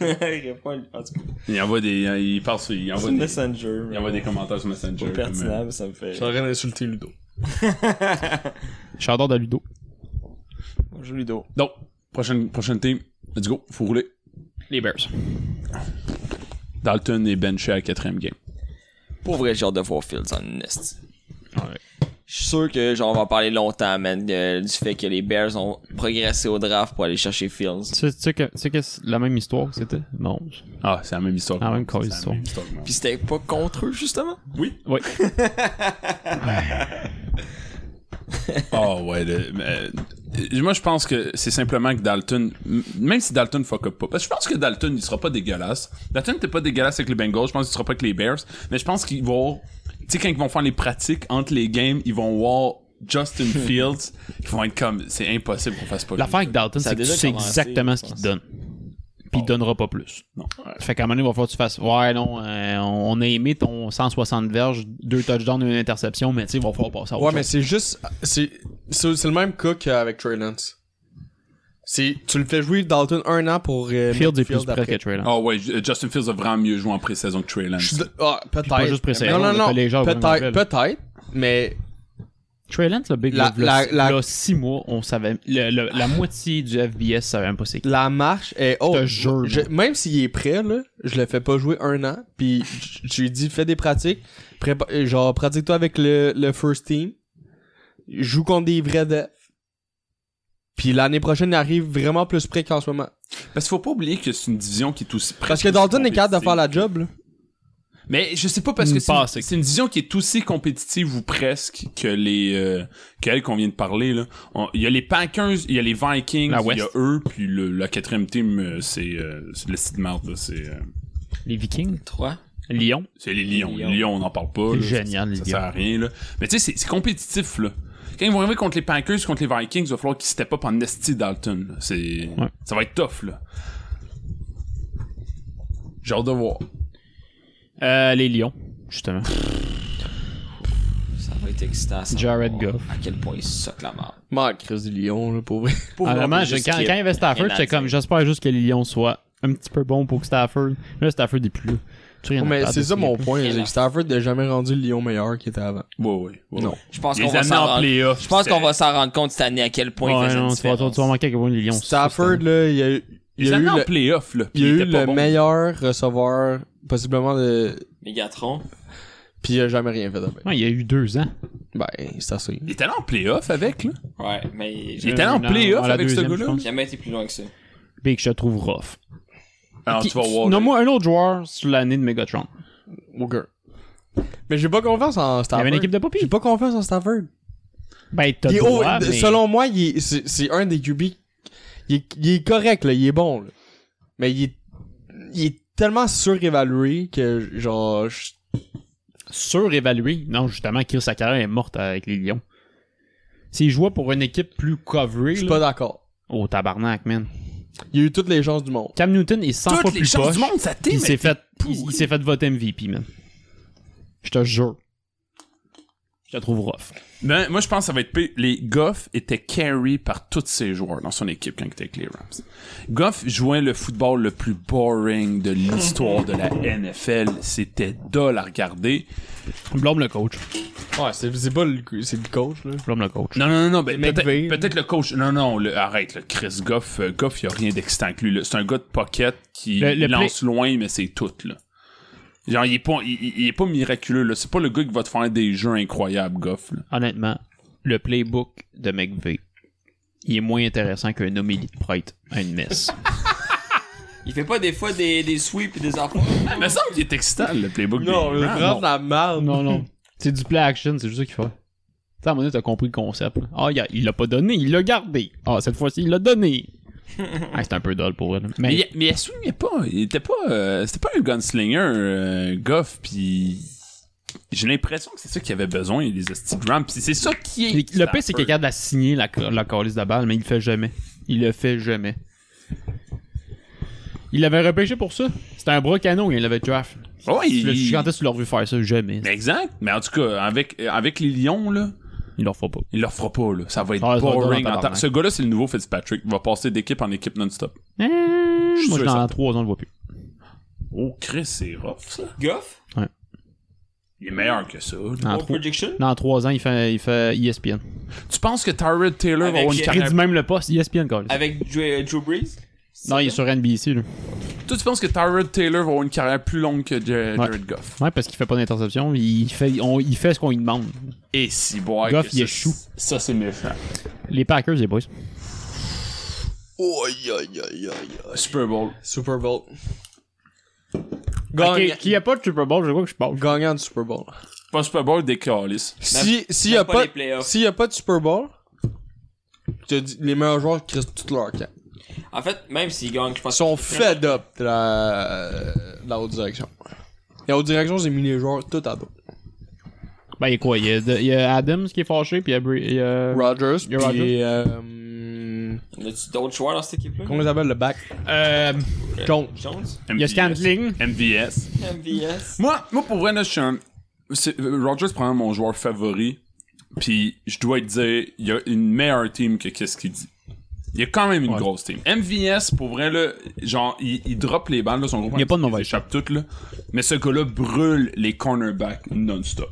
[SPEAKER 6] gars-là? il répond, il pense que
[SPEAKER 3] Il envoie des, euh, il parle sur, il envoie
[SPEAKER 6] c'est
[SPEAKER 3] des,
[SPEAKER 6] Messenger.
[SPEAKER 3] il envoie des commentaires sur
[SPEAKER 6] Pas
[SPEAKER 3] Messenger. euh,
[SPEAKER 6] pertinent, mais ça me
[SPEAKER 8] Je
[SPEAKER 6] fait
[SPEAKER 8] suis en
[SPEAKER 6] rire.
[SPEAKER 8] train d'insulter Ludo.
[SPEAKER 7] J'adore de Ludo.
[SPEAKER 6] Bonjour, Ludo.
[SPEAKER 3] Donc, prochaine, prochaine team. Let's go. Faut rouler.
[SPEAKER 7] Les Bears.
[SPEAKER 3] Dalton est benché à la quatrième game.
[SPEAKER 6] Pour vrai, j'ai hâte de voir Fields en nest. Je suis sûr que, genre, on va en parler longtemps, man, euh, du fait que les Bears ont progressé au draft pour aller chercher Fields.
[SPEAKER 7] Tu sais, tu sais que, tu sais que c'est la même histoire que c'était Non.
[SPEAKER 3] Ah, c'est la même histoire.
[SPEAKER 7] La même
[SPEAKER 3] C'est
[SPEAKER 7] cause histoire.
[SPEAKER 3] même histoire que moi.
[SPEAKER 6] Puis c'était pas contre eux, justement?
[SPEAKER 3] Oui.
[SPEAKER 7] Oui.
[SPEAKER 3] Ah ouais. le- mais- euh, moi, je pense que c'est simplement que Dalton, m- même si Dalton fuck up pas, parce que je pense que Dalton, il sera pas dégueulasse. Dalton n'était pas dégueulasse avec les Bengals, je pense qu'il sera pas avec les Bears, mais je pense qu'ils vont, tu sais, quand ils vont faire les pratiques entre les games, ils vont voir Justin Fields qui vont être comme c'est impossible qu'on fasse pas
[SPEAKER 7] L'affaire avec Dalton,
[SPEAKER 6] Ça a
[SPEAKER 7] c'est que tu
[SPEAKER 6] déjà
[SPEAKER 7] sais
[SPEAKER 6] commencé,
[SPEAKER 7] exactement
[SPEAKER 6] je
[SPEAKER 7] ce qu'il te
[SPEAKER 6] pense.
[SPEAKER 7] donne. Puis il te donnera pas plus.
[SPEAKER 3] Non.
[SPEAKER 7] Fait qu'à un moment donné, il va falloir que tu fasses Ouais, non, euh, on on a aimé ton 160 verges, deux touchdowns, une interception, mais tu sais, il va falloir passer à autre
[SPEAKER 8] Ouais, mais
[SPEAKER 7] chose.
[SPEAKER 8] c'est juste. C'est c'est- c'est le même cas qu'avec Trey Lance. C'est- Tu le fais jouer Dalton un an pour. euh,
[SPEAKER 7] Fields est plus
[SPEAKER 8] Fields
[SPEAKER 7] près
[SPEAKER 8] après.
[SPEAKER 7] que Trey Lance.
[SPEAKER 3] Ah ouais, J- Justin Fields a vraiment mieux joué en pré-saison que Trey
[SPEAKER 8] Je
[SPEAKER 3] Lance.
[SPEAKER 8] suis de- Ah, peut-être.
[SPEAKER 7] pas juste pré-saison,
[SPEAKER 8] Non, non,
[SPEAKER 7] le
[SPEAKER 8] non.
[SPEAKER 7] collégial,
[SPEAKER 8] Peut-être,
[SPEAKER 7] vraiment,
[SPEAKER 8] peut-être. Mais
[SPEAKER 7] Trey Lance, le big,
[SPEAKER 8] La-
[SPEAKER 7] là,
[SPEAKER 8] la- la-
[SPEAKER 7] là, six mois, on savait. le- le- la moitié du FBS savait même pas c'est qui.
[SPEAKER 8] la marche est haute.
[SPEAKER 7] te jure,
[SPEAKER 8] Je-
[SPEAKER 7] moi.
[SPEAKER 8] même s'il est prêt, là, je le fais pas jouer un an. Puis j- je lui dis, fais des pratiques. prépa- euh, genre, pratique-toi avec le, le first team. Joue contre des vrais devs. Puis l'année prochaine, il arrive vraiment plus près qu'en ce moment.
[SPEAKER 3] Parce qu'il faut pas oublier que c'est une division qui est aussi près.
[SPEAKER 8] Parce que Dalton est capable de faire la job, là.
[SPEAKER 3] Mais je sais pas parce que
[SPEAKER 7] Une
[SPEAKER 3] c'est une-
[SPEAKER 7] passe,
[SPEAKER 3] c'est une division qui est aussi compétitive ou presque que les euh, qu'elle qu'on vient de parler là. On- Il y a les Packers, il y a les Vikings,
[SPEAKER 7] La
[SPEAKER 3] il y a
[SPEAKER 7] West.
[SPEAKER 3] eux, puis le, la quatrième team euh, c'est euh, c'est le site de marde, là, c'est euh,
[SPEAKER 7] Les Vikings,
[SPEAKER 6] 3.
[SPEAKER 7] Lyon.
[SPEAKER 3] c'est les Lions.
[SPEAKER 6] Les
[SPEAKER 3] Les
[SPEAKER 6] Lions.
[SPEAKER 3] Lions, on n'en parle pas.
[SPEAKER 7] C'est
[SPEAKER 3] là,
[SPEAKER 7] génial, les
[SPEAKER 3] ça, ça sert
[SPEAKER 7] Lions.
[SPEAKER 3] à rien là. Mais tu sais c'est- c'est compétitif là. Quand ils vont arriver contre les Packers, contre les Vikings, il va falloir qu'ils step up en esti Dalton. là. C'est
[SPEAKER 7] Ouais.
[SPEAKER 3] ça va être tough là. J'ai hâte de voir.
[SPEAKER 7] Euh, les Lions, justement.
[SPEAKER 6] Ça va être excitant. ça.
[SPEAKER 7] Jared
[SPEAKER 6] Oh,
[SPEAKER 7] Goff.
[SPEAKER 6] À quel point il soque la mort.
[SPEAKER 8] Marc, Chris du Lion, là, pour vrai.
[SPEAKER 7] Ah, vraiment, je-
[SPEAKER 6] juste
[SPEAKER 7] quand, quand
[SPEAKER 6] qu'il y a
[SPEAKER 7] il y avait Stafford,
[SPEAKER 6] rien à
[SPEAKER 7] j'étais comme,
[SPEAKER 6] dire.
[SPEAKER 7] j'espère juste que les Lions soient un petit peu bons pour que Stafford. Là, Stafford est plus là. Tu rien à
[SPEAKER 8] mais
[SPEAKER 7] faire
[SPEAKER 8] c'est
[SPEAKER 7] de
[SPEAKER 8] ça
[SPEAKER 7] ce
[SPEAKER 8] mon
[SPEAKER 7] gars.
[SPEAKER 8] point.
[SPEAKER 6] Et
[SPEAKER 8] c'est
[SPEAKER 6] là.
[SPEAKER 8] que Stafford n'a jamais rendu le Lion meilleur qu'il était avant.
[SPEAKER 3] Ouais ouais. ouais.
[SPEAKER 8] Non.
[SPEAKER 6] Je pense
[SPEAKER 3] Ils
[SPEAKER 6] qu'on va
[SPEAKER 3] les amener
[SPEAKER 6] s'en
[SPEAKER 3] en
[SPEAKER 6] rendre
[SPEAKER 3] playoff,
[SPEAKER 6] Je pense
[SPEAKER 3] c'est-
[SPEAKER 6] qu'on va s'en rendre compte cette année à quel point il
[SPEAKER 7] Ouais,
[SPEAKER 6] faisait une
[SPEAKER 7] non, tu vas, tu vas-
[SPEAKER 6] différence.
[SPEAKER 7] tu vas remarquer à quel point les Lions
[SPEAKER 8] Stafford, là, il y a, eu- il
[SPEAKER 3] Il
[SPEAKER 8] y a eu
[SPEAKER 3] en
[SPEAKER 8] le,
[SPEAKER 3] playoff là.
[SPEAKER 8] il
[SPEAKER 3] puis
[SPEAKER 8] y a
[SPEAKER 3] il
[SPEAKER 8] eu
[SPEAKER 3] était pas
[SPEAKER 8] le
[SPEAKER 3] bon.
[SPEAKER 8] meilleur receveur, possiblement, de...
[SPEAKER 6] Mégatron.
[SPEAKER 8] puis il a jamais rien fait après.
[SPEAKER 7] Ouais, il y a eu deux ans.
[SPEAKER 8] Ben, c'est assez.
[SPEAKER 3] Il était allé en playoff avec, là.
[SPEAKER 6] Ouais, mais
[SPEAKER 3] Il
[SPEAKER 6] j'ai
[SPEAKER 3] était allé en
[SPEAKER 7] Non,
[SPEAKER 3] playoff
[SPEAKER 7] à la
[SPEAKER 3] avec ce
[SPEAKER 7] deuxième, je
[SPEAKER 3] gars-là.
[SPEAKER 7] pense.
[SPEAKER 6] jamais été plus loin que ça.
[SPEAKER 7] Big, je te trouve rough.
[SPEAKER 3] Alors,
[SPEAKER 7] Qui-
[SPEAKER 3] Ah, tu vas voir. là.
[SPEAKER 7] Nomme-moi un autre joueur sur l'année de Megatron.
[SPEAKER 8] Aucun. Mais j'ai pas confiance en
[SPEAKER 7] Il y
[SPEAKER 8] Stafford.
[SPEAKER 7] avait une équipe de pas
[SPEAKER 8] J'ai
[SPEAKER 7] pire.
[SPEAKER 8] pas confiance en Stafford.
[SPEAKER 7] Ben, t'as
[SPEAKER 8] Il est haut-
[SPEAKER 7] droit, mais...
[SPEAKER 8] Selon moi, il est- c'est c'est un des QB. Il est, il est correct, là, il est bon. là. Mais il est, il est tellement surévalué que, genre, je-
[SPEAKER 7] surévalué. Non, justement, Chris sa carrière est morte avec les Lions. S'il jouait pour une équipe plus
[SPEAKER 8] je
[SPEAKER 7] coverée,
[SPEAKER 8] suis
[SPEAKER 7] là...
[SPEAKER 8] pas d'accord.
[SPEAKER 7] Oh, tabarnak, man.
[SPEAKER 8] Il a eu toutes les chances du monde.
[SPEAKER 7] Cam Newton est 100 fois
[SPEAKER 3] Toutes les
[SPEAKER 7] plus
[SPEAKER 3] chances
[SPEAKER 7] poche.
[SPEAKER 3] du monde, ça
[SPEAKER 7] puis
[SPEAKER 3] t'est,
[SPEAKER 7] Il s'est
[SPEAKER 3] mais
[SPEAKER 7] fait, il, il s'est fait voter MVP, man. Je te jure. Je te trouve rough.
[SPEAKER 3] Ben, moi, je pense que ça va être pire. Les Goff étaient carry par tous ses joueurs dans son équipe quand il était avec les Rams. Goff jouait le football le plus boring de l'histoire de la NFL. C'était dole à regarder.
[SPEAKER 7] Blâme le coach.
[SPEAKER 8] Ouais, c'est c'est pas le, c'est le coach, là.
[SPEAKER 7] Blâme le coach.
[SPEAKER 3] Non, non, non, non. ben,
[SPEAKER 8] C'est
[SPEAKER 3] peut-être
[SPEAKER 8] McVay.
[SPEAKER 3] peut-être le coach. Non, non, le- arrête, le Chris Goff. euh, Goff, il a rien d'excitant que lui. là. C'est un gars de pocket qui
[SPEAKER 7] Le- le
[SPEAKER 3] lance loin, mais c'est tout, là. Genre, il est pas, il, il- il est pas miraculeux, là. C'est pas le gars qui va te faire des jeux incroyables, Goff, là.
[SPEAKER 7] Honnêtement, le playbook de McVeigh, il est moins intéressant qu'un homélie de prêtre à une messe.
[SPEAKER 6] Il fait pas des fois des, des sweeps et des enfants.
[SPEAKER 3] Il me semble qu'il est excitant, le playbook.
[SPEAKER 8] Non,
[SPEAKER 3] des
[SPEAKER 8] le
[SPEAKER 3] Rams.
[SPEAKER 8] grave la merde.
[SPEAKER 7] non, non. C'est du play action, c'est juste ça qu'il fait. Tu sais, à un moment donné, t'as compris le concept. là. Ah, il a- il l'a pas donné, il l'a gardé. Ah, cette fois-ci, il l'a donné. ah, c'est un peu dull pour elle.
[SPEAKER 3] Mais,
[SPEAKER 7] Mais,
[SPEAKER 3] il- mais elle soulignait pas. Il était pas, euh, c'était pas un gunslinger, euh, Goff, puis j'ai l'impression que c'est ça qu'il avait besoin, les esti de Rams, puis c'est ça qui est.
[SPEAKER 7] le le pire, c'est qu'il est
[SPEAKER 3] Stafford.
[SPEAKER 7] capable de la signer, la, la calice de balle, mais il le fait jamais. Il le fait jamais. Il l'avait repêché pour ça. C'était un bras canon, il l'avait draft.
[SPEAKER 3] Ouais,
[SPEAKER 7] Je
[SPEAKER 3] il-
[SPEAKER 7] quand est-ce que tu l'as vu faire ça? Jamais.
[SPEAKER 3] Mais Exact. Mais en tout cas, avec, euh, avec les Lions, là,
[SPEAKER 7] Il leur fera pas.
[SPEAKER 3] il leur fera pas, là. Ça va être
[SPEAKER 7] Ah, ça va être
[SPEAKER 3] boring.
[SPEAKER 7] drôle en
[SPEAKER 3] en temps-
[SPEAKER 7] tabarnak.
[SPEAKER 3] Ce gars-là, c'est le nouveau Fitzpatrick. Il va passer d'équipe en équipe non-stop. suis
[SPEAKER 7] Ah, moi,
[SPEAKER 3] sûr et
[SPEAKER 7] dans
[SPEAKER 3] certain.
[SPEAKER 7] trois ans, on le voit plus.
[SPEAKER 3] Oh, Chris, c'est rough, ça.
[SPEAKER 6] Goff?
[SPEAKER 3] Il est meilleur que ça. là.
[SPEAKER 7] Dans
[SPEAKER 6] Bold
[SPEAKER 7] trois,
[SPEAKER 6] prediction?
[SPEAKER 7] dans trois ans, il fait, il fait E ESPN.
[SPEAKER 3] Tu penses que Tyrod Taylor va
[SPEAKER 6] Avec-
[SPEAKER 3] avoir une
[SPEAKER 6] euh,
[SPEAKER 3] carrière
[SPEAKER 7] Prédit même le poste, E ESPN, calice.
[SPEAKER 6] Avec Drew, Drew Brees?
[SPEAKER 7] Ah, Non, il est sur NBC, là.
[SPEAKER 3] Toi, tu penses que Tyrod Taylor va avoir une carrière plus longue que Jar-
[SPEAKER 7] Ouais.
[SPEAKER 3] Jared Goff?
[SPEAKER 7] Ouais, parce qu'il fait pas d'interception, il fait, on- il fait ce qu'on lui demande.
[SPEAKER 3] Et si, boy.
[SPEAKER 7] Goff,
[SPEAKER 3] que
[SPEAKER 7] il est
[SPEAKER 3] ça-
[SPEAKER 7] chou.
[SPEAKER 3] Ça, c'est méchant.
[SPEAKER 7] Les Packers, les boys.
[SPEAKER 8] Aïe, aïe, aïe, aïe, aïe.
[SPEAKER 3] Super Bowl.
[SPEAKER 8] Super Bowl. Gagnant,
[SPEAKER 7] Qui a pas de Super Bowl, je crois que je parle.
[SPEAKER 8] gagnant du Super Bowl.
[SPEAKER 3] Pas Super Bowl, des calices.
[SPEAKER 8] Si, s'il y
[SPEAKER 6] même
[SPEAKER 8] a
[SPEAKER 6] pas
[SPEAKER 8] pas,
[SPEAKER 6] les playoffs.
[SPEAKER 8] s'il y a pas de Super Bowl, je te dis, les meilleurs joueurs crissent toute leur camp.
[SPEAKER 6] En fait, même s'il gagne, je
[SPEAKER 8] Ils
[SPEAKER 6] pense
[SPEAKER 8] sont fed up de la, de la haute direction. La haute direction, c'est mis les joueurs tout à dos.
[SPEAKER 7] Ben, il y a quoi? Il y a, de- il y a Adams qui est fâché, puis il y a... Bri- il y a-
[SPEAKER 8] Rogers,
[SPEAKER 7] Il y a Rodgers.
[SPEAKER 8] puis euh,
[SPEAKER 6] Y a-tu d'autres joueurs dans cette équipe-là?
[SPEAKER 8] comment ils appellent le back?
[SPEAKER 7] Euh,
[SPEAKER 8] Jones.
[SPEAKER 6] Jones?
[SPEAKER 7] il y a Scantling.
[SPEAKER 3] MVS.
[SPEAKER 6] MVS?
[SPEAKER 3] Moi, moi pour vrai, là, je suis un. c'est- euh, Rogers, probablement mon joueur favori. Puis, je dois te dire, il y a une meilleure team que qu'est-ce qu'il dit. Il y a quand même une grosse team. MVS, pour vrai, là, genre, il, il drop les balles, là, son groupe.
[SPEAKER 7] Il y a pas de mauvaise
[SPEAKER 3] échappe toutes, là. Mais ce gars-là brûle les cornerbacks non-stop.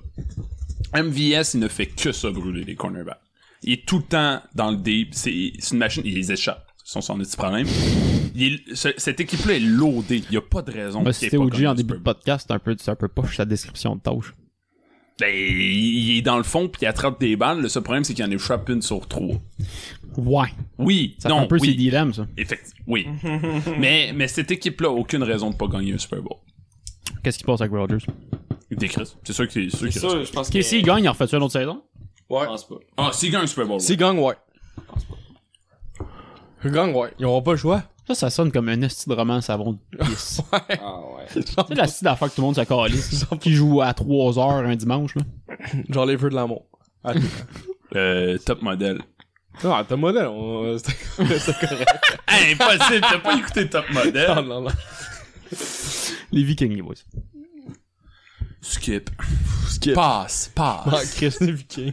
[SPEAKER 3] MVS, il ne fait que ça brûler les cornerbacks. Il est tout le temps dans le deep. C'est c'est une machine, il les échappe. C'est son petit problème. Il est- ce- cette équipe-là est loadée. Il n'y a pas de raison.
[SPEAKER 7] Bah,
[SPEAKER 3] qu'il
[SPEAKER 7] si
[SPEAKER 3] ait
[SPEAKER 7] c'était
[SPEAKER 3] pas
[SPEAKER 7] OG
[SPEAKER 3] connu
[SPEAKER 7] en
[SPEAKER 3] le
[SPEAKER 7] début
[SPEAKER 3] Super
[SPEAKER 7] de
[SPEAKER 3] Bowl.
[SPEAKER 7] podcast, c'est un peu, c'est un peu poche sa description de tâche.
[SPEAKER 3] Ben, il est dans le fond puis il attrape des balles. Le seul problème, c'est qu'il en échappe une sur trois.
[SPEAKER 7] Ouais.
[SPEAKER 3] Oui,
[SPEAKER 7] Ça
[SPEAKER 3] non,
[SPEAKER 7] fait un peu ses
[SPEAKER 3] oui,
[SPEAKER 7] dilemmes, ça.
[SPEAKER 3] effectivement, oui. mais, mais cette équipe-là a aucune raison de pas gagner un Super Bowl.
[SPEAKER 7] Qu'est-ce qui se passe avec Rogers?
[SPEAKER 3] Des Chris, c'est sûr qu'il c'est sûr qu'il reste.
[SPEAKER 6] C'est sûr, je pense que...
[SPEAKER 7] Ok, s'il gagne, il en refait-tu une autre saison?
[SPEAKER 6] Je pense pas.
[SPEAKER 3] Ah, s'il gagne un Super Bowl.
[SPEAKER 8] S'ils gagnent, ouais. S'ils gagnent, ouais. Ils auront pas le choix.
[SPEAKER 7] Ça, ça sonne comme un esti de roman savon de pisse.
[SPEAKER 6] Ah ouais.
[SPEAKER 7] C'est la style d'affaire que tout le monde se calisse. qui joue à 3 heures un dimanche, là.
[SPEAKER 8] Genre les vœux de l'amour.
[SPEAKER 3] ouais. Euh, top modèle.
[SPEAKER 8] Non, t'as modèle, on... euh, c'était
[SPEAKER 3] Impossible, t'as pas écouté Top
[SPEAKER 8] non,
[SPEAKER 3] Model.
[SPEAKER 8] non, non.
[SPEAKER 7] Les Vikings, les boys.
[SPEAKER 3] Skip.
[SPEAKER 8] Skip.
[SPEAKER 3] Passe,
[SPEAKER 8] Ah,
[SPEAKER 3] passe.
[SPEAKER 8] Chris les Vikings.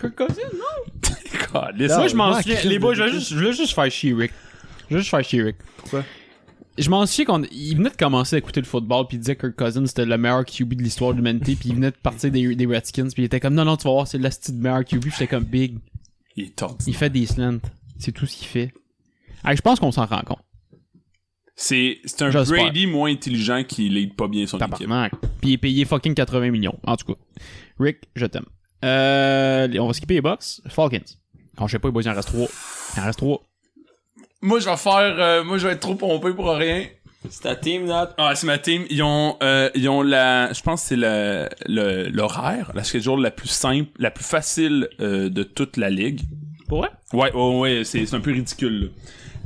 [SPEAKER 7] Kirk Cousins, non?
[SPEAKER 3] Calisse.
[SPEAKER 7] Moi, je m'en
[SPEAKER 8] ouais,
[SPEAKER 7] souviens.
[SPEAKER 8] Chris
[SPEAKER 7] Les boys,
[SPEAKER 8] de
[SPEAKER 7] je voulais juste, je voulais juste faire She-Rick. Je voulais juste faire She-Rick.
[SPEAKER 8] Pourquoi?
[SPEAKER 7] Je m'en souviens qu'on il venait de commencer à écouter le football puis il disait que Kirk Cousins c'était le meilleur QB de l'histoire de l'humanité puis il venait de partir des, des Redskins puis il était comme non non tu vas voir c'est le style de meilleur QB Puis j'étais comme big
[SPEAKER 3] Il est tordu.
[SPEAKER 7] il fait des slants c'est tout ce qu'il fait Ah, je pense qu'on s'en rend compte
[SPEAKER 3] C'est c'est un
[SPEAKER 7] J'espère.
[SPEAKER 3] Brady moins intelligent qui lead pas bien son équipe.
[SPEAKER 7] Tabarnak. Puis il est payé fucking 80 millions. En tout cas. Rick, je t'aime. Euh, on va skipper les box. Falcons. Quand je sais pas, les boys, il en reste 3. Il en reste 3.
[SPEAKER 3] Moi, je vais faire. euh, moi, je vais être trop pompé pour rien.
[SPEAKER 6] C'est ta team, Nat?
[SPEAKER 3] Ah, c'est ma team. Ils ont, euh, ils ont la, je pense que c'est la- le- l'horaire, la schedule la plus simple, la plus facile euh, de toute la ligue.
[SPEAKER 7] Pour vrai?
[SPEAKER 3] Ouais, ouais, ouais, c'est c'est un peu ridicule. là.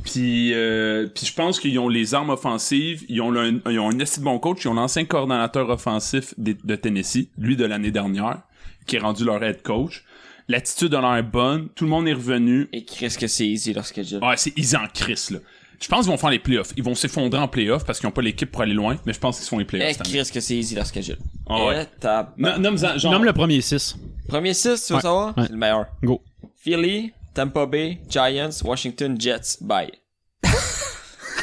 [SPEAKER 3] Puis, euh, puis je pense qu'ils ont les armes offensives, ils ont, le- ils ont un assez bon coach, ils ont l'ancien coordonnateur offensif des- de, Tennessee, lui de l'année dernière, qui est rendu leur head coach. L'attitude de leur est bonne, tout le monde est revenu.
[SPEAKER 6] Et Chris que c'est easy leur schedule.
[SPEAKER 3] Ouais, c'est ils en crissent, là. Je pense qu'ils vont faire les playoffs. Ils vont s'effondrer en playoffs parce qu'ils n'ont pas l'équipe pour aller loin, mais je pense qu'ils se font les playoffs.
[SPEAKER 6] Eh,
[SPEAKER 3] cette année.
[SPEAKER 6] Chris que c'est easy leur schedule.
[SPEAKER 3] Ah ouais.
[SPEAKER 6] Eh, ta-
[SPEAKER 3] Non, nomme genre.
[SPEAKER 7] Nomme le premier 6.
[SPEAKER 6] Premier 6, tu veux
[SPEAKER 7] Ouais.
[SPEAKER 6] savoir?
[SPEAKER 7] Ouais.
[SPEAKER 6] C'est le meilleur.
[SPEAKER 7] Go.
[SPEAKER 6] Philly, Tampa Bay, Giants, Washington, Jets, bye.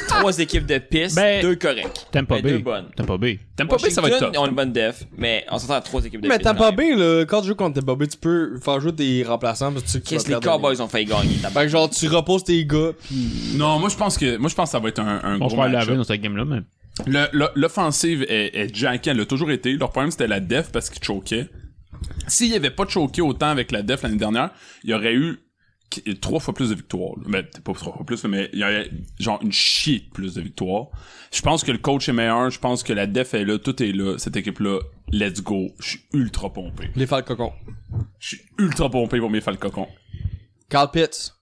[SPEAKER 6] Trois équipes de piste,
[SPEAKER 7] Ben,
[SPEAKER 6] deux corrects.
[SPEAKER 7] Tampa
[SPEAKER 6] Ben,
[SPEAKER 7] Bay.
[SPEAKER 6] Deux bonnes.
[SPEAKER 7] Tampa Bay.
[SPEAKER 3] Tampa Bay, ça va être top.
[SPEAKER 6] Washington, Ils ont une bonne def, mais on s'entend à trois équipes de
[SPEAKER 8] Mais
[SPEAKER 6] piste.
[SPEAKER 8] t'as pas B, là. Quand tu joues contre Tampa Bay, tu peux faire jouer des remplaçants parce que tu sais que tu vas
[SPEAKER 6] Qu'est-ce que les
[SPEAKER 8] perdre la
[SPEAKER 6] Cowboys ont failli gagner?
[SPEAKER 8] ligue. Fait que genre, tu reposes tes gars, pis
[SPEAKER 3] Non, moi je pense que moi je pense que ça va être un, un
[SPEAKER 7] On se
[SPEAKER 3] gros
[SPEAKER 7] fait
[SPEAKER 3] match.
[SPEAKER 7] laver dans cette game-là, mais.
[SPEAKER 3] L'offensive est, est janky, elle l'a toujours été. Leur problème c'était la def parce qu'ils choquaient. S'il n'y avait pas choqué autant avec la def l'année dernière, il y aurait eu qu- trois fois plus de victoires. là. Mais peut-être pas trois fois plus, là, mais il y aurait genre une chier de plus de victoires. Je pense que le coach est meilleur, je pense que la def est là, tout est là, cette équipe-là, let's go. Je suis ultra pompé.
[SPEAKER 8] les faire le cocon.
[SPEAKER 3] Je suis ultra pompé pour mes falcocons.
[SPEAKER 8] Carl Pitts.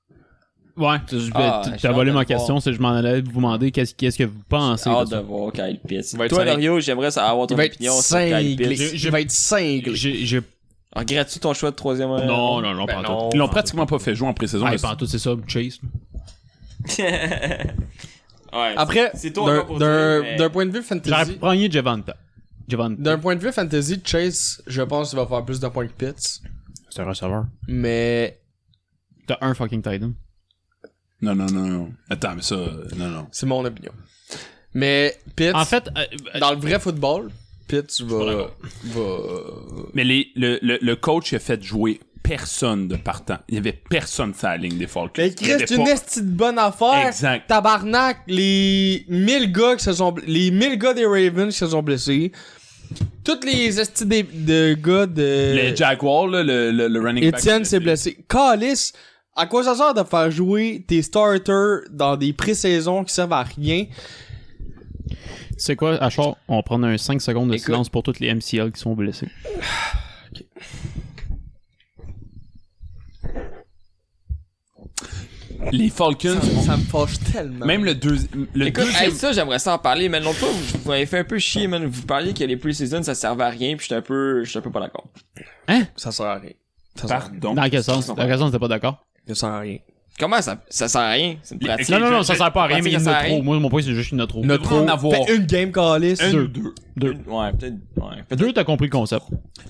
[SPEAKER 7] Ouais, tu- je-
[SPEAKER 6] Ah,
[SPEAKER 7] tu-
[SPEAKER 6] j'ai
[SPEAKER 7] t'as
[SPEAKER 6] hâte
[SPEAKER 7] volé
[SPEAKER 6] de
[SPEAKER 7] ma
[SPEAKER 6] le voir.
[SPEAKER 7] question, c'est que je m'en allais vous demander qu'est-ce qu'est-ce que vous pensez.
[SPEAKER 6] J'ai hâte
[SPEAKER 7] de
[SPEAKER 6] de
[SPEAKER 7] ça.
[SPEAKER 6] voir Kyle Pitts.
[SPEAKER 8] va être
[SPEAKER 6] Toi,
[SPEAKER 8] cinglé.
[SPEAKER 6] Mario, j'aimerais ça- avoir ton
[SPEAKER 8] Il va être
[SPEAKER 6] opinion sur Kyle
[SPEAKER 8] cinglé.
[SPEAKER 6] Pitts.
[SPEAKER 8] Il va être cinglé.
[SPEAKER 7] J'ai. j'ai-
[SPEAKER 6] Regrettes-tu ton choix de troisième round?
[SPEAKER 7] Non, non, non,
[SPEAKER 8] Ben
[SPEAKER 7] pas en tout.
[SPEAKER 3] Ils l'ont pratiquement pas fait jouer en pré-saison.
[SPEAKER 7] Ouais,
[SPEAKER 3] là.
[SPEAKER 7] pas en tout, c'est ça, Chase.
[SPEAKER 6] Ouais,
[SPEAKER 8] Après,
[SPEAKER 6] c'est toi
[SPEAKER 8] d'un
[SPEAKER 6] encore pour
[SPEAKER 8] d'un-
[SPEAKER 6] dire, mais-
[SPEAKER 8] d'un point de vue
[SPEAKER 7] J'aurais
[SPEAKER 8] fantasy,
[SPEAKER 7] premier Javanta. Javanta.
[SPEAKER 8] d'un point de vue fantasy, Chase, je pense qu'il va faire plus de points que Pitts.
[SPEAKER 7] C'est un receveur.
[SPEAKER 8] Mais
[SPEAKER 7] T'as un fucking Titan.
[SPEAKER 3] Non, non, non, non. Attends, mais ça, euh, non, non.
[SPEAKER 8] c'est mon opinion. Mais Pitts,
[SPEAKER 7] En fait, euh, euh,
[SPEAKER 8] dans le vrai football, Pitts va,
[SPEAKER 3] d'accord.
[SPEAKER 8] va...
[SPEAKER 3] Mais les, le, le, le coach a fait jouer personne de partant. Il y avait personne sur la ligne des Falcons.
[SPEAKER 8] Mais
[SPEAKER 3] Il y
[SPEAKER 8] Chris,
[SPEAKER 3] avait
[SPEAKER 8] c'est une
[SPEAKER 3] pas-
[SPEAKER 8] estie de bonne affaire.
[SPEAKER 3] Exact.
[SPEAKER 8] Tabarnak, les 1000 gars qui se sont bl- les 1000 gars des Ravens qui se sont blessés. Toutes les esties des- de gars de
[SPEAKER 3] Le Jaguar, là, le, le, le running back.
[SPEAKER 8] Etienne s'est blessé. Calis, à quoi ça sert de faire jouer tes starters dans des pré-saisons qui servent à rien
[SPEAKER 7] C'est quoi, Achor? On va prendre un 5 secondes de
[SPEAKER 8] Écoute.
[SPEAKER 7] silence pour toutes les MCL qui sont blessés.
[SPEAKER 3] les Falcons,
[SPEAKER 8] Ça me fâche tellement.
[SPEAKER 3] même le, deuxi- le
[SPEAKER 6] Écoute,
[SPEAKER 3] deuxième.
[SPEAKER 6] hey, ça, j'aimerais ça en parler, mais l'autre fois, vous, vous m'avez fait un peu chier, man. Vous parliez que les pre-season, ça servait à rien, puis j'étais un peu, j'étais un peu pas d'accord.
[SPEAKER 8] Ça sert à rien. Ça sert à rien.
[SPEAKER 3] Pardon.
[SPEAKER 7] Dans quel sens? Dans quel sens t'es pas d'accord?
[SPEAKER 8] Ça sert à rien.
[SPEAKER 6] Comment ça, ça sert à rien? C'est une
[SPEAKER 3] Il-
[SPEAKER 6] pratique.
[SPEAKER 7] Non, non, non, ça
[SPEAKER 3] je-
[SPEAKER 7] sert pas à rien,
[SPEAKER 6] je-
[SPEAKER 7] mais il y a une
[SPEAKER 6] ça sert à
[SPEAKER 7] outro.
[SPEAKER 6] rien.
[SPEAKER 7] Moi, mon point, c'est juste une outro.
[SPEAKER 3] Notre en avoir
[SPEAKER 8] Fais une game calice.
[SPEAKER 3] une,
[SPEAKER 8] Deux.
[SPEAKER 3] deux.
[SPEAKER 7] Deux.
[SPEAKER 6] Ouais, peut-être, ouais. Peut-être
[SPEAKER 7] Deux, t'as compris le concept.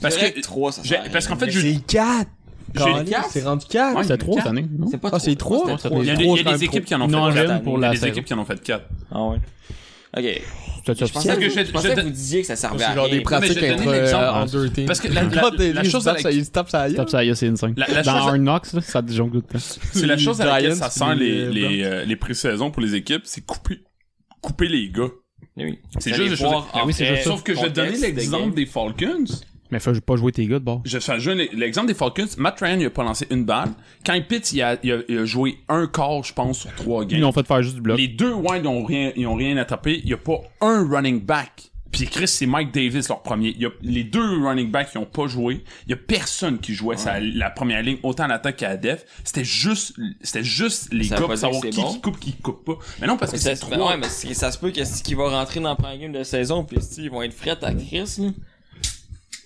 [SPEAKER 3] Parce
[SPEAKER 6] vrai
[SPEAKER 3] que
[SPEAKER 6] trois, ça
[SPEAKER 3] j'ai-
[SPEAKER 6] sert à rien.
[SPEAKER 3] parce qu'en fait, je-
[SPEAKER 8] C'est quatre.
[SPEAKER 3] J'ai
[SPEAKER 8] Calice,
[SPEAKER 3] quatre.
[SPEAKER 8] C'est rendu quatre.
[SPEAKER 3] Ouais,
[SPEAKER 7] C'était
[SPEAKER 3] mais
[SPEAKER 7] trois cette
[SPEAKER 3] quatre.
[SPEAKER 7] année, non?
[SPEAKER 6] C'est pas
[SPEAKER 8] Ah, c'est trois?
[SPEAKER 6] c'était
[SPEAKER 8] Ça
[SPEAKER 6] trois.
[SPEAKER 3] il y a des, il y a des équipes qui en ont
[SPEAKER 7] Non,
[SPEAKER 3] fait
[SPEAKER 7] j'aime
[SPEAKER 3] quatre.
[SPEAKER 7] pour
[SPEAKER 3] Il y a
[SPEAKER 7] la
[SPEAKER 3] des
[SPEAKER 7] saison.
[SPEAKER 3] équipes qui en ont fait quatre.
[SPEAKER 6] Ah ouais. Ok.
[SPEAKER 7] C'était
[SPEAKER 6] Je pensais,
[SPEAKER 3] que je-
[SPEAKER 7] officiel?
[SPEAKER 6] que, je, pensais
[SPEAKER 3] je-
[SPEAKER 6] que vous disiez que ça servait à
[SPEAKER 8] C'est
[SPEAKER 6] rien.
[SPEAKER 8] genre des pratiques
[SPEAKER 3] Ben, je vais
[SPEAKER 8] entre
[SPEAKER 3] donner l'exemple.
[SPEAKER 8] euh, en deux teams.
[SPEAKER 3] Parce que la- la-
[SPEAKER 8] Tape des-
[SPEAKER 3] la
[SPEAKER 8] il se
[SPEAKER 3] chose
[SPEAKER 8] tape
[SPEAKER 3] avec-
[SPEAKER 8] ça- Il se tape ça ailleurs.
[SPEAKER 7] Top ça, c'est une 5.
[SPEAKER 3] La- la
[SPEAKER 7] Dans
[SPEAKER 3] chose-
[SPEAKER 7] un Knox, là, ça te jongle tout le temps.
[SPEAKER 3] C'est la chose à laquelle
[SPEAKER 8] Giants,
[SPEAKER 3] ça sent les,
[SPEAKER 8] puis les
[SPEAKER 3] les, euh, les pré-saisons pour les équipes, c'est couper, couper les gars.
[SPEAKER 6] Eh Oui.
[SPEAKER 3] C'est
[SPEAKER 6] Vous
[SPEAKER 3] juste
[SPEAKER 6] allez
[SPEAKER 3] des
[SPEAKER 6] voir
[SPEAKER 3] choses-
[SPEAKER 6] en
[SPEAKER 7] Ah oui, c'est
[SPEAKER 6] vrai
[SPEAKER 7] juste ça.
[SPEAKER 3] Sauf que je vais te donner
[SPEAKER 6] contexte
[SPEAKER 3] l'exemple
[SPEAKER 6] game.
[SPEAKER 3] des Falcons.
[SPEAKER 7] Mais faut pas jouer tes gars de bord.
[SPEAKER 3] Je fais jouer l'e- l'exemple des Falcons. Matt Ryan, il a pas lancé une balle. Quand Pitt, il a, il a- il a joué un quart, je pense, sur trois
[SPEAKER 7] Ils
[SPEAKER 3] games.
[SPEAKER 7] l'ont fait faire juste du bloc.
[SPEAKER 3] Les deux wide, ils ont rien, ils ont rien attrapé. Il y a pas un running back. Puis Chris, c'est Mike Davis, leur premier. Il y a, les deux running backs, ils ont pas joué. Il y a personne qui jouait sa- la première ligne, autant à l'attaque qu'à la def. C'était juste, c'était juste les
[SPEAKER 6] Ça
[SPEAKER 3] gars
[SPEAKER 6] veut
[SPEAKER 3] pour
[SPEAKER 6] pas dire
[SPEAKER 3] savoir
[SPEAKER 6] que
[SPEAKER 3] qui,
[SPEAKER 6] c'est bon.
[SPEAKER 3] qui coupe, qui coupe pas. Mais non, parce que
[SPEAKER 6] Ça
[SPEAKER 3] c'est
[SPEAKER 6] se-
[SPEAKER 3] trois.
[SPEAKER 6] Ouais, mais c'est- ça se peut que ce qui va rentrer dans la première game de saison, puis si, ils vont être frets à Chris, là.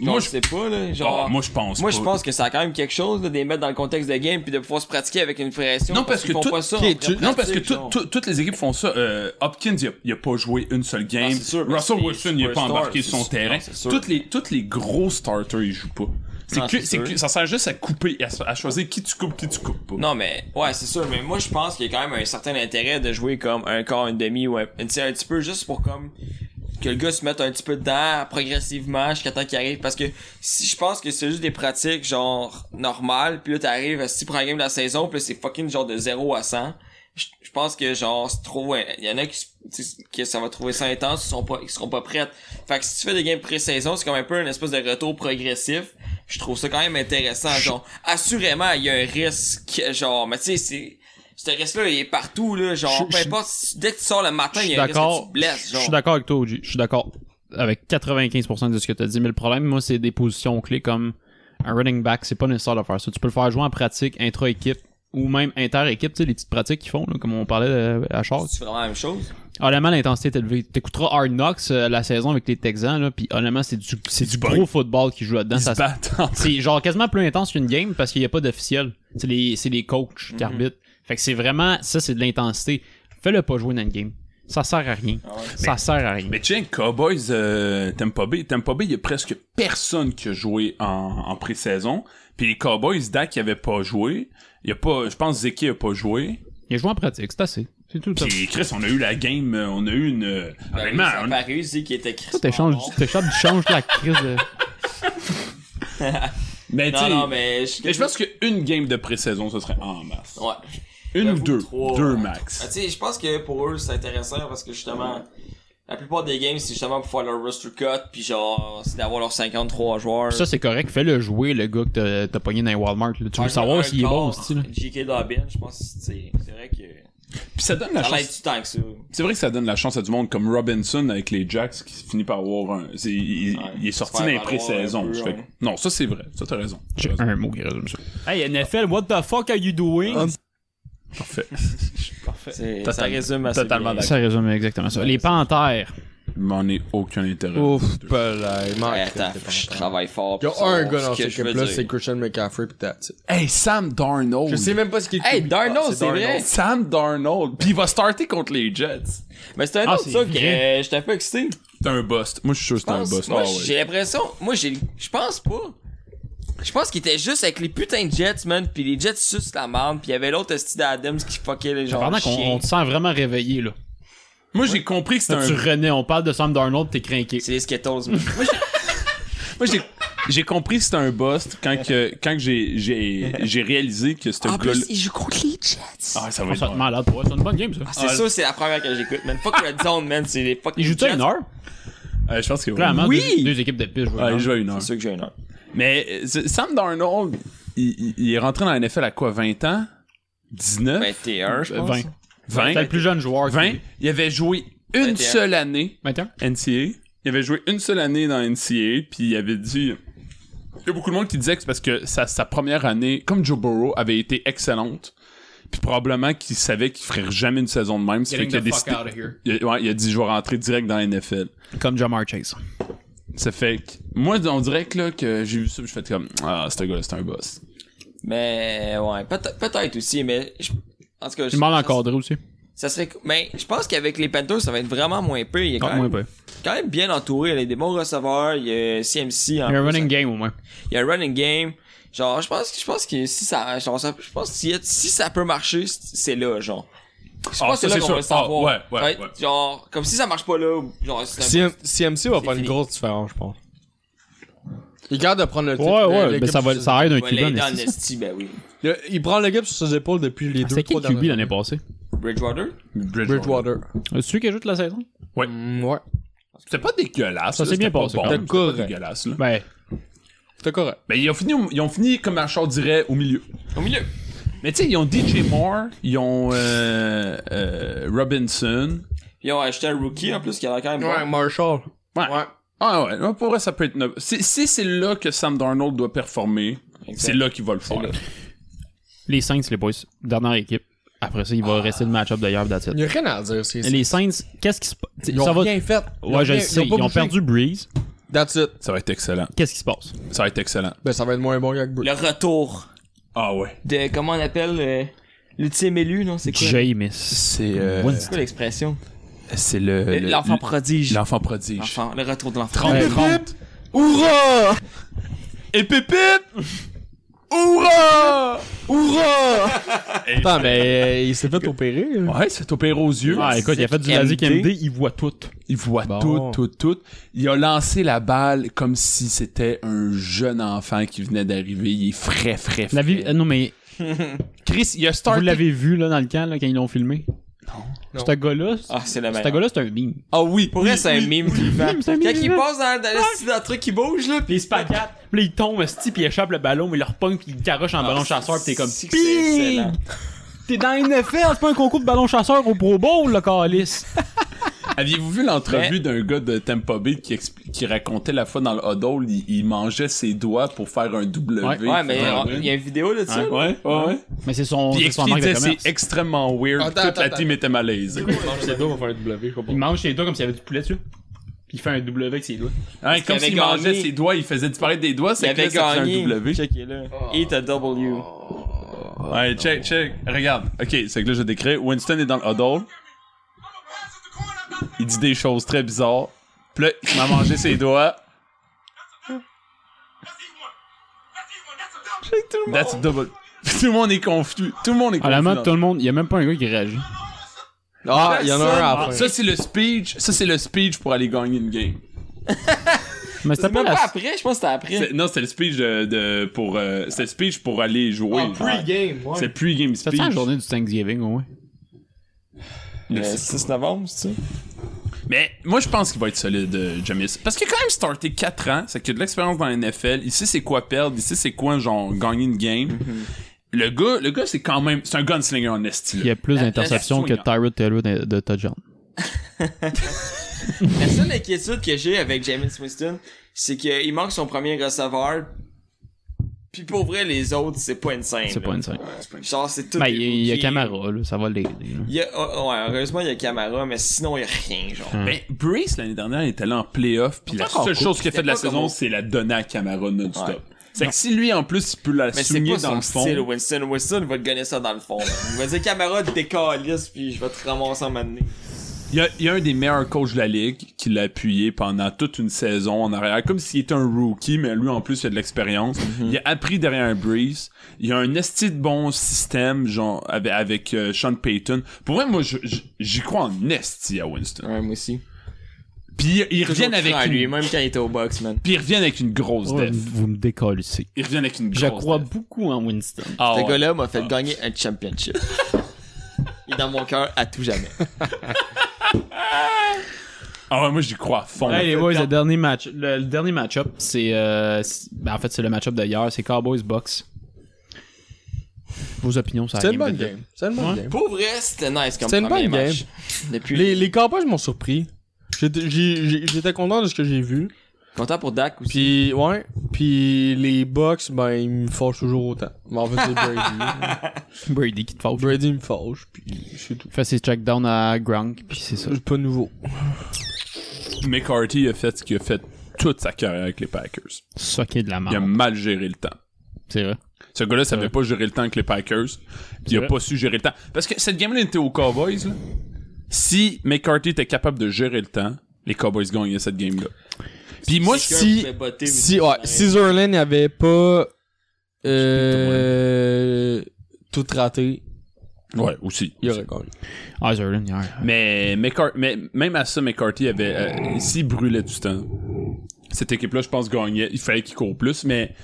[SPEAKER 3] Moi,
[SPEAKER 6] Moi,
[SPEAKER 3] je-
[SPEAKER 6] je sais pas, là. Genre,
[SPEAKER 3] Ah, moi, je pense
[SPEAKER 6] Moi, je
[SPEAKER 3] pas.
[SPEAKER 6] pense que ça a quand même quelque chose de les mettre dans le contexte de game puis de pouvoir se pratiquer avec une pression.
[SPEAKER 3] Non, parce que
[SPEAKER 6] qu'ils font
[SPEAKER 3] tout-
[SPEAKER 6] pas ça. en
[SPEAKER 3] ok,
[SPEAKER 6] vraie
[SPEAKER 3] tu- non, parce que
[SPEAKER 6] pratique,
[SPEAKER 3] tout-
[SPEAKER 6] genre.
[SPEAKER 3] tout- toutes les équipes font ça. Euh, Hopkins, il a, il a pas joué une seule game.
[SPEAKER 6] Ah, c'est sûr, parce
[SPEAKER 3] Russell
[SPEAKER 6] que c'est
[SPEAKER 3] Wilson, il a pas
[SPEAKER 6] superstar,
[SPEAKER 3] embarqué sur son
[SPEAKER 6] c'est-
[SPEAKER 3] terrain.
[SPEAKER 6] non, c'est sûr.
[SPEAKER 3] toutes les, toutes les gros starters, ils jouent pas. C'est
[SPEAKER 6] Non,
[SPEAKER 3] que,
[SPEAKER 6] c'est
[SPEAKER 3] c'est
[SPEAKER 6] sûr.
[SPEAKER 3] que- ça sert juste à couper, à, à choisir qui tu coupes, qui tu coupes pas.
[SPEAKER 6] Non, mais, ouais, c'est sûr, mais moi, je pense qu'il y a quand même un certain intérêt de jouer comme un quart, une demi, ou un, tu sais, un petit peu juste pour comme, que le gars se mette un petit peu dedans, progressivement, jusqu'à temps qu'il arrive, parce que si je pense que c'est juste des pratiques, genre, normales, puis là, t'arrives à 6 programmes de la saison, puis là, c'est fucking genre de 0 à 100. Je je pense que genre c'est trop il y en a qui s- tu sais, que ça va trouver ça intense, ils sont pas ils seront pas prêtes. Fait que si tu fais des games pré-saison, c'est comme un peu une espèce de retour progressif. Je trouve ça quand même intéressant genre assurément il y a un risque genre mais tu sais c'est ce risque-là, il est partout, là, genre,
[SPEAKER 7] Je-
[SPEAKER 6] peu
[SPEAKER 7] je-
[SPEAKER 6] importe, si- dès que tu sors le matin,
[SPEAKER 7] Je
[SPEAKER 6] il
[SPEAKER 7] suis
[SPEAKER 6] y a un risque que tu
[SPEAKER 7] d'accord.
[SPEAKER 6] te blesses,
[SPEAKER 7] Je
[SPEAKER 6] genre.
[SPEAKER 7] suis d'accord avec toi, OG. Je suis d'accord avec 95% de ce que t'as dit. Mais le problème, moi, c'est des positions clés comme un running back. C'est pas nécessaire de faire ça. Tu peux le faire jouer en pratique, intra-équipe ou même inter-équipe. Tu sais, les petites pratiques qu'ils font, là, comme on parlait euh, à Charles.
[SPEAKER 6] C'est vraiment la même chose. Ben
[SPEAKER 7] Honnêtement, l'intensité est élevée. T'écouteras Hard Knocks euh, la saison avec les Texans, là, puis honnêtement, c'est du, c'est du
[SPEAKER 3] bon.
[SPEAKER 7] gros football qui joue là-dedans.
[SPEAKER 3] Ils
[SPEAKER 7] Ça
[SPEAKER 3] se
[SPEAKER 7] se-
[SPEAKER 3] battent.
[SPEAKER 7] C'est genre quasiment plus intense qu'une game parce qu'il n'y a pas d'officiel. C'est les, c'est les coachs qui arbitrent. Fait que c'est vraiment, ça, c'est de l'intensité. Fais-le pas jouer dans une game. Ça sert à rien. Ça sert à rien.
[SPEAKER 3] Mais tiens, Cowboys, euh, Tampa Bay, Tampa Bay, il y a presque personne qui a joué en, en pré-saison. Puis les Cowboys, Dak, il avait pas joué. Il y a pas, je pense, Zeki a pas joué.
[SPEAKER 7] Il a joué en pratique, c'est assez. C'est tout.
[SPEAKER 3] Puis Chris, on a eu la game, euh, on a eu une, euh, honnêtement,
[SPEAKER 6] Ben Ça
[SPEAKER 3] on-
[SPEAKER 6] Paris, c'est qui était Chris.
[SPEAKER 7] Toi, t'échanges
[SPEAKER 6] Paul.
[SPEAKER 7] du- t'échappes du change de la crise de...
[SPEAKER 3] mais tu
[SPEAKER 6] Non, non, mais je
[SPEAKER 3] Mais je pense qu'une game de pré-saison, ce serait en masse.
[SPEAKER 6] Ouais.
[SPEAKER 3] Une ou
[SPEAKER 6] J'avoue,
[SPEAKER 3] deux.
[SPEAKER 6] trois,
[SPEAKER 3] deux
[SPEAKER 6] ouais. Ah,
[SPEAKER 3] max.
[SPEAKER 6] tu sais, je pense que pour eux, c'est intéressant parce que justement, la plupart des games, c'est justement pour faire leur roster cut, puis genre, c'est d'avoir leurs 53 joueurs.
[SPEAKER 7] Ça, c'est correct. Fais-le jouer, le gars que t'as- t'as pogné dans les Walmart. là. Tu veux savoir s'il est bon, style.
[SPEAKER 6] JK Dobbin, je pense que c'est c'est vrai que
[SPEAKER 3] Puis ça donne la
[SPEAKER 6] ça l'aide
[SPEAKER 3] chance.
[SPEAKER 6] du temps que ça.
[SPEAKER 3] C'est vrai que ça donne la chance à du monde comme Robinson avec les Jacks qui finit par avoir un. c'est- il, il-
[SPEAKER 6] Ouais,
[SPEAKER 3] il est sorti
[SPEAKER 6] se
[SPEAKER 3] dans
[SPEAKER 6] faire
[SPEAKER 3] les
[SPEAKER 6] valoir un
[SPEAKER 3] pré-saisons.
[SPEAKER 6] peu,
[SPEAKER 3] Je fais que-
[SPEAKER 6] ouais.
[SPEAKER 3] Non, ça c'est vrai. Ça t'as raison. T'as
[SPEAKER 7] J'ai
[SPEAKER 3] raison.
[SPEAKER 7] un mot qui résume ça. Hey, NFL, what the fuck are you doing?
[SPEAKER 3] Parfait.
[SPEAKER 6] C'est- Ça
[SPEAKER 3] Totalement-
[SPEAKER 6] résume assez
[SPEAKER 3] totalement
[SPEAKER 6] bien.
[SPEAKER 7] Ça résume exactement ça. Les Panthères.
[SPEAKER 3] M'en ai aucun intérêt.
[SPEAKER 8] Ouf, là, il manque.
[SPEAKER 6] Ouais, attends, faut que je travaille fort.
[SPEAKER 8] Il y
[SPEAKER 6] pour
[SPEAKER 8] a un
[SPEAKER 6] savoir
[SPEAKER 8] gars
[SPEAKER 6] ce
[SPEAKER 8] dans
[SPEAKER 6] que
[SPEAKER 8] cette
[SPEAKER 6] je veux
[SPEAKER 8] équipe-là,
[SPEAKER 6] dire.
[SPEAKER 8] c'est Christian McCaffrey pis that's it.
[SPEAKER 3] Hey, Sam Darnold.
[SPEAKER 8] Je sais même pas ce qu'il
[SPEAKER 6] Hey, Darnold,
[SPEAKER 8] Ah,
[SPEAKER 6] c'est vrai.
[SPEAKER 8] Darnold.
[SPEAKER 3] Sam Darnold. Puis il va starter contre les Jets.
[SPEAKER 6] Mais c'est un
[SPEAKER 7] Ah,
[SPEAKER 6] autre
[SPEAKER 7] c'est
[SPEAKER 6] ça que
[SPEAKER 7] vrai.
[SPEAKER 6] euh, j'étais un peu excité.
[SPEAKER 3] C'est un bust. Moi, je suis sûr que c'est un
[SPEAKER 6] pense-
[SPEAKER 3] bust.
[SPEAKER 6] Moi,
[SPEAKER 3] Ah ouais.
[SPEAKER 6] j'ai l'impression. Moi, j'ai. Je pense pas. Je pense qu'il était juste avec les putains de Jets, man. Puis les Jets sucent la marde. Puis il y avait l'autre style d'Adams qui fuckait les gens.
[SPEAKER 7] Pendant qu'on on te sent vraiment réveillé, là.
[SPEAKER 3] Moi, j'ai compris que c'était
[SPEAKER 7] Là, tu
[SPEAKER 3] un
[SPEAKER 7] renais, on parle de Sam Darnold, t'es craqué.
[SPEAKER 6] C'est les Skittles, man. Moi, j'ai-
[SPEAKER 3] Moi, j'ai, j'ai compris que c'était un bust quand que, quand que j'ai, j'ai, j'ai réalisé que c'était un
[SPEAKER 6] en
[SPEAKER 3] gars
[SPEAKER 6] plus, il joue contre les Jets.
[SPEAKER 3] Ah, ça va
[SPEAKER 7] On
[SPEAKER 3] être
[SPEAKER 7] se
[SPEAKER 3] bon.
[SPEAKER 7] malade pour eux. C'est une bonne game, ça.
[SPEAKER 6] Ah, c'est ça, c'est la première que j'écoute, man. Fuck Red Zone, man. C'est les fucking.
[SPEAKER 7] Ils jouent-tu à
[SPEAKER 6] Jets.
[SPEAKER 7] une heure?
[SPEAKER 3] Euh, je pense que oui.
[SPEAKER 7] Clairement,
[SPEAKER 6] Oui!
[SPEAKER 7] deux, deux équipes de pitch.
[SPEAKER 3] Ouais, il joue à une heure.
[SPEAKER 6] C'est sûr que j'ai une heure.
[SPEAKER 3] Mais euh, c'est- Sam Darnold, il, il- il est rentré dans la NFL à quoi, 20 ans? 19?
[SPEAKER 6] 21, je pense.
[SPEAKER 7] 20.
[SPEAKER 3] 20?
[SPEAKER 7] T'es le plus jeune joueur. qui-
[SPEAKER 3] 20? Il avait joué une
[SPEAKER 6] 21.
[SPEAKER 3] seule année
[SPEAKER 7] 21?
[SPEAKER 3] NCA. Il avait joué une seule année dans NCA, puis il avait dit... Il y a beaucoup de monde qui disait que c'est parce que sa, sa première année, comme Joe Burrow, avait été excellente. Puis probablement qu'il savait qu'il ferait jamais une saison de même. Ça fait qu'il a décidé. Il a, ouais, il a dit, je vais rentrer direct dans la NFL.
[SPEAKER 7] Comme Jamar Chase.
[SPEAKER 3] Ça fait que, moi, on dirait que là, que j'ai vu ça, je fais comme, ah, ce gars-là, c'est un boss.
[SPEAKER 6] Mais ouais, peut- peut-être aussi, mais je- en tout cas, je-
[SPEAKER 7] Il mal
[SPEAKER 6] ça-
[SPEAKER 7] encadré aussi.
[SPEAKER 8] Ah,
[SPEAKER 6] Ça serait, cou- mais je pense qu'avec les Panthers, ça va être vraiment moins peu. Il est
[SPEAKER 3] Ah,
[SPEAKER 6] quand,
[SPEAKER 7] Encore moins
[SPEAKER 6] même,
[SPEAKER 7] peu.
[SPEAKER 6] quand même bien entouré. Il y a des bons receveurs, il y a CMC. En
[SPEAKER 7] Il y a un
[SPEAKER 6] plus.
[SPEAKER 7] running game au moins.
[SPEAKER 6] Il y a un running game. Genre, je pense, je pense que si ça, genre, ça- je pense que si, si ça peut marcher, c- c'est là, genre. Je
[SPEAKER 3] Ah,
[SPEAKER 6] pense
[SPEAKER 3] ça, c'est
[SPEAKER 6] que c'est là qu'on
[SPEAKER 3] sûr.
[SPEAKER 6] va le savoir.
[SPEAKER 3] Ah, ouais, ouais,
[SPEAKER 6] Ça va être,
[SPEAKER 3] ouais.
[SPEAKER 6] Genre, comme si ça marche pas là, genre, c'est un-
[SPEAKER 8] CM- CMC va
[SPEAKER 6] C'est
[SPEAKER 8] faire une
[SPEAKER 6] fini.
[SPEAKER 8] grosse différence, je pense. Il garde de prendre le titre.
[SPEAKER 7] Ouais,
[SPEAKER 8] euh,
[SPEAKER 7] ouais,
[SPEAKER 8] l'équipe
[SPEAKER 7] mais ça, va,
[SPEAKER 8] sur-
[SPEAKER 7] ça aide un
[SPEAKER 6] on va l'aider en
[SPEAKER 7] QB.
[SPEAKER 6] esti, ben oui.
[SPEAKER 8] Le- il prend l'équipe sur ses épaules depuis les deux
[SPEAKER 7] Ah, C'est qui
[SPEAKER 8] trois
[SPEAKER 7] le QB
[SPEAKER 8] dernières
[SPEAKER 7] l'année passée?
[SPEAKER 6] Bridgewater?
[SPEAKER 8] Bridgewater.
[SPEAKER 7] C'est celui qui ajoute la saison?
[SPEAKER 8] Mm, ouais.
[SPEAKER 3] C'était pas dégueulasse.
[SPEAKER 7] Ça
[SPEAKER 3] là,
[SPEAKER 7] s'est bien
[SPEAKER 3] c'était pas
[SPEAKER 7] passé,
[SPEAKER 3] bon,
[SPEAKER 7] quand
[SPEAKER 8] même.
[SPEAKER 3] c'était pas
[SPEAKER 8] Correct.
[SPEAKER 3] dégueulasse, là.
[SPEAKER 7] Ben,
[SPEAKER 8] C'était correct.
[SPEAKER 3] Mais ils ont fini, au- ils ont fini comme Achard dirait, au milieu.
[SPEAKER 6] Au milieu.
[SPEAKER 3] Mais tu sais, ils ont DJ Moore, ils ont euh, euh, Robinson.
[SPEAKER 6] Ils ont acheté un rookie en plus qui a l'air quand même bon.
[SPEAKER 8] Marshall.
[SPEAKER 3] Ouais. Ah ouais, ouais, pour vrai, ça peut être neuf. Si, si c'est là que Sam Darnold doit performer,
[SPEAKER 6] Exact.
[SPEAKER 3] c'est là qu'il va le faire.
[SPEAKER 7] les Saints, les boys. Dernière équipe. Après ça, il
[SPEAKER 8] Ah.
[SPEAKER 7] va rester le match-up d'ailleurs, that's it.
[SPEAKER 8] Il y a rien à dire, c'est
[SPEAKER 7] Les Saints, qu'est-ce qui se passe?
[SPEAKER 8] Ils ont
[SPEAKER 7] Ça va...
[SPEAKER 8] rien fait.
[SPEAKER 7] Ouais, je
[SPEAKER 8] rien-
[SPEAKER 7] le sais.
[SPEAKER 8] pas
[SPEAKER 7] Ils ont
[SPEAKER 8] bougé.
[SPEAKER 7] perdu Breeze.
[SPEAKER 8] That's it.
[SPEAKER 3] Ça va être excellent.
[SPEAKER 7] Qu'est-ce qui se passe?
[SPEAKER 3] Ça va être excellent.
[SPEAKER 8] Ben, ça va être moins bon que Bridgewater.
[SPEAKER 6] Le retour
[SPEAKER 3] Ah ouais.
[SPEAKER 6] de, comment on appelle, euh, l'ultime élu, non? C'est quoi?
[SPEAKER 7] Jameis.
[SPEAKER 3] C'est euh,
[SPEAKER 8] euh,
[SPEAKER 7] Bonne-
[SPEAKER 6] C'est quoi l'expression?
[SPEAKER 3] c'est Euh, le
[SPEAKER 6] L'enfant prodige.
[SPEAKER 3] l'enfant prodige.
[SPEAKER 6] L'enfant, le retour de l'enfant.
[SPEAKER 3] Trente
[SPEAKER 7] Ouais,
[SPEAKER 3] pépites. Hourra! Et pépite! Hourra! Hourra!
[SPEAKER 8] Attends, mais
[SPEAKER 7] euh,
[SPEAKER 8] il s'est fait opérer. là.
[SPEAKER 3] Ouais, c'est opéré aux yeux.
[SPEAKER 7] Ah, écoute, il a fait du Lazic MD, il voit tout.
[SPEAKER 3] Il voit
[SPEAKER 8] Bon.
[SPEAKER 3] tout, tout, tout. Il a lancé la balle comme si c'était un jeune enfant qui venait d'arriver. Il est frais, frais, frais.
[SPEAKER 7] La vie... euh, Non, mais
[SPEAKER 3] Chris, il a
[SPEAKER 7] vous
[SPEAKER 3] starté.
[SPEAKER 7] l'avez vu là dans le camp là, quand ils l'ont filmé? Non. Ce gars-là, c'est-
[SPEAKER 6] Ah, c'est le
[SPEAKER 7] ce
[SPEAKER 6] meilleur.
[SPEAKER 7] gars-là, c'est un meme.
[SPEAKER 3] Ah oui.
[SPEAKER 6] Pour vrai, c'est un mime vivant.
[SPEAKER 7] mime, c'est
[SPEAKER 6] Quand
[SPEAKER 7] un mime
[SPEAKER 6] il
[SPEAKER 7] vivant.
[SPEAKER 6] passe dans, dans le style d'un truc qui bouge, là,
[SPEAKER 7] Pis il se pacate, pis là, il tombe, esti, pis il échappe le ballon, mais il le repogne, pis il garoche en ballon chasseur, pis t'es comme
[SPEAKER 6] si que c'est
[SPEAKER 7] Ping!
[SPEAKER 6] excellent.
[SPEAKER 7] T'es dans la NFL, c'est pas un concours de ballon chasseur au Pro Bowl, le calice!
[SPEAKER 3] Aviez-vous vu l'entrevue d'un gars de Tampa Bay qui, expli- qui racontait la fois dans le huddle, il, il mangeait ses doigts pour faire un W. Ah,
[SPEAKER 7] Ouais,
[SPEAKER 6] Ouais, mais on- il y a une vidéo là-dessus.
[SPEAKER 3] Ouais, ouais, ouais. ouais.
[SPEAKER 7] Mais c'est son,
[SPEAKER 3] Puis il
[SPEAKER 7] c'est son manque
[SPEAKER 3] expliquait,
[SPEAKER 7] de
[SPEAKER 3] c'est
[SPEAKER 7] commerce.
[SPEAKER 3] extrêmement weird.
[SPEAKER 8] Attends,
[SPEAKER 3] Toute
[SPEAKER 8] attends,
[SPEAKER 3] la
[SPEAKER 8] attends.
[SPEAKER 3] team était malaisée.
[SPEAKER 8] C'est doigts pour faire un W, je comprends.
[SPEAKER 7] Il mange ses doigts comme s'il y avait du poulet dessus. Pis il fait un W avec ses doigts.
[SPEAKER 3] Hein, comme
[SPEAKER 6] avait
[SPEAKER 3] s'il mangeait
[SPEAKER 6] gagné.
[SPEAKER 3] ses doigts, il faisait disparaître des doigts,
[SPEAKER 6] Il
[SPEAKER 3] c'est que
[SPEAKER 6] avait
[SPEAKER 3] là, ça faisait
[SPEAKER 6] gagné.
[SPEAKER 3] un W.
[SPEAKER 6] Check, il est là. Eat a W.
[SPEAKER 3] Ouais, check, check. Regarde. Ok, c'est que là, je décris. Winston est dans le huddle. Il dit des choses très bizarres. Puis là, il m'a mangé ses doigts. That's a double. tout le monde est confus. Tout le monde est confus.
[SPEAKER 7] Honnêtement,
[SPEAKER 3] dans-
[SPEAKER 7] tout le monde, y a même pas un gars qui réagit.
[SPEAKER 8] Ah, il y en a un à la fin.
[SPEAKER 3] Ça, c'est le speech. Ça, c'est le speech pour aller gagner une game.
[SPEAKER 7] Mais c'était
[SPEAKER 6] C'est
[SPEAKER 7] pas
[SPEAKER 6] même pas
[SPEAKER 7] la.
[SPEAKER 6] après, je pense que c'était après.
[SPEAKER 3] C'est- Non, c'est le speech de, de- pour. euh, c'est le speech pour aller jouer.
[SPEAKER 8] Pre-game, ouais.
[SPEAKER 3] C'est le pre-game
[SPEAKER 7] C'était
[SPEAKER 3] speech.
[SPEAKER 7] la journée du Thanksgiving, au moins.
[SPEAKER 6] Le 6 Euh, novembre, c'est ça?
[SPEAKER 3] Mais moi, je pense qu'il va être solide, euh, Jamis. Parce qu'il a quand même starté 4 ans. C'est qu'il a de l'expérience dans la NFL. Il sait c'est quoi perdre. Il sait c'est quoi, genre, gagner une game.
[SPEAKER 6] Mm-hmm.
[SPEAKER 3] Le gars, le gars, c'est quand même. C'est un gunslinger en esti.
[SPEAKER 7] Il y
[SPEAKER 3] là.
[SPEAKER 7] a plus
[SPEAKER 3] La-
[SPEAKER 7] d'interceptions
[SPEAKER 3] la-
[SPEAKER 7] que Tyrod Taylor de, de touchdown.
[SPEAKER 6] La seule inquiétude que j'ai avec Jamin Winston, c'est qu'il manque son premier receveur. Puis pour vrai, les autres, c'est pas insane.
[SPEAKER 7] C'est
[SPEAKER 6] là.
[SPEAKER 7] pas une scène.
[SPEAKER 6] Genre, c'est tout.
[SPEAKER 7] Ben,
[SPEAKER 6] des
[SPEAKER 7] il y a- il y a
[SPEAKER 6] rookies.
[SPEAKER 7] Camara, là, ça va l'aider. là.
[SPEAKER 6] Il y a- oh, ouais, heureusement, il y a Camara, mais sinon, il y a rien, genre.
[SPEAKER 3] Ben, Breeze, l'année dernière, il était là en playoff. Puis la
[SPEAKER 6] Encore
[SPEAKER 3] seule
[SPEAKER 6] cool.
[SPEAKER 3] chose qu'il a fait de la
[SPEAKER 6] C'était pas
[SPEAKER 3] saison,
[SPEAKER 6] comme-
[SPEAKER 3] c'est la donner à Camara non-stop.
[SPEAKER 6] Ouais.
[SPEAKER 3] C'est que si lui, en plus, il peut la
[SPEAKER 6] Mais c'est
[SPEAKER 3] souligner
[SPEAKER 6] pas
[SPEAKER 3] dans
[SPEAKER 6] son
[SPEAKER 3] le fond.
[SPEAKER 6] style, Winston. Winston va te gonner ça dans le fond. là. Il va dire Camara, décalisse, puis je vais te ramasser en matinée.
[SPEAKER 3] Il y, a, il y a un des meilleurs coachs de la ligue qui l'a appuyé pendant toute une saison en arrière, comme s'il était un rookie, mais lui en plus il a de l'expérience.
[SPEAKER 6] Mhm.
[SPEAKER 3] Il a appris derrière un Breeze. Il a un esti de bon système, genre avec, avec, euh, Sean Payton. Pour vrai, moi je- je- j'y crois en esti à Winston.
[SPEAKER 6] Ouais, moi aussi.
[SPEAKER 3] Puis ils reviennent avec
[SPEAKER 6] à
[SPEAKER 3] une,
[SPEAKER 6] lui, même quand il était au box, man.
[SPEAKER 3] puis ils reviennent avec une grosse
[SPEAKER 7] Ouais,
[SPEAKER 3] def.
[SPEAKER 7] Vous me décollissez.
[SPEAKER 3] Ils reviennent avec une grosse.
[SPEAKER 7] Je crois
[SPEAKER 3] def.
[SPEAKER 7] beaucoup en Winston.
[SPEAKER 3] Ah
[SPEAKER 6] Ce
[SPEAKER 3] ouais.
[SPEAKER 6] gars-là m'a fait gagner un championship. Il est dans mon cœur à tout jamais.
[SPEAKER 3] Ah ouais, moi j'y crois à fond.
[SPEAKER 7] Hey, les boys, le dernier match, le, le dernier match-up, c'est, euh, c'est- ben, en fait, c'est le match-up d'hier, c'est Cowboys Bucks. Vos opinions, Ah, ça
[SPEAKER 8] C'est une bonne game. C'est une bonne game.
[SPEAKER 6] Pour vrai, c'était nice comme
[SPEAKER 8] C'est une
[SPEAKER 6] premier
[SPEAKER 8] bonne
[SPEAKER 6] match. Depuis
[SPEAKER 8] Les, les Cowboys m'ont surpris. J'étais j'ai- j'ai- j'étais content de ce que j'ai vu.
[SPEAKER 6] Content pour Dak aussi.
[SPEAKER 8] Puis ouais, puis les Bucks ben ils me fâchent toujours autant. Mais en fait c'est Brady.
[SPEAKER 7] Brady qui te fâche.
[SPEAKER 8] Brady me fâche puis c'est tout.
[SPEAKER 7] Fait ses checkdowns à Gronk, puis c'est ça.
[SPEAKER 8] C'est pas nouveau.
[SPEAKER 3] McCarthy a fait ce qu'il a fait toute sa carrière avec les Packers.
[SPEAKER 7] Soquer de la
[SPEAKER 6] Ah.
[SPEAKER 3] Il a
[SPEAKER 7] merde.
[SPEAKER 3] mal géré le temps.
[SPEAKER 7] C'est vrai.
[SPEAKER 3] Ce gars-là savait
[SPEAKER 7] Ouais.
[SPEAKER 3] pas gérer le temps avec les Packers. Puis il a
[SPEAKER 7] Ouais.
[SPEAKER 3] pas su gérer le temps. Parce que cette game-là était aux Cowboys. Là. Si McCarthy était capable de gérer le temps, les Cowboys gagnaient cette game-là. Puis moi,
[SPEAKER 6] Quelqu'un
[SPEAKER 8] si-
[SPEAKER 6] pouvait botter, mais-
[SPEAKER 8] Si ouais, si Zerlin avait pas euh, tout raté,
[SPEAKER 3] ouais, aussi.
[SPEAKER 8] il aurait gagné.
[SPEAKER 7] Ah, Zerlin, hier.
[SPEAKER 3] Mais, McCar- mais même à ça, McCarthy avait. euh, S'il brûlait du temps, cette équipe-là, je pense, gagnait. Il fallait qu'il court plus. Mais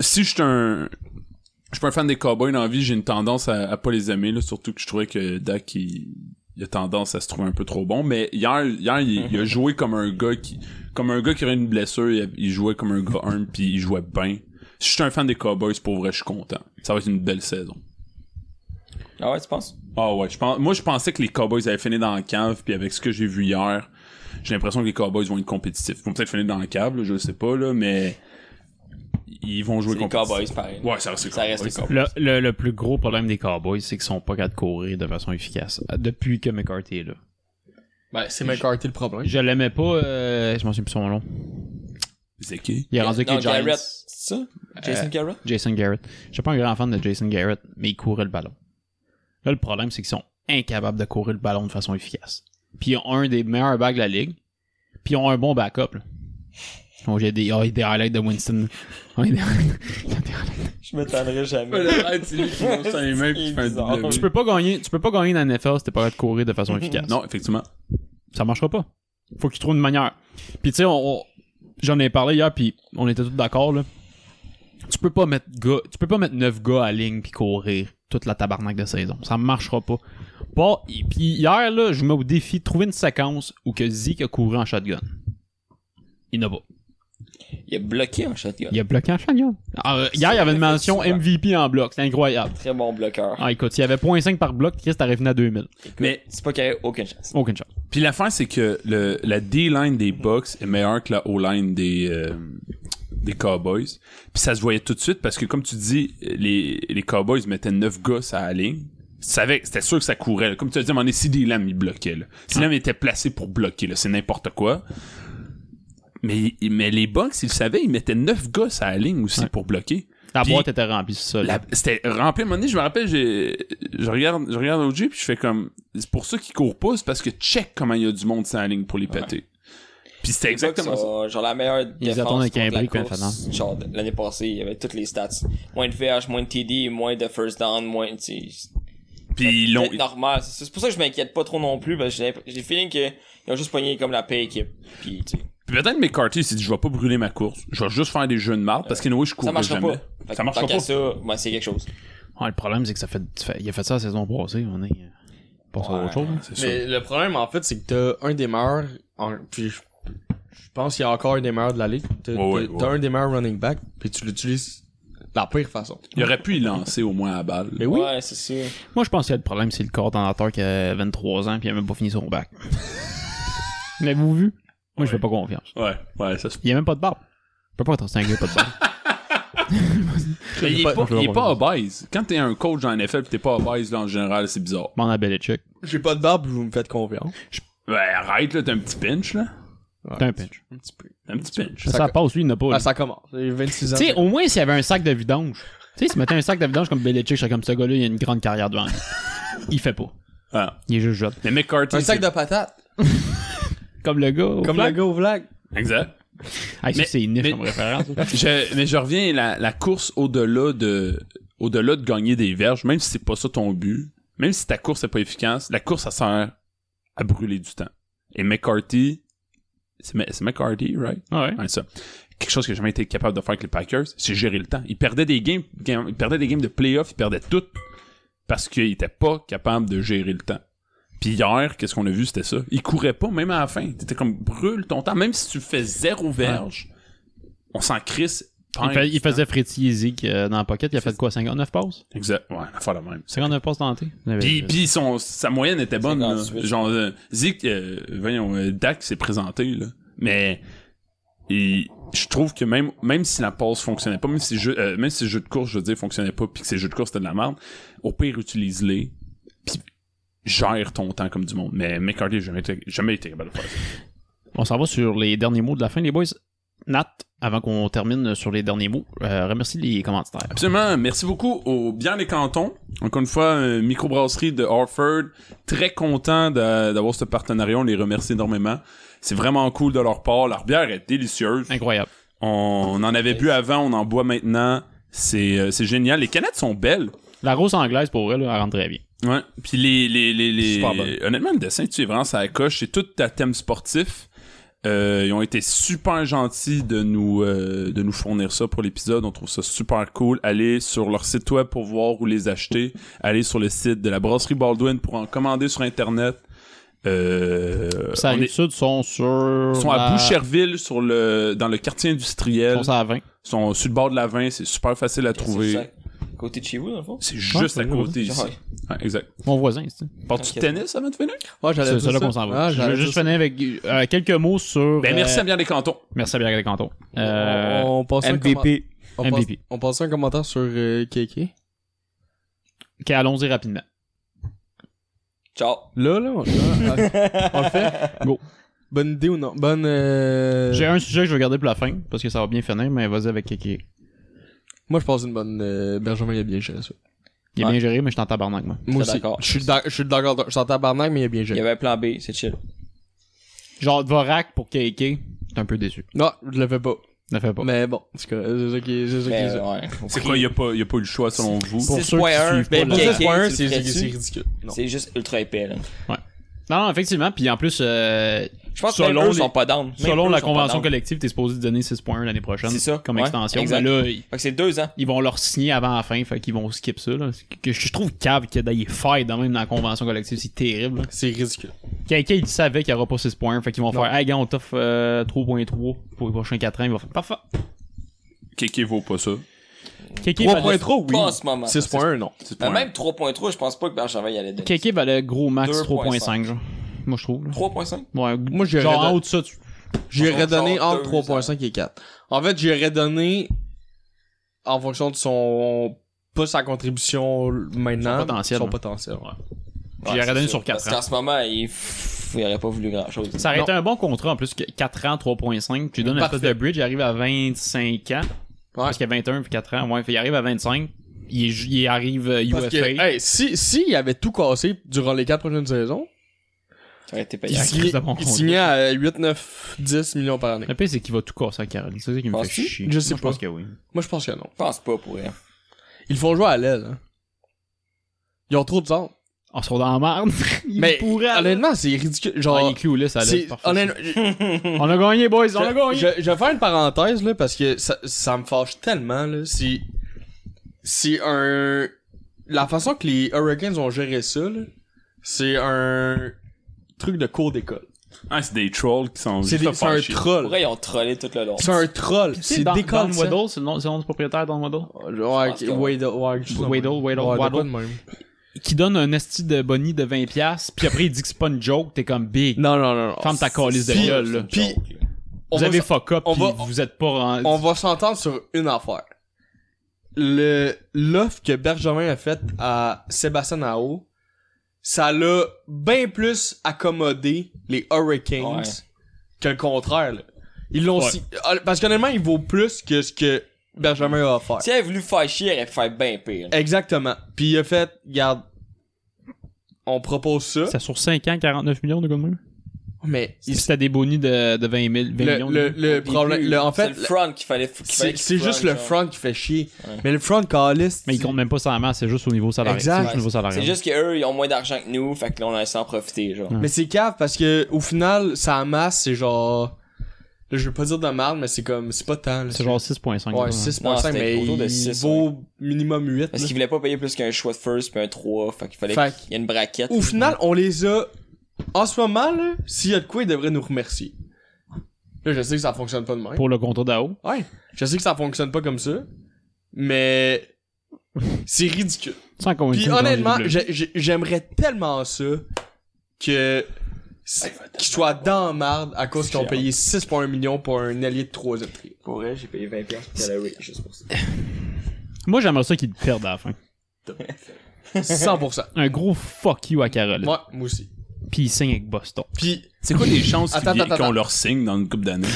[SPEAKER 3] si je suis un. Je suis pas un fan des Cowboys dans la vie, j'ai une tendance à, à pas les aimer, là, surtout que je trouvais que Dak, il, il a tendance à se trouver un peu trop bon. Mais hier, hier il, il a joué comme un gars qui. Comme un gars qui aurait une blessure, il, il jouait comme un gars arm, puis il jouait bien. Si je suis un fan des Cowboys, pour vrai, je suis content. Ça va être une belle saison.
[SPEAKER 6] Ah ouais, tu penses?
[SPEAKER 3] Ah ouais, je pense, moi je pensais que les Cowboys avaient fini dans la cave, puis avec ce que j'ai vu hier, j'ai l'impression que les Cowboys vont être compétitifs. Ils vont peut-être finir dans la cave, là, je le sais pas, là, mais ils vont jouer
[SPEAKER 6] C'est les
[SPEAKER 3] compétitif.
[SPEAKER 6] Cowboys, pareil.
[SPEAKER 3] Ouais, ça reste les
[SPEAKER 6] Ça
[SPEAKER 3] Cowboys.
[SPEAKER 6] reste les Cowboys.
[SPEAKER 7] Le, le, le plus gros problème des Cowboys, c'est qu'ils sont pas capables de courir de façon efficace. euh, Depuis que McCarthy est là.
[SPEAKER 8] Ben c'est McCarthy le problème.
[SPEAKER 7] Je l'aimais pas, euh, je m'en souviens plus son nom.
[SPEAKER 3] C'est qui? Euh,
[SPEAKER 7] Il est rendu avec
[SPEAKER 6] Non,
[SPEAKER 7] les Giants.
[SPEAKER 6] Garrett, c'est ça? Jason Garrett?
[SPEAKER 7] Jason Garrett. J'étais pas un grand fan de Jason Garrett, mais il courait le ballon. Là, le problème, c'est qu'ils sont incapables de courir le ballon de façon efficace. Puis ils ont un des meilleurs bags de la ligue. Puis ils ont un bon backup. Là. Bon, j'ai des, oh, des highlights de Winston. Oh, il y a des-
[SPEAKER 6] Je m'étonnerai jamais. bizarre.
[SPEAKER 7] Ah, tu peux pas gagner, tu peux pas gagner dans la NFL si t'es pas capable de courir de façon efficace.
[SPEAKER 3] Non, effectivement.
[SPEAKER 7] ça marchera pas. Faut qu'ils trouvent une manière. Puis tu sais, on, on- j'en ai parlé hier, puis on était tous d'accord là. Tu peux pas mettre gars, tu peux pas mettre neuf gars à ligne puis courir toute la tabarnak de saison. Ça marchera pas. Bon, et puis hier là, je me mets au défi de trouver une séquence où que Zeke a couru en shotgun. Il n'a pas.
[SPEAKER 6] Il est bloqué en shotgun.
[SPEAKER 7] Il a bloqué en shotgun. Ah, euh, hier, il y avait une mention MVP en bloc. C'est incroyable.
[SPEAKER 6] Très bon bloqueur.
[SPEAKER 7] Ah, écoute, il y avait 0.5 par bloc, Chris, t'aurais fini à 2000.
[SPEAKER 3] Mais-
[SPEAKER 6] Mais c'est pas qu'il y a aucune chance.
[SPEAKER 7] Aucune chance.
[SPEAKER 3] Puis la fin, c'est que le, la D-line des Bucks est meilleure que la O-line des, euh, des Cowboys. Puis ça se voyait tout de suite parce que, comme tu dis, les, les Cowboys mettaient 9 gars à la ligne. Tu savais- C'était sûr que ça courait. là. Comme tu as dit, à un moment donné, si D-Lam, il bloquait. Là. Si Lam était placé pour bloquer, là, c'est n'importe quoi. Mais, mais les Bucks, ils le savaient, ils mettaient 9 gars à la ligne aussi pour bloquer.
[SPEAKER 7] La
[SPEAKER 3] Puis-
[SPEAKER 7] boîte était remplie, c'est ça. là.
[SPEAKER 3] La- c'était rempli à un moment donné, je me rappelle, j'ai, je regarde, je regarde OG puis je fais comme, c'est pour ça qu'ils courent pas, c'est parce que check comment il y a du monde sur la ligne pour les péter. Puis c'était exactement
[SPEAKER 6] Bucks
[SPEAKER 3] ça.
[SPEAKER 6] ont, euh, Genre la meilleure défense
[SPEAKER 7] attendent avec
[SPEAKER 6] contre
[SPEAKER 7] un
[SPEAKER 6] la
[SPEAKER 7] brick,
[SPEAKER 6] course.
[SPEAKER 7] Fernand.
[SPEAKER 6] Genre de- l'année passée, il y avait toutes les stats. Moins de VH, moins de TD, moins de first down, moins de... C'est
[SPEAKER 3] Puis ils l'ont,
[SPEAKER 6] normal. C'est c'est pour ça que je m'inquiète pas trop non plus, parce que j'ai l'imp- j'ai le feeling qu'ils ont juste pogné comme la paix équipe. Puis, tu sais,
[SPEAKER 3] puis peut-être McCarthy s'est dit, je vais pas brûler ma course, je vais juste faire des jeux de marde parce que anyway, je
[SPEAKER 6] ça
[SPEAKER 3] cours
[SPEAKER 6] marchera
[SPEAKER 3] jamais.
[SPEAKER 6] pas.
[SPEAKER 3] Ça
[SPEAKER 6] Fait que
[SPEAKER 3] marchera
[SPEAKER 6] tant qu'à
[SPEAKER 3] pas.
[SPEAKER 6] ça, ben, c'est quelque chose.
[SPEAKER 7] Ouais, le problème, c'est que ça fait, tu fais- il a fait ça la saison passée. On est euh, passé à autre chose. hein.
[SPEAKER 3] C'est sûr.
[SPEAKER 8] Mais le problème en fait c'est que t'as un des meilleurs en- puis je, je pense qu'il y a encore un des meilleurs de la ligue. T'as
[SPEAKER 3] Ouais, ouais,
[SPEAKER 8] t'as-
[SPEAKER 3] ouais.
[SPEAKER 8] t'as un des meilleurs running back puis tu l'utilises de la pire façon.
[SPEAKER 3] Il aurait pu y lancer au moins à la balle.
[SPEAKER 8] Mais oui.
[SPEAKER 6] Ouais, c'est sûr.
[SPEAKER 7] Moi, je pense que le problème, c'est le coordonnateur qui a 23 ans puis il a même pas fini son bac. L'avez-vous vu? Moi, je fais pas confiance.
[SPEAKER 3] Ouais, ouais, ça se
[SPEAKER 7] Il a même pas de barbe. Je peux pas être un gars pas de barbe.
[SPEAKER 3] Mais il est
[SPEAKER 7] pas-
[SPEAKER 3] pas,
[SPEAKER 7] je vois
[SPEAKER 3] il est
[SPEAKER 7] pas
[SPEAKER 3] pas
[SPEAKER 7] ça.
[SPEAKER 3] obèse. Quand t'es un coach en NFL pis t'es pas obèse, là, en général, c'est bizarre.
[SPEAKER 7] Demande à Belichick.
[SPEAKER 8] J'ai pas de barbe, vous me faites confiance.
[SPEAKER 3] Ouais, Ben, arrête, là, t'as un petit pinch, là.
[SPEAKER 7] T'as un pinch.
[SPEAKER 8] Un petit peu.
[SPEAKER 3] Un petit pinch.
[SPEAKER 7] Ça,
[SPEAKER 8] Ça-
[SPEAKER 7] passe, lui, il n'a pas.
[SPEAKER 8] Ah,
[SPEAKER 7] lui.
[SPEAKER 8] ça commence. J'ai 26 ans.
[SPEAKER 7] Tu sais, au moins, s'il y avait un sac de vidange. Tu sais, s'il mettait un sac de vidange comme Belichick, je serais comme ce gars-là, il a une grande carrière devant lui. Il fait pas.
[SPEAKER 3] Ah.
[SPEAKER 7] Il est juste jeune.
[SPEAKER 3] Mais McCarthy.
[SPEAKER 8] Un sac
[SPEAKER 3] c'est-
[SPEAKER 8] de patates.
[SPEAKER 7] Comme le gars. au
[SPEAKER 8] Comme
[SPEAKER 7] flag.
[SPEAKER 8] le gars au vlog.
[SPEAKER 3] Exact.
[SPEAKER 7] Hey, ça,
[SPEAKER 3] Mais-
[SPEAKER 7] c'est une niche
[SPEAKER 3] mais-
[SPEAKER 7] comme référence.
[SPEAKER 3] je, mais je reviens à la, la course au-delà de au-delà de gagner des verges, même si c'est pas ça ton but, même si ta course est pas efficace, la course ça sert à brûler du temps. Et McCarthy, c'est Ma- c'est McCarthy, right?
[SPEAKER 7] Ouais.
[SPEAKER 3] Ouais, ça. Quelque chose que j'ai jamais été capable de faire avec les Packers, c'est gérer le temps. Ils perdaient des games, game- ils perdaient des games de playoffs, ils perdaient tout parce qu'ils étaient pas capables de gérer le temps. Puis hier, qu'est-ce qu'on a vu, c'était ça. Ils couraient pas, même à la fin. T'étais comme brûle ton temps, même si tu fais zéro verge, on s'en crisse.
[SPEAKER 7] Il, fait- il
[SPEAKER 3] Temps.
[SPEAKER 7] faisait frétiller Zeke euh, dans la pocket. Il a fait de quoi? 59 passes?
[SPEAKER 3] Exact. Ouais, on va faire la même.
[SPEAKER 7] 59 passes tentées.
[SPEAKER 3] Puis, puis son, sa moyenne était bonne. là.
[SPEAKER 6] 58.
[SPEAKER 3] Genre, euh, Zeke, euh, voyons, euh, Dak s'est présenté, là. Mais Et je trouve que même, même si la pause fonctionnait pas, même si, je, euh, même si le jeu de course, je veux dire, fonctionnait pas, puis que ces jeux de course c'était de la merde, au pire, utilise-les, puis gère ton temps comme du monde. Mais McCarthy, j'ai jamais été, jamais été capable de faire ça.
[SPEAKER 7] On s'en va sur les derniers mots de la fin, les boys. Nat, avant qu'on termine sur les derniers mots, euh, remercie les commentaires.
[SPEAKER 3] Absolument. Merci beaucoup au Bien les Cantons. Encore une fois, euh, microbrasserie de Harford. Très content d'a- d'avoir ce partenariat. On les remercie énormément. C'est vraiment cool de leur part. Leur bière est délicieuse.
[SPEAKER 7] Incroyable.
[SPEAKER 3] On, on en avait bu avant, on en boit maintenant. C'est euh, c'est génial. Les canettes sont belles.
[SPEAKER 7] La rose anglaise, pour elle, elle rentre très bien.
[SPEAKER 3] Ouais. Puis les les les, les-
[SPEAKER 8] Super bonne.
[SPEAKER 3] honnêtement le dessin tu es vraiment ça coche, c'est tout à thème sportif. Euh, ils ont été super gentils de nous euh, de nous fournir ça pour l'épisode. On trouve ça super cool. Allez sur leur site web pour voir où les acheter. Allez sur le site de la brasserie Baldwin pour en commander sur internet. Euh, on
[SPEAKER 7] Ça arrive
[SPEAKER 3] est-
[SPEAKER 7] sud sont sur.
[SPEAKER 3] ils sont à
[SPEAKER 7] la-
[SPEAKER 3] Boucherville sur le dans le quartier
[SPEAKER 7] Ils
[SPEAKER 3] industriel.
[SPEAKER 7] sont à 20.
[SPEAKER 3] Ils sont sur le bord de la 20, c'est super facile à
[SPEAKER 6] C'est
[SPEAKER 3] trouver.
[SPEAKER 6] ça, Côté de chez vous, dans le fond.
[SPEAKER 3] C'est juste à côté ici.
[SPEAKER 6] Ouais.
[SPEAKER 3] Ouais, exact.
[SPEAKER 7] Mon voisin, c'est
[SPEAKER 3] Portes-tu de tennis avant de finir?
[SPEAKER 8] Ouais, j'allais
[SPEAKER 7] C'est
[SPEAKER 8] dire
[SPEAKER 7] ça là
[SPEAKER 8] ça.
[SPEAKER 7] qu'on s'en va.
[SPEAKER 8] Ah,
[SPEAKER 7] je
[SPEAKER 8] j'allais
[SPEAKER 7] veux
[SPEAKER 8] dire
[SPEAKER 7] juste
[SPEAKER 8] ça.
[SPEAKER 7] finir avec euh, quelques mots sur.
[SPEAKER 3] Ben, merci
[SPEAKER 7] euh,
[SPEAKER 3] à bien des cantons.
[SPEAKER 7] merci à Bière des Cantons. Euh,
[SPEAKER 8] On, on passe un commentaire-
[SPEAKER 7] MVP.
[SPEAKER 8] on passe-
[SPEAKER 7] MVP.
[SPEAKER 8] On passe un commentaire sur euh, KK.
[SPEAKER 7] Ok, Allons-y rapidement.
[SPEAKER 6] Ciao.
[SPEAKER 8] Là, là, on, là, on le fait.
[SPEAKER 7] Go.
[SPEAKER 8] Ah, Bonne idée ou non? Bonne. euh,
[SPEAKER 7] J'ai un sujet que je vais garder pour la fin, parce que ça va bien finir, mais vas-y avec Kéké.
[SPEAKER 8] Moi, je pense une bonne. euh, Benjamin, il a bien géré ça.
[SPEAKER 7] Il est
[SPEAKER 6] Ouais.
[SPEAKER 7] bien géré, mais je suis en tabarnak, moi.
[SPEAKER 8] Moi
[SPEAKER 6] Très
[SPEAKER 8] aussi.
[SPEAKER 6] d'accord.
[SPEAKER 8] Je suis d'ac- je suis d'accord. Je suis en tabarnak, mais il a bien
[SPEAKER 6] Il y
[SPEAKER 8] géré.
[SPEAKER 6] avait un plan B, c'est chill.
[SPEAKER 7] Genre, Dvorak pour Kéké, j'étais un peu déçu.
[SPEAKER 8] Non, je le fais pas.
[SPEAKER 7] Ne fais pas.
[SPEAKER 8] Mais bon, en tout cas, c'est ça qui c'est ça qui
[SPEAKER 6] Mais,
[SPEAKER 8] est ça.
[SPEAKER 6] Ben, ouais.
[SPEAKER 3] C'est quoi, il a pas, y a pas eu le choix selon vous?
[SPEAKER 7] Pour ceux qui
[SPEAKER 6] 6.1,
[SPEAKER 7] suivent
[SPEAKER 6] ben,
[SPEAKER 7] pas
[SPEAKER 6] KK,
[SPEAKER 7] le-
[SPEAKER 6] tu le
[SPEAKER 8] c'est
[SPEAKER 6] ferais-tu?
[SPEAKER 8] c'est ridicule. Non.
[SPEAKER 6] C'est juste ultra épais, là.
[SPEAKER 7] Non, non, effectivement, puis en plus, euh,
[SPEAKER 6] Je pense
[SPEAKER 7] Selon
[SPEAKER 6] que même eux
[SPEAKER 7] les-
[SPEAKER 6] sont pas down. Même
[SPEAKER 7] selon
[SPEAKER 6] eux
[SPEAKER 7] la
[SPEAKER 6] sont pas
[SPEAKER 7] convention
[SPEAKER 6] down.
[SPEAKER 7] collective, t'es supposé donner 6.1 l'année prochaine.
[SPEAKER 6] C'est ça,
[SPEAKER 7] Comme
[SPEAKER 6] ouais,
[SPEAKER 7] extension.
[SPEAKER 6] exact.
[SPEAKER 7] Mais là, ils,
[SPEAKER 6] Fait que c'est deux hein. ans.
[SPEAKER 7] ils vont leur signer avant la fin, fait qu'ils vont skip ça, là. C'est Que je trouve cave que d'aller fight dans même dans la convention collective, c'est terrible. là.
[SPEAKER 8] C'est ridicule.
[SPEAKER 7] Quelqu'un, il savait qu'il n'y aura pas 6.1, fait qu'ils vont
[SPEAKER 8] Non.
[SPEAKER 7] faire, hey, gars, on t'offre euh, 3.3 pour les prochains 4 ans. Ils vont faire, parfait.
[SPEAKER 3] Kéké vaut pas ça.
[SPEAKER 7] Kéké valait,
[SPEAKER 8] 3.3, oui.
[SPEAKER 6] Pas en ce moment.
[SPEAKER 8] 6.1, non.
[SPEAKER 3] C'est
[SPEAKER 6] Mais
[SPEAKER 3] point.
[SPEAKER 6] euh, Même 3.3, je pense pas que Benjamin y allait donner.
[SPEAKER 7] Kéké valait gros max
[SPEAKER 6] 2.5.
[SPEAKER 7] 3.5, genre. Moi, je trouve, là.
[SPEAKER 6] 3.5?
[SPEAKER 7] Ouais,
[SPEAKER 8] Moi, j'irais
[SPEAKER 7] genre
[SPEAKER 8] dans-
[SPEAKER 7] en haut de ça, tu-
[SPEAKER 8] J'aurais
[SPEAKER 6] Genre
[SPEAKER 8] donné entre
[SPEAKER 6] deux
[SPEAKER 8] 3.5 et 4. En fait, j'aurais donné en fonction de son pas sa contribution maintenant,
[SPEAKER 7] Son potentiel,
[SPEAKER 8] son
[SPEAKER 7] hein.
[SPEAKER 8] potentiel.
[SPEAKER 6] Ouais,
[SPEAKER 7] J'y aurais
[SPEAKER 6] c'est
[SPEAKER 7] donné
[SPEAKER 6] sûr.
[SPEAKER 7] sur quatre hein.
[SPEAKER 6] Parce qu'en ce moment, il... pff, il aurait pas voulu grand chose.
[SPEAKER 7] Ça aurait été un bon contrat en plus que 4 ans, 3.5. Tu lui donnes un
[SPEAKER 8] Parfait.
[SPEAKER 7] espèce de bridge, il arrive à 25 ans. Parce qu'il y a 21 puis 4 ans. Ouais, fait, il arrive à 25. Il, est ju- il arrive euh,
[SPEAKER 8] Parce
[SPEAKER 7] UFA.
[SPEAKER 8] que, hey, si, si il avait tout cassé durant les 4 prochaines saisons,
[SPEAKER 6] Ça aurait été
[SPEAKER 8] il,
[SPEAKER 6] payant.
[SPEAKER 7] Yes.
[SPEAKER 8] signait,
[SPEAKER 7] de bon
[SPEAKER 8] il
[SPEAKER 7] contrat.
[SPEAKER 8] signait à 8, 9, 10 millions par année.
[SPEAKER 7] Le pire, c'est qu'il va tout casser à Caroline. C'est ça qui me fait
[SPEAKER 6] Penses-tu?
[SPEAKER 7] chier.
[SPEAKER 8] Je sais
[SPEAKER 7] Moi,
[SPEAKER 8] pas.
[SPEAKER 7] pense que oui.
[SPEAKER 8] Moi, je pense que non.
[SPEAKER 6] Je pense pas pour rien.
[SPEAKER 8] Ils font jouer à l'aile. hein. Ils ont trop de temps.
[SPEAKER 7] On se retrouve dans la merde. il
[SPEAKER 8] Mais
[SPEAKER 7] pourrait.
[SPEAKER 8] honnêtement, c'est ridicule. Genre,
[SPEAKER 7] Ah, il est clou, ça
[SPEAKER 8] c'est-
[SPEAKER 7] laisse. parfait.
[SPEAKER 8] honnêtement, je-
[SPEAKER 7] On a gagné, boys. On a gagné.
[SPEAKER 8] Je, je, je vais faire une parenthèse là parce que ça, ça me fâche tellement là. Si c'est un la façon que les Hurricanes ont géré ça là, c'est un truc de cours d'école.
[SPEAKER 3] Ah, c'est des trolls qui sont
[SPEAKER 8] C'est
[SPEAKER 3] juste
[SPEAKER 8] des-
[SPEAKER 3] à
[SPEAKER 8] c'est
[SPEAKER 3] faire
[SPEAKER 8] un
[SPEAKER 3] chier.
[SPEAKER 8] troll.
[SPEAKER 6] Pour vrai, ils ont trollé tout le long.
[SPEAKER 8] C'est un troll.
[SPEAKER 7] C'est
[SPEAKER 8] C'est
[SPEAKER 7] Don-
[SPEAKER 8] des
[SPEAKER 7] Don
[SPEAKER 8] cols.
[SPEAKER 7] Waddle, c'est le nom c'est le nom du propriétaire Don Waddle.
[SPEAKER 8] Ouais, ok, Waddle, ouais, quelque chose de même.
[SPEAKER 7] Waddle, Waddle,
[SPEAKER 8] Ouais, de
[SPEAKER 7] Waddle.
[SPEAKER 8] quoi de même.
[SPEAKER 7] Qui donne un esti de bonnie de 20$, puis après il dit que c'est pas une joke, t'es comme big.
[SPEAKER 8] Non, non, non. non.
[SPEAKER 7] Ferme ta calice de
[SPEAKER 8] Puis-
[SPEAKER 7] gueule, là.
[SPEAKER 8] Puis on
[SPEAKER 7] Vous
[SPEAKER 8] va
[SPEAKER 7] avez
[SPEAKER 8] s-
[SPEAKER 7] fuck up,
[SPEAKER 8] on
[SPEAKER 7] puis
[SPEAKER 8] va-
[SPEAKER 7] vous êtes pas en...
[SPEAKER 8] on va s'entendre sur une affaire. Le l'offre que Benjamin a faite à Sébastien Nao, ça l'a bien plus accommodé les Hurricanes
[SPEAKER 6] Ouais.
[SPEAKER 8] que le contraire. là. Ils l'ont
[SPEAKER 7] Ouais.
[SPEAKER 8] si- Ah, parce qu'honnêtement, il vaut plus que ce que Benjamin a offert.
[SPEAKER 6] Si elle avait voulu faire chier, elle aurait pu faire bien pire.
[SPEAKER 8] Exactement. Puis il a fait, regarde, on propose ça,
[SPEAKER 7] C'est sur 5 ans, 49 millions de comme
[SPEAKER 8] mais il-
[SPEAKER 7] C'était des bonus de, de 20, 000, 20
[SPEAKER 8] le,
[SPEAKER 7] millions.
[SPEAKER 8] le,
[SPEAKER 7] là.
[SPEAKER 8] le problème, le- en fait,
[SPEAKER 6] c'est le front qu'il fallait. qu'il fallait
[SPEAKER 8] c'est
[SPEAKER 6] qu'il
[SPEAKER 8] c'est
[SPEAKER 6] front,
[SPEAKER 8] juste le
[SPEAKER 6] genre.
[SPEAKER 8] front qui fait chier.
[SPEAKER 6] Ouais.
[SPEAKER 8] Mais le front calice,
[SPEAKER 7] Mais ils comptent même pas sur la masse, c'est juste au niveau salarial.
[SPEAKER 8] Exact.
[SPEAKER 7] C'est juste au niveau salarial.
[SPEAKER 6] C'est juste qu'eux, ils ont moins d'argent que nous, fait que là, on a laissé en profiter, genre.
[SPEAKER 7] Ouais.
[SPEAKER 8] Mais c'est cave parce que au final, ça amasse, c'est genre. Là, je veux pas dire de merde, mais c'est comme. C'est pas tant. là.
[SPEAKER 7] C'est genre 6.5.
[SPEAKER 8] Ouais,
[SPEAKER 7] là.
[SPEAKER 8] 6.5, mais
[SPEAKER 6] Non, c'était autour de
[SPEAKER 8] il
[SPEAKER 6] 6,
[SPEAKER 8] vaut minimum 8.
[SPEAKER 6] Parce
[SPEAKER 8] là.
[SPEAKER 6] qu'ils voulaient pas payer plus qu'un choix de first puis un 3, fait qu'il fallait
[SPEAKER 8] Fait
[SPEAKER 6] qu'il y ait une braquette.
[SPEAKER 8] Au final, on les a. En ce moment, là, s'il y a de quoi, ils devraient nous remercier. Là, je sais que ça fonctionne pas de même.
[SPEAKER 7] Pour le contrat d'AO.
[SPEAKER 8] Ouais. Je sais que ça fonctionne pas comme ça. Mais. c'est ridicule.
[SPEAKER 7] Sans qu'on
[SPEAKER 8] Puis honnêtement, j'ai- j'ai- j'aimerais tellement ça que s- qu'ils soient dans la marde à cause qu'ils ont payé 6,1 millions pour un allié de 3 tri.
[SPEAKER 6] Pour vrai, j'ai payé 20$ piastres pour Callaway, juste pour ça.
[SPEAKER 7] Moi, j'aimerais ça qu'ils perdent à la fin.
[SPEAKER 8] 100%.
[SPEAKER 7] Un gros fuck you à Carole.
[SPEAKER 8] Moi, moi aussi.
[SPEAKER 7] Puis ils signent avec Boston.
[SPEAKER 8] Puis,
[SPEAKER 3] C'est quoi les chances qu'ils
[SPEAKER 8] Attends,
[SPEAKER 3] vi-
[SPEAKER 8] attends,
[SPEAKER 3] qu'on
[SPEAKER 8] attends.
[SPEAKER 3] leur signe dans une couple d'années?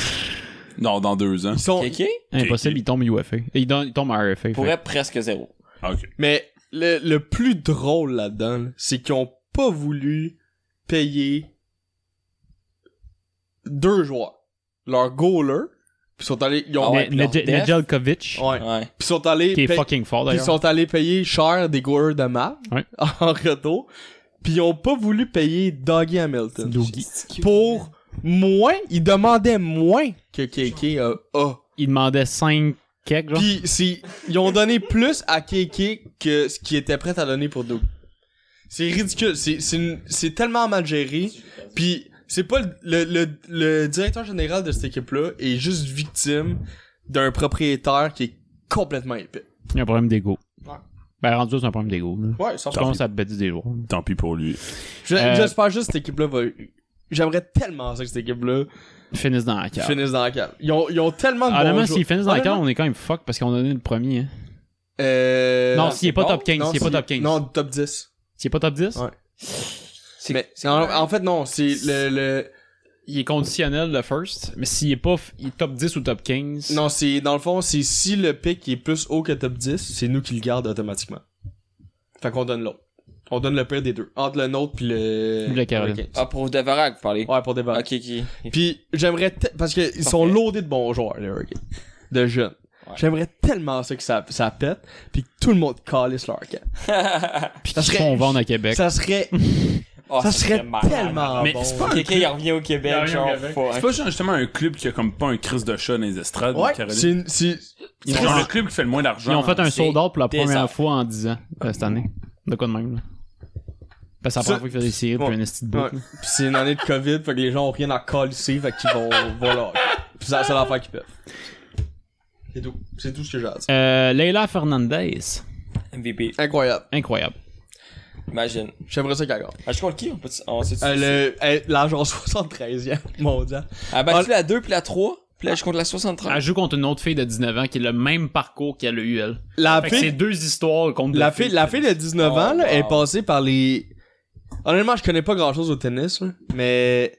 [SPEAKER 3] Non, dans deux ans.
[SPEAKER 8] ils sont...
[SPEAKER 6] Ok?
[SPEAKER 7] Impossible, ils tombent UFA. Et Ils, don- ils tombent à RFA.
[SPEAKER 6] Pour
[SPEAKER 7] fait.
[SPEAKER 6] vrai, presque zéro.
[SPEAKER 3] Ah, ok.
[SPEAKER 8] Mais le, le plus drôle là-dedans, là, c'est qu'ils ont pas voulu payer deux joueurs. Leur goaler, puis ils sont allés... Ils ont...
[SPEAKER 6] Ah ouais, Ah.
[SPEAKER 7] Ne-
[SPEAKER 6] puis leur
[SPEAKER 7] Nedje-
[SPEAKER 6] def,
[SPEAKER 7] Nedeljkovic,
[SPEAKER 8] ouais.
[SPEAKER 6] Ouais.
[SPEAKER 8] Puis ils sont allés...
[SPEAKER 7] qui est
[SPEAKER 8] payer-
[SPEAKER 7] fucking fort
[SPEAKER 8] Puis
[SPEAKER 7] d'ailleurs.
[SPEAKER 8] ils sont allés payer cher des goalers de marde
[SPEAKER 7] Ouais.
[SPEAKER 8] en retour. Puis ils ont pas voulu payer Doggy Hamilton.
[SPEAKER 7] Doogie.
[SPEAKER 8] Pour moins, ils demandaient moins que KK a. a.
[SPEAKER 7] Il demandait 5 kecks, genre.
[SPEAKER 8] Puis c'est- ils ont donné plus à KK que ce qu'ils étaient prêts à donner pour Doogie. C'est ridicule, c'est- c'est une- c'est tellement mal géré. Puis c'est pas le, le, le- le directeur général de cette équipe-là est juste victime d'un propriétaire qui est complètement épais.
[SPEAKER 7] Il y a un problème d'ego. Ben, rendu là, c'est un problème d'ego. là.
[SPEAKER 8] Ouais, sans
[SPEAKER 7] Je commence à te bêtiser des joueurs.
[SPEAKER 3] Tant pis pour lui.
[SPEAKER 8] Je-
[SPEAKER 7] Euh,
[SPEAKER 8] J'espère juste que cette équipe-là va. J'aimerais tellement ça que cette équipe-là
[SPEAKER 7] Finissent dans la cave.
[SPEAKER 8] finisse dans la cave. Ils ont, ils ont tellement de
[SPEAKER 7] Honnêtement,
[SPEAKER 8] bons
[SPEAKER 7] s'ils finissent dans la cave,
[SPEAKER 8] Honnêtement,
[SPEAKER 7] on est quand même fuck parce qu'on a donné le premier. Hein.
[SPEAKER 8] euh,
[SPEAKER 7] Non, s'il est pas
[SPEAKER 8] c'est
[SPEAKER 7] top 15,
[SPEAKER 8] Non,
[SPEAKER 7] s'il est pas top 15.
[SPEAKER 8] Non, top 10.
[SPEAKER 7] S'il est pas top 10,
[SPEAKER 8] Ouais.
[SPEAKER 6] C'est-
[SPEAKER 8] Mais
[SPEAKER 6] c'est
[SPEAKER 8] en,
[SPEAKER 6] correct.
[SPEAKER 8] en fait, non, c'est le, le-
[SPEAKER 7] il est conditionnel le first. Mais s'il est pas f- il est top 10 ou top 15,
[SPEAKER 8] Non, c'est. Dans le fond, c'est si le pic est plus haut que top 10, c'est nous qui le garde automatiquement. Fait qu'on donne l'autre. On donne le pire des deux. Entre le nôtre puis le.
[SPEAKER 7] Puis le Caroline.
[SPEAKER 8] le 15.
[SPEAKER 6] Ah, pour Devarag, vous parlez.
[SPEAKER 8] Ouais, pour débarrasser.
[SPEAKER 6] Ok, ok.
[SPEAKER 8] Puis j'aimerais te- parce que ils sont
[SPEAKER 6] Parfait.
[SPEAKER 8] loadés de bons joueurs les Hurricanes, de jeunes.
[SPEAKER 6] Ouais.
[SPEAKER 8] J'aimerais tellement ça que ça, ça pète puis que tout le monde calisse leur camp.
[SPEAKER 7] puis
[SPEAKER 8] ça
[SPEAKER 7] qu'ils se
[SPEAKER 8] serait-
[SPEAKER 7] font vendre à Québec.
[SPEAKER 8] Ça serait
[SPEAKER 6] Ah,
[SPEAKER 8] ça
[SPEAKER 6] c'est
[SPEAKER 8] serait
[SPEAKER 6] vraiment-
[SPEAKER 8] tellement
[SPEAKER 3] Mais
[SPEAKER 8] bon.
[SPEAKER 3] c'est pas un
[SPEAKER 6] Quelqu'un, il revient au
[SPEAKER 3] Il
[SPEAKER 6] Québec,
[SPEAKER 3] revient au
[SPEAKER 6] genre.
[SPEAKER 3] Québec.
[SPEAKER 6] faut-
[SPEAKER 3] C'est pas genre, justement un club qui a comme pas un crise de chat dans les estrades,
[SPEAKER 8] Ouais,
[SPEAKER 3] Caroline.
[SPEAKER 8] c'est une- c'est
[SPEAKER 3] C'est genre le club qui fait le moins d'argent.
[SPEAKER 7] Ils ont fait un
[SPEAKER 6] c'est
[SPEAKER 7] sold out pour la première
[SPEAKER 6] désert.
[SPEAKER 7] fois en 10 ans euh, cette année. De quoi de même, là. Parce que c'est
[SPEAKER 8] Ça-
[SPEAKER 7] la première fois qu'ils faisaient des séries depuis
[SPEAKER 8] Ouais.
[SPEAKER 7] un esti de
[SPEAKER 8] ouais.
[SPEAKER 7] bout.
[SPEAKER 8] Puis c'est une année de Covid, fait que les gens ont rien à calisser, fait qu'ils vont vont leur. Puis c'est la seule affaire qu'ils pètent. C'est tout, c'est tout ce que j'ai à dire.
[SPEAKER 7] Euh, Leila Fernandez.
[SPEAKER 6] MVP.
[SPEAKER 8] Incroyable.
[SPEAKER 7] Incroyable.
[SPEAKER 6] Imagine.
[SPEAKER 8] J'aimerais ça qu'elle gagne.
[SPEAKER 6] Ah, je compte qui? On peut on sait-tu-
[SPEAKER 8] Euh, le- elle- L'âge en 73e, mon dieu.
[SPEAKER 6] Elle a Ah,
[SPEAKER 8] Ah.
[SPEAKER 6] battu la 2 puis la 3. Puis là, je compte la 63.
[SPEAKER 7] Elle joue contre une autre fille de 19 ans qui a le même parcours qu'elle a eu, elle.
[SPEAKER 8] La
[SPEAKER 7] Fait que c'est
[SPEAKER 8] fille,
[SPEAKER 7] deux histoires contre
[SPEAKER 8] La
[SPEAKER 7] deux
[SPEAKER 8] fille,
[SPEAKER 7] filles.
[SPEAKER 8] la fille de 19
[SPEAKER 6] Oh,
[SPEAKER 8] ans, là, est
[SPEAKER 6] wow.
[SPEAKER 8] passée par les. Honnêtement, je connais pas grand chose au tennis, là, mais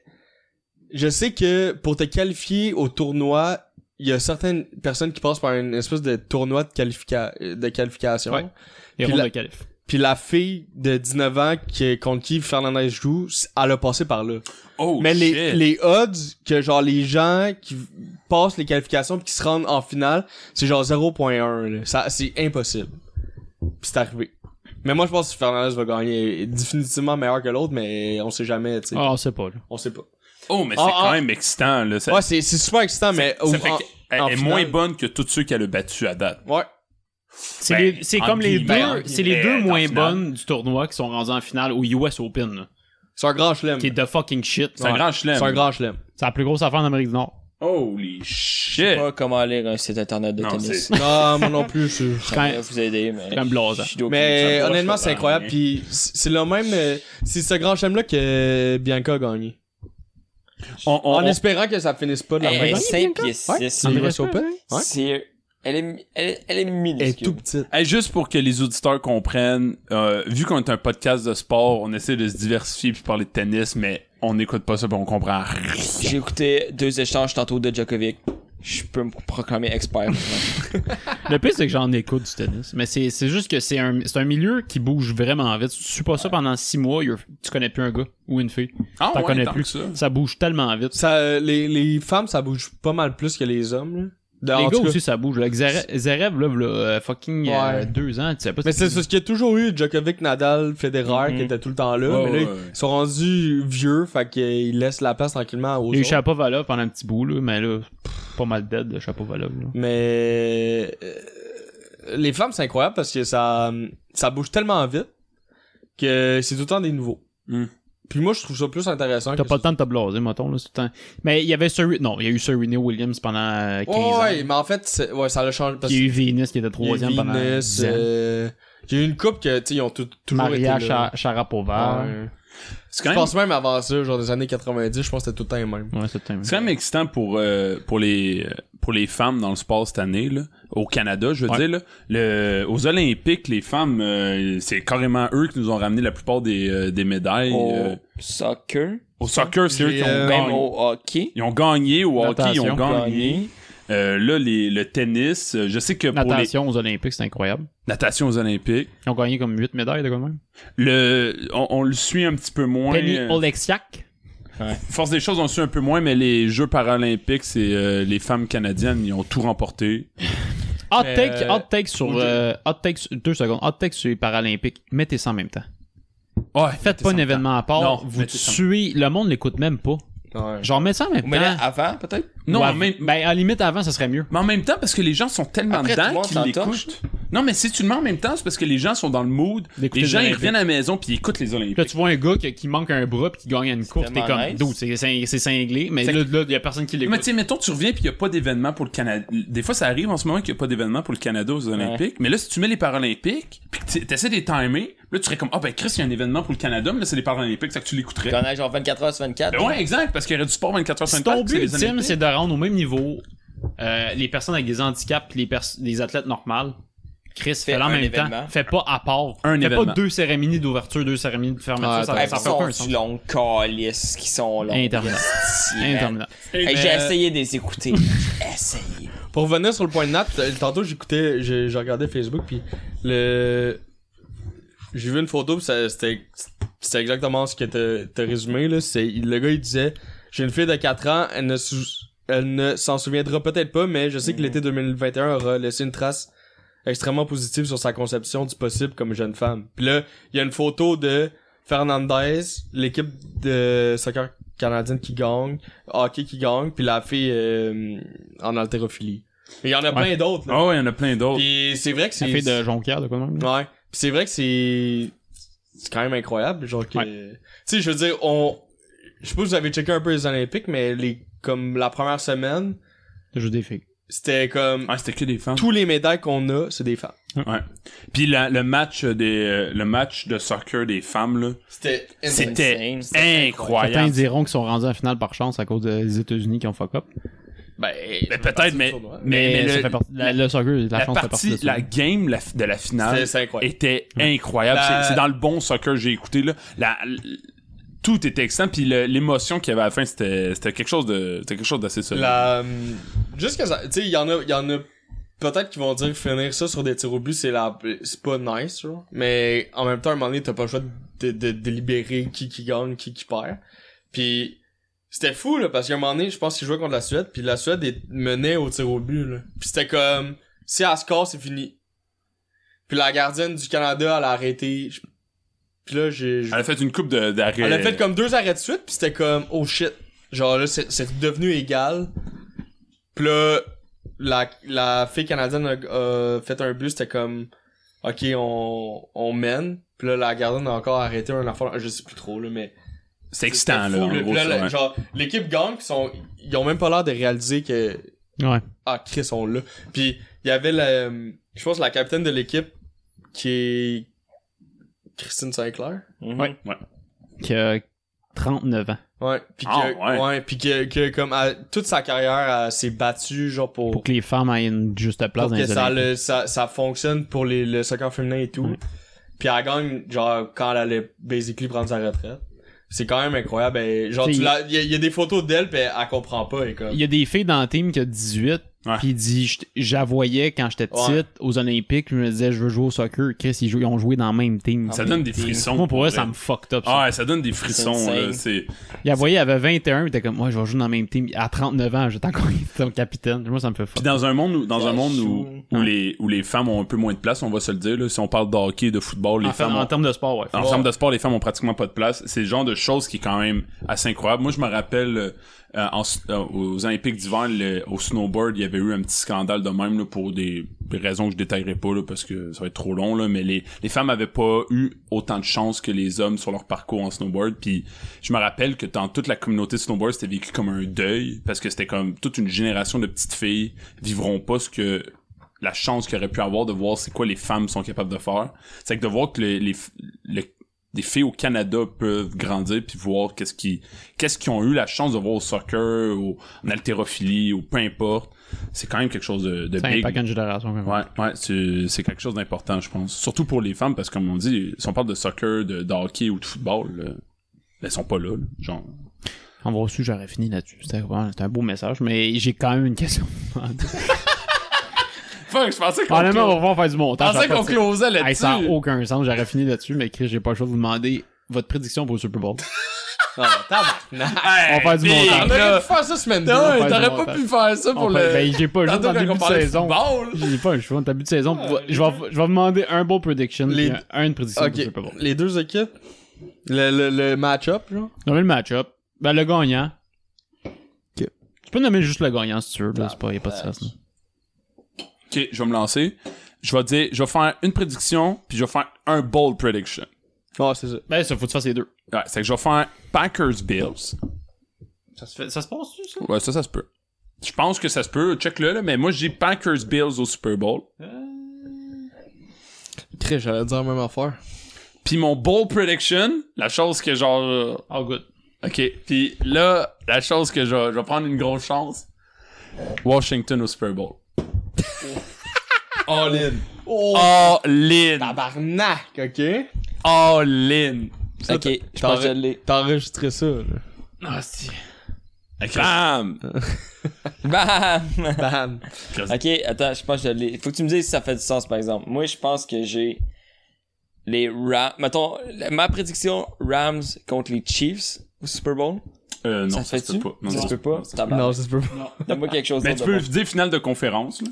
[SPEAKER 8] je sais que pour te qualifier au tournoi, il y a certaines personnes qui passent par une espèce de tournoi de, qualifica- de qualification.
[SPEAKER 7] Ouais. Les
[SPEAKER 8] puis
[SPEAKER 7] rondes
[SPEAKER 8] la-
[SPEAKER 7] de qualif.
[SPEAKER 8] Puis la fille de 19 ans qui, contre qui Fernandez joue, elle a passé par là.
[SPEAKER 3] Oh,
[SPEAKER 8] mais les,
[SPEAKER 3] shit.
[SPEAKER 8] les odds que genre les gens qui passent les qualifications pis qui se rendent en finale, c'est genre 0.1. là. Ça, c'est impossible. Pis c'est arrivé. Mais moi je pense que Fernandez va gagner définitivement meilleur que l'autre, mais on sait jamais, tu sais.
[SPEAKER 7] Ah, c'est pas, là.
[SPEAKER 8] On sait pas.
[SPEAKER 3] Oh, mais c'est
[SPEAKER 8] Ah,
[SPEAKER 3] quand
[SPEAKER 8] ah.
[SPEAKER 3] même excitant, là. Ça,
[SPEAKER 8] Ouais, c'est, c'est super excitant, mais.
[SPEAKER 3] ça fait
[SPEAKER 8] en-
[SPEAKER 3] qu'elle
[SPEAKER 8] en
[SPEAKER 3] est
[SPEAKER 8] finale-
[SPEAKER 3] moins bonne que toutes ceux qu'elle a battu à date.
[SPEAKER 8] Ouais.
[SPEAKER 7] C'est
[SPEAKER 3] Ben,
[SPEAKER 7] les- c'est
[SPEAKER 3] en
[SPEAKER 7] comme les
[SPEAKER 3] guillemets, en
[SPEAKER 7] deux, c'est les
[SPEAKER 3] guillemets,
[SPEAKER 7] deux
[SPEAKER 3] en
[SPEAKER 7] moins
[SPEAKER 3] finale.
[SPEAKER 7] bonnes du tournoi qui sont rendues en finale au US Open, là.
[SPEAKER 8] C'est un grand chelem.
[SPEAKER 7] Qui est de fucking shit.
[SPEAKER 3] C'est un
[SPEAKER 7] Ouais.
[SPEAKER 3] grand chelem.
[SPEAKER 8] C'est un grand chelem.
[SPEAKER 7] C'est la plus grosse affaire en Amérique du Nord.
[SPEAKER 3] Holy
[SPEAKER 6] Je
[SPEAKER 3] shit.
[SPEAKER 6] sais pas comment lire un site internet de
[SPEAKER 3] Non,
[SPEAKER 6] tennis.
[SPEAKER 3] c'est-
[SPEAKER 8] Non, moi non plus. c'est-
[SPEAKER 7] C'est quand
[SPEAKER 6] Je vais
[SPEAKER 7] même-
[SPEAKER 6] vous aider, mais.
[SPEAKER 7] C'est quand même blasant.
[SPEAKER 6] je suis d'aucune-
[SPEAKER 8] Mais
[SPEAKER 3] Ça me
[SPEAKER 8] honnêtement,
[SPEAKER 3] touche pas
[SPEAKER 8] c'est incroyable.
[SPEAKER 3] vraiment.
[SPEAKER 8] Puis c'est c'est le même. euh, C'est ce grand chelem là que Bianca a gagné.
[SPEAKER 3] On, on-
[SPEAKER 8] en
[SPEAKER 3] on-
[SPEAKER 8] espérant que ça finisse pas de la
[SPEAKER 6] Elle
[SPEAKER 8] même
[SPEAKER 6] est
[SPEAKER 8] manière.
[SPEAKER 6] 5 pieds
[SPEAKER 8] Ouais,
[SPEAKER 6] 6.
[SPEAKER 8] c'est
[SPEAKER 7] André
[SPEAKER 8] US Open. Ouais.
[SPEAKER 6] C'est. Elle est, elle, est- elle est
[SPEAKER 8] Elle est
[SPEAKER 6] minuscule.
[SPEAKER 8] tout petite.
[SPEAKER 3] Hey, juste pour que les auditeurs comprennent, euh, vu qu'on est un podcast de sport, on essaie de se diversifier puis parler de tennis, mais on n'écoute pas ça puis on comprend rien.
[SPEAKER 6] J'ai écouté deux échanges tantôt de Djokovic. Je peux me proclamer expert.
[SPEAKER 7] Le pire, c'est que j'en écoute du tennis. Mais c'est c'est juste que c'est un, c'est un milieu qui bouge vraiment vite. Si tu suis pas ça pendant six mois, you're- tu connais plus un gars ou une fille.
[SPEAKER 3] Ah,
[SPEAKER 7] T'en
[SPEAKER 3] ouais,
[SPEAKER 7] connais
[SPEAKER 3] tant
[SPEAKER 7] plus.
[SPEAKER 3] que ça.
[SPEAKER 7] Ça bouge tellement vite.
[SPEAKER 8] Ça, euh, les, les femmes, ça bouge pas mal plus que les hommes. Là.
[SPEAKER 7] les
[SPEAKER 8] En
[SPEAKER 7] gars
[SPEAKER 8] tout cas.
[SPEAKER 7] aussi, ça bouge. Là, Zere- Zverev, là, v'là, euh, fucking euh,
[SPEAKER 8] Ouais.
[SPEAKER 7] deux ans, tu sais pas
[SPEAKER 8] Mais
[SPEAKER 7] si-
[SPEAKER 8] c'est ce qu'il y a toujours eu, Djokovic, Nadal, Federer,
[SPEAKER 6] Mhm.
[SPEAKER 8] qui étaient tout le temps là.
[SPEAKER 3] Ouais,
[SPEAKER 8] mais là,
[SPEAKER 3] ouais, ouais.
[SPEAKER 8] ils sont rendus vieux, fait qu'ils laissent la place tranquillement aux
[SPEAKER 7] Il y a eu
[SPEAKER 8] autres.
[SPEAKER 7] Shapovalov pendant un petit bout, là, mais là, pff, pas mal dead de Shapovalov. là.
[SPEAKER 8] Mais euh, les femmes, c'est incroyable parce que ça, ça bouge tellement vite que c'est tout le temps des nouveaux.
[SPEAKER 3] Mhm.
[SPEAKER 8] Puis moi, je trouve ça plus intéressant.
[SPEAKER 7] T'as
[SPEAKER 8] que
[SPEAKER 7] pas le
[SPEAKER 8] ça.
[SPEAKER 7] temps de te blaser, mettons, là, tout le temps. Mais il y avait Sir... Non, il y a eu Serena Williams pendant euh, 15
[SPEAKER 8] Ouais,
[SPEAKER 7] ans.
[SPEAKER 8] ouais, mais en fait, c'est- ouais, ça a changé. Parce
[SPEAKER 7] Il y
[SPEAKER 8] que
[SPEAKER 7] a eu Venus qui
[SPEAKER 8] il y
[SPEAKER 7] était
[SPEAKER 8] a eu
[SPEAKER 7] troisième pendant
[SPEAKER 8] Venus,
[SPEAKER 7] 10 ans.
[SPEAKER 8] euh, J'ai eu une coupe que, tu sais, ils ont tout- toujours
[SPEAKER 7] Maria
[SPEAKER 8] été là.
[SPEAKER 7] Sha- Sharapova.
[SPEAKER 8] Ouais.
[SPEAKER 3] C'est
[SPEAKER 8] Je
[SPEAKER 3] quand même,
[SPEAKER 8] pense même avant ça, genre des années 90, je pense que c'était tout le temps les mêmes.
[SPEAKER 7] Ouais, c'est
[SPEAKER 3] c'est quand même excitant pour, euh, pour, les, pour les femmes dans le sport cette année, là. Au Canada, je veux
[SPEAKER 7] Ouais.
[SPEAKER 3] dire, là. Le, aux Olympiques, les femmes, euh, c'est carrément eux qui nous ont ramené la plupart des, euh, des médailles. euh.
[SPEAKER 6] Au soccer,
[SPEAKER 3] au soccer, c'est eux
[SPEAKER 2] J'ai,
[SPEAKER 3] qui ont
[SPEAKER 2] euh,
[SPEAKER 3] gagné.
[SPEAKER 6] même au hockey.
[SPEAKER 3] Ils ont gagné au hockey, ils ont
[SPEAKER 7] Natation.
[SPEAKER 3] gagné. Euh, là, les, le tennis, euh, je sais que pour les
[SPEAKER 7] Natation aux Olympiques, c'est incroyable.
[SPEAKER 3] natations aux Olympiques,
[SPEAKER 7] Ils ont gagné comme 8 médailles de quand même.
[SPEAKER 3] le, on, on le suit un petit peu moins.
[SPEAKER 7] Penny
[SPEAKER 3] euh,
[SPEAKER 7] Oleksiak.
[SPEAKER 3] force des choses, on le suit un peu moins, mais les Jeux paralympiques, c'est euh, les femmes canadiennes, ils ont tout remporté.
[SPEAKER 7] Hot
[SPEAKER 8] Mais,
[SPEAKER 7] take,
[SPEAKER 8] euh,
[SPEAKER 7] hot take sur.
[SPEAKER 8] Audrey-
[SPEAKER 7] euh, hot take, sur- deux secondes. Hot take sur les Paralympiques. Mettez ça en même temps.
[SPEAKER 3] Ouais,
[SPEAKER 7] Faites pas un événement à part.
[SPEAKER 3] Non,
[SPEAKER 7] vous
[SPEAKER 3] mettez ça en-
[SPEAKER 7] tuez. Le monde l'écoute même pas.
[SPEAKER 8] Ouais.
[SPEAKER 7] Genre, mettez ça en même
[SPEAKER 6] Ou mais là,
[SPEAKER 7] temps.
[SPEAKER 6] avant, peut-être?
[SPEAKER 3] Non,
[SPEAKER 7] Ou
[SPEAKER 3] mais
[SPEAKER 7] à-
[SPEAKER 3] en même-
[SPEAKER 7] ben, à la limite, avant, ça serait mieux.
[SPEAKER 3] mais en même temps, parce que les gens sont tellement
[SPEAKER 6] Après, tout le
[SPEAKER 3] dedans
[SPEAKER 6] monde
[SPEAKER 3] qu'ils
[SPEAKER 6] s'en torche.
[SPEAKER 3] l'écoutent. Non, mais si tu le mets en même temps, c'est parce que les gens sont dans le mood.
[SPEAKER 7] D'écouter
[SPEAKER 3] les
[SPEAKER 7] les
[SPEAKER 3] gens, ils
[SPEAKER 7] Olympiques.
[SPEAKER 3] reviennent à la maison puis ils écoutent les Olympiques.
[SPEAKER 7] Là, tu vois un gars qui, qui manque un bras puis qui gagne une course, t'es
[SPEAKER 6] tellement
[SPEAKER 7] comme
[SPEAKER 6] nice.
[SPEAKER 7] dude, c'est cin- c'est cinglé, mais
[SPEAKER 3] C'est-
[SPEAKER 7] là, là, y a personne qui
[SPEAKER 3] Mais
[SPEAKER 7] l'écoute.
[SPEAKER 3] tu sais, mettons, tu reviens puis il n'y a pas d'événement pour le Canada. Des fois, ça arrive en ce moment qu'il n'y a pas d'événement pour le Canada aux Olympiques. Mais là, si tu mets les Paralympiques, puis que tu essaies de les timer, là, tu serais comme, ah ben Chris, il y a un événement pour le Canada, mais là, c'est les Paralympiques, ça que tu l'écouterais.
[SPEAKER 6] Qu'on a genre 24 h sur 24.
[SPEAKER 3] Ben ouais, exact, parce qu'il y aurait du sport 24 h
[SPEAKER 7] Si
[SPEAKER 3] 24
[SPEAKER 7] ton but ultime, c'est de rendre au même niveau euh, les personnes avec des handicaps pis les, pers- les athlètes normales, Chris,
[SPEAKER 6] Fais
[SPEAKER 7] fais-le en
[SPEAKER 6] un
[SPEAKER 7] même temps.
[SPEAKER 6] événement.
[SPEAKER 7] Fais pas à part.
[SPEAKER 3] Un
[SPEAKER 7] fais
[SPEAKER 3] événement.
[SPEAKER 7] pas deux cérémonies d'ouverture, deux cérémonies de fermeture,
[SPEAKER 8] Ah,
[SPEAKER 7] ça,
[SPEAKER 8] t'as
[SPEAKER 7] ça fait
[SPEAKER 6] sont
[SPEAKER 7] aucun
[SPEAKER 6] du
[SPEAKER 7] sens.
[SPEAKER 6] long calice qui sont longs.
[SPEAKER 7] Interminable.
[SPEAKER 6] Esti, man.
[SPEAKER 7] Interminable.
[SPEAKER 3] ben,
[SPEAKER 6] Hey,
[SPEAKER 3] euh,
[SPEAKER 6] J'ai essayé de les écouter. J'ai essayé.
[SPEAKER 8] Pour revenir sur le point de Nat, euh, tantôt j'écoutais, j'ai j'ai regardé Facebook puis le j'ai vu une photo puis ça- c'était c'était exactement ce que t'as- t'as résumé là, c'est il- le gars il disait j'ai une fille de 4 ans, elle ne sou- elle ne s'en souviendra peut-être pas mais je sais
[SPEAKER 3] Mm-hmm.
[SPEAKER 8] que l'été 2021 aura laissé une trace extrêmement positive sur sa conception du possible comme jeune femme. Puis là, il y a une photo de Fernandez, l'équipe de soccer canadienne qui gagne, hockey qui gagne, puis la fille euh, en haltérophilie. Mais il y en a plein d'autres. là.
[SPEAKER 3] Ah ouais, il y en a plein d'autres.
[SPEAKER 8] Puis c'est vrai que
[SPEAKER 7] Ça
[SPEAKER 8] c'est
[SPEAKER 7] fait de Jonquière, de quoi de même. là.
[SPEAKER 8] Ouais. Puis c'est vrai que c'est c'est quand même incroyable genre que tu sais je veux dire on je sais pas si vous avez checké un peu les olympiques mais les comme la première semaine,
[SPEAKER 7] Je joue des filles.
[SPEAKER 8] c'était comme
[SPEAKER 3] Ah, c'était que des femmes.
[SPEAKER 8] tous les médailles qu'on a, c'est des femmes.
[SPEAKER 3] Ouais. Puis la- le match des euh, le match de soccer des femmes là,
[SPEAKER 8] C'était
[SPEAKER 3] c'était
[SPEAKER 6] insane, c'était
[SPEAKER 7] Certains
[SPEAKER 3] incroyable.
[SPEAKER 7] diront qu'ils sont rendus en finale par chance à cause des États-Unis qui ont fuck up.
[SPEAKER 8] ben
[SPEAKER 3] Mais peut-être mais
[SPEAKER 8] tournoi.
[SPEAKER 3] mais, mais
[SPEAKER 7] ça
[SPEAKER 3] le-
[SPEAKER 7] fait partie- la, le soccer, la,
[SPEAKER 3] la
[SPEAKER 7] chance fait partie
[SPEAKER 3] partie
[SPEAKER 7] de ça.
[SPEAKER 3] la game la- de la finale
[SPEAKER 8] C'était- c'est incroyable.
[SPEAKER 3] était incroyable.
[SPEAKER 8] Hmm. La-
[SPEAKER 3] C'est- C'est dans le bon soccer que j'ai écouté là. La- l- tout était excitant puis le- l'émotion qu'il y avait à la fin c'était c'était quelque chose de c'était quelque chose d'assez solide.
[SPEAKER 8] La euh, juste que ça, tu sais il y en a il y en a peut-être qui vont dire finir ça sur des tirs au but c'est la c'est pas nice genre. mais en même temps à un moment donné t'as pas le choix de, de, délibérer qui qui gagne qui qui perd. Puis c'était fou là parce qu'à un moment donné je pense qu'ils jouaient contre la Suède puis la Suède est- menait au tir au but là. Puis c'était comme si elle score c'est fini. Puis la gardienne du Canada elle a arrêté Je- puis là j'ai
[SPEAKER 3] Elle a fait une coupe de d'arrêt.
[SPEAKER 8] elle a fait comme deux arrêts de suite, puis c'était comme, oh shit. Genre là, c'est c'est devenu égal. Puis là, la, la fille canadienne a, a fait un but, c'était comme, ok, on, on mène. Puis là, la gardienne a encore arrêté un enfant, je sais plus trop, là, mais.
[SPEAKER 3] c'est excitant
[SPEAKER 8] c'était
[SPEAKER 3] là.
[SPEAKER 8] fou,
[SPEAKER 3] en gros,
[SPEAKER 8] Puis là,
[SPEAKER 3] ça,
[SPEAKER 8] la-
[SPEAKER 3] ouais.
[SPEAKER 8] genre, l'équipe gagne, pis sont, ils ont même pas l'air de réaliser que,
[SPEAKER 7] Ouais.
[SPEAKER 8] ah, Chris, on l'a. Puis il y avait la, je pense, la capitaine de l'équipe, qui est Christine Sinclair.
[SPEAKER 6] Mhm.
[SPEAKER 7] Ouais. Qui a 39 ans.
[SPEAKER 8] Ouais, puis
[SPEAKER 3] Ah,
[SPEAKER 8] que,
[SPEAKER 3] ouais.
[SPEAKER 8] ouais. puis que, que comme à- toute sa carrière, elle s'est battue genre pour,
[SPEAKER 3] Oh.
[SPEAKER 7] Pour que les femmes aient une juste place
[SPEAKER 8] pour
[SPEAKER 7] dans
[SPEAKER 8] que
[SPEAKER 7] les
[SPEAKER 8] ça,
[SPEAKER 7] Olympiques. Mm.
[SPEAKER 8] le- ça ça fonctionne pour les, le soccer féminin et tout.
[SPEAKER 7] Ouais.
[SPEAKER 8] Puis elle gagne genre quand elle allait basically prendre sa retraite. C'est quand même incroyable. Elle- genre
[SPEAKER 7] T'sais,
[SPEAKER 8] tu l'as- il y, a- il y a des photos d'elle puis elle, elle comprend pas et comme.
[SPEAKER 7] Il y a des filles dans le team qui a 18
[SPEAKER 3] Ouais.
[SPEAKER 7] puis il dit je- j'avoyais quand j'étais petite
[SPEAKER 8] Ouais.
[SPEAKER 7] aux Olympiques, je me disais je veux jouer au soccer, Chris ils, jouent- ils ont joué dans le même team.
[SPEAKER 3] Ça donne des frissons.
[SPEAKER 7] Moi pour eux
[SPEAKER 3] vrai.
[SPEAKER 7] ça me fucked up.
[SPEAKER 3] Ah
[SPEAKER 7] Ça.
[SPEAKER 3] ouais, ça donne des frissons
[SPEAKER 6] insane.
[SPEAKER 3] là, c'est
[SPEAKER 7] Il la voyait, elle avait 21, il était comme moi je vais jouer dans le même team à 39 ans, j'étais encore comme capitaine. Moi ça me fait
[SPEAKER 3] Puis
[SPEAKER 7] fuck.
[SPEAKER 3] dans un monde où, dans un
[SPEAKER 6] Ouais,
[SPEAKER 3] monde où,
[SPEAKER 6] sure.
[SPEAKER 3] où les où les femmes ont un peu moins de place, on va se le dire là, si on parle de hockey, de football, les
[SPEAKER 7] En, fait,
[SPEAKER 3] femmes
[SPEAKER 7] en
[SPEAKER 3] ont-
[SPEAKER 7] termes de sport, ouais.
[SPEAKER 3] en termes de sport, les femmes ont pratiquement pas de place. C'est le genre de choses qui est quand même assez incroyable. Moi, je me rappelle euh, euh, en s- euh, aux Olympiques d'hiver, le- au snowboard, il y avait eu un petit scandale de même là, pour des, des raisons que je détaillerai pas là, parce que ça va être trop long là. Mais les les femmes avaient pas eu autant de chance que les hommes sur leur parcours en snowboard. Puis je me rappelle que dans toute la communauté snowboard, c'était vécu comme un deuil parce que c'était comme toute une génération de petites filles vivront pas ce que la chance qu'il aurait pu avoir de voir c'est quoi les femmes sont capables de faire. C'est que de voir que les, les, f- le- des filles au Canada peuvent grandir puis voir qu'est-ce qui qu'est-ce qu'ils ont eu la chance de voir au soccer ou en haltérophilie ou peu importe. C'est quand même quelque chose de, de
[SPEAKER 7] Ça
[SPEAKER 3] big.
[SPEAKER 7] impacte une génération. quand même.
[SPEAKER 3] Ouais, ouais, c'est c'est quelque chose d'important, je pense. Surtout pour les femmes, parce que comme on dit, si on parle de soccer, de, de hockey ou de football, là, ben, elles sont pas là, là. genre.
[SPEAKER 7] En gros, si j'aurais fini là-dessus. C'était vraiment- c'était un beau message, mais j'ai quand même une question.
[SPEAKER 3] Fuck, je pensais qu'on
[SPEAKER 7] Honnêtement, on va pouvoir faire du
[SPEAKER 3] je
[SPEAKER 7] montage.
[SPEAKER 3] pensais
[SPEAKER 7] après
[SPEAKER 3] qu'on
[SPEAKER 7] ça.
[SPEAKER 3] closait
[SPEAKER 7] Hey,
[SPEAKER 3] là-dessus.
[SPEAKER 7] ça n'a aucun sens, j'aurais fini là-dessus, mais Chris, j'ai pas le choix de vous demander votre prédiction pour le Super Bowl.
[SPEAKER 3] Hey,
[SPEAKER 7] on va faire du
[SPEAKER 3] big, là.
[SPEAKER 7] montage.
[SPEAKER 8] T'aurais pu faire ça semaine
[SPEAKER 3] Non,
[SPEAKER 7] va faire du
[SPEAKER 3] t'aurais pas
[SPEAKER 7] montage.
[SPEAKER 3] pu faire ça pour
[SPEAKER 7] On
[SPEAKER 3] le.
[SPEAKER 7] fait- ben, j'ai pas, juste
[SPEAKER 3] Tantôt,
[SPEAKER 7] en
[SPEAKER 3] quand on
[SPEAKER 7] début de Ah,
[SPEAKER 3] parlait de
[SPEAKER 7] saison.
[SPEAKER 3] football.
[SPEAKER 7] J'ai pas un choix en début de saison. je, vais, je vais vous demander un beau prediction,
[SPEAKER 8] Les-
[SPEAKER 7] puis un- une prédiction pour le Super Bowl.
[SPEAKER 8] Ok, les deux équipes, le, le, le match-up, genre.
[SPEAKER 7] Nommer le match-up. Ben, le gagnant. Tu peux nommer juste le gagnant si tu veux. Là, Ah, ben, c'est pas, y a pas de stress. là.
[SPEAKER 3] Ok, je vais me lancer. Je vais dire, je vais faire une prédiction, puis je vais faire un bold prediction.
[SPEAKER 8] Ah, c'est ça.
[SPEAKER 7] Ben, ça, faut que tu fasses les deux.
[SPEAKER 3] Ouais, c'est que je vais faire Packers Bills.
[SPEAKER 7] Ça se, fait, ça se passe, ça?
[SPEAKER 3] Ouais, ça, ça se peut. Je pense que ça se peut. Check-le, là, mais moi, j'ai Packers Bills au Super Bowl.
[SPEAKER 8] Chris, j'allais dire la même affaire.
[SPEAKER 3] Puis mon bold prediction, la chose que genre. euh,
[SPEAKER 7] Oh, good.
[SPEAKER 3] Ok, puis là, la chose que je, vais- je vais prendre une grosse chance Washington au Super Bowl.
[SPEAKER 8] All in. Oh,
[SPEAKER 3] All in!
[SPEAKER 8] tabarnak, ok?
[SPEAKER 3] All in!
[SPEAKER 6] Ok, je pense que je l'ai.
[SPEAKER 8] T'as enregistré ça, là.
[SPEAKER 7] Ah, si.
[SPEAKER 3] Bam!
[SPEAKER 6] Bam!
[SPEAKER 8] Bam.
[SPEAKER 6] ok, attends, je pense que je l'ai. Faut que tu me dises si ça fait du sens, par exemple. Moi, je pense que j'ai les Rams. Mettons, la- ma prédiction Rams contre les Chiefs au Super Bowl.
[SPEAKER 3] Euh, non, ça,
[SPEAKER 6] ça
[SPEAKER 3] se peut pas. Non,
[SPEAKER 6] Ça
[SPEAKER 3] non,
[SPEAKER 6] se peut pas.
[SPEAKER 3] non, ça se peut
[SPEAKER 6] Tabarnak.
[SPEAKER 8] Non, ça se peut pas.
[SPEAKER 6] Donne-moi quelque chose.
[SPEAKER 3] Mais
[SPEAKER 6] d'autre
[SPEAKER 3] tu
[SPEAKER 6] de
[SPEAKER 3] peux
[SPEAKER 6] bon.
[SPEAKER 3] dire finale de conférence, là.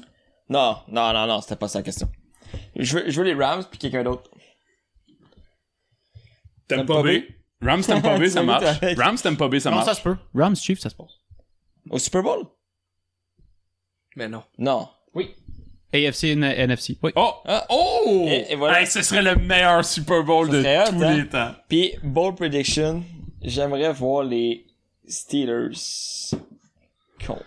[SPEAKER 6] Non, non, non, non, c'était pas ça la question. Je veux, je veux les Rams puis quelqu'un d'autre.
[SPEAKER 3] T'aimes pas B? Rams t'aimes pas B, ça
[SPEAKER 6] Salut,
[SPEAKER 3] marche.
[SPEAKER 6] Alex.
[SPEAKER 3] Rams t'aimes pas B, ça
[SPEAKER 7] Non, ça
[SPEAKER 3] marche.
[SPEAKER 7] se peut. Rams Chief, ça se passe.
[SPEAKER 6] Au Super Bowl?
[SPEAKER 8] Mais non.
[SPEAKER 6] Non.
[SPEAKER 7] AFC N- NFC. Oui.
[SPEAKER 3] Oh!
[SPEAKER 6] Ah.
[SPEAKER 3] Oh!
[SPEAKER 6] Et- et voilà.
[SPEAKER 3] Hey, ce serait le meilleur Super Bowl
[SPEAKER 6] Ça
[SPEAKER 3] de
[SPEAKER 6] serait hot,
[SPEAKER 3] tous
[SPEAKER 6] hein?
[SPEAKER 3] les temps.
[SPEAKER 6] Puis, bold prediction, j'aimerais voir les Steelers contre.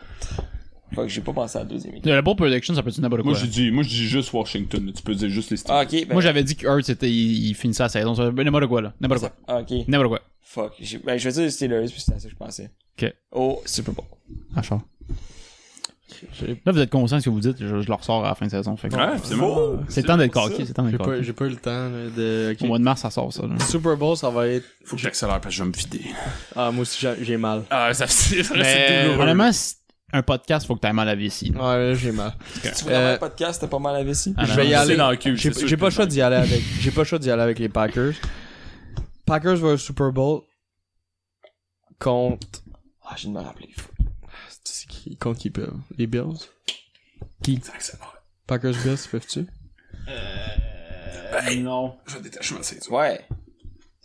[SPEAKER 6] Faut que j'ai pas pensé à la deuxième équipe.
[SPEAKER 7] Le bowl prediction, ça peut être n'importe quoi.
[SPEAKER 3] Moi, j'ai dit, moi, je dis juste Washington. là. Tu peux dire juste les Steelers.
[SPEAKER 6] Ah, ok, ben,
[SPEAKER 7] Moi, j'avais dit que Hurts, était- il, il finissait la saison. Ça- N'importe quoi, là. N'importe quoi.
[SPEAKER 6] ah, ok.
[SPEAKER 7] N'importe quoi.
[SPEAKER 6] Fuck. J'ai- Ben, je vais dire les Steelers, puis c'est à ça que je pensais.
[SPEAKER 7] Ok.
[SPEAKER 6] Au Super Bowl.
[SPEAKER 7] Ah, je sors. Là, vous êtes conscient de ce que vous dites. Je, je le ressors à la fin de saison. Fait que-
[SPEAKER 3] Ah, Ouais, absolument.
[SPEAKER 7] c'est le temps d'être
[SPEAKER 3] pour ça.
[SPEAKER 7] coqué. C'est le temps
[SPEAKER 8] J'ai
[SPEAKER 7] d'être
[SPEAKER 8] pas,
[SPEAKER 7] coqué.
[SPEAKER 8] j'ai pas eu le temps, là, de. ok.
[SPEAKER 7] Au mois de mars, ça sort, ça. là.
[SPEAKER 8] Super Bowl, ça va être.
[SPEAKER 3] Faut que j'accélère parce que je vais me vider.
[SPEAKER 8] Ah, moi aussi, j'ai j'ai mal.
[SPEAKER 3] Ah, ça c'est vrai, c'est
[SPEAKER 7] Mais,
[SPEAKER 3] douloureux.
[SPEAKER 7] vraiment, c'est un podcast, faut que t'aies mal à la vessie.
[SPEAKER 8] Ouais, là, j'ai mal.
[SPEAKER 6] Tu voulais avoir
[SPEAKER 8] Euh,
[SPEAKER 6] un podcast, t'as pas mal à vessie?
[SPEAKER 7] Ah,
[SPEAKER 8] je
[SPEAKER 7] non,
[SPEAKER 8] vais y
[SPEAKER 7] non,
[SPEAKER 8] aller.
[SPEAKER 3] C'est dans le cul,
[SPEAKER 8] J'ai
[SPEAKER 3] c'est sûr
[SPEAKER 8] j'ai
[SPEAKER 3] que
[SPEAKER 8] pas le
[SPEAKER 3] c'est
[SPEAKER 8] choix
[SPEAKER 3] dans
[SPEAKER 8] d'y aller avec. J'ai pas le choix d'y aller avec les Packers. Packers vs Super Bowl contre.
[SPEAKER 6] Ah, j'ai de me rappeler. Fuck.
[SPEAKER 8] C'est qui Contre qui ils peuvent Les Bills
[SPEAKER 3] J'accélère.
[SPEAKER 8] Packers Bills, peuvent-tu
[SPEAKER 7] Non.
[SPEAKER 3] Je vais détacher ma ceinture.
[SPEAKER 6] Ouais.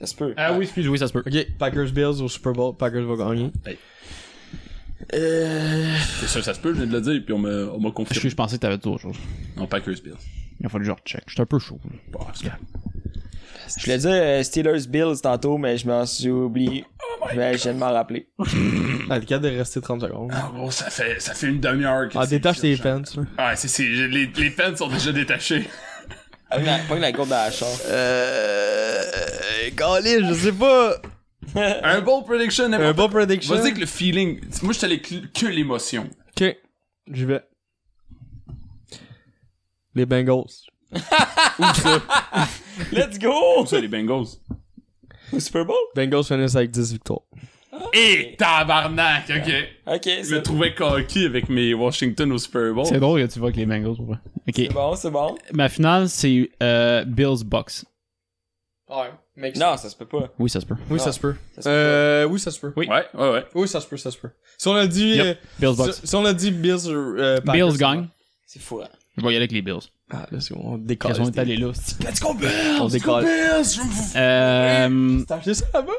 [SPEAKER 6] Ça se peut.
[SPEAKER 7] Ah oui, excuse, oui, ça se peut.
[SPEAKER 8] Ok, Packers Bills au Super Bowl, Packers va gagner.
[SPEAKER 3] C'est sûr, ça se peut, je viens de le dire, puis on m'a, on m'a
[SPEAKER 7] Excuse,
[SPEAKER 3] confirmé.
[SPEAKER 7] je pensais que t'avais dit autre chose.
[SPEAKER 3] Non, Packers Bills.
[SPEAKER 7] Il a fallu que je recheck. J'étais un peu chaud. là.
[SPEAKER 3] Bon, c'est grave.
[SPEAKER 6] Je voulais dire euh, Steelers-Bills tantôt, mais je m'en suis oublié. mais je viens de m'en rappeler.
[SPEAKER 8] Ah, le cadre est resté 30 secondes.
[SPEAKER 3] En gros, ça fait, ça fait une demi-heure que
[SPEAKER 8] Ah,
[SPEAKER 3] c'est-
[SPEAKER 8] détache tes
[SPEAKER 3] c'est-
[SPEAKER 8] pants, là.
[SPEAKER 3] Ouais, c'est, c'est, les, les pens sont déjà détachés.
[SPEAKER 6] Pas que la courbe de la chambre.
[SPEAKER 8] Euh. Galé, je sais pas.
[SPEAKER 3] Un bon prediction,
[SPEAKER 8] Un
[SPEAKER 3] n'importe
[SPEAKER 8] bon prediction.
[SPEAKER 3] Vas-y que le feeling. Moi, je t'allais cl- que l'émotion.
[SPEAKER 8] Ok, j'y vais. Les Bengals.
[SPEAKER 6] Let's go!
[SPEAKER 3] ça, les Bengals.
[SPEAKER 6] Au Super Bowl?
[SPEAKER 8] Bengals finissent avec 10 victoires.
[SPEAKER 3] Et tabarnak, ok.
[SPEAKER 6] Ok,
[SPEAKER 3] Je me
[SPEAKER 6] c'est
[SPEAKER 3] trouvais cocky avec mes Washington au Super Bowl.
[SPEAKER 7] C'est drôle que tu vois que les Bengals, pour vrai.
[SPEAKER 6] c'est
[SPEAKER 7] Ok.
[SPEAKER 6] bon, c'est bon.
[SPEAKER 7] Ma finale, c'est euh, Bills Bucks.
[SPEAKER 8] Ouais, mec.
[SPEAKER 6] Non, ça se peut pas.
[SPEAKER 7] Oui, ça se peut.
[SPEAKER 8] Oui, ça se peut.
[SPEAKER 6] Ah. Ça se peut
[SPEAKER 8] Euh. Oui, ça se peut.
[SPEAKER 3] Ouais, ouais, ouais.
[SPEAKER 8] Oui, ça se peut, ça se peut. Si on a dit.
[SPEAKER 7] Yep.
[SPEAKER 8] euh,
[SPEAKER 7] Bills
[SPEAKER 8] si-
[SPEAKER 7] Bucks.
[SPEAKER 8] si, on a dit Bills. Euh, Packers,
[SPEAKER 7] Bills gagne.
[SPEAKER 6] C'est fou. hein.
[SPEAKER 7] Je vais y aller avec les Bills.
[SPEAKER 8] Ah, là, c'est bon, on décolle.
[SPEAKER 7] Ils est allés là. c'est-
[SPEAKER 3] Let's go Bills!
[SPEAKER 8] On
[SPEAKER 3] Let's go
[SPEAKER 8] décolle.
[SPEAKER 3] Bills! Je me fous.
[SPEAKER 7] Euh,
[SPEAKER 8] T'as acheté ça là-bas?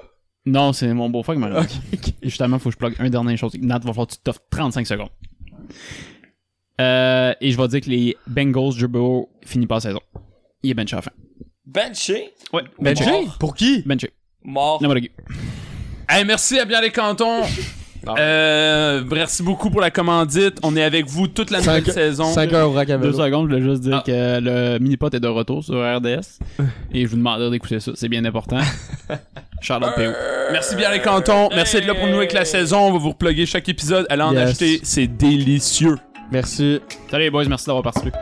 [SPEAKER 7] non, c'est mon beau-frère qui m'a dit. Justement, faut que je plug un dernier chose. Nat, va falloir que tu t'offres 35 secondes. Euh, et je vais dire que les Bengals, Joe Burrow, finit pas la saison. Il est benché à la fin.
[SPEAKER 6] Benché,
[SPEAKER 7] Ouais.
[SPEAKER 8] Pour qui?
[SPEAKER 7] Benché.
[SPEAKER 6] mort.
[SPEAKER 7] N'importe qui.
[SPEAKER 3] Hey, merci à bien les cantons! Euh, merci beaucoup pour la commandite. On est avec vous toute la nouvelle
[SPEAKER 8] Cinq-
[SPEAKER 3] saison.
[SPEAKER 8] 5 heures au rack à
[SPEAKER 7] Deux
[SPEAKER 8] vélo.
[SPEAKER 7] secondes, je voulais juste dire
[SPEAKER 3] Ah.
[SPEAKER 7] que le mini-pot est de retour sur RDS. et je vous demanderai d'écouter ça, c'est bien important. Charlotte P.O.
[SPEAKER 3] Merci bien les cantons. Merci d'être là pour nous avec la saison. On va vous reploguer chaque épisode. Allez en
[SPEAKER 8] Yes.
[SPEAKER 3] acheter. C'est délicieux.
[SPEAKER 8] Merci.
[SPEAKER 7] Salut les boys, merci d'avoir participé.